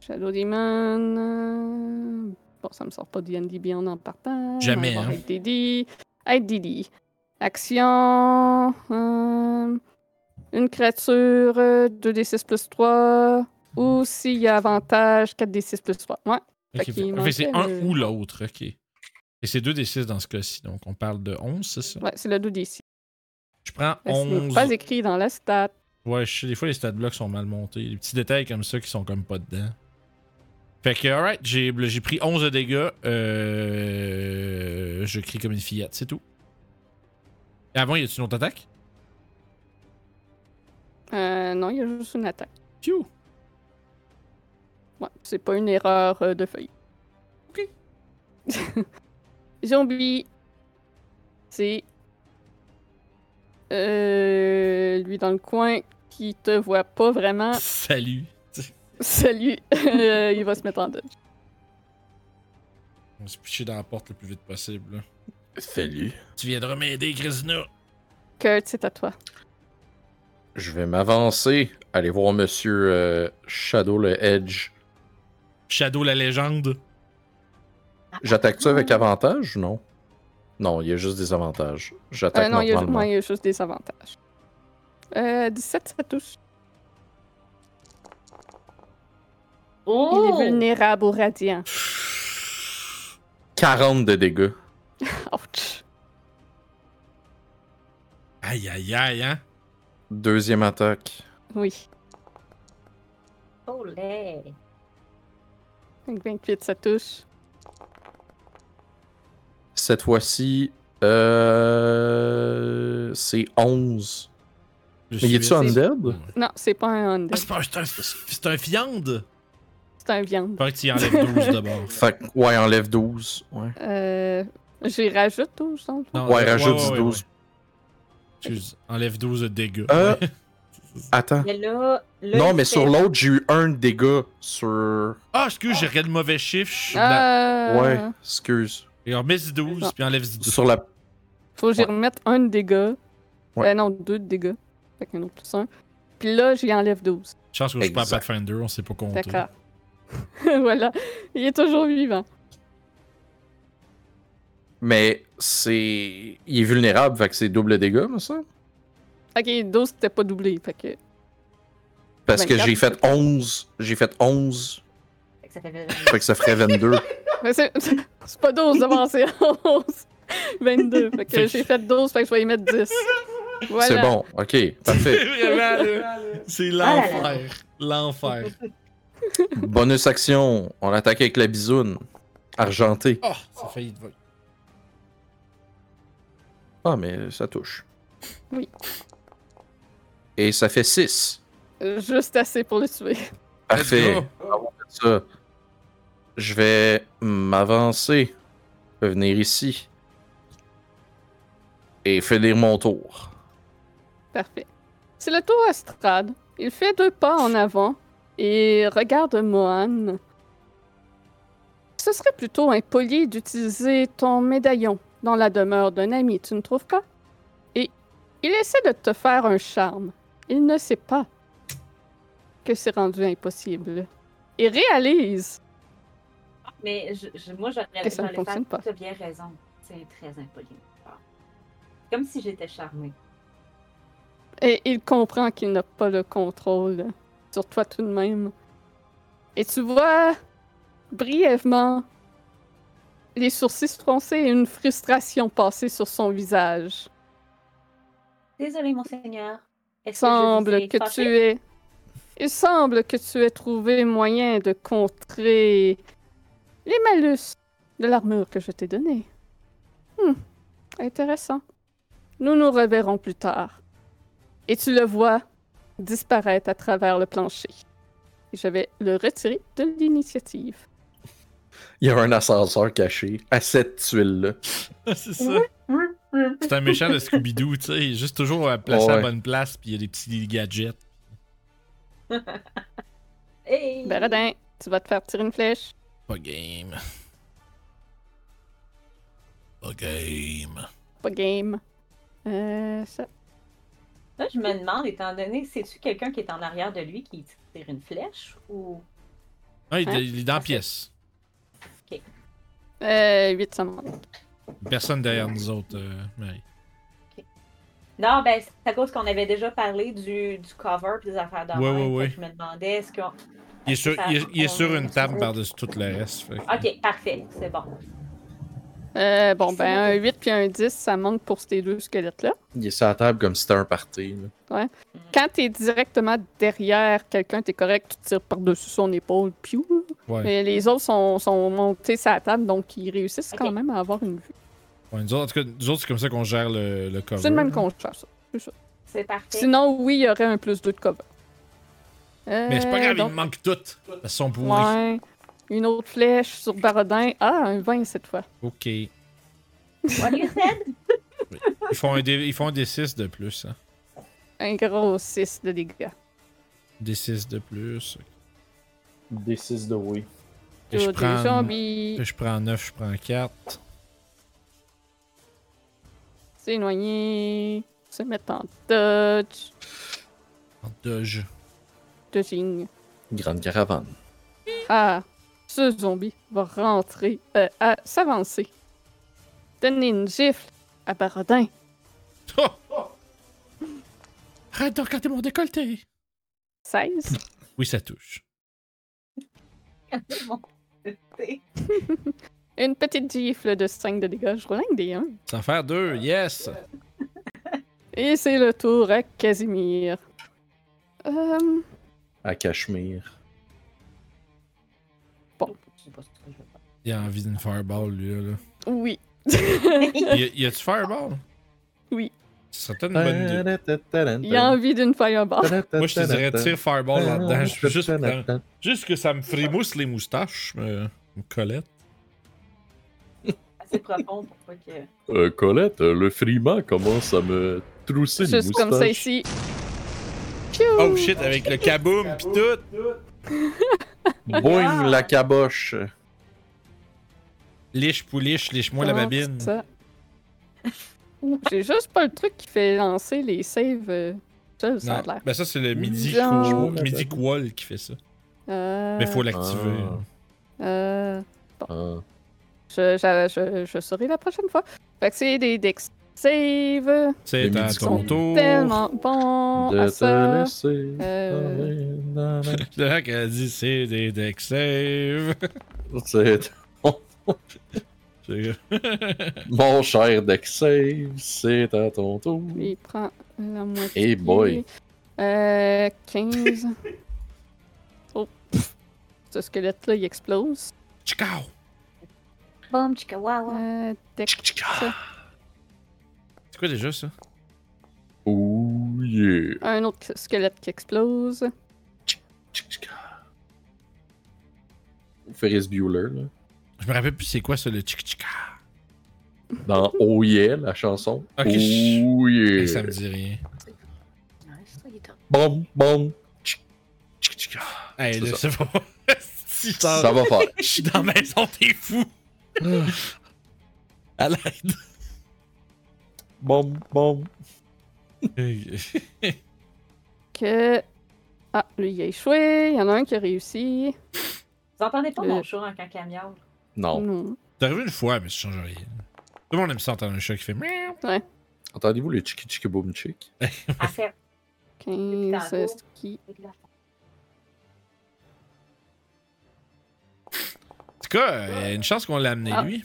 Speaker 1: Shadow Demon. euh, Bon, ça me sort pas de D&D Beyond en partant.
Speaker 2: Jamais,
Speaker 1: On va voir
Speaker 2: hein.
Speaker 1: Aide Didi. Aide Didi. Action. euh, Une créature, euh, 2d6 plus 3. Ou s'il y a avantage, 4d6 plus 3. Ouais.
Speaker 2: Ok,
Speaker 1: Fait qu'il
Speaker 2: fait- fait que c'est
Speaker 1: manquait le-
Speaker 2: un ou l'autre, ok. Et c'est 2d6 dans ce cas-ci, donc on parle de 11, c'est ça?
Speaker 1: Ouais, c'est le 2d6.
Speaker 2: Je prends
Speaker 1: Ben, Ce n'est
Speaker 2: 11.
Speaker 1: pas écrit dans la stat.
Speaker 2: Ouais, je sais, des fois les stat blocks sont mal montés. Des petits détails comme ça qui sont comme pas dedans. Fait que, alright, j'ai j'ai pris 11 de dégâts. Euh, je crie comme une fillette, c'est tout. Et avant, y a-tu une autre attaque?
Speaker 1: Euh, non, il y a juste une attaque.
Speaker 2: Piou!
Speaker 1: Ouais, c'est pas une erreur euh, de feuille.
Speaker 2: Ok.
Speaker 1: Zombie. C'est. Euh, lui dans le coin qui te voit pas vraiment.
Speaker 2: Salut!
Speaker 1: Salut. Euh, il va se mettre en dodge.
Speaker 2: On se pitcher dans la porte le plus vite possible. là.
Speaker 3: salut.
Speaker 2: Tu viendras m'aider, Krisina!
Speaker 1: Kurt, c'est à toi.
Speaker 3: Je vais m'avancer, aller voir Monsieur euh, Shadow le Edge.
Speaker 2: Shadow la légende.
Speaker 3: J'attaque
Speaker 1: Ah.
Speaker 3: ça avec avantage ou non Non, il y a juste des avantages.
Speaker 1: Euh,
Speaker 3: J'attaque
Speaker 1: non, il y, a,
Speaker 3: normalement.
Speaker 1: ouais, il y a juste des avantages. Euh, 17, ça touche.
Speaker 4: Oh!
Speaker 1: Il est vulnérable au radiant.
Speaker 3: 40 de dégâts.
Speaker 1: Ouch.
Speaker 2: Aïe, aïe, aïe, hein?
Speaker 3: Deuxième attaque.
Speaker 1: Oui.
Speaker 4: Oh, lait.
Speaker 1: Fait que 28, ça touche.
Speaker 3: Cette fois-ci, euh... c'est 11.
Speaker 2: Je
Speaker 3: Mais
Speaker 2: suis-
Speaker 3: y tu undead?
Speaker 1: Non, c'est pas un
Speaker 2: Ah,
Speaker 1: undead.
Speaker 2: c'est pas- c'est un, c'est un fiande!
Speaker 1: C'est un viande.
Speaker 2: Faudrait que tu y enlèves 12 de bord.
Speaker 3: Fait que, ouais, enlève 12. Ouais,
Speaker 1: Euh, J'y rajoute ou je sens.
Speaker 2: Non,
Speaker 3: ouais rajoute
Speaker 2: ouais,
Speaker 3: du
Speaker 2: ouais,
Speaker 3: 12.
Speaker 2: ouais. Excuse, enlève 12 de dégâts.
Speaker 3: Euh, Attends.
Speaker 4: Mais là, là,
Speaker 3: Non,
Speaker 4: il
Speaker 3: mais
Speaker 4: fait- Euh.
Speaker 3: sur l'autre, j'ai eu un dégât sur.
Speaker 2: Ah, excuse, j'ai regardé le mauvais chiffre. Je suis blanc.
Speaker 1: Euh,
Speaker 3: Ouais, excuse.
Speaker 2: Et on met 12,
Speaker 1: Non.
Speaker 2: puis enlève 12.
Speaker 3: Sur la.
Speaker 1: Faut que j'y
Speaker 3: Ouais.
Speaker 1: remette un de dégâts.
Speaker 3: Ouais.
Speaker 1: Euh, non, deux de dégâts. Fait qu'un autre plus un. Puis là, j'y enlève 12.
Speaker 2: Chance que je suis pas à
Speaker 3: Exact.
Speaker 2: Pathfinder, on sait pas compter.
Speaker 1: D'accord. voilà. Il est toujours vivant.
Speaker 3: Mais c'est. Il est vulnérable, fait que c'est double dégât, mais ça?
Speaker 1: Ok, 12, c'était pas doublé. Fait que.
Speaker 4: Ben,
Speaker 3: Parce que
Speaker 1: 24.
Speaker 3: j'ai fait 11. J'ai fait 11.
Speaker 4: Fait que ça fait-
Speaker 3: Fait que ça ferait 22.
Speaker 1: Mais c'est c'est pas 12 d'abord, c'est 11. 22. Fait que j'ai fait 12, fait que je vais y mettre 10. Voilà.
Speaker 3: C'est bon. Ok,
Speaker 2: C'est
Speaker 3: parfait.
Speaker 2: vraiment, là, C'est
Speaker 4: là là.
Speaker 2: l'enfer. L'enfer.
Speaker 3: Bonus action. On attaque avec la bisoune. Argentée.
Speaker 2: Oh, ça failli de vol.
Speaker 3: Ah, mais ça touche.
Speaker 1: Oui.
Speaker 3: Et ça fait 6.
Speaker 1: Euh, Juste assez pour le tuer.
Speaker 2: Let's
Speaker 3: Parfait.
Speaker 2: go.
Speaker 3: Bravo pour ça. Je vais m'avancer. Je vais venir ici. Et finir mon tour.
Speaker 1: Parfait. C'est le tour à Strad. Il fait deux pas en avant et regarde Mohan. Ce serait plutôt impoli d'utiliser ton médaillon dans la demeure d'un ami, tu ne trouves pas? Et il essaie de te faire un charme. Il ne sait pas que c'est rendu impossible. Et réalise
Speaker 4: Mais je, je- moi, j'aurais
Speaker 1: Que ça ne
Speaker 4: j'aurais
Speaker 1: fonctionne pas.
Speaker 4: Tu as bien raison. C'est très impoli. de ma part. Comme si j'étais charmée.
Speaker 1: Et il comprend qu'il n'a pas le contrôle sur toi tout de même. Et tu vois brièvement les sourcils froncés et une frustration passer sur son visage.
Speaker 4: Désolée, monseigneur.
Speaker 1: Il
Speaker 4: Est-ce que je vous
Speaker 1: semble
Speaker 4: ai
Speaker 1: que
Speaker 4: fâché?
Speaker 1: tu aies... Il semble que tu aies trouvé moyen de contrer les malus de l'armure que je t'ai donnée. Hmm, intéressant. Nous nous reverrons plus tard. Et tu le vois disparaître à travers le plancher. Et je vais le retirer de l'initiative.
Speaker 3: Il y a un ascenseur caché à cette tuile-là.
Speaker 2: c'est ça. C'est un méchant de Scooby-Doo, tu sais. il est Juste toujours à placer à la
Speaker 3: Ouais.
Speaker 2: bonne place, puis il y a des petits gadgets.
Speaker 4: Hey!
Speaker 1: Baradin, tu vas te faire tirer une flèche.
Speaker 2: Pas game. Pas game.
Speaker 1: Pas game. Euh, ça...
Speaker 4: Là, je me demande, étant donné, c'est-tu quelqu'un qui est en arrière de lui qui tire une flèche ou.
Speaker 2: Ah, il,
Speaker 1: Hein?
Speaker 2: il est dans la pièce.
Speaker 1: Euh, 8, ça manque.
Speaker 2: Personne derrière nous autres, euh, Marie.
Speaker 4: Non, ben, c'est à cause qu'on avait déjà parlé du, du cover et des affaires de
Speaker 2: Ouais,
Speaker 4: même.
Speaker 2: ouais,
Speaker 4: Fait que
Speaker 2: ouais.
Speaker 4: Je me demandais, est-ce qu'on.
Speaker 2: Il est sur,
Speaker 4: Ça,
Speaker 2: il est- il est
Speaker 4: on-
Speaker 2: sur une table par-dessus tout le reste. fait que-
Speaker 4: Ok, parfait, c'est bon.
Speaker 1: Euh, bon,
Speaker 4: C'est
Speaker 1: ben,
Speaker 4: noté.
Speaker 1: un 8 puis un 10, ça manque pour ces deux squelettes-là.
Speaker 3: Il est sur la table comme si c'était un party. là.
Speaker 1: Quand t'es directement derrière quelqu'un, t'es correct, tu tires par-dessus son épaule, piou.
Speaker 2: Ouais.
Speaker 1: Mais les autres sont, sont montés sur la table, donc ils réussissent
Speaker 4: Ok.
Speaker 1: quand même à avoir une vue.
Speaker 2: Ouais, nous autres, en tout cas, nous autres, c'est comme ça qu'on gère le, le cover.
Speaker 1: C'est le même
Speaker 2: là.
Speaker 1: qu'on cherche, ça.
Speaker 4: C'est parfait.
Speaker 1: Sinon, oui, il y aurait un plus 2 de cover. Euh,
Speaker 2: Mais c'est pas grave, il
Speaker 1: donc,
Speaker 2: me manque tout. Elles sont pourries.
Speaker 1: ouais, Une autre flèche sur Barodin. Ah, un 20 cette fois.
Speaker 2: Ok. Ils
Speaker 4: What you said?
Speaker 2: font, un D, ils font un D6 de plus. Hein.
Speaker 1: Un gros 6 de dégâts.
Speaker 2: D6 de plus.
Speaker 3: D6 de oui.
Speaker 2: Et je
Speaker 1: Tout des
Speaker 2: prends,
Speaker 1: zombies.
Speaker 2: je prends 9, je prends 4.
Speaker 1: S'éloigner. Se mettre en dodge.
Speaker 2: En doge.
Speaker 1: Dodging.
Speaker 3: Grande caravane.
Speaker 1: Ah, ce zombie va rentrer, euh, à s'avancer. Donner une gifle à Barodin.
Speaker 2: Oh! Arrête de regarder mon décolleté!
Speaker 1: 16.
Speaker 2: Oui, ça touche.
Speaker 4: Mon côté.
Speaker 1: Une petite gifle de 5 de dégâts. Je roule un des 1.
Speaker 2: Ça va faire deux, yes!
Speaker 1: Et c'est le tour à Casimir. Euh,
Speaker 3: À Cachemire.
Speaker 4: Je sais pas ce que je veux faire.
Speaker 2: Il a envie d'une fireball, lui, là.
Speaker 1: oui.
Speaker 2: Il y a-tu fireball?
Speaker 1: Oui.
Speaker 2: Ce serait peut-être une bonne idée. Ben,
Speaker 1: Il a envie d'une fireball.
Speaker 2: Moi, je te dirais, tire fireball là-dedans. Je- Juste, juste que ça me frimousse les moustaches, euh, me Colette.
Speaker 4: Assez profond pour pas que.
Speaker 3: Euh, Colette, euh, le frima commence à me trousser les
Speaker 1: Juste comme ça
Speaker 3: moustaches.
Speaker 1: ici.
Speaker 2: Oh shit, avec le kaboom pis tout!
Speaker 3: Boing, la caboche.
Speaker 2: Liche pouliche, liche-moi la
Speaker 1: Comment
Speaker 2: babine.
Speaker 1: ça? Ouh, J'ai juste pas le truc qui fait lancer les saves euh, seuls, ça a
Speaker 2: Non,
Speaker 1: l'air.
Speaker 2: ben ça, c'est le midi,
Speaker 1: Non.
Speaker 2: Quo- midi Quoll qui fait ça.
Speaker 1: Euh,
Speaker 2: Mais faut l'activer.
Speaker 3: Ah.
Speaker 1: euh,
Speaker 3: Ah.
Speaker 1: je, j'a- je, je saurai la prochaine fois. Fait que c'est des dex save.
Speaker 2: C'est
Speaker 3: Le
Speaker 2: à
Speaker 3: midi
Speaker 2: ton
Speaker 3: Quoll.
Speaker 2: tour.
Speaker 1: Tellement bon
Speaker 3: de
Speaker 1: à
Speaker 3: te
Speaker 1: ça.
Speaker 3: laisser.
Speaker 1: Euh,
Speaker 3: aller dans la-
Speaker 2: Le mec a dit c'est des deck save.
Speaker 3: C'est
Speaker 2: C'est-
Speaker 3: mon cher Dexave, c'est à ton tour.
Speaker 1: il prend la moitié.
Speaker 3: Hey boy.
Speaker 1: Euh, 15. oh. Ce squelette-là, il explose.
Speaker 2: Tchikao!
Speaker 4: Bum, chica, waouh.
Speaker 1: Euh, dex.
Speaker 2: C'est quoi déjà ça?
Speaker 3: Oh yeah.
Speaker 1: Un autre squelette qui explose.
Speaker 3: Ferris Bueller, là.
Speaker 2: Je me rappelle plus c'est quoi ça le tchik tchika.
Speaker 3: Dans Oh yeah, la chanson.
Speaker 2: Ok, je-
Speaker 3: Oh yeah.
Speaker 2: Ça me dit rien.
Speaker 4: Nice, ça, il est top.
Speaker 3: Bom, bom. Tchic, tchic, tchic.
Speaker 2: Hey,
Speaker 3: C'est
Speaker 2: là,
Speaker 3: ça.
Speaker 2: c'est bon. Si,
Speaker 3: Ça va faire.
Speaker 2: Je suis dans la maison, t'es fou!
Speaker 3: Ah.
Speaker 2: à l'aide!
Speaker 3: Bom, bom.
Speaker 1: Que. Ah, lui, il a échoué. Il y en a un qui a réussi.
Speaker 4: Vous entendez pas
Speaker 1: Euh.
Speaker 4: mon chat en cacagnole?
Speaker 3: Non.
Speaker 1: Non.
Speaker 2: T'es arrivé une fois, mais ça change rien. Tout le monde aime ça entendre un chat qui fait miaou.
Speaker 3: Entendez-vous le tchiki tchiki boom chick?
Speaker 4: À faire.
Speaker 1: 15,
Speaker 4: Tantôt.
Speaker 1: euh, ce qui.
Speaker 2: En tout cas, euh, une chance qu'on l'a amené
Speaker 1: Ah.
Speaker 2: lui.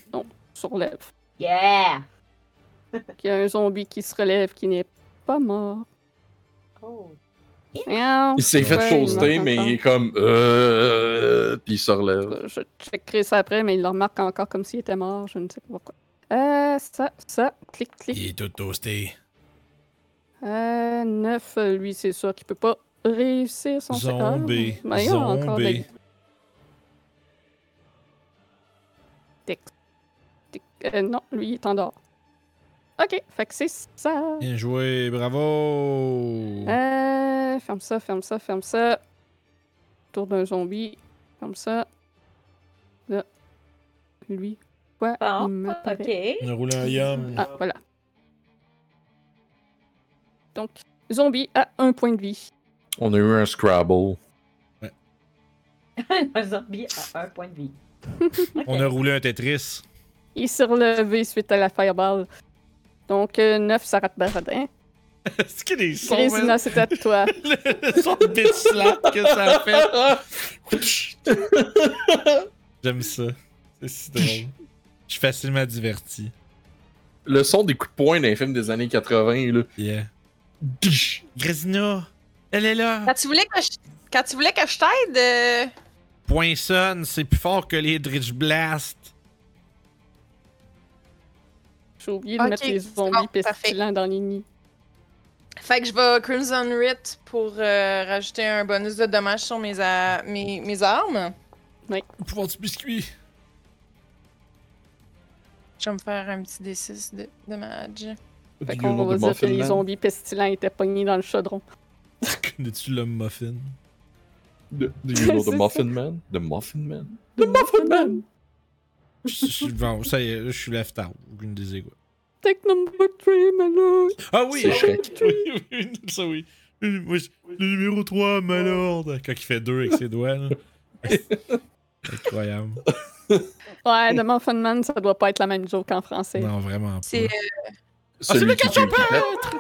Speaker 1: surlève.
Speaker 4: Yeah!
Speaker 1: Qu'il y a un zombie qui se relève qui n'est pas mort.
Speaker 4: Oh.
Speaker 1: Rien.
Speaker 3: Il s'est fait
Speaker 1: Ouais,
Speaker 3: toaster,
Speaker 1: il
Speaker 3: mais il
Speaker 1: m'entend.
Speaker 3: est comme. Euh. Puis il se relève.
Speaker 1: Je checkerai ça après, mais il le remarque encore comme s'il était mort. Je ne sais pas pourquoi. Euh, ça, ça. Clic, clic.
Speaker 2: Il est tout toasté.
Speaker 1: Euh, 9, lui, c'est sûr qu'il peut pas réussir son
Speaker 2: Zombie.
Speaker 1: Ah, mais il y a encore
Speaker 2: Zombie.
Speaker 1: des- des- des- euh, non, lui, il est en dehors. Ok, fait que c'est ça.
Speaker 2: Bien joué, bravo!
Speaker 1: Euh, ferme ça, ferme ça, ferme ça. Tour d'un zombie. Ferme ça. Là. Lui. Quoi?
Speaker 7: Ah,
Speaker 1: il
Speaker 4: Bon,
Speaker 1: m'apparaît.
Speaker 4: ok.
Speaker 2: On a roulé un yum.
Speaker 1: Ah, voilà. Donc, zombie à un point de vie.
Speaker 3: On a eu un Scrabble.
Speaker 4: un zombie à un point de vie.
Speaker 2: On a roulé un Tetris.
Speaker 1: Il s'est relevé suite à la fireball. Donc, 9, ça rate Baradin.
Speaker 2: C'est qu'il y a des sons, man?
Speaker 1: Grésina, c'est à toi.
Speaker 2: Le son de bitch slap que ça a fait. J'aime ça. C'est si drôle. Je suis facilement diverti.
Speaker 3: Le son des coups de poing d'un film des années 80, là.
Speaker 2: Yeah.
Speaker 3: Tch.
Speaker 2: Grésina, elle est là.
Speaker 6: Quand tu voulais que je, quand tu voulais que je t'aide, euh,
Speaker 2: Poinson, c'est plus fort que les Dredge Blast.
Speaker 1: J'ai oublié de
Speaker 6: Ok,
Speaker 1: mettre les
Speaker 6: c'est bon,
Speaker 1: zombies pestilents dans les nids.
Speaker 6: fait que je vais Crimson Rit pour euh, rajouter un bonus de dommage sur mes, a- mes, mes armes.
Speaker 2: Pouvoir du biscuit.
Speaker 6: Je vais me faire un petit D6 de dommage.
Speaker 1: Fait
Speaker 3: Du
Speaker 1: qu'on
Speaker 3: humour
Speaker 1: va
Speaker 3: de
Speaker 1: dire que
Speaker 3: Muffin
Speaker 1: les
Speaker 3: Man.
Speaker 1: zombies pestilents étaient pognés dans le chaudron.
Speaker 2: Connais-tu l'homme muffin?
Speaker 3: De- Du humour de
Speaker 1: C'est
Speaker 3: Muffin Man. De Muffin Man.
Speaker 2: Je- je- Bon, ça y est, là, je suis left out. Aucune des égois.
Speaker 1: Take number 3, Malord.
Speaker 2: Ah oui!
Speaker 3: C'est
Speaker 2: ah
Speaker 3: Shrek.
Speaker 2: oui, oui, oui, ça oui. Le, moi, je- le numéro 3, Malord. Quand il fait deux avec ses doigts, là. Incroyable.
Speaker 1: Ouais, de Muffin Man, ça doit pas être la même joke en français.
Speaker 3: Ah,
Speaker 2: Non, vraiment pas.
Speaker 6: C'est
Speaker 2: c'est le
Speaker 3: Celui qui
Speaker 2: cachot
Speaker 3: pipette.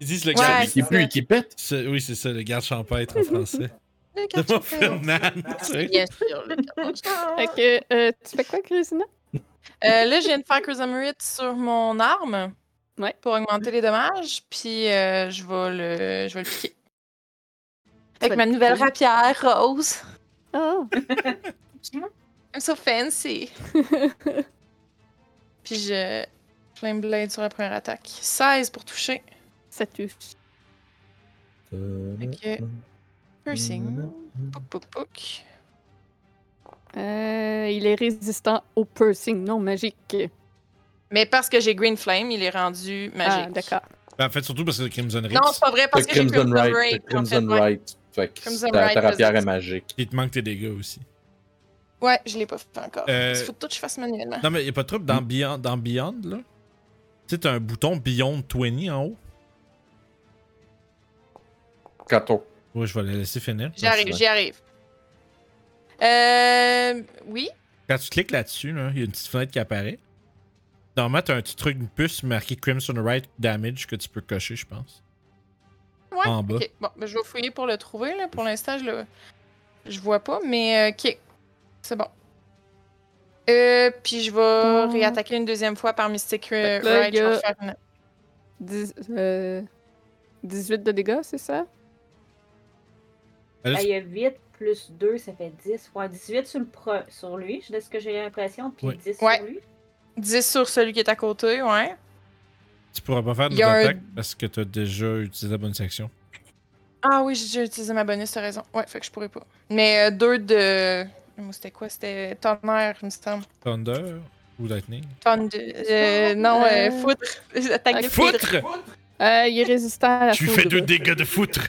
Speaker 2: Ils disent le
Speaker 6: Ouais,
Speaker 2: garde.
Speaker 6: c'est
Speaker 3: qui pue et qui pète.
Speaker 2: c'est- Oui, c'est ça, le garde champêtre en français. De
Speaker 6: Le
Speaker 2: mon
Speaker 6: carte champêtre.
Speaker 2: Fernand, tu sais.
Speaker 6: Bien sûr, le carte champêtre.
Speaker 1: Fait que, euh, tu fais quoi, Christina?
Speaker 6: Euh, là, je viens de faire Chrysomerite sur mon arme
Speaker 1: Ouais.
Speaker 6: pour augmenter les dommages, puis euh, je, vais le, je vais le piquer. Avec
Speaker 1: vas
Speaker 6: ma
Speaker 1: le
Speaker 6: nouvelle
Speaker 1: piquer.
Speaker 6: rapière rose.
Speaker 1: Ah!
Speaker 6: I'm so fancy. puis je flame blade sur la première attaque. 16 pour toucher.
Speaker 1: ça tue.
Speaker 3: Euh,
Speaker 6: Ok.
Speaker 3: Mm-hmm.
Speaker 6: Piercing. Pouk, pouk, pouk.
Speaker 1: Euh, il est résistant au piercing non magique.
Speaker 6: Mais parce que j'ai Green Flame, il est rendu magique.
Speaker 1: Ah, d'accord.
Speaker 2: Ben, en fait, surtout parce que le Crimson Rift,
Speaker 6: Non, c'est pas vrai,
Speaker 3: T'as
Speaker 6: parce que j'ai
Speaker 3: Crimson
Speaker 6: Crimson
Speaker 3: Right.
Speaker 6: Ray.
Speaker 3: t'as Crimson
Speaker 6: ouais.
Speaker 3: Right. Fait
Speaker 6: Crimson
Speaker 3: que ta-
Speaker 6: Right,
Speaker 3: ta rapière
Speaker 6: vas-y.
Speaker 3: est magique.
Speaker 2: il te manque tes dégâts aussi.
Speaker 6: Ouais, je l'ai pas fait encore.
Speaker 2: Euh,
Speaker 6: Il faut tout que je fasse manuellement.
Speaker 2: Non, mais y'a pas de trouble dans Beyond, dans Beyond là. Tu sais, t'as un bouton Beyond 20 en haut.
Speaker 3: Quand on.
Speaker 2: Ouais, je vais le laisser finir.
Speaker 6: J'y arrive,
Speaker 3: c'est
Speaker 6: j'y arrive. Euh. Oui.
Speaker 2: Quand tu cliques là-dessus, là, il y a une petite fenêtre qui apparaît. Normalement, t'as un petit truc, une puce marquée Crimson Right Damage que tu peux cocher, je pense.
Speaker 6: Ouais.
Speaker 2: En bas.
Speaker 6: ok. Bon, ben, je vais fouiller pour le trouver. Là. Pour l'instant, je le je vois pas, mais euh, ok. C'est bon. Euh, puis je vais
Speaker 1: Bon.
Speaker 6: réattaquer une deuxième fois par Mystic
Speaker 1: Fait
Speaker 6: euh,
Speaker 1: que là,
Speaker 6: Right.
Speaker 1: il y
Speaker 6: je vais
Speaker 1: a-
Speaker 6: faire une-
Speaker 1: Dix- euh, 18 de dégâts, c'est ça?
Speaker 2: Là,
Speaker 7: Ah,
Speaker 2: tu-
Speaker 7: Il y a 8 euh, plus 2, ça fait 10. Ouais, 18 sur, le pro- sur lui, de ce que j'ai l'impression, puis
Speaker 2: Ouais.
Speaker 7: 10
Speaker 6: Ouais.
Speaker 7: sur lui.
Speaker 6: 10 sur celui qui est à côté, ouais.
Speaker 2: tu pourras pas faire
Speaker 6: il
Speaker 2: des
Speaker 6: y a un-
Speaker 2: attaques parce que t'as déjà utilisé la bonne section.
Speaker 6: Ah oui, j'ai déjà utilisé ma bonus, t'as raison. Ouais, fait que je pourrais pas. Mais euh, deux de. Moi, C'était quoi C'était tonnerre, il me semble.
Speaker 2: Thunder ou Lightning.
Speaker 6: Tonne de. euh, non, euh, foutre. Attaque de foudre.
Speaker 2: Foutre!
Speaker 1: Euh, il est résistant à la
Speaker 2: Tu
Speaker 1: foudre.
Speaker 2: fais deux dégâts de foutre!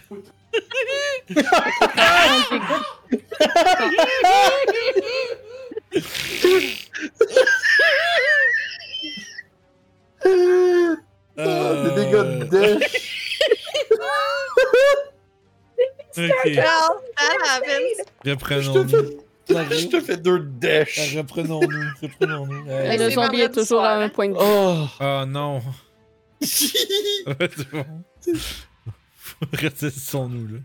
Speaker 9: Oh,
Speaker 3: Ah, Des dégâts
Speaker 7: Euh,
Speaker 3: de dèche.
Speaker 2: Ok,
Speaker 6: Ah,
Speaker 2: reprenons-nous.
Speaker 3: Je te fais deux
Speaker 9: Ah,
Speaker 3: dèches.
Speaker 2: Reprenons-nous, reprenons-nous.
Speaker 1: Et
Speaker 6: Mais
Speaker 1: Euh, le
Speaker 6: c'est
Speaker 1: zombie est
Speaker 6: vendredi
Speaker 1: toujours à
Speaker 6: soir,
Speaker 1: un
Speaker 6: hein.
Speaker 1: point de vie.
Speaker 3: Oh.
Speaker 2: Ah non! C'est bon. Restons-nous là.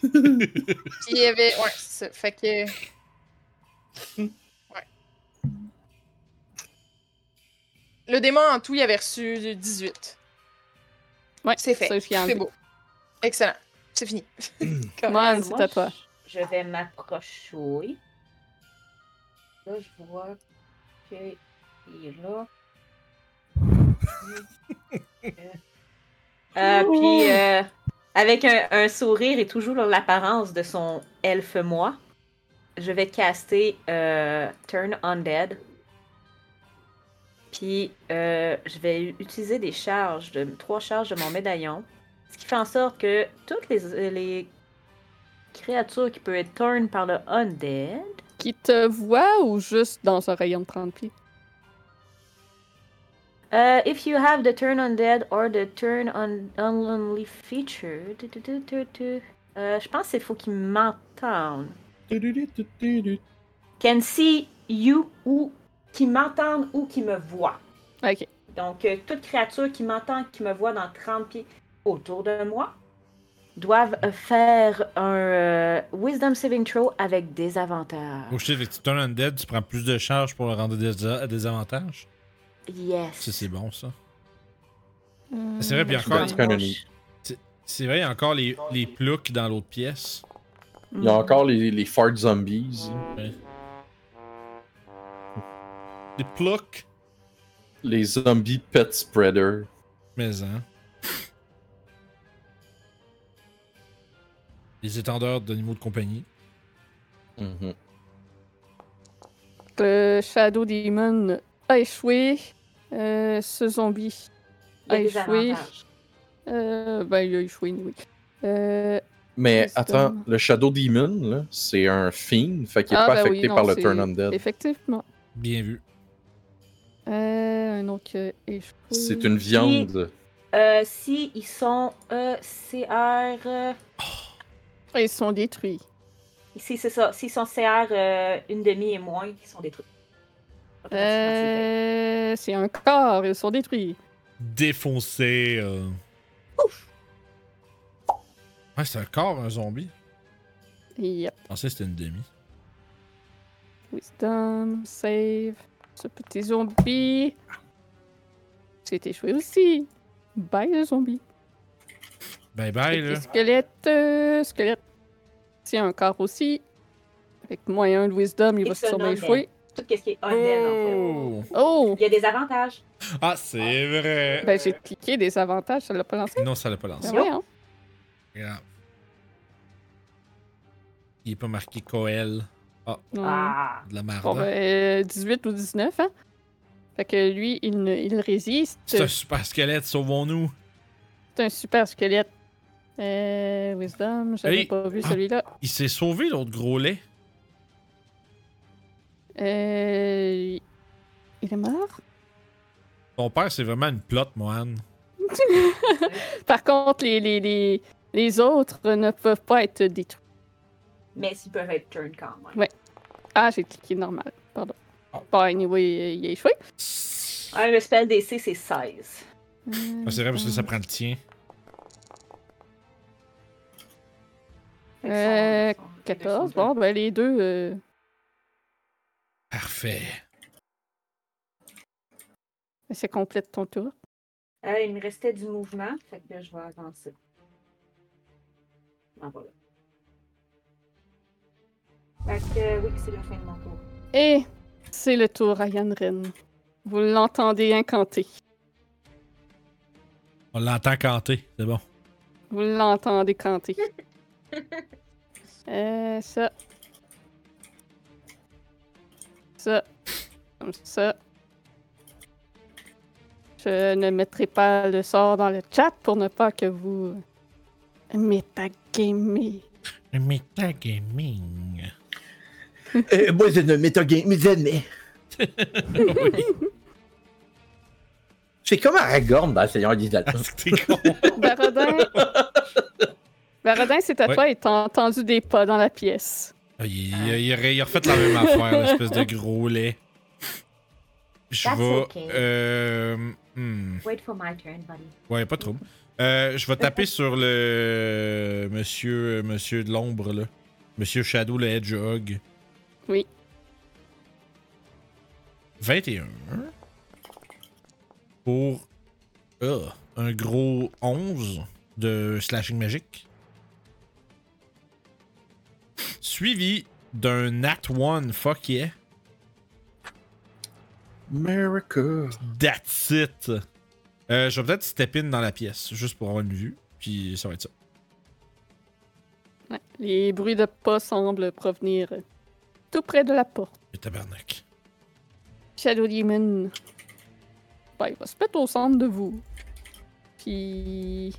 Speaker 6: Puis il y avait. Ouais, c'est ça. Fait que. Ouais. Le démon en tout, il avait reçu 18.
Speaker 1: Ouais,
Speaker 6: C'est fait.
Speaker 1: ça, je l'ai enlevé.
Speaker 6: C'est beau. Excellent. C'est fini.
Speaker 1: Mohan,
Speaker 7: Moi,
Speaker 1: c'est à toi.
Speaker 7: Je je vais m'approcher. Là, je vois qu'il est là. Euh, puis, euh, avec un, un sourire et toujours l'apparence de son elfe moi, je vais caster euh, Turn Undead. Puis, euh, je vais u- utiliser des charges, de, trois charges de mon médaillon. Ce qui fait en sorte que toutes les, les créature qui peut être turn par le undead.
Speaker 1: Qui te voit ou juste dans un rayon de 30 pieds?
Speaker 7: Uh, if you have the turn undead or the turn un unonly feature. Tu, tu, tu, tu, tu. Euh, je pense qu'il faut qu'il m'entende. Can see you ou qui m'entende ou qui me voit.
Speaker 1: Ok.
Speaker 7: Donc, euh, toute créature qui m'entend, qui me voit dans 30 pieds autour de moi, doivent euh, faire un euh, Wisdom Saving Throw avec des avantages.
Speaker 2: Oh shit, fait que tu turn undead, tu prends plus de charge pour le rendre des, à des avantages.
Speaker 7: Yes.
Speaker 2: Ça, c'est bon ça. C'est vrai, puis
Speaker 7: Je
Speaker 2: encore,
Speaker 7: suis
Speaker 3: Encore,
Speaker 7: dans
Speaker 3: il-
Speaker 7: le manche.
Speaker 2: c'est vrai, il y a encore les, les ploucs dans l'autre pièce.
Speaker 3: Il y a encore les, les fart zombies.
Speaker 2: Les ploucs,
Speaker 3: Les zombies pet spreader.
Speaker 2: mais hein. Les étendeurs d'animaux de compagnie.
Speaker 3: Mhm.
Speaker 1: Le Shadow Demon a échoué. Euh, ce zombie
Speaker 7: Il
Speaker 1: a
Speaker 7: y a des
Speaker 1: échoué.
Speaker 7: avantages.
Speaker 1: Euh, ben, il a échoué, oui. Euh,
Speaker 3: Mais
Speaker 1: Wisdom.
Speaker 3: attends, le Shadow Demon, là, c'est un fiend, fait qu'il est
Speaker 1: Ah,
Speaker 3: pas
Speaker 1: ben oui,
Speaker 3: affecté
Speaker 1: non,
Speaker 3: par le
Speaker 1: c'est-
Speaker 3: Turn
Speaker 2: Euh.
Speaker 3: Undead.
Speaker 1: effectivement.
Speaker 2: Bien vu.
Speaker 1: Euh, un autre qui a échoué.
Speaker 3: C'est une viande.
Speaker 7: Euh, si ils sont euh, CR. euh,
Speaker 1: Ils sont détruits.
Speaker 7: si c'est ça, s'ils sont CR euh, une demi et moins, ils sont détruits. Automatiquement, c'est fait.
Speaker 1: Euh, c'est un corps, ils sont détruits.
Speaker 2: Défoncer. euh. Ouais, c'est un corps, un zombie.
Speaker 1: Yep.
Speaker 2: Je pensais que c'était une demi.
Speaker 1: Wisdom, save. Ce petit zombie. C'est échoué aussi. Bye le zombie.
Speaker 2: Bye bye, là.
Speaker 1: Petit squelette. euh, squelette. Tiens, un corps aussi. Avec moyen de wisdom, il va se sûrement
Speaker 4: Étonnant,
Speaker 1: échouer.
Speaker 4: Tout ce qui est undead, en fait.
Speaker 2: Oh!
Speaker 1: Oh!
Speaker 4: Il y a des avantages.
Speaker 2: Ah, c'est vrai!
Speaker 1: Ben, j'ai cliqué des avantages, ça l'a pas lancé.
Speaker 2: Non, ça l'a pas lancé.
Speaker 1: Ben, voyons.
Speaker 2: Grave. Il est pas marqué Coel.
Speaker 1: Non.
Speaker 4: Ah!
Speaker 2: De la
Speaker 1: Bon,
Speaker 2: marde.
Speaker 1: ben, euh, 18 ou 19, hein? Fait que lui, il, ne- il résiste.
Speaker 2: C'est un super squelette, sauvons-nous!
Speaker 1: C'est un super squelette. Euh, wisdom, j'avais
Speaker 2: Hey.
Speaker 1: pas vu
Speaker 2: Ah.
Speaker 1: celui-là.
Speaker 2: Il s'est sauvé, l'autre gros lait.
Speaker 1: Euh, il est mort.
Speaker 2: Ton père, c'est vraiment une plotte, Mohan.
Speaker 1: Par contre, les, les, les, les autres ne peuvent pas être détruits.
Speaker 4: Mais s'ils peuvent être turn quand même.
Speaker 1: Ah, j'ai cliqué normal. Pardon. Bon, anyway, euh, il a échoué.
Speaker 4: Un spell DC, c'est 16.
Speaker 2: Ah, c'est vrai, parce que ça prend le tien.
Speaker 4: Fait
Speaker 1: Euh,
Speaker 4: que son- son-
Speaker 1: 14.
Speaker 4: son-
Speaker 1: Bon, ben, les deux. euh,
Speaker 2: Parfait.
Speaker 1: ça complète ton tour.
Speaker 4: Euh, il me restait du mouvement, fait que je vais avancer. Ah, voilà. Fait que euh, oui, c'est la fin de mon tour.
Speaker 1: Et c'est le tour à Yann-Ren. Vous l'entendez incanter.
Speaker 2: On l'entend canter, c'est bon.
Speaker 1: Vous l'entendez canter. euh, ça. Ça. Comme ça. Je ne mettrai pas le sort dans le chat pour ne pas que vous m'épagamez.
Speaker 2: Metagaming.
Speaker 9: Euh, moi, je ne métagame mes ennemis. C'est comme Aragorn dans Le bah, Seigneur des Anneaux.
Speaker 2: Est-ce que t'es con?
Speaker 1: Barodin. Barodin, c'est à
Speaker 2: Ouais.
Speaker 1: toi et t'as entendu des pas dans la pièce.
Speaker 2: Ah, il, il a- il a, ré- il a refait la même affaire, l'espèce de gros lait. Je
Speaker 4: That's
Speaker 2: vais.
Speaker 4: okay.
Speaker 2: Euh, hmm,
Speaker 4: Wait for my turn, buddy.
Speaker 2: ouais, pas trop. Euh, je vais taper sur le. Monsieur, euh, monsieur de l'ombre, là. Monsieur Shadow le Hedgehog.
Speaker 1: Oui.
Speaker 2: 21. Pour. ah, un gros 11 de slashing magique. Suivi d'un Nat 1, fuck yeah.
Speaker 3: America.
Speaker 2: That's it. Euh, je vais peut-être step in dans la pièce, juste pour avoir une vue. Puis ça va être ça.
Speaker 1: Ouais. Les bruits de pas semblent provenir euh, tout près de la porte.
Speaker 2: Le tabarnak.
Speaker 1: Shadow Demon, ben, il va se mettre au centre de vous. Puis.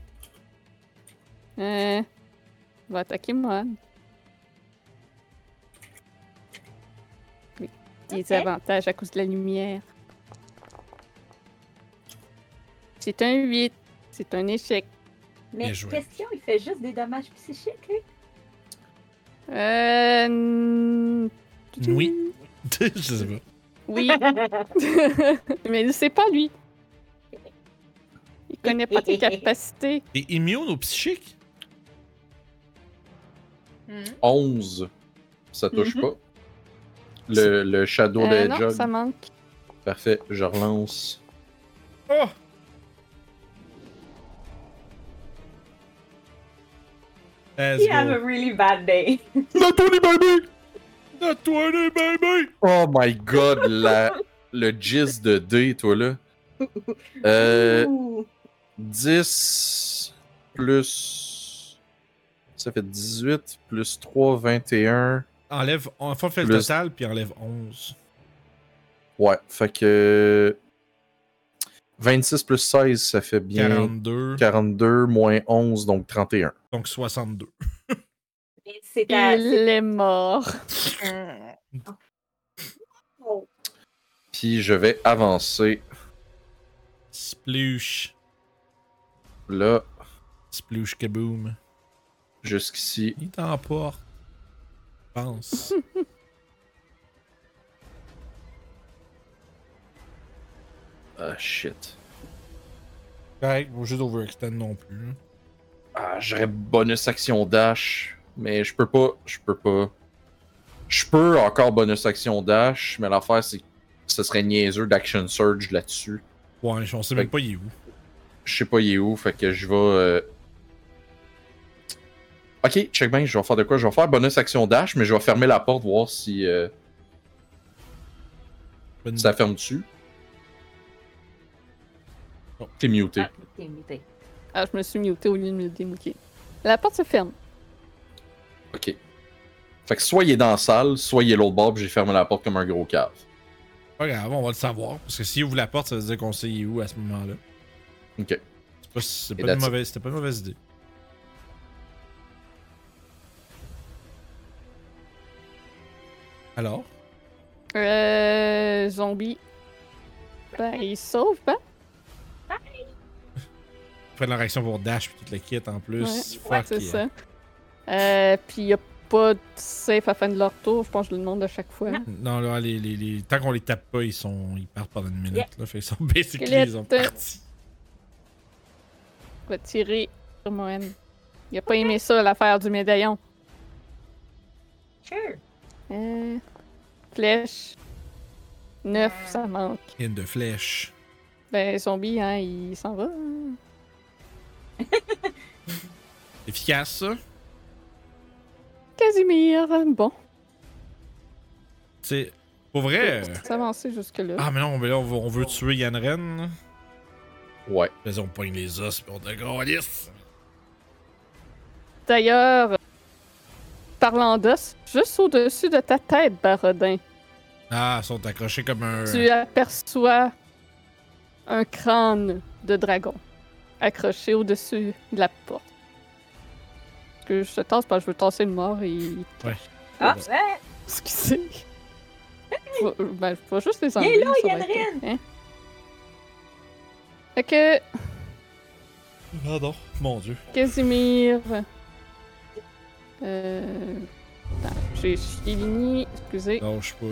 Speaker 1: Euh, il va attaquer Mohan. Oui, Des
Speaker 4: Ok.
Speaker 1: avantages à cause de la lumière. C'est un 8. C'est un échec.
Speaker 4: Mais
Speaker 2: Bien joué.
Speaker 4: question, il fait juste des dommages psychiques, lui?
Speaker 1: Euh. n-
Speaker 2: Oui. je sais pas.
Speaker 1: Oui. Mais c'est pas lui. Il connaît pas tes capacités.
Speaker 2: Et immune au psychique?
Speaker 6: Hmm,
Speaker 3: 11. Ça touche pas. Le, le Shadow de
Speaker 1: Mhm. Euh, non,
Speaker 3: Hedgehog.
Speaker 1: ça manque.
Speaker 3: Parfait, je relance.
Speaker 2: Oh! Let's
Speaker 4: He have
Speaker 2: go.
Speaker 4: a really bad day.
Speaker 2: Nat 20, baby!
Speaker 3: Oh my god, la, le gis de D, toi là. Euh,
Speaker 4: Ouh.
Speaker 3: 10 plus. Ça fait 18 plus 3, 21.
Speaker 2: Enlève, enfin fait le
Speaker 3: Plus-
Speaker 2: total, puis enlève 11.
Speaker 3: Ouais, fait que. 26 plus 16, ça fait bien.
Speaker 2: 42,
Speaker 3: 42 moins 11, donc 31.
Speaker 2: donc 62.
Speaker 4: Mais C'est à... c'est-
Speaker 1: Il est mort.
Speaker 6: hmm.
Speaker 4: oh.
Speaker 3: Puis je vais avancer
Speaker 2: Sploosh.
Speaker 3: là,
Speaker 2: Sploosh kaboom.
Speaker 3: jusqu'ici.
Speaker 2: Il t'emporte. Pense.
Speaker 3: Ah shit. Ah,
Speaker 2: Correct, faut juste overextend non plus.
Speaker 3: Ah, j'aurais bonus action dash, mais je peux pas. Je peux pas. Je peux encore bonus action dash, mais l'affaire, c'est que ce serait niaiseux d'action surge là-dessus.
Speaker 2: Ouais, on sait même pas il est où.
Speaker 3: Je sais pas il est où, fait que je vais. euh, Ok, check bien, je vais faire de quoi? Je vais faire bonus action dash, mais je vais fermer la porte, voir si euh,
Speaker 2: Bonne-
Speaker 3: ça ferme dessus. Oh, T'es muté.
Speaker 4: Ah, t'es muté.
Speaker 1: Ah, je me suis muté au lieu de me démuter. La porte se ferme.
Speaker 3: Ok. Fait que soit il est dans la salle, soit il est l'autre bord, puis j'ai fermé la porte comme un gros cave.
Speaker 2: Pas grave, on va le savoir. Parce que s'il ouvre la porte, ça veut dire qu'on sait il est où à ce moment-là.
Speaker 3: Ok.
Speaker 2: C'est pas, c'est
Speaker 3: Et
Speaker 2: pas, une
Speaker 3: that's it.
Speaker 2: mauvaise- c'était pas une mauvaise idée. Alors,
Speaker 1: Euh. Zombie. Ben, il se sauve, hein?
Speaker 2: près de leur action pour Dash puis toute la kit en plus. Fuck
Speaker 1: c'est
Speaker 2: yeah.
Speaker 1: ça. Euh, puis il n'y a pas de safe à la fin de leur tour. Je pense que je le demande à chaque fois.
Speaker 2: Non, là, les, les- les- tant qu'on les tape pas, ils, sont, ils partent pendant une minute.
Speaker 4: Yeah.
Speaker 2: Là, fait ils sont basically,
Speaker 1: Squelette.
Speaker 2: ils ont parti.
Speaker 1: On va tirer sur Moen. Il a pas aimé ça, l'affaire du médaillon.
Speaker 4: Sure.
Speaker 1: Euh, flèche. 9, ça manque.
Speaker 2: In de flèche.
Speaker 1: Ben, zombie, hein, il s'en va. hein.
Speaker 2: Efficace, ça.
Speaker 1: Casimir, bon,
Speaker 2: C'est. Pour vrai. euh,
Speaker 1: c'est avancé jusque-là.
Speaker 2: Ah, mais non, mais là, on veut, on veut tuer Yanren.
Speaker 3: Ouais.
Speaker 2: Vas-y, on pogne les os pis on te grandisse.
Speaker 1: D'ailleurs, parlant d'os, juste au-dessus de ta tête, Barodin,
Speaker 2: Ah, ils sont accrochés comme un.
Speaker 1: tu aperçois un crâne de dragon accroché au-dessus de la porte. Est-ce Que je te tasse parce que je veux tasser une mort et.
Speaker 4: Ah, ouais,
Speaker 1: Excusez. Faut- ben, faut juste les
Speaker 4: Il est
Speaker 1: enlever.
Speaker 4: là,
Speaker 1: ça va être-
Speaker 4: Yann
Speaker 1: hein? Fait que
Speaker 2: Pardon. Mon dieu.
Speaker 1: Casimir. Euh. attends, J'ai Chilini, excusez.
Speaker 2: Non, je sais pas.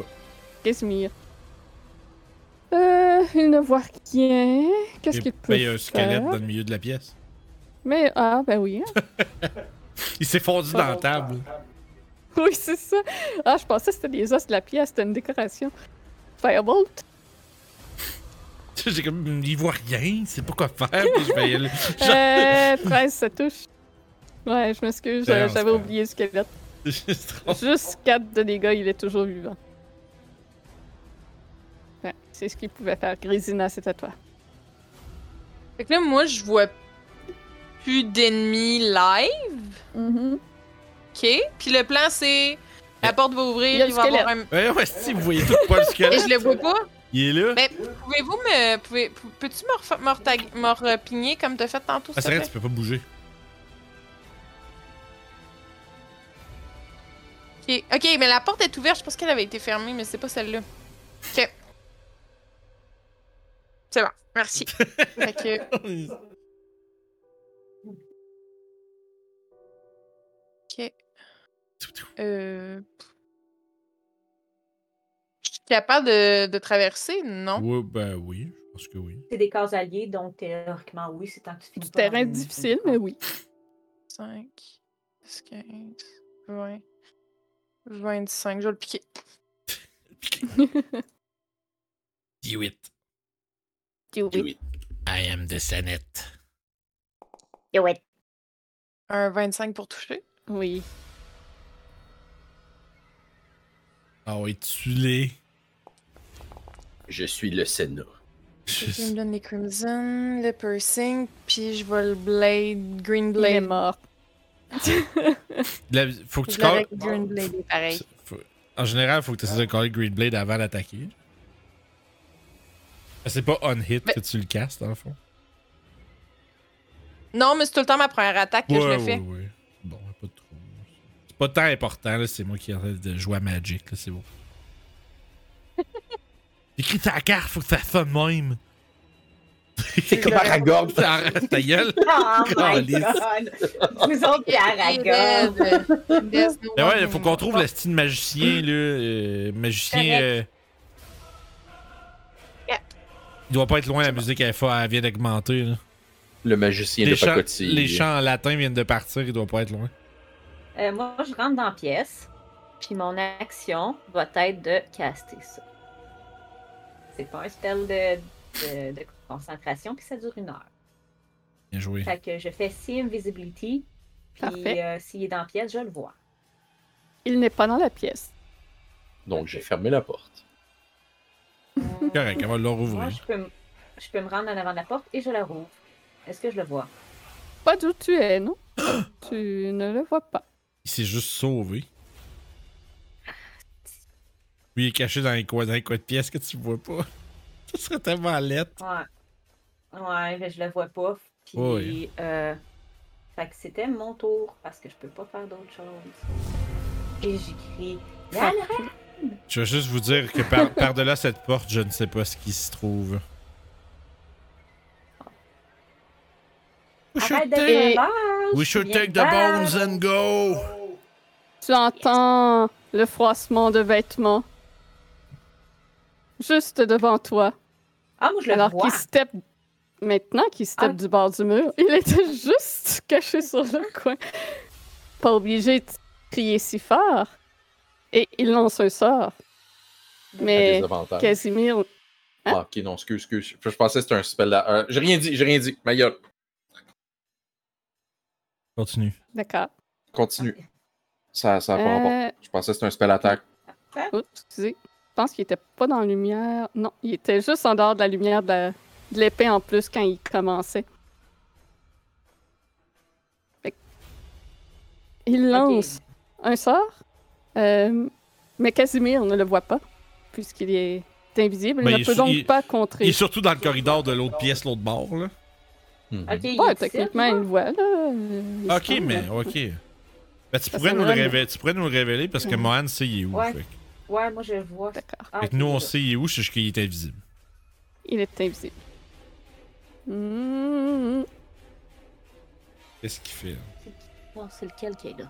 Speaker 1: Casimir. Euh, il ne voit rien. Qu'est-ce
Speaker 2: Il-
Speaker 1: qu'il
Speaker 2: ben,
Speaker 1: peut
Speaker 2: il y a un squelette
Speaker 1: faire?
Speaker 2: dans le milieu de la pièce.
Speaker 1: Mais ah ben oui. hein.
Speaker 2: Il s'est fondu dans la table.
Speaker 1: oui c'est ça. Ah je pensais que c'était des os de la pièce, c'était une décoration. Firebolt.
Speaker 2: Tu sais, J'ai comme. Il voit rien, c'est pas quoi faire. Puis je vais y aller.
Speaker 1: Euh, 13 ça touche. Ouais je m'excuse,
Speaker 2: Ben,
Speaker 1: euh,
Speaker 2: on se
Speaker 1: j'avais
Speaker 2: calme.
Speaker 1: oublié le squelette.
Speaker 2: Juste trop-
Speaker 1: Juste 4 de dégâts, il est toujours vivant. Ouais, c'est ce qu'il pouvait faire. Grésina, c'est à toi.
Speaker 6: Fait que là, moi, je vois plus d'ennemis live,
Speaker 1: Mm-hmm.
Speaker 6: ok? Puis le plan, c'est la porte va
Speaker 1: Il y a
Speaker 6: ouvrir,
Speaker 1: le
Speaker 6: il va y
Speaker 1: squelette.
Speaker 6: avoir un.
Speaker 2: Ben, Ouais, ouais, si, vous voyez tout pas le
Speaker 6: Et
Speaker 2: squelette.
Speaker 6: je le vois pas.
Speaker 2: Il est là.
Speaker 6: Mais pouvez-vous me. Pouvez, pou- Peux-tu me refa- me retag- me repigner comme t'as fait tantôt,
Speaker 2: Ah,
Speaker 6: s'il te
Speaker 2: c'est vrai,
Speaker 6: plaît?
Speaker 2: tu peux pas bouger.
Speaker 6: Ok, Ok, mais la porte est ouverte. Je pense qu'elle avait été fermée, mais c'est pas celle-là. Ok. C'est bon. Merci. fait que. Ok. Euh. Je suis capable de, de traverser? Non.
Speaker 2: Ouais, ben oui, je pense que oui.
Speaker 4: c'est des cases alliées, donc théoriquement, oui, c'est tant que tu finis
Speaker 1: Du
Speaker 4: pas dans
Speaker 1: terrain
Speaker 7: euh,
Speaker 4: une-
Speaker 1: difficile, mais oui.
Speaker 6: 5, 10, 15, 20, 25. Je vais le piquer.
Speaker 2: 18.
Speaker 1: Oui.
Speaker 2: I am the Senate.
Speaker 6: Un 25 pour toucher.
Speaker 1: Oui.
Speaker 2: Ah ouais, tu l'es.
Speaker 9: Je suis le Sénat.
Speaker 6: Il me donne les Crimson, le Piercing, puis je vais le Blade, Green
Speaker 1: Il est
Speaker 6: Blade.
Speaker 1: mort.
Speaker 2: La- Ah. Faut que tu
Speaker 6: Je
Speaker 2: calls.
Speaker 6: l'avais avec Green Blade, est pareil.
Speaker 2: Faut- En général, faut que tu essaies de caller Green Blade avant d'attaquer. Ben, C'est pas on hit
Speaker 6: Mais-
Speaker 2: que tu le castes, dans le fond.
Speaker 6: Non, mais c'est tout le temps ma première attaque que je le fais.
Speaker 2: ouais. Bon, pas de trouble. C'est pas tant important, là. C'est moi qui est en train de jouer à Magic, là. C'est bon. Écris ta carte, faut que ça sonne même.
Speaker 9: C'est comme Aragorn.
Speaker 2: Arrête ta gueule.
Speaker 4: Oh my
Speaker 2: Calisse.
Speaker 4: god! Vous autres, puis Aragorn!
Speaker 2: Mais Ben ouais, faut qu'on trouve le style magicien, là. euh, magicien.
Speaker 4: Correct.
Speaker 2: euh,
Speaker 6: Yep.
Speaker 2: Il doit pas être loin, la musique elle, fa- elle vient d'augmenter, là.
Speaker 3: le magicien
Speaker 2: Les
Speaker 3: de
Speaker 2: chants,
Speaker 3: pacotille.
Speaker 2: les chants en latin viennent de partir, il doit pas être loin.
Speaker 7: Euh, moi, je rentre dans la pièce, puis mon action va être de caster ça. C'est pas un spell de, de- de concentration, puis ça dure une heure.
Speaker 2: Bien joué.
Speaker 7: Fait que je fais See Invisibility, puis
Speaker 1: Parfait.
Speaker 7: euh, s'il est dans la pièce, je le vois.
Speaker 1: Il n'est pas dans la pièce.
Speaker 3: Donc j'ai fermé la porte.
Speaker 2: Correct, on va le
Speaker 7: Moi,
Speaker 2: rouvrir.
Speaker 7: je peux, me- je peux me rendre en avant de la porte et je la rouvre. Est-ce que je le vois?
Speaker 1: Pas d'où tu es, non? tu ne le vois pas.
Speaker 2: Il s'est juste sauvé. Lui, il est caché dans les coins, dans les coins de pièces que tu vois pas. Ça serait tellement lettre.
Speaker 7: Ouais. Ouais, mais je le vois pas. Puis,
Speaker 2: Oh Oui.
Speaker 7: euh, fait que c'était mon tour parce que je peux pas faire d'autre chose. Et j'écris Yalra!
Speaker 2: Je veux juste vous dire que par- par-delà cette porte, je ne sais pas ce qui se trouve.
Speaker 7: Arrête d'être la
Speaker 2: We should take
Speaker 1: Ah!
Speaker 2: the bones and go!
Speaker 1: Tu entends le froissement de vêtements. Juste devant toi.
Speaker 7: Ah, moi, je le
Speaker 1: Alors
Speaker 7: vois.
Speaker 1: qu'il step. Maintenant qu'il step
Speaker 7: Ah.
Speaker 1: du bord du mur, il était juste caché sur le coin. Pas obligé de crier si fort. Et il lance un sort.
Speaker 3: À
Speaker 7: Ah,
Speaker 1: Mais
Speaker 3: des avantages.
Speaker 1: Casimir.
Speaker 3: Ah, ok, non, excuse, excuse. Je pensais que c'était un spell à... euh, j'ai rien dit, j'ai rien dit. Ma gueule.
Speaker 2: Continue.
Speaker 1: D'accord.
Speaker 3: Continue. Ça,
Speaker 7: Ah,
Speaker 3: ça a pas rapport.
Speaker 1: Euh,
Speaker 3: Je pensais que c'était un spell attaque.
Speaker 1: Oups, excusez. Je pense qu'il était pas dans la lumière. Non, il était juste en dehors de la lumière de la- de l'épée en plus quand il commençait. Fait que- Il lance un sort, euh, mais Casimir ne le voit pas, puisqu'il est invisible. Il
Speaker 2: Ben,
Speaker 1: ne
Speaker 2: il est
Speaker 1: peut
Speaker 2: sou-
Speaker 1: donc
Speaker 2: il-
Speaker 1: pas
Speaker 2: Il est
Speaker 1: contrer.
Speaker 2: surtout dans le corridor de l'autre pièce, l'autre bord, là.
Speaker 3: Mhm.
Speaker 7: Ok, il
Speaker 1: Ouais,
Speaker 7: est ici,
Speaker 1: techniquement, il le voit, là. euh, il
Speaker 2: Ok,
Speaker 1: semble.
Speaker 2: mais ok. Ben, tu,
Speaker 1: Ça
Speaker 2: pourrais
Speaker 1: sonne
Speaker 2: nous le
Speaker 1: vraiment.
Speaker 2: révéler, tu pourrais nous le révéler parce que
Speaker 1: Ouais.
Speaker 2: Mohan sait il est où.
Speaker 7: Ouais.
Speaker 2: Fait, que-
Speaker 7: Ouais, moi, je le vois.
Speaker 1: D'accord.
Speaker 7: Ah,
Speaker 2: fait que
Speaker 7: ok,
Speaker 2: nous, on
Speaker 7: je-
Speaker 2: sait il est où, c'est juste qu'il est invisible.
Speaker 1: Il est invisible. Hmm.
Speaker 2: Qu'est-ce qu'il fait? là?
Speaker 4: Oh,
Speaker 7: Bon, c'est lequel qui est là?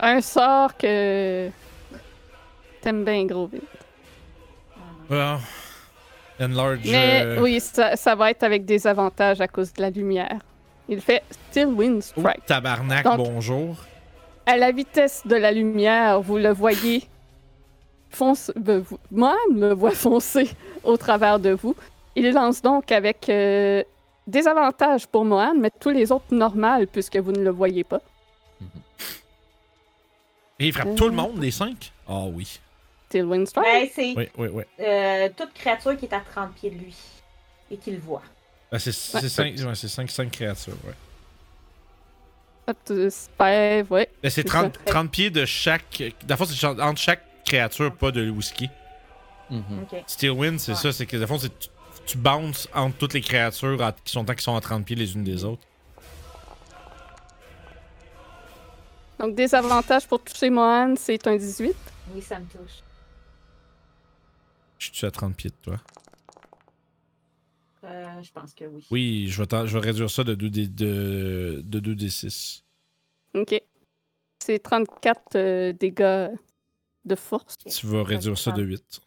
Speaker 1: Un sort que. T'aimes bien, gros vite.
Speaker 2: Bon. Enlarge.
Speaker 1: Mais
Speaker 2: euh,
Speaker 1: oui, ça, ça va être avec des avantages à cause de la lumière. Il fait Still Wind
Speaker 2: oh,
Speaker 1: Strike.
Speaker 2: tabarnak,
Speaker 1: Donc-
Speaker 2: bonjour.
Speaker 1: À la vitesse de la lumière, vous le voyez fonce. ben, vous- Moi, je le vois foncer au travers de vous. Il lance donc avec euh, des avantages pour Mohan, mais tous les autres normales puisque vous ne le voyez pas.
Speaker 2: Et il frappe
Speaker 1: Euh.
Speaker 2: tout le monde, les 5? Ah oui.
Speaker 1: Still Wind Strike.
Speaker 7: Ben, c'est
Speaker 2: Oui, oui, oui.
Speaker 7: euh, toute créature qui est à 30 pieds de lui et qui le voit.
Speaker 2: Ben, c'est 5 ouais. c'est cinq- cinq créatures, ouais. Ben,
Speaker 1: Hop, tu- spell, ouais.
Speaker 2: Ben, c'est
Speaker 1: C'est
Speaker 2: 30, 30 pieds de chaque. Dans le fond, c'est genre entre chaque créature, pas de whisky.
Speaker 3: Mhm.
Speaker 7: Ok.
Speaker 2: Steelwind, c'est
Speaker 7: Ouais.
Speaker 2: ça, c'est que dans le fond, c'est tu, tu bounces entre toutes les créatures à- qui sont, qui sont à 30 pieds les unes des autres.
Speaker 1: Donc, des avantages pour toucher Mohan, c'est un 18.
Speaker 7: Oui, ça me touche.
Speaker 2: Je suis à 30 pieds de toi.
Speaker 7: Euh, je pense que oui.
Speaker 2: Oui, je vais, t'en- je vais réduire ça de 2D, de, de 2D6.
Speaker 1: Ok. C'est 34 euh, dégâts de force.
Speaker 2: Tu vas réduire ça de 8.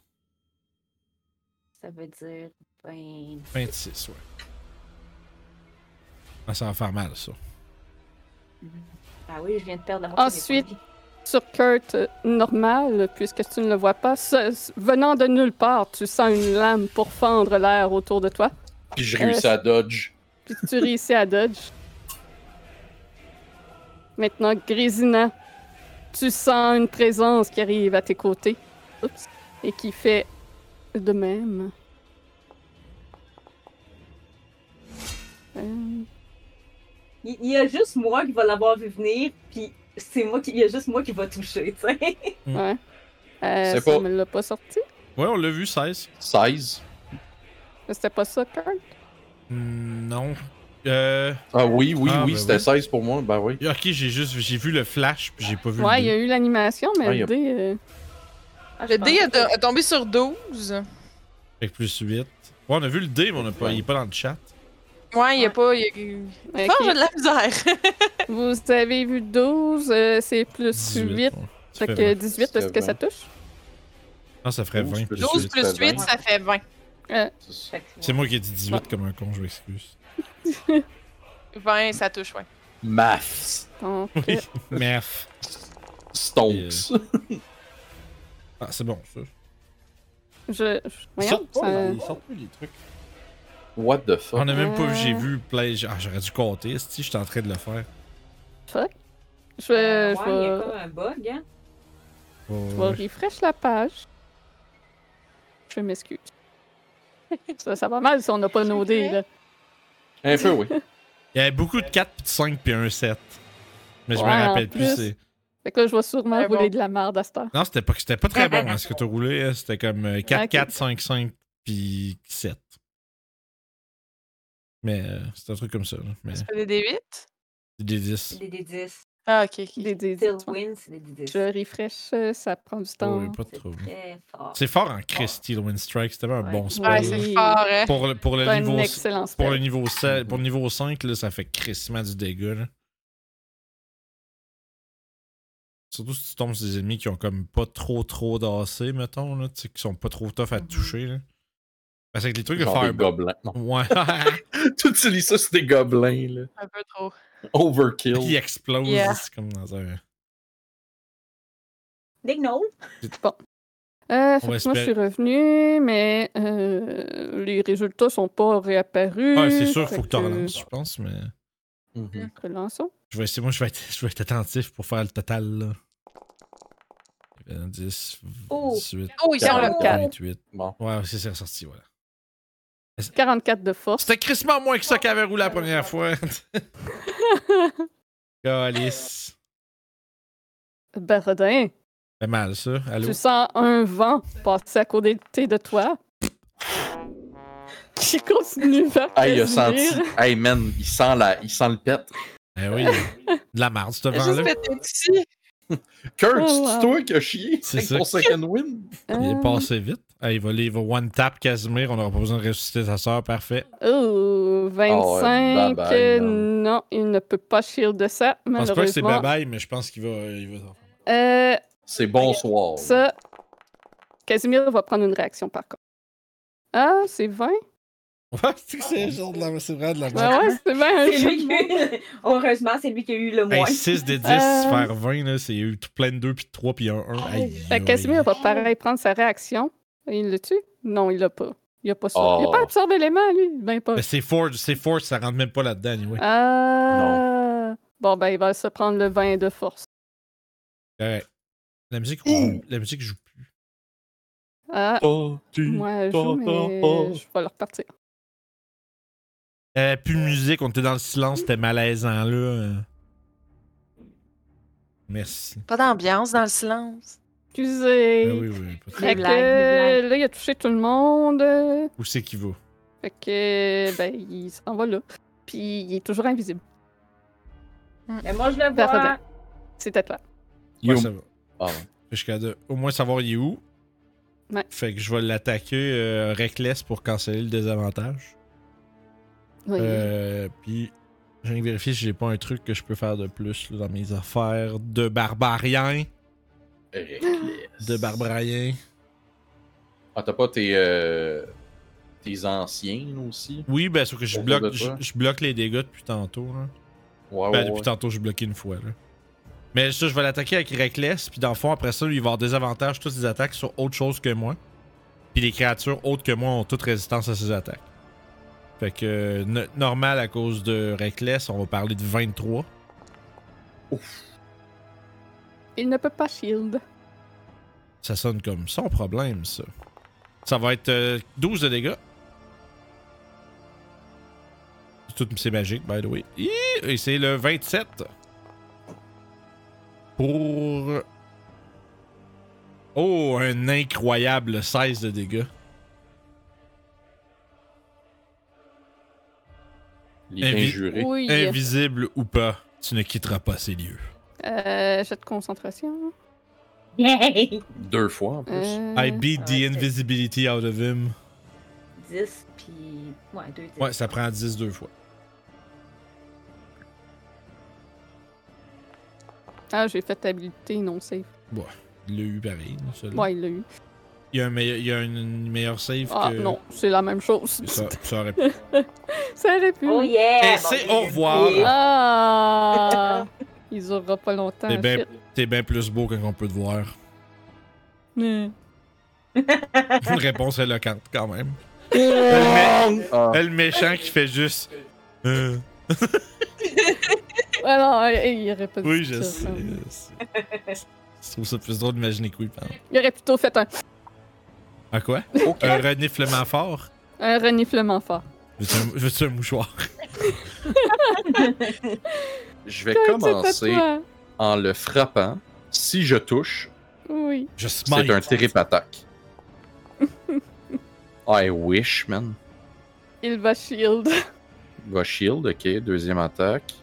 Speaker 7: Ça veut dire. Ben,
Speaker 2: 26, ouais. Ah, ça va faire mal, ça.
Speaker 7: Ah oui, je viens de perdre la moitié. des
Speaker 1: Ensuite,
Speaker 7: points de vie.
Speaker 1: Sur Kurt, euh, normal, puisque tu ne le vois pas, ce- ce- venant de nulle part, tu sens une lame pour fendre l'air autour de toi,
Speaker 3: Puis je
Speaker 1: euh,
Speaker 3: réussis à dodge.
Speaker 1: puis tu réussis à dodge. Maintenant, Grésina, tu sens une présence qui arrive à tes côtés Oups. et qui fait de même. Euh,
Speaker 7: Il, il y a juste moi qui va l'avoir vu venir, puis c'est moi qui. Il y a juste moi qui va toucher, tu sais.
Speaker 1: euh,
Speaker 3: C'est
Speaker 1: ça
Speaker 3: pas-
Speaker 1: me l'a pas sorti.
Speaker 2: Ouais, on l'a vu, 16.
Speaker 3: 16.
Speaker 1: C'était pas ça, Kurt?
Speaker 2: Hmm, Non. Euh.
Speaker 3: Ah oui, oui,
Speaker 2: Ah,
Speaker 3: oui,
Speaker 2: ben
Speaker 3: c'était
Speaker 2: oui.
Speaker 3: 16 pour moi. Ben oui.
Speaker 2: Ok, j'ai juste j'ai vu le flash, puis j'ai pas vu
Speaker 1: Ouais,
Speaker 2: le.
Speaker 1: il y a
Speaker 2: dé.
Speaker 1: eu l'animation, mais
Speaker 3: Ouais, il y
Speaker 1: le
Speaker 3: a-
Speaker 1: dé, euh,
Speaker 7: Ah, je
Speaker 6: Le dé
Speaker 7: pense
Speaker 6: a, do- a tombé sur 12.
Speaker 2: Fait que plus 8. Ouais, on a vu le dé, mais on a pas, il est pas dans le chat.
Speaker 6: Ouais, il y a
Speaker 7: Ouais.
Speaker 6: pas. il Y a...
Speaker 1: ok.
Speaker 6: Fort, j'ai de la misère.
Speaker 1: Vous avez vu 12, euh, c'est plus 8.
Speaker 2: ouais.
Speaker 1: Fait
Speaker 2: Ça fait
Speaker 1: que
Speaker 2: vingt.
Speaker 1: 18,
Speaker 3: Ça
Speaker 1: est-ce que
Speaker 3: fait
Speaker 1: ça touche?
Speaker 2: Non, ça ferait 20 plus 8.
Speaker 3: 12
Speaker 6: 12 plus
Speaker 3: ça fait
Speaker 6: 8, ça fait 20.
Speaker 7: que-
Speaker 2: C'est moi qui ai dit 18 comme un con, je m'excuse.
Speaker 6: 20, ça touche, ouais.
Speaker 3: Maths.
Speaker 1: Donc,
Speaker 2: Oui.
Speaker 1: euh,
Speaker 2: Mef.
Speaker 3: Stonks.
Speaker 2: Ah, c'est bon, ça.
Speaker 1: je. je-
Speaker 10: Ils
Speaker 1: voyons,
Speaker 10: sortent pas,
Speaker 1: ça-
Speaker 10: là, ils sortent plus les trucs.
Speaker 3: What the fuck?
Speaker 2: On a même pas vu, j'ai
Speaker 1: Euh.
Speaker 2: vu plein. j'ai- Ah, j'aurais dû compter, si j'étais en train de le faire.
Speaker 1: Je vais.
Speaker 4: ouais,
Speaker 1: je
Speaker 4: il y a
Speaker 1: vais-
Speaker 4: comme un bug, hein?
Speaker 2: Oh,
Speaker 1: Je vais refresh la page. Je m'excuse. Ça, ça va mal si on n'a pas nos dés, là.
Speaker 3: Un peu, oui.
Speaker 2: Il y avait beaucoup de 4, puis de 5, puis un 7. Mais je
Speaker 1: Ouais,
Speaker 2: me
Speaker 1: en
Speaker 2: rappelle plus.
Speaker 1: plus.
Speaker 2: c'est-
Speaker 1: Fait que là, je vais sûrement
Speaker 6: Très
Speaker 1: rouler
Speaker 6: bon.
Speaker 1: de la merde à cette heure.
Speaker 2: Non, c'était pas, c'était pas très bon hein, ce que t'as roulé. hein. C'était comme euh, 4,
Speaker 1: Ok.
Speaker 2: 4, 5, 5, puis 7. Mais euh, c'est un truc comme ça. là. Mais
Speaker 6: C'est pas des D8?
Speaker 2: des 10.
Speaker 4: C'est des D10.
Speaker 6: Ah, ok, ok.
Speaker 1: Des dés.
Speaker 4: Still win, c'est des D10.
Speaker 1: Je refresh, euh, ça prend du temps.
Speaker 2: Oui, pas de
Speaker 4: C'est
Speaker 2: trouble.
Speaker 4: très fort.
Speaker 2: C'est fort en Christy, le Wind Strike. C'était vraiment un
Speaker 4: Ouais.
Speaker 2: bon
Speaker 6: Ouais,
Speaker 2: spell.
Speaker 1: Oui.
Speaker 6: c'est fort, hein.
Speaker 2: Pour, le- pour, le
Speaker 1: C'est
Speaker 2: niveau,
Speaker 1: un excellent
Speaker 2: pour le
Speaker 1: spell.
Speaker 2: niveau 7, pour le niveau 5, là, ça fait crissement du dégât. là. Surtout si tu tombes sur des ennemis qui ont comme pas trop trop d'AC, mettons, là, tu sais, qui sont pas trop tough à toucher. Là. Parce que les trucs de
Speaker 3: Genre des
Speaker 2: fireball.
Speaker 3: gobelins. Non.
Speaker 2: Ouais.
Speaker 3: Tu utilises ça, c'est des gobelins, là.
Speaker 6: Un peu trop.
Speaker 2: Qui
Speaker 3: Overkill.
Speaker 2: explose
Speaker 6: Yeah.
Speaker 2: c'est comme dans un.
Speaker 4: Dignol!
Speaker 1: Euh,
Speaker 2: On va
Speaker 1: fait que moi,
Speaker 2: espérer-
Speaker 1: je suis revenue, mais euh, les résultats sont pas réapparus.
Speaker 2: Ouais, Ah, c'est sûr,
Speaker 1: Mm. Fait
Speaker 2: faut que tu relances, je pense, mais.
Speaker 3: Mhm.
Speaker 1: Relançons.
Speaker 2: Je vais essayer, moi je vais être, je vais être attentif pour faire le total là. Euh, 10,
Speaker 4: Oh.
Speaker 2: 18,
Speaker 6: Oh, ils sont là.
Speaker 4: Quarante-quatre.
Speaker 2: 28.
Speaker 3: Bon.
Speaker 2: Ouais, c'est c'est ressorti, voilà.
Speaker 1: 44 de force.
Speaker 2: Oh, C'était crissement moins que ça qu'avait roulé la première fois. Calice.
Speaker 1: Barodin,
Speaker 2: Fait mal ça. Allô?
Speaker 1: tu sens un vent passer à côté de toi. Qui continue vers
Speaker 3: Hey, Ah, il
Speaker 1: te
Speaker 3: a senti.
Speaker 1: dire.
Speaker 3: Hey, man, il sent, la... il sent le pet.
Speaker 2: Eh oui. De la marde, ce
Speaker 6: Juste
Speaker 2: vent-là.
Speaker 6: pété dessus.
Speaker 3: Kurt,
Speaker 1: Oh,
Speaker 3: c'est
Speaker 1: wow.
Speaker 3: toi qui as chié.
Speaker 2: C'est
Speaker 3: avec
Speaker 2: ça.
Speaker 3: ton second win.
Speaker 2: Il est
Speaker 1: Euh,
Speaker 2: passé vite. Ah, il va aller, il va one tap Casimir. On n'aura pas besoin de ressusciter sa sœur. Parfait.
Speaker 1: Oh, 25.
Speaker 3: Ah bye bye,
Speaker 1: non.
Speaker 3: non.
Speaker 1: il ne peut pas shield de ça,
Speaker 2: Je pense pas que c'est
Speaker 1: malheureusement.
Speaker 2: bye bye, mais je pense qu'il va. Il va...
Speaker 1: Euh,
Speaker 3: C'est bonsoir.
Speaker 1: ça, Casimir va prendre une réaction par contre. Ah, c'est 20?
Speaker 2: Ouais, c'est que c'est genre de la- c'est vraiment de la
Speaker 1: Ouais, Ah ouais, c'est 20. un
Speaker 4: C'est
Speaker 1: jeu de
Speaker 4: lui qui
Speaker 1: mots.
Speaker 4: a eu... Heureusement, c'est lui qui a eu le moins.
Speaker 2: 6 des 10,
Speaker 1: Euh.
Speaker 2: faire 20, là, c'est il y a eu tout plein de 2 puis de 3 puis un 1.
Speaker 1: Fait que Casimir va pareil prendre sa réaction. Il le tue? Non, il l'a pas. Il a pas, ça. il a
Speaker 3: Oh.
Speaker 1: pas absorbé l'élément, lui. Ben pas.
Speaker 2: c'est Forge, c'est Forge, ça rentre même pas là-dedans, anyway.
Speaker 1: Ah. Bon, ben, il va se prendre le 20 de force.
Speaker 2: Correct. La musique, joue- la musique joue plus.
Speaker 1: Ah,
Speaker 2: Oh,
Speaker 3: Parti.
Speaker 1: moi, je joue,
Speaker 3: ta, ta, ta.
Speaker 1: mais je vais le repartir.
Speaker 2: Euh, plus de musique, on était dans le silence, c'était malaisant, là. euh. Merci.
Speaker 5: Pas d'ambiance dans le silence.
Speaker 1: Excusez.
Speaker 2: Ah oui, oui, pas de-
Speaker 1: Fait que, là, il a touché tout le monde.
Speaker 2: Où c'est qu'il va?
Speaker 1: Fait que, ben, il s'en va là. Puis, il est toujours invisible.
Speaker 4: Mais moi, je le vois.
Speaker 1: Parfait. C'est à toi.
Speaker 2: Ouais,
Speaker 3: You-
Speaker 2: ça va.
Speaker 3: Ah,
Speaker 2: Jusqu'à deux. Au moins savoir il est où.
Speaker 1: Ouais.
Speaker 2: Fait que je vais l'attaquer euh, reckless pour canceller le désavantage.
Speaker 1: Oui.
Speaker 2: Euh, puis, je viens de vérifier si j'ai pas un truc que je peux faire de plus là, dans mes affaires de barbarien.
Speaker 3: Reckless.
Speaker 2: De barbarien.
Speaker 3: Ah, t'as pas tes, euh, tes anciens aussi?
Speaker 2: Oui, ben, sauf que je
Speaker 3: Autour de
Speaker 2: bloque, je,
Speaker 3: toi.
Speaker 2: je bloque les dégâts depuis tantôt. Là. Ben,
Speaker 3: Ouais, ouais,
Speaker 2: depuis
Speaker 3: ouais.
Speaker 2: tantôt, j'ai bloqué une fois. Là. Mais ça, je vais l'attaquer avec Reckless, puis dans le fond, après ça, lui, il va avoir des avantages, toutes ses attaques sur autre chose que moi. Puis les créatures autres que moi ont toute résistance à ses attaques. Fait que, euh, no- normal à cause de Reckless, on va parler de 23.
Speaker 1: Il ne peut pas shield.
Speaker 2: Ça sonne comme son problème, ça. Ça va être euh, 12 de dégâts. Tout, c'est magique, by the way. Hi! Et c'est le 27. Pour. Oh, un incroyable 16 de dégâts.
Speaker 3: Les
Speaker 2: Invi-
Speaker 3: injurés.
Speaker 1: Oui.
Speaker 2: Invisible ou pas, tu ne quitteras pas ces lieux.
Speaker 1: Euh, jet de concentration.
Speaker 4: Yay!
Speaker 3: Deux fois en plus.
Speaker 1: Euh,
Speaker 2: I beat the
Speaker 4: ouais, c'est-
Speaker 2: invisibility out of him.
Speaker 4: 10 puis. Ouais, 2 10.
Speaker 2: Ouais, ça prend 10 deux fois.
Speaker 1: Ah, j'ai fait habilité non safe.
Speaker 2: Il l'a eu pareil. celui-là.
Speaker 1: Ouais, il l'a eu.
Speaker 2: Il y a, un meille- il y a une, une meilleure save
Speaker 1: Ah
Speaker 2: que.
Speaker 1: non, c'est la même chose.
Speaker 2: Ça, ça aurait pu.
Speaker 1: Ça aurait pu.
Speaker 4: Oh yeah!
Speaker 2: Et Eh, c'est
Speaker 4: bon,
Speaker 2: au revoir.
Speaker 4: oui.
Speaker 1: Ah! Ils dureront pas longtemps.
Speaker 2: T'es bien
Speaker 1: shit.
Speaker 2: plus beau quand on peut te voir.
Speaker 1: Hmm.
Speaker 2: Une réponse éloquente, quand même.
Speaker 9: Euh,
Speaker 3: Ah.
Speaker 2: Le méchant qui fait juste. euh,
Speaker 1: Ouais, Ah non, il il aurait pas dit
Speaker 2: oui, je
Speaker 1: ça,
Speaker 2: sais.
Speaker 1: hein.
Speaker 2: je sais. Je trouve ça plus drôle d'imaginer que oui, pardon.
Speaker 1: Il aurait plutôt fait un,
Speaker 2: À quoi Euh,
Speaker 3: Ok.
Speaker 2: Un reniflement fort
Speaker 1: un reniflement fort.
Speaker 2: Veux-tu un, veux-tu un mouchoir
Speaker 3: Je vais
Speaker 1: Hey, c'est
Speaker 3: commencer
Speaker 1: pas toi.
Speaker 3: en le frappant. Si je touche,
Speaker 1: Oui.
Speaker 2: Je smite.
Speaker 3: c'est un trip attaque. I wish, man.
Speaker 1: Il va shield.
Speaker 3: Va shield, ok. Deuxième attaque.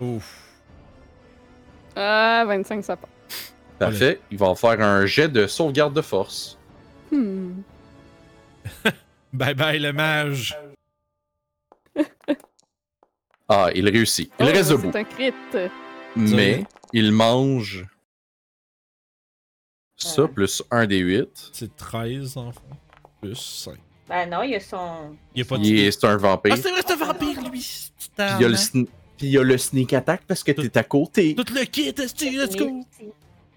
Speaker 2: Ouf.
Speaker 1: Ah, 25, ça part.
Speaker 3: Parfait. Il va faire un jet de sauvegarde de force.
Speaker 1: Hmm.
Speaker 2: Bye bye le mage.
Speaker 3: Ah, il réussit. Il
Speaker 1: Oh,
Speaker 3: reste debout.
Speaker 1: C'est un crit.
Speaker 3: Mais il mange ça
Speaker 4: Ouais.
Speaker 3: plus un des 8.
Speaker 2: C'est 13 enfants. Plus 5.
Speaker 4: Ben non, il y a son.
Speaker 2: Il y a pas de.
Speaker 3: Il est, c'est un vampire.
Speaker 2: Ah, c'est vrai, c'est un vampire, lui.
Speaker 9: Puis
Speaker 2: Putain,
Speaker 9: il y a le sn- puis il y a le sneak attack parce que t'es à côté.
Speaker 2: Tout le kit, esti, let's go.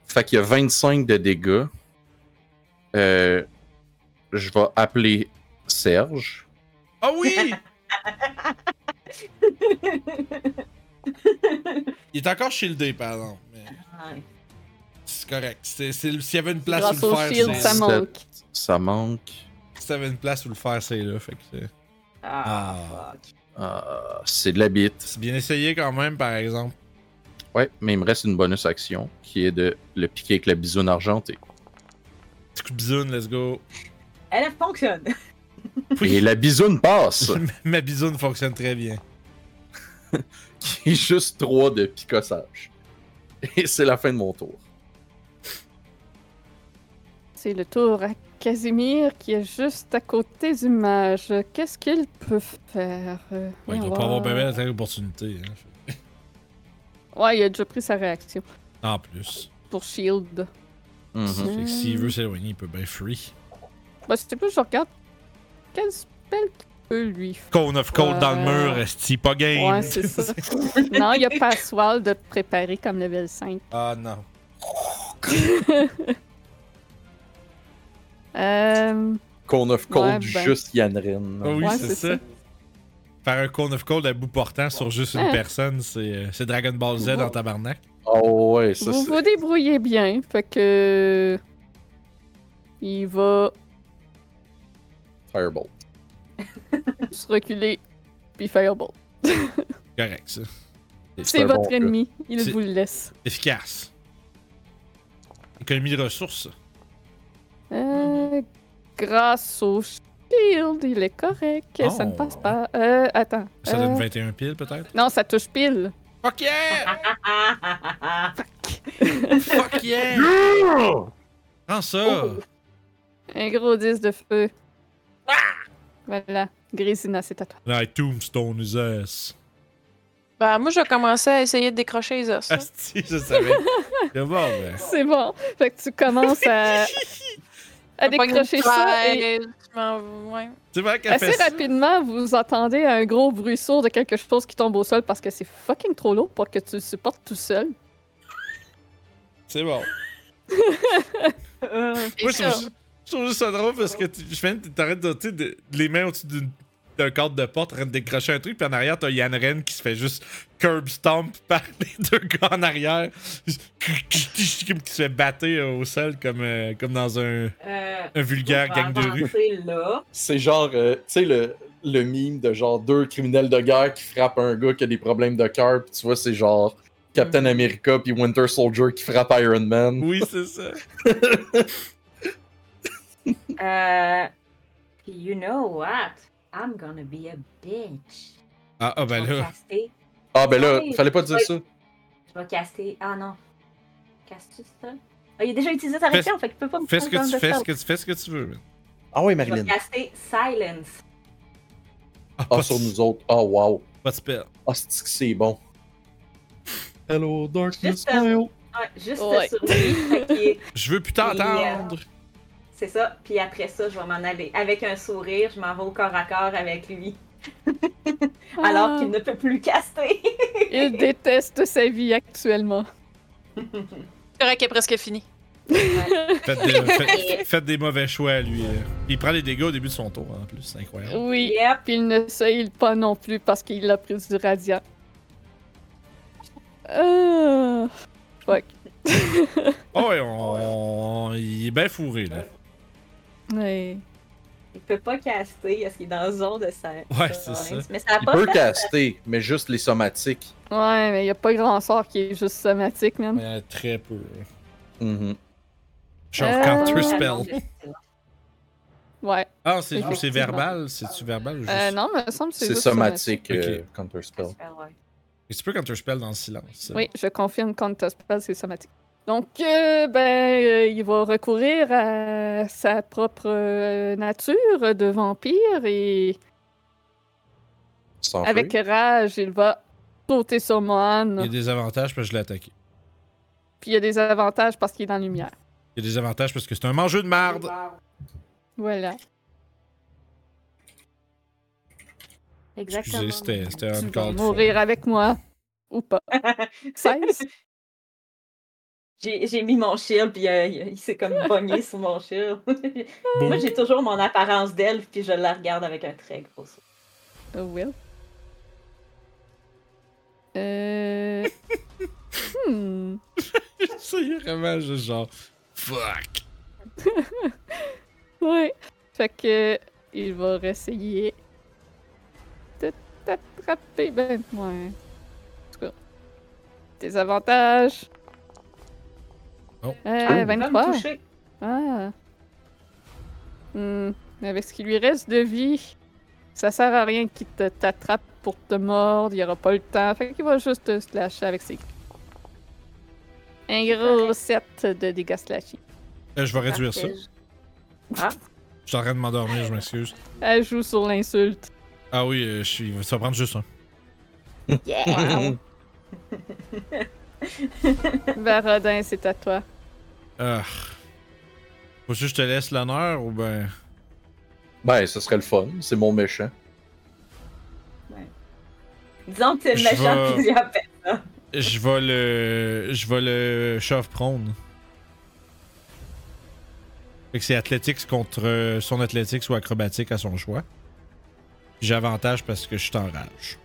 Speaker 3: Fait qu'il y a 25 de dégâts. Euh, je vais appeler Serge.
Speaker 2: Ah oui Il est encore shieldé, pardon. Mais
Speaker 4: Ouais.
Speaker 2: c'est correct. C'est- c'est- S'il y avait une place
Speaker 1: Grâce
Speaker 2: où
Speaker 1: au
Speaker 2: le faire,
Speaker 1: shield,
Speaker 2: c'est-
Speaker 1: ça manque.
Speaker 3: Ça manque.
Speaker 2: S'il y avait une place où le faire, c'est là. Fait que c'est-
Speaker 4: Ah,
Speaker 2: Ah.
Speaker 4: fuck.
Speaker 3: Euh, c'est de la bite.
Speaker 2: c'est bien essayé quand même, par exemple.
Speaker 3: Ouais, mais il me reste une bonus action qui est de le piquer avec la bisoune argentée.
Speaker 2: Petit coup de bisoune, let's go.
Speaker 4: Elle fonctionne.
Speaker 2: Oui.
Speaker 3: Et la bisoune passe!
Speaker 2: Ma bisoune fonctionne très bien.
Speaker 3: qui est juste 3 de picossage. Et c'est la fin de mon tour.
Speaker 1: C'est le tour à Casimir qui est juste à côté du mage. Qu'est-ce qu'il peut faire? Euh,
Speaker 2: Ouais, il
Speaker 1: voyons
Speaker 2: doit pas avoir
Speaker 1: voir.
Speaker 2: bien bien d'attaque d'opportunité. hein.
Speaker 1: Ouais, il a déjà pris sa réaction
Speaker 2: En plus.
Speaker 1: pour shield.
Speaker 3: Mhm.
Speaker 2: Fait que s'il veut s'éloigner, il peut bien free.
Speaker 1: Bah, c'était plus, je regarde quel spell qu'il peut lui faire.
Speaker 2: Cone of cold dans le
Speaker 1: Ouais.
Speaker 2: mur, esti, pas game.
Speaker 1: Euh, Ouais, c'est ça. non, il y a pas Passwall de te préparer comme level 5.
Speaker 2: ah non.
Speaker 1: Euh,
Speaker 3: Qu'on of Cold,
Speaker 1: Ouais, ben.
Speaker 3: juste Yanren.
Speaker 2: Ah oui,
Speaker 1: Ouais,
Speaker 2: c'est
Speaker 1: c'est
Speaker 2: ça. Faire un Cone of Cold à bout portant sur juste une
Speaker 1: Ouais.
Speaker 2: personne, c'est euh, c'est Dragon Ball Z en tabarnak.
Speaker 3: Oh ouais, ça
Speaker 1: vous
Speaker 3: c'est.
Speaker 1: vous débrouillez bien, fait que. Il va
Speaker 3: Fireball.
Speaker 1: se reculer, puis Fireball.
Speaker 2: Correct, ça.
Speaker 1: C'est votre
Speaker 3: bon
Speaker 1: ennemi, il
Speaker 2: C'est-
Speaker 1: vous le laisse.
Speaker 2: Efficace. Économie de ressources.
Speaker 1: Euh, grâce au shield, il est correct. Ça ne
Speaker 2: Oh.
Speaker 1: passe pas. Euh, attends.
Speaker 2: Ça
Speaker 1: Euh,
Speaker 2: donne 21 piles, peut-être?
Speaker 1: Non, ça touche pile.
Speaker 2: Fuck yeah!
Speaker 4: Ah, ah, ah, ah.
Speaker 2: Fuck yeah! Oh. Prends ça!
Speaker 1: Un gros 10 de feu. Ah! Voilà. Grésina, c'est à toi.
Speaker 2: I tombstone his ass.
Speaker 6: Bah, moi, je vais commencer à essayer de décrocher les
Speaker 2: Ah,
Speaker 6: os. là.
Speaker 2: Asti, je savais. C'est bon, ben.
Speaker 1: C'est bon. Fait que tu commences à, à
Speaker 6: Je pogne une
Speaker 1: décrocher ça. Et
Speaker 6: traîne, je m'en- ouais.
Speaker 2: C'est vrai qu'elle fait
Speaker 1: assez
Speaker 2: ça.
Speaker 1: rapidement, vous entendez un gros bruit sourd de quelque chose qui tombe au sol parce que c'est fucking trop lourd pour que tu le supportes tout seul.
Speaker 2: C'est bon.
Speaker 4: Euh,
Speaker 2: Moi,
Speaker 6: Et
Speaker 2: je
Speaker 6: ça.
Speaker 2: trouve, juste- je trouve juste ça drôle parce que tu, je viens de t'arrêtes de, tu sais, de- les mains au-dessus d'une- d'un cadre de porte en train de décrocher un truc, puis en arrière, t'as Yann Ren qui se fait juste curb stomp par les deux gars en arrière, qui se fait battre euh, au sol comme, euh, comme dans un,
Speaker 4: euh,
Speaker 2: un vulgaire gang de rue.
Speaker 4: avancer là.
Speaker 3: C'est genre, euh, tu sais, le, le mime de genre deux criminels de guerre qui frappent un gars qui a des problèmes de cœur, puis tu vois, c'est genre
Speaker 1: Mm.
Speaker 3: Captain America puis Winter Soldier qui frappe Iron Man.
Speaker 2: Oui, c'est ça.
Speaker 4: Euh, you know what? I'm gonna be a bitch.
Speaker 2: Ah, ah, ben
Speaker 4: je vais
Speaker 2: là,
Speaker 4: caster.
Speaker 3: Ah, ben là,
Speaker 4: Oui.
Speaker 3: fallait pas dire
Speaker 4: Oui.
Speaker 3: ça.
Speaker 4: Je vais caster. Ah non. Castes-tu ça? Ah, il a déjà utilisé sa
Speaker 2: Fais-
Speaker 4: réaction, fait qu'il peut pas me
Speaker 2: fais ce
Speaker 4: prendre
Speaker 2: que tu
Speaker 4: de
Speaker 2: fais, ce
Speaker 4: sorte.
Speaker 2: que tu fais, ce que tu veux. man.
Speaker 9: Ah oui,
Speaker 4: Je vais
Speaker 9: Marilyn.
Speaker 4: caster Silence.
Speaker 2: Ah,
Speaker 3: Ah,
Speaker 2: pas
Speaker 3: sur
Speaker 2: de-
Speaker 3: nous autres. Ah, wow.
Speaker 2: Pas de spell.
Speaker 3: Ah, c'est que c'est bon. Hello, darkness,
Speaker 4: Juste, euh,
Speaker 3: smile.
Speaker 4: Ouais, juste
Speaker 1: Ouais.
Speaker 4: sur lui. Fait qu'il est-
Speaker 2: Je veux plus t'entendre.
Speaker 4: C'est ça. Puis après ça, je vais m'en aller. Avec un sourire, je m'en vais au corps à corps avec lui.
Speaker 1: Ah.
Speaker 4: Alors qu'il ne peut plus caster.
Speaker 1: Il déteste sa vie actuellement.
Speaker 6: C'est vrai qu'elle est presque finie.
Speaker 2: Faites des, faites- faites des mauvais choix, lui. Il prend les dégâts au début de son tour, en plus. C'est incroyable.
Speaker 1: Oui.
Speaker 4: Yep.
Speaker 1: Puis il ne se heal pas non plus parce qu'il a pris du radiant. Euh... Fuck.
Speaker 2: Oh, ouais, on, on- il est bien fourré, là.
Speaker 1: Ouais.
Speaker 4: Il peut pas caster parce qu'il est dans la zone de sa.
Speaker 2: Ouais, c'est ça.
Speaker 4: Mais ça a
Speaker 3: Il
Speaker 4: pas
Speaker 3: peut
Speaker 4: fait-
Speaker 3: caster, mais juste les somatiques.
Speaker 1: Ouais, mais il y a pas grand sort qui est juste somatique, même.
Speaker 2: Mais très peu.
Speaker 3: Mhm.
Speaker 2: Genre
Speaker 1: Euh,
Speaker 2: counter
Speaker 1: True
Speaker 4: Ah,
Speaker 2: spell.
Speaker 4: non, c'est-
Speaker 1: Ouais.
Speaker 2: Ah, c'est c'est
Speaker 1: Effectivement.
Speaker 2: verbal? C'est-tu verbal ou juste?
Speaker 1: Euh, non, mais il me semble que c'est
Speaker 3: C'est
Speaker 1: juste
Speaker 3: somatique,
Speaker 2: somatique.
Speaker 3: euh, Counter Spell.
Speaker 4: ouais.
Speaker 2: Et tu peux counter spell dans le silence.
Speaker 1: Oui, je confirme quand Spell, c'est somatique. Donc, euh, ben, euh, il va recourir à sa propre euh, nature de vampire et
Speaker 3: Sans
Speaker 1: avec rage, il va sauter sur
Speaker 2: Il y
Speaker 1: Mohan.
Speaker 2: a des avantages parce que je l'ai attaqué.
Speaker 1: Puis il y a des avantages parce qu'il est en lumière.
Speaker 2: Il y a des avantages parce que c'est un mangeux de marde.
Speaker 1: Voilà.
Speaker 2: Excusez, c'était c'était
Speaker 1: Tu
Speaker 2: un
Speaker 1: vas
Speaker 2: call.
Speaker 1: mourir avec moi ou pas. 16?
Speaker 4: J'ai j'ai mis mon shield, puis euh, il il s'est comme pogné sous mon shield. Moi,
Speaker 2: Boom.
Speaker 4: j'ai toujours mon apparence d'elfe, puis je la regarde avec un très gros sourire.
Speaker 1: Oh well. Euh... hmm.
Speaker 2: C'est vraiment juste genre. Fuck.
Speaker 1: Ouais. Fait que il va réessayer de t'attraper. Ben, ouais. En tout cas. Des avantages.
Speaker 2: Oh.
Speaker 1: Euh,
Speaker 4: Va me
Speaker 1: 23.
Speaker 4: toucher.
Speaker 1: Ah. Hmm. Mais Avec ce qui lui reste de vie, ça sert à rien qu'il te t'attrape pour te mordre. Il y aura pas le temps. Fait qu'il va juste te slasher avec ses. Un gros set de dégâts slashés.
Speaker 2: Euh, je vais réduire ça.
Speaker 4: Parfait.
Speaker 2: Je suis en train de m'endormir, je m'excuse.
Speaker 1: Elle joue sur l'insulte.
Speaker 2: Ah oui, euh, je suis... ça va prendre juste un.
Speaker 4: Yeah!
Speaker 1: Barodin, c'est à toi.
Speaker 2: Ah. Faut que je te laisse l'honneur ou ben.
Speaker 3: Ben, ce serait le fun. C'est mon méchant.
Speaker 4: Disons que t'es le
Speaker 2: Je
Speaker 4: méchant
Speaker 2: vais-
Speaker 4: qui lui a fait.
Speaker 2: Je vais le. Je vais le shove prone. Fait que c'est Athletics contre euh, son Athletics ou Acrobatique à son choix. J'ai avantage parce que je suis en rage.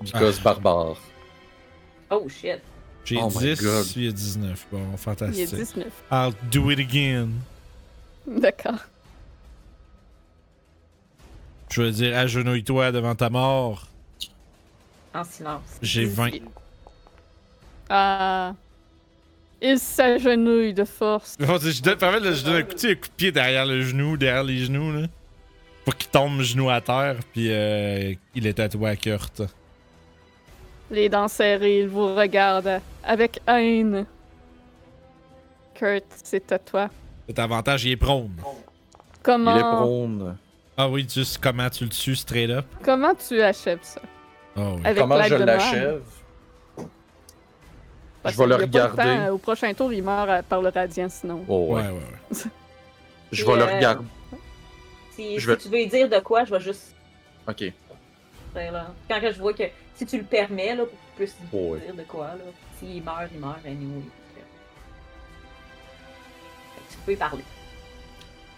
Speaker 3: Because
Speaker 2: Ah.
Speaker 3: barbare.
Speaker 4: Oh shit.
Speaker 2: J'ai
Speaker 3: Oh my God.
Speaker 2: 10, il y a 19. Bon,
Speaker 3: Ah,
Speaker 1: Il est
Speaker 2: fantastique.
Speaker 1: 19.
Speaker 2: I'll do it again.
Speaker 1: D'accord.
Speaker 2: Je veux dire, agenouille-toi devant ta mort.
Speaker 4: En silence.
Speaker 2: J'ai 20.
Speaker 1: Ah. Il s'agenouille de force.
Speaker 2: Bon, c'est- je donne, par contre, là, je donne un coup, tu sais, un coup de pied derrière le genou, derrière les genoux, là. Pour qu'il tombe genou à terre, puis euh, il est tatoué à Kurt.
Speaker 1: Les dents serrées, il vous regarde avec haine. Kurt, c'est à toi.
Speaker 2: Cet avantage, il est prone.
Speaker 1: Comment,
Speaker 3: Il est prone.
Speaker 2: Ah oui, juste comment tu le tues straight up.
Speaker 1: comment tu achèves ça?
Speaker 2: Ah oui.
Speaker 1: Avec
Speaker 3: Comment
Speaker 1: l'aide
Speaker 3: je
Speaker 1: de Mohan?
Speaker 3: l'achève
Speaker 1: Parce
Speaker 3: Je vais le
Speaker 1: qu'il y a pas
Speaker 3: regarder.
Speaker 1: temps. Au prochain tour, il meurt à- par le radiant, sinon.
Speaker 3: Oh, ouais.
Speaker 2: Ouais, ouais, ouais.
Speaker 3: Je vais le
Speaker 1: euh,
Speaker 4: Yeah.
Speaker 3: regarder.
Speaker 4: Si,
Speaker 3: Je
Speaker 4: si
Speaker 3: vais-
Speaker 4: tu veux lui dire de quoi, je vais juste.
Speaker 3: Ok.
Speaker 4: faire, Là. Quand que je vois que si tu le permets, là, pour que tu puisses lui
Speaker 3: Oh, Ouais.
Speaker 4: dire de quoi, là. S'il meurt, il meurt, anyway. Fait que- Fait que Tu peux y parler.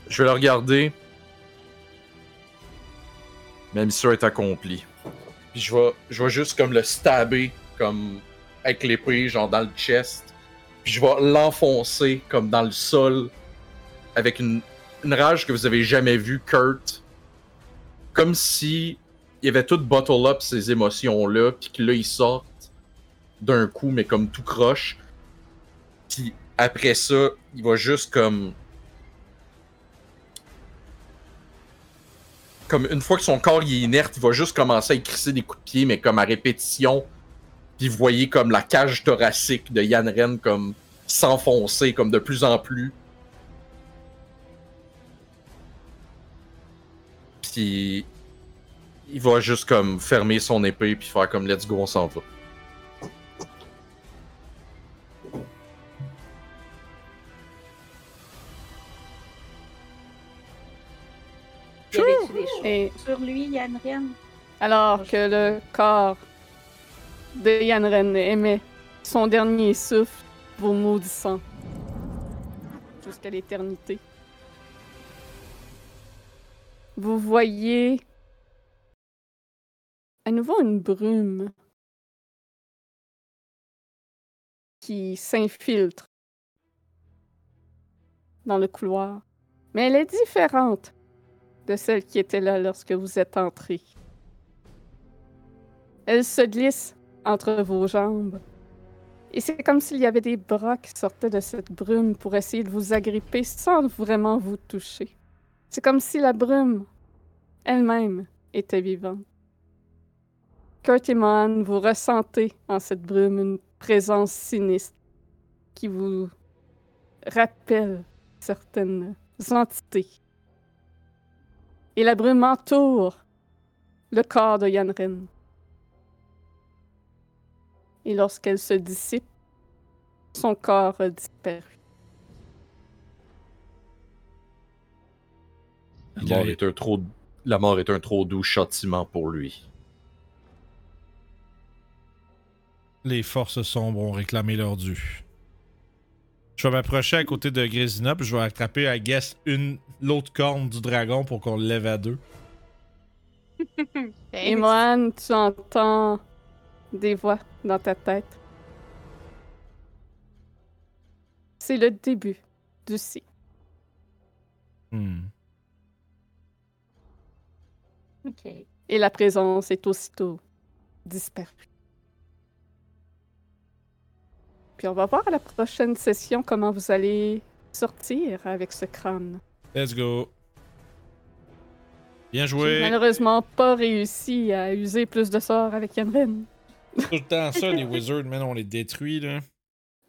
Speaker 3: Je vais le regarder. Ma mission est accomplie. Puis je vais, je vais juste comme le stabber, comme avec l'épée, genre dans le chest. Puis je vais l'enfoncer comme dans le sol avec une, une rage que vous avez jamais vue, Kurt. Comme si il avait tout bottle up ces émotions-là, puis que là, ils sortent d'un coup, mais comme tout croche. Puis après ça, il va juste comme comme une fois que son corps il est inerte, il va juste commencer à crisser des coups de pied, mais comme à répétition. Puis vous voyez comme la cage thoracique de Yann Ren comme s'enfoncer comme de plus en plus. Puis il va juste comme fermer son épée puis faire comme let's go on s'en va.
Speaker 1: Et
Speaker 4: Sur lui, il y a une reine.
Speaker 1: alors que le corps de Yanren émet son dernier souffle, vous maudissant jusqu'à l'éternité. Vous voyez à nouveau une brume qui s'infiltre dans le couloir. Mais elle est différente de celle qui était là lorsque vous êtes entré. Elle se glisse entre vos jambes. Et c'est comme s'il y avait des bras qui sortaient de cette brume pour essayer de vous agripper sans vraiment vous toucher. C'est comme si la brume elle-même était vivante. Kurt et Mohan, vous ressentez en cette brume une présence sinistre qui vous rappelle certaines entités. Et la brume entoure le corps de Yanren. Et lorsqu'elle se dissipe, son corps a disparu.
Speaker 3: La mort est un trop, la mort est un trop doux châtiment pour lui.
Speaker 2: Les forces sombres ont réclamé leur dû. Je vais m'approcher à côté de Grésina, puis je vais attraper, à guess, une... l'autre corne du dragon pour qu'on le lève à deux.
Speaker 1: Et Mohan, tu entends des voix dans ta tête. C'est le début du cycle.
Speaker 2: Hmm.
Speaker 4: Ok.
Speaker 1: Et la présence est aussitôt disparue. Puis on va voir à la prochaine session comment vous allez sortir avec ce crâne.
Speaker 2: Let's go. Bien
Speaker 1: J'ai
Speaker 2: joué.
Speaker 1: malheureusement pas réussi à user plus de sorts avec Yanren.
Speaker 2: Tout le temps ça, les wizards, man, on les détruit, là.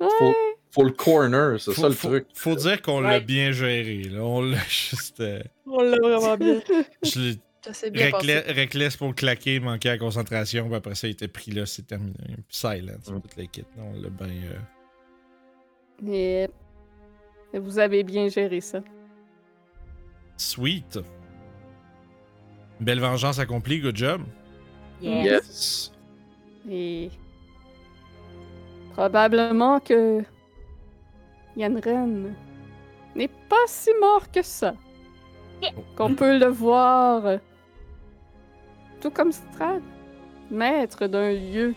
Speaker 6: Ah,
Speaker 3: Faut, faut le corner, c'est ça le
Speaker 2: faut,
Speaker 3: truc.
Speaker 2: Faut dire qu'on l'a
Speaker 6: Ouais.
Speaker 2: bien géré, là. On l'a juste... euh,
Speaker 6: On l'a vraiment bien.
Speaker 2: je l'ai-
Speaker 6: Ça s'est bien passé.
Speaker 2: Reckless, reckless pour claquer, manquer la concentration, puis après ça, il était pris là, c'est terminé. Puis Silent, c'est
Speaker 3: Mm.
Speaker 2: toute l'équipe. Non, on l'a bien. euh,
Speaker 1: Et euh, vous avez bien géré ça.
Speaker 2: Sweet. Belle vengeance accomplie, good job.
Speaker 4: Yes.
Speaker 7: Yes.
Speaker 1: Et probablement que Yanren n'est pas si mort que ça. Qu'on peut le voir, euh, tout comme Strad, maître d'un lieu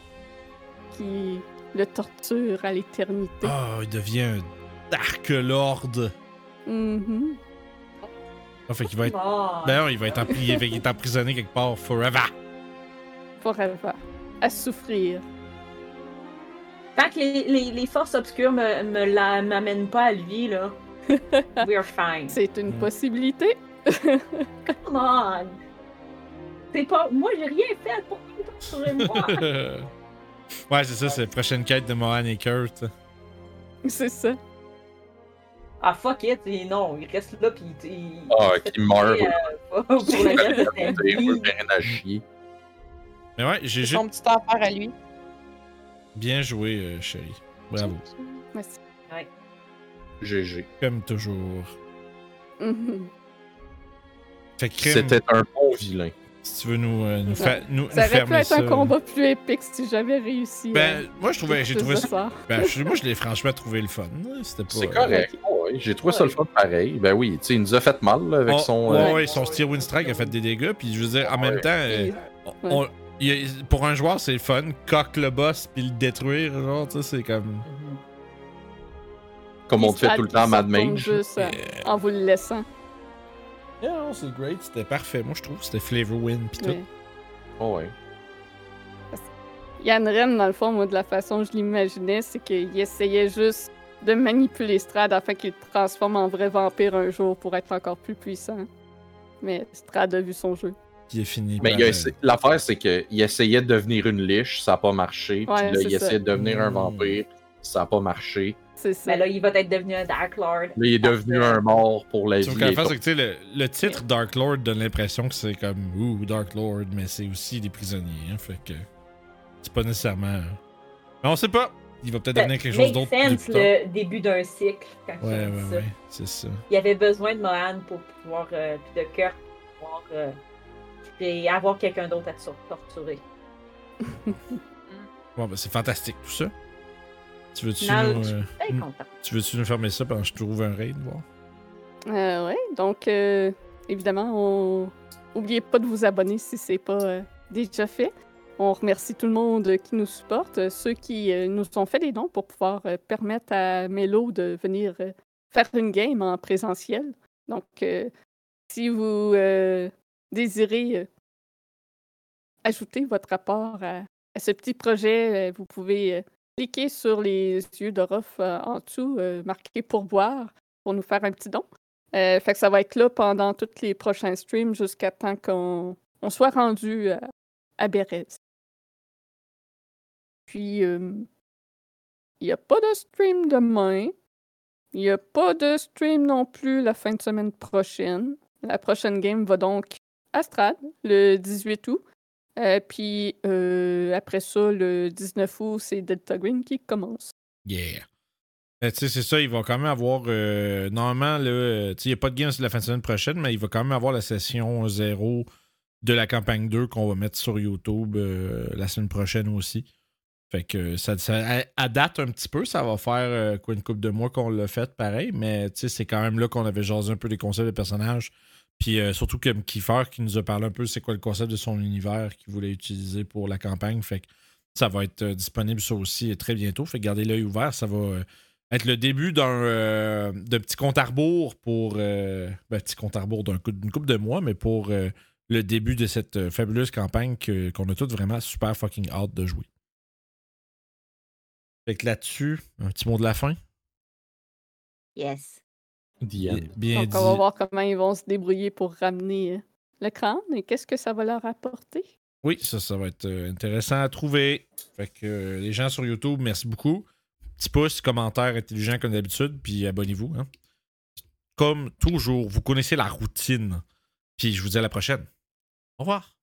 Speaker 1: qui le torture à l'éternité.
Speaker 2: Ah, il devient un Dark Lord.
Speaker 1: Mhm.
Speaker 2: Ah, fait qu'il va être.
Speaker 4: Bon.
Speaker 2: Ben non, il va être, emprisonné, il va être emprisonné quelque part forever.
Speaker 1: Forever. À souffrir.
Speaker 4: Tant que les, les- les forces obscures me, me la- m'amènent pas à lui, là. We're fine.
Speaker 1: C'est une
Speaker 2: Mm.
Speaker 1: possibilité.
Speaker 4: Come on! C'est pas. Moi, j'ai rien fait pour me torturer moi!
Speaker 2: ouais, c'est ça, c'est la prochaine quête de Mohan et Kurt.
Speaker 1: C'est ça.
Speaker 4: ah, fuck it! Et non, il reste là pis il. il-
Speaker 3: Ah, qui meurt.
Speaker 4: il, euh, pour le reste de sa
Speaker 3: Écoutez, moi,
Speaker 4: vie.
Speaker 3: j'ai rien à chier.
Speaker 2: Mais ouais, j'ai juste
Speaker 6: Son petit affaire à lui.
Speaker 2: bien joué, euh, chérie. Bravo.
Speaker 1: Merci.
Speaker 3: GG.
Speaker 2: Comme toujours.
Speaker 1: Mhm.
Speaker 2: Fait que Krim,
Speaker 3: C'était un bon vilain.
Speaker 2: si tu veux nous, euh, nous, fa- nous, nous
Speaker 1: Ça aurait pu
Speaker 2: fermer
Speaker 1: être
Speaker 2: ça.
Speaker 1: un combat plus épique si j'avais réussi. à-
Speaker 2: Ben, moi, je trouvais, j'ai
Speaker 1: plus
Speaker 2: trouvé
Speaker 1: de
Speaker 2: ça.
Speaker 1: sorts.
Speaker 2: Ben, je- moi, je l'ai franchement trouvé le fun. C'était pas.
Speaker 3: C'est correct. Ah ouais, j'ai trouvé ça le fun pareil. Ben oui, tu sais, il nous a fait mal là, avec
Speaker 2: Oh,
Speaker 3: son.
Speaker 2: ouais,
Speaker 3: euh,
Speaker 2: ouais, son steer win strike a fait des dégâts. Puis je veux dire, en même
Speaker 3: Ouais.
Speaker 2: temps, euh, on- il y a- pour un joueur, c'est le fun. Coque le boss, puis le détruire. Genre, tu sais, c'est comme.
Speaker 3: comme on le fait
Speaker 1: Strad
Speaker 3: tout le
Speaker 1: qui
Speaker 3: temps à Mad
Speaker 1: s'attend
Speaker 3: Mage.
Speaker 1: juste, euh, En vous le laissant.
Speaker 2: Yeah, non, c'est great. C'était parfait. Moi, je trouve. C'était flavor win, puis tout.
Speaker 1: mais-
Speaker 3: Oh, ouais.
Speaker 1: Yann Ren, dans le fond, moi, de la façon que je l'imaginais, c'est qu'il essayait juste de manipuler Strad afin qu'il le transforme en vrai vampire un jour pour être encore plus puissant. Mais Strad a vu son jeu.
Speaker 2: Puis il est fini.
Speaker 3: Mais
Speaker 2: par,
Speaker 3: il a
Speaker 2: euh,
Speaker 3: essayé- l'affaire, c'est qu'il essayait de devenir une liche, ça n'a pas marché. Puis
Speaker 1: Ouais,
Speaker 3: là,
Speaker 1: c'est
Speaker 3: il
Speaker 1: ça.
Speaker 3: essayait de devenir un
Speaker 2: Mm.
Speaker 3: vampire, ça n'a pas marché.
Speaker 1: C'est ça.
Speaker 7: Ben,
Speaker 4: Mais là, il va être devenu un Dark Lord.
Speaker 3: Là, il est devenu un mort pour la vie.
Speaker 2: Sauf qu'en fait,
Speaker 3: Et
Speaker 2: c'est que tu sais, le, le titre Dark Lord donne l'impression que c'est comme Ouh, Dark Lord, mais c'est aussi des prisonniers. hein, fait que c'est pas nécessairement. hein. Mais on sait pas. Il va peut-être devenir quelque chose d'autre.
Speaker 4: Make
Speaker 2: plus
Speaker 4: sense,
Speaker 2: tard.
Speaker 4: le début d'un cycle. Quand il
Speaker 2: Ouais,
Speaker 4: dit
Speaker 2: ouais,
Speaker 4: ça.
Speaker 2: ouais, c'est ça.
Speaker 4: Il avait besoin de Mohan pour pouvoir. euh, pis de Kurt pour pouvoir euh, Puis avoir quelqu'un d'autre à te sur- torturer.
Speaker 2: Bon, ben, c'est fantastique tout ça. Tu veux-tu
Speaker 4: Non,
Speaker 2: nous,
Speaker 4: je-
Speaker 2: euh,
Speaker 4: Très
Speaker 2: Mm.
Speaker 4: content.
Speaker 2: tu veux-tu nous fermer ça pendant que je trouve un raid, voir?
Speaker 1: Euh, ouais, donc euh, évidemment, on... oubliez pas de vous abonner si c'est pas euh, déjà fait. On remercie tout le monde qui nous supporte, euh, ceux qui euh, nous ont fait des dons pour pouvoir euh, permettre à Melo de venir euh, faire une game en présentiel. Donc, euh, si vous euh, désirez euh, ajouter votre rapport à, à ce petit projet, euh, vous pouvez euh, cliquer sur les yeux d'Orof euh, en dessous, euh, marqué pourboire, pour nous faire un petit don. Euh, fait que ça va être là pendant tous les prochains streams jusqu'à temps qu'on on soit rendu à, à Bérez. Puis, euh, il n'y a pas de stream demain. Il n'y a pas de stream non plus la fin de semaine prochaine. La prochaine game va donc à Strad le 18 août. Euh, puis euh, après ça, le 19 août, c'est Delta Green qui commence.
Speaker 2: Yeah. Euh, tu sais, c'est ça, ils vont quand même avoir. euh, normalement, là, euh, tu sais, il n'y a pas de game sur la fin de semaine prochaine, mais il va quand même avoir la session 0 de la campagne 2 qu'on va mettre sur YouTube euh, la semaine prochaine aussi. Fait que ça, ça à, à date un petit peu, ça va faire euh, quoi une coupe de mois qu'on l'a fait pareil, mais tu sais, c'est quand même là qu'on avait jasé un peu des concepts de personnages. Puis euh, surtout comme Kiefer qui nous a parlé un peu c'est quoi le concept de son univers qu'il voulait utiliser pour la campagne. Fait que ça va être euh, disponible ça aussi euh, très bientôt. Fait que gardez l'œil ouvert. Ça va euh, être le début d'un euh, d'un petit compte à rebours pour. euh, ben, petit compte à rebours d'un coup- d'une couple de mois, mais pour euh, le début de cette euh, fabuleuse campagne que- qu'on a toutes vraiment super fucking hâte de jouer. Fait que là-dessus, un petit mot de la fin.
Speaker 4: Yes.
Speaker 3: Diane.
Speaker 2: Bien
Speaker 1: Donc,
Speaker 2: dit.
Speaker 1: on va voir comment ils vont se débrouiller pour ramener euh, le crâne et qu'est-ce que ça va leur apporter.
Speaker 2: Oui, ça, ça va être euh, intéressant à trouver. Fait que euh, les gens sur YouTube, merci beaucoup. Petit pouce, commentaire intelligent comme d'habitude, puis abonnez-vous. hein. Comme toujours, vous connaissez la routine. Puis je vous dis à la prochaine. Au revoir.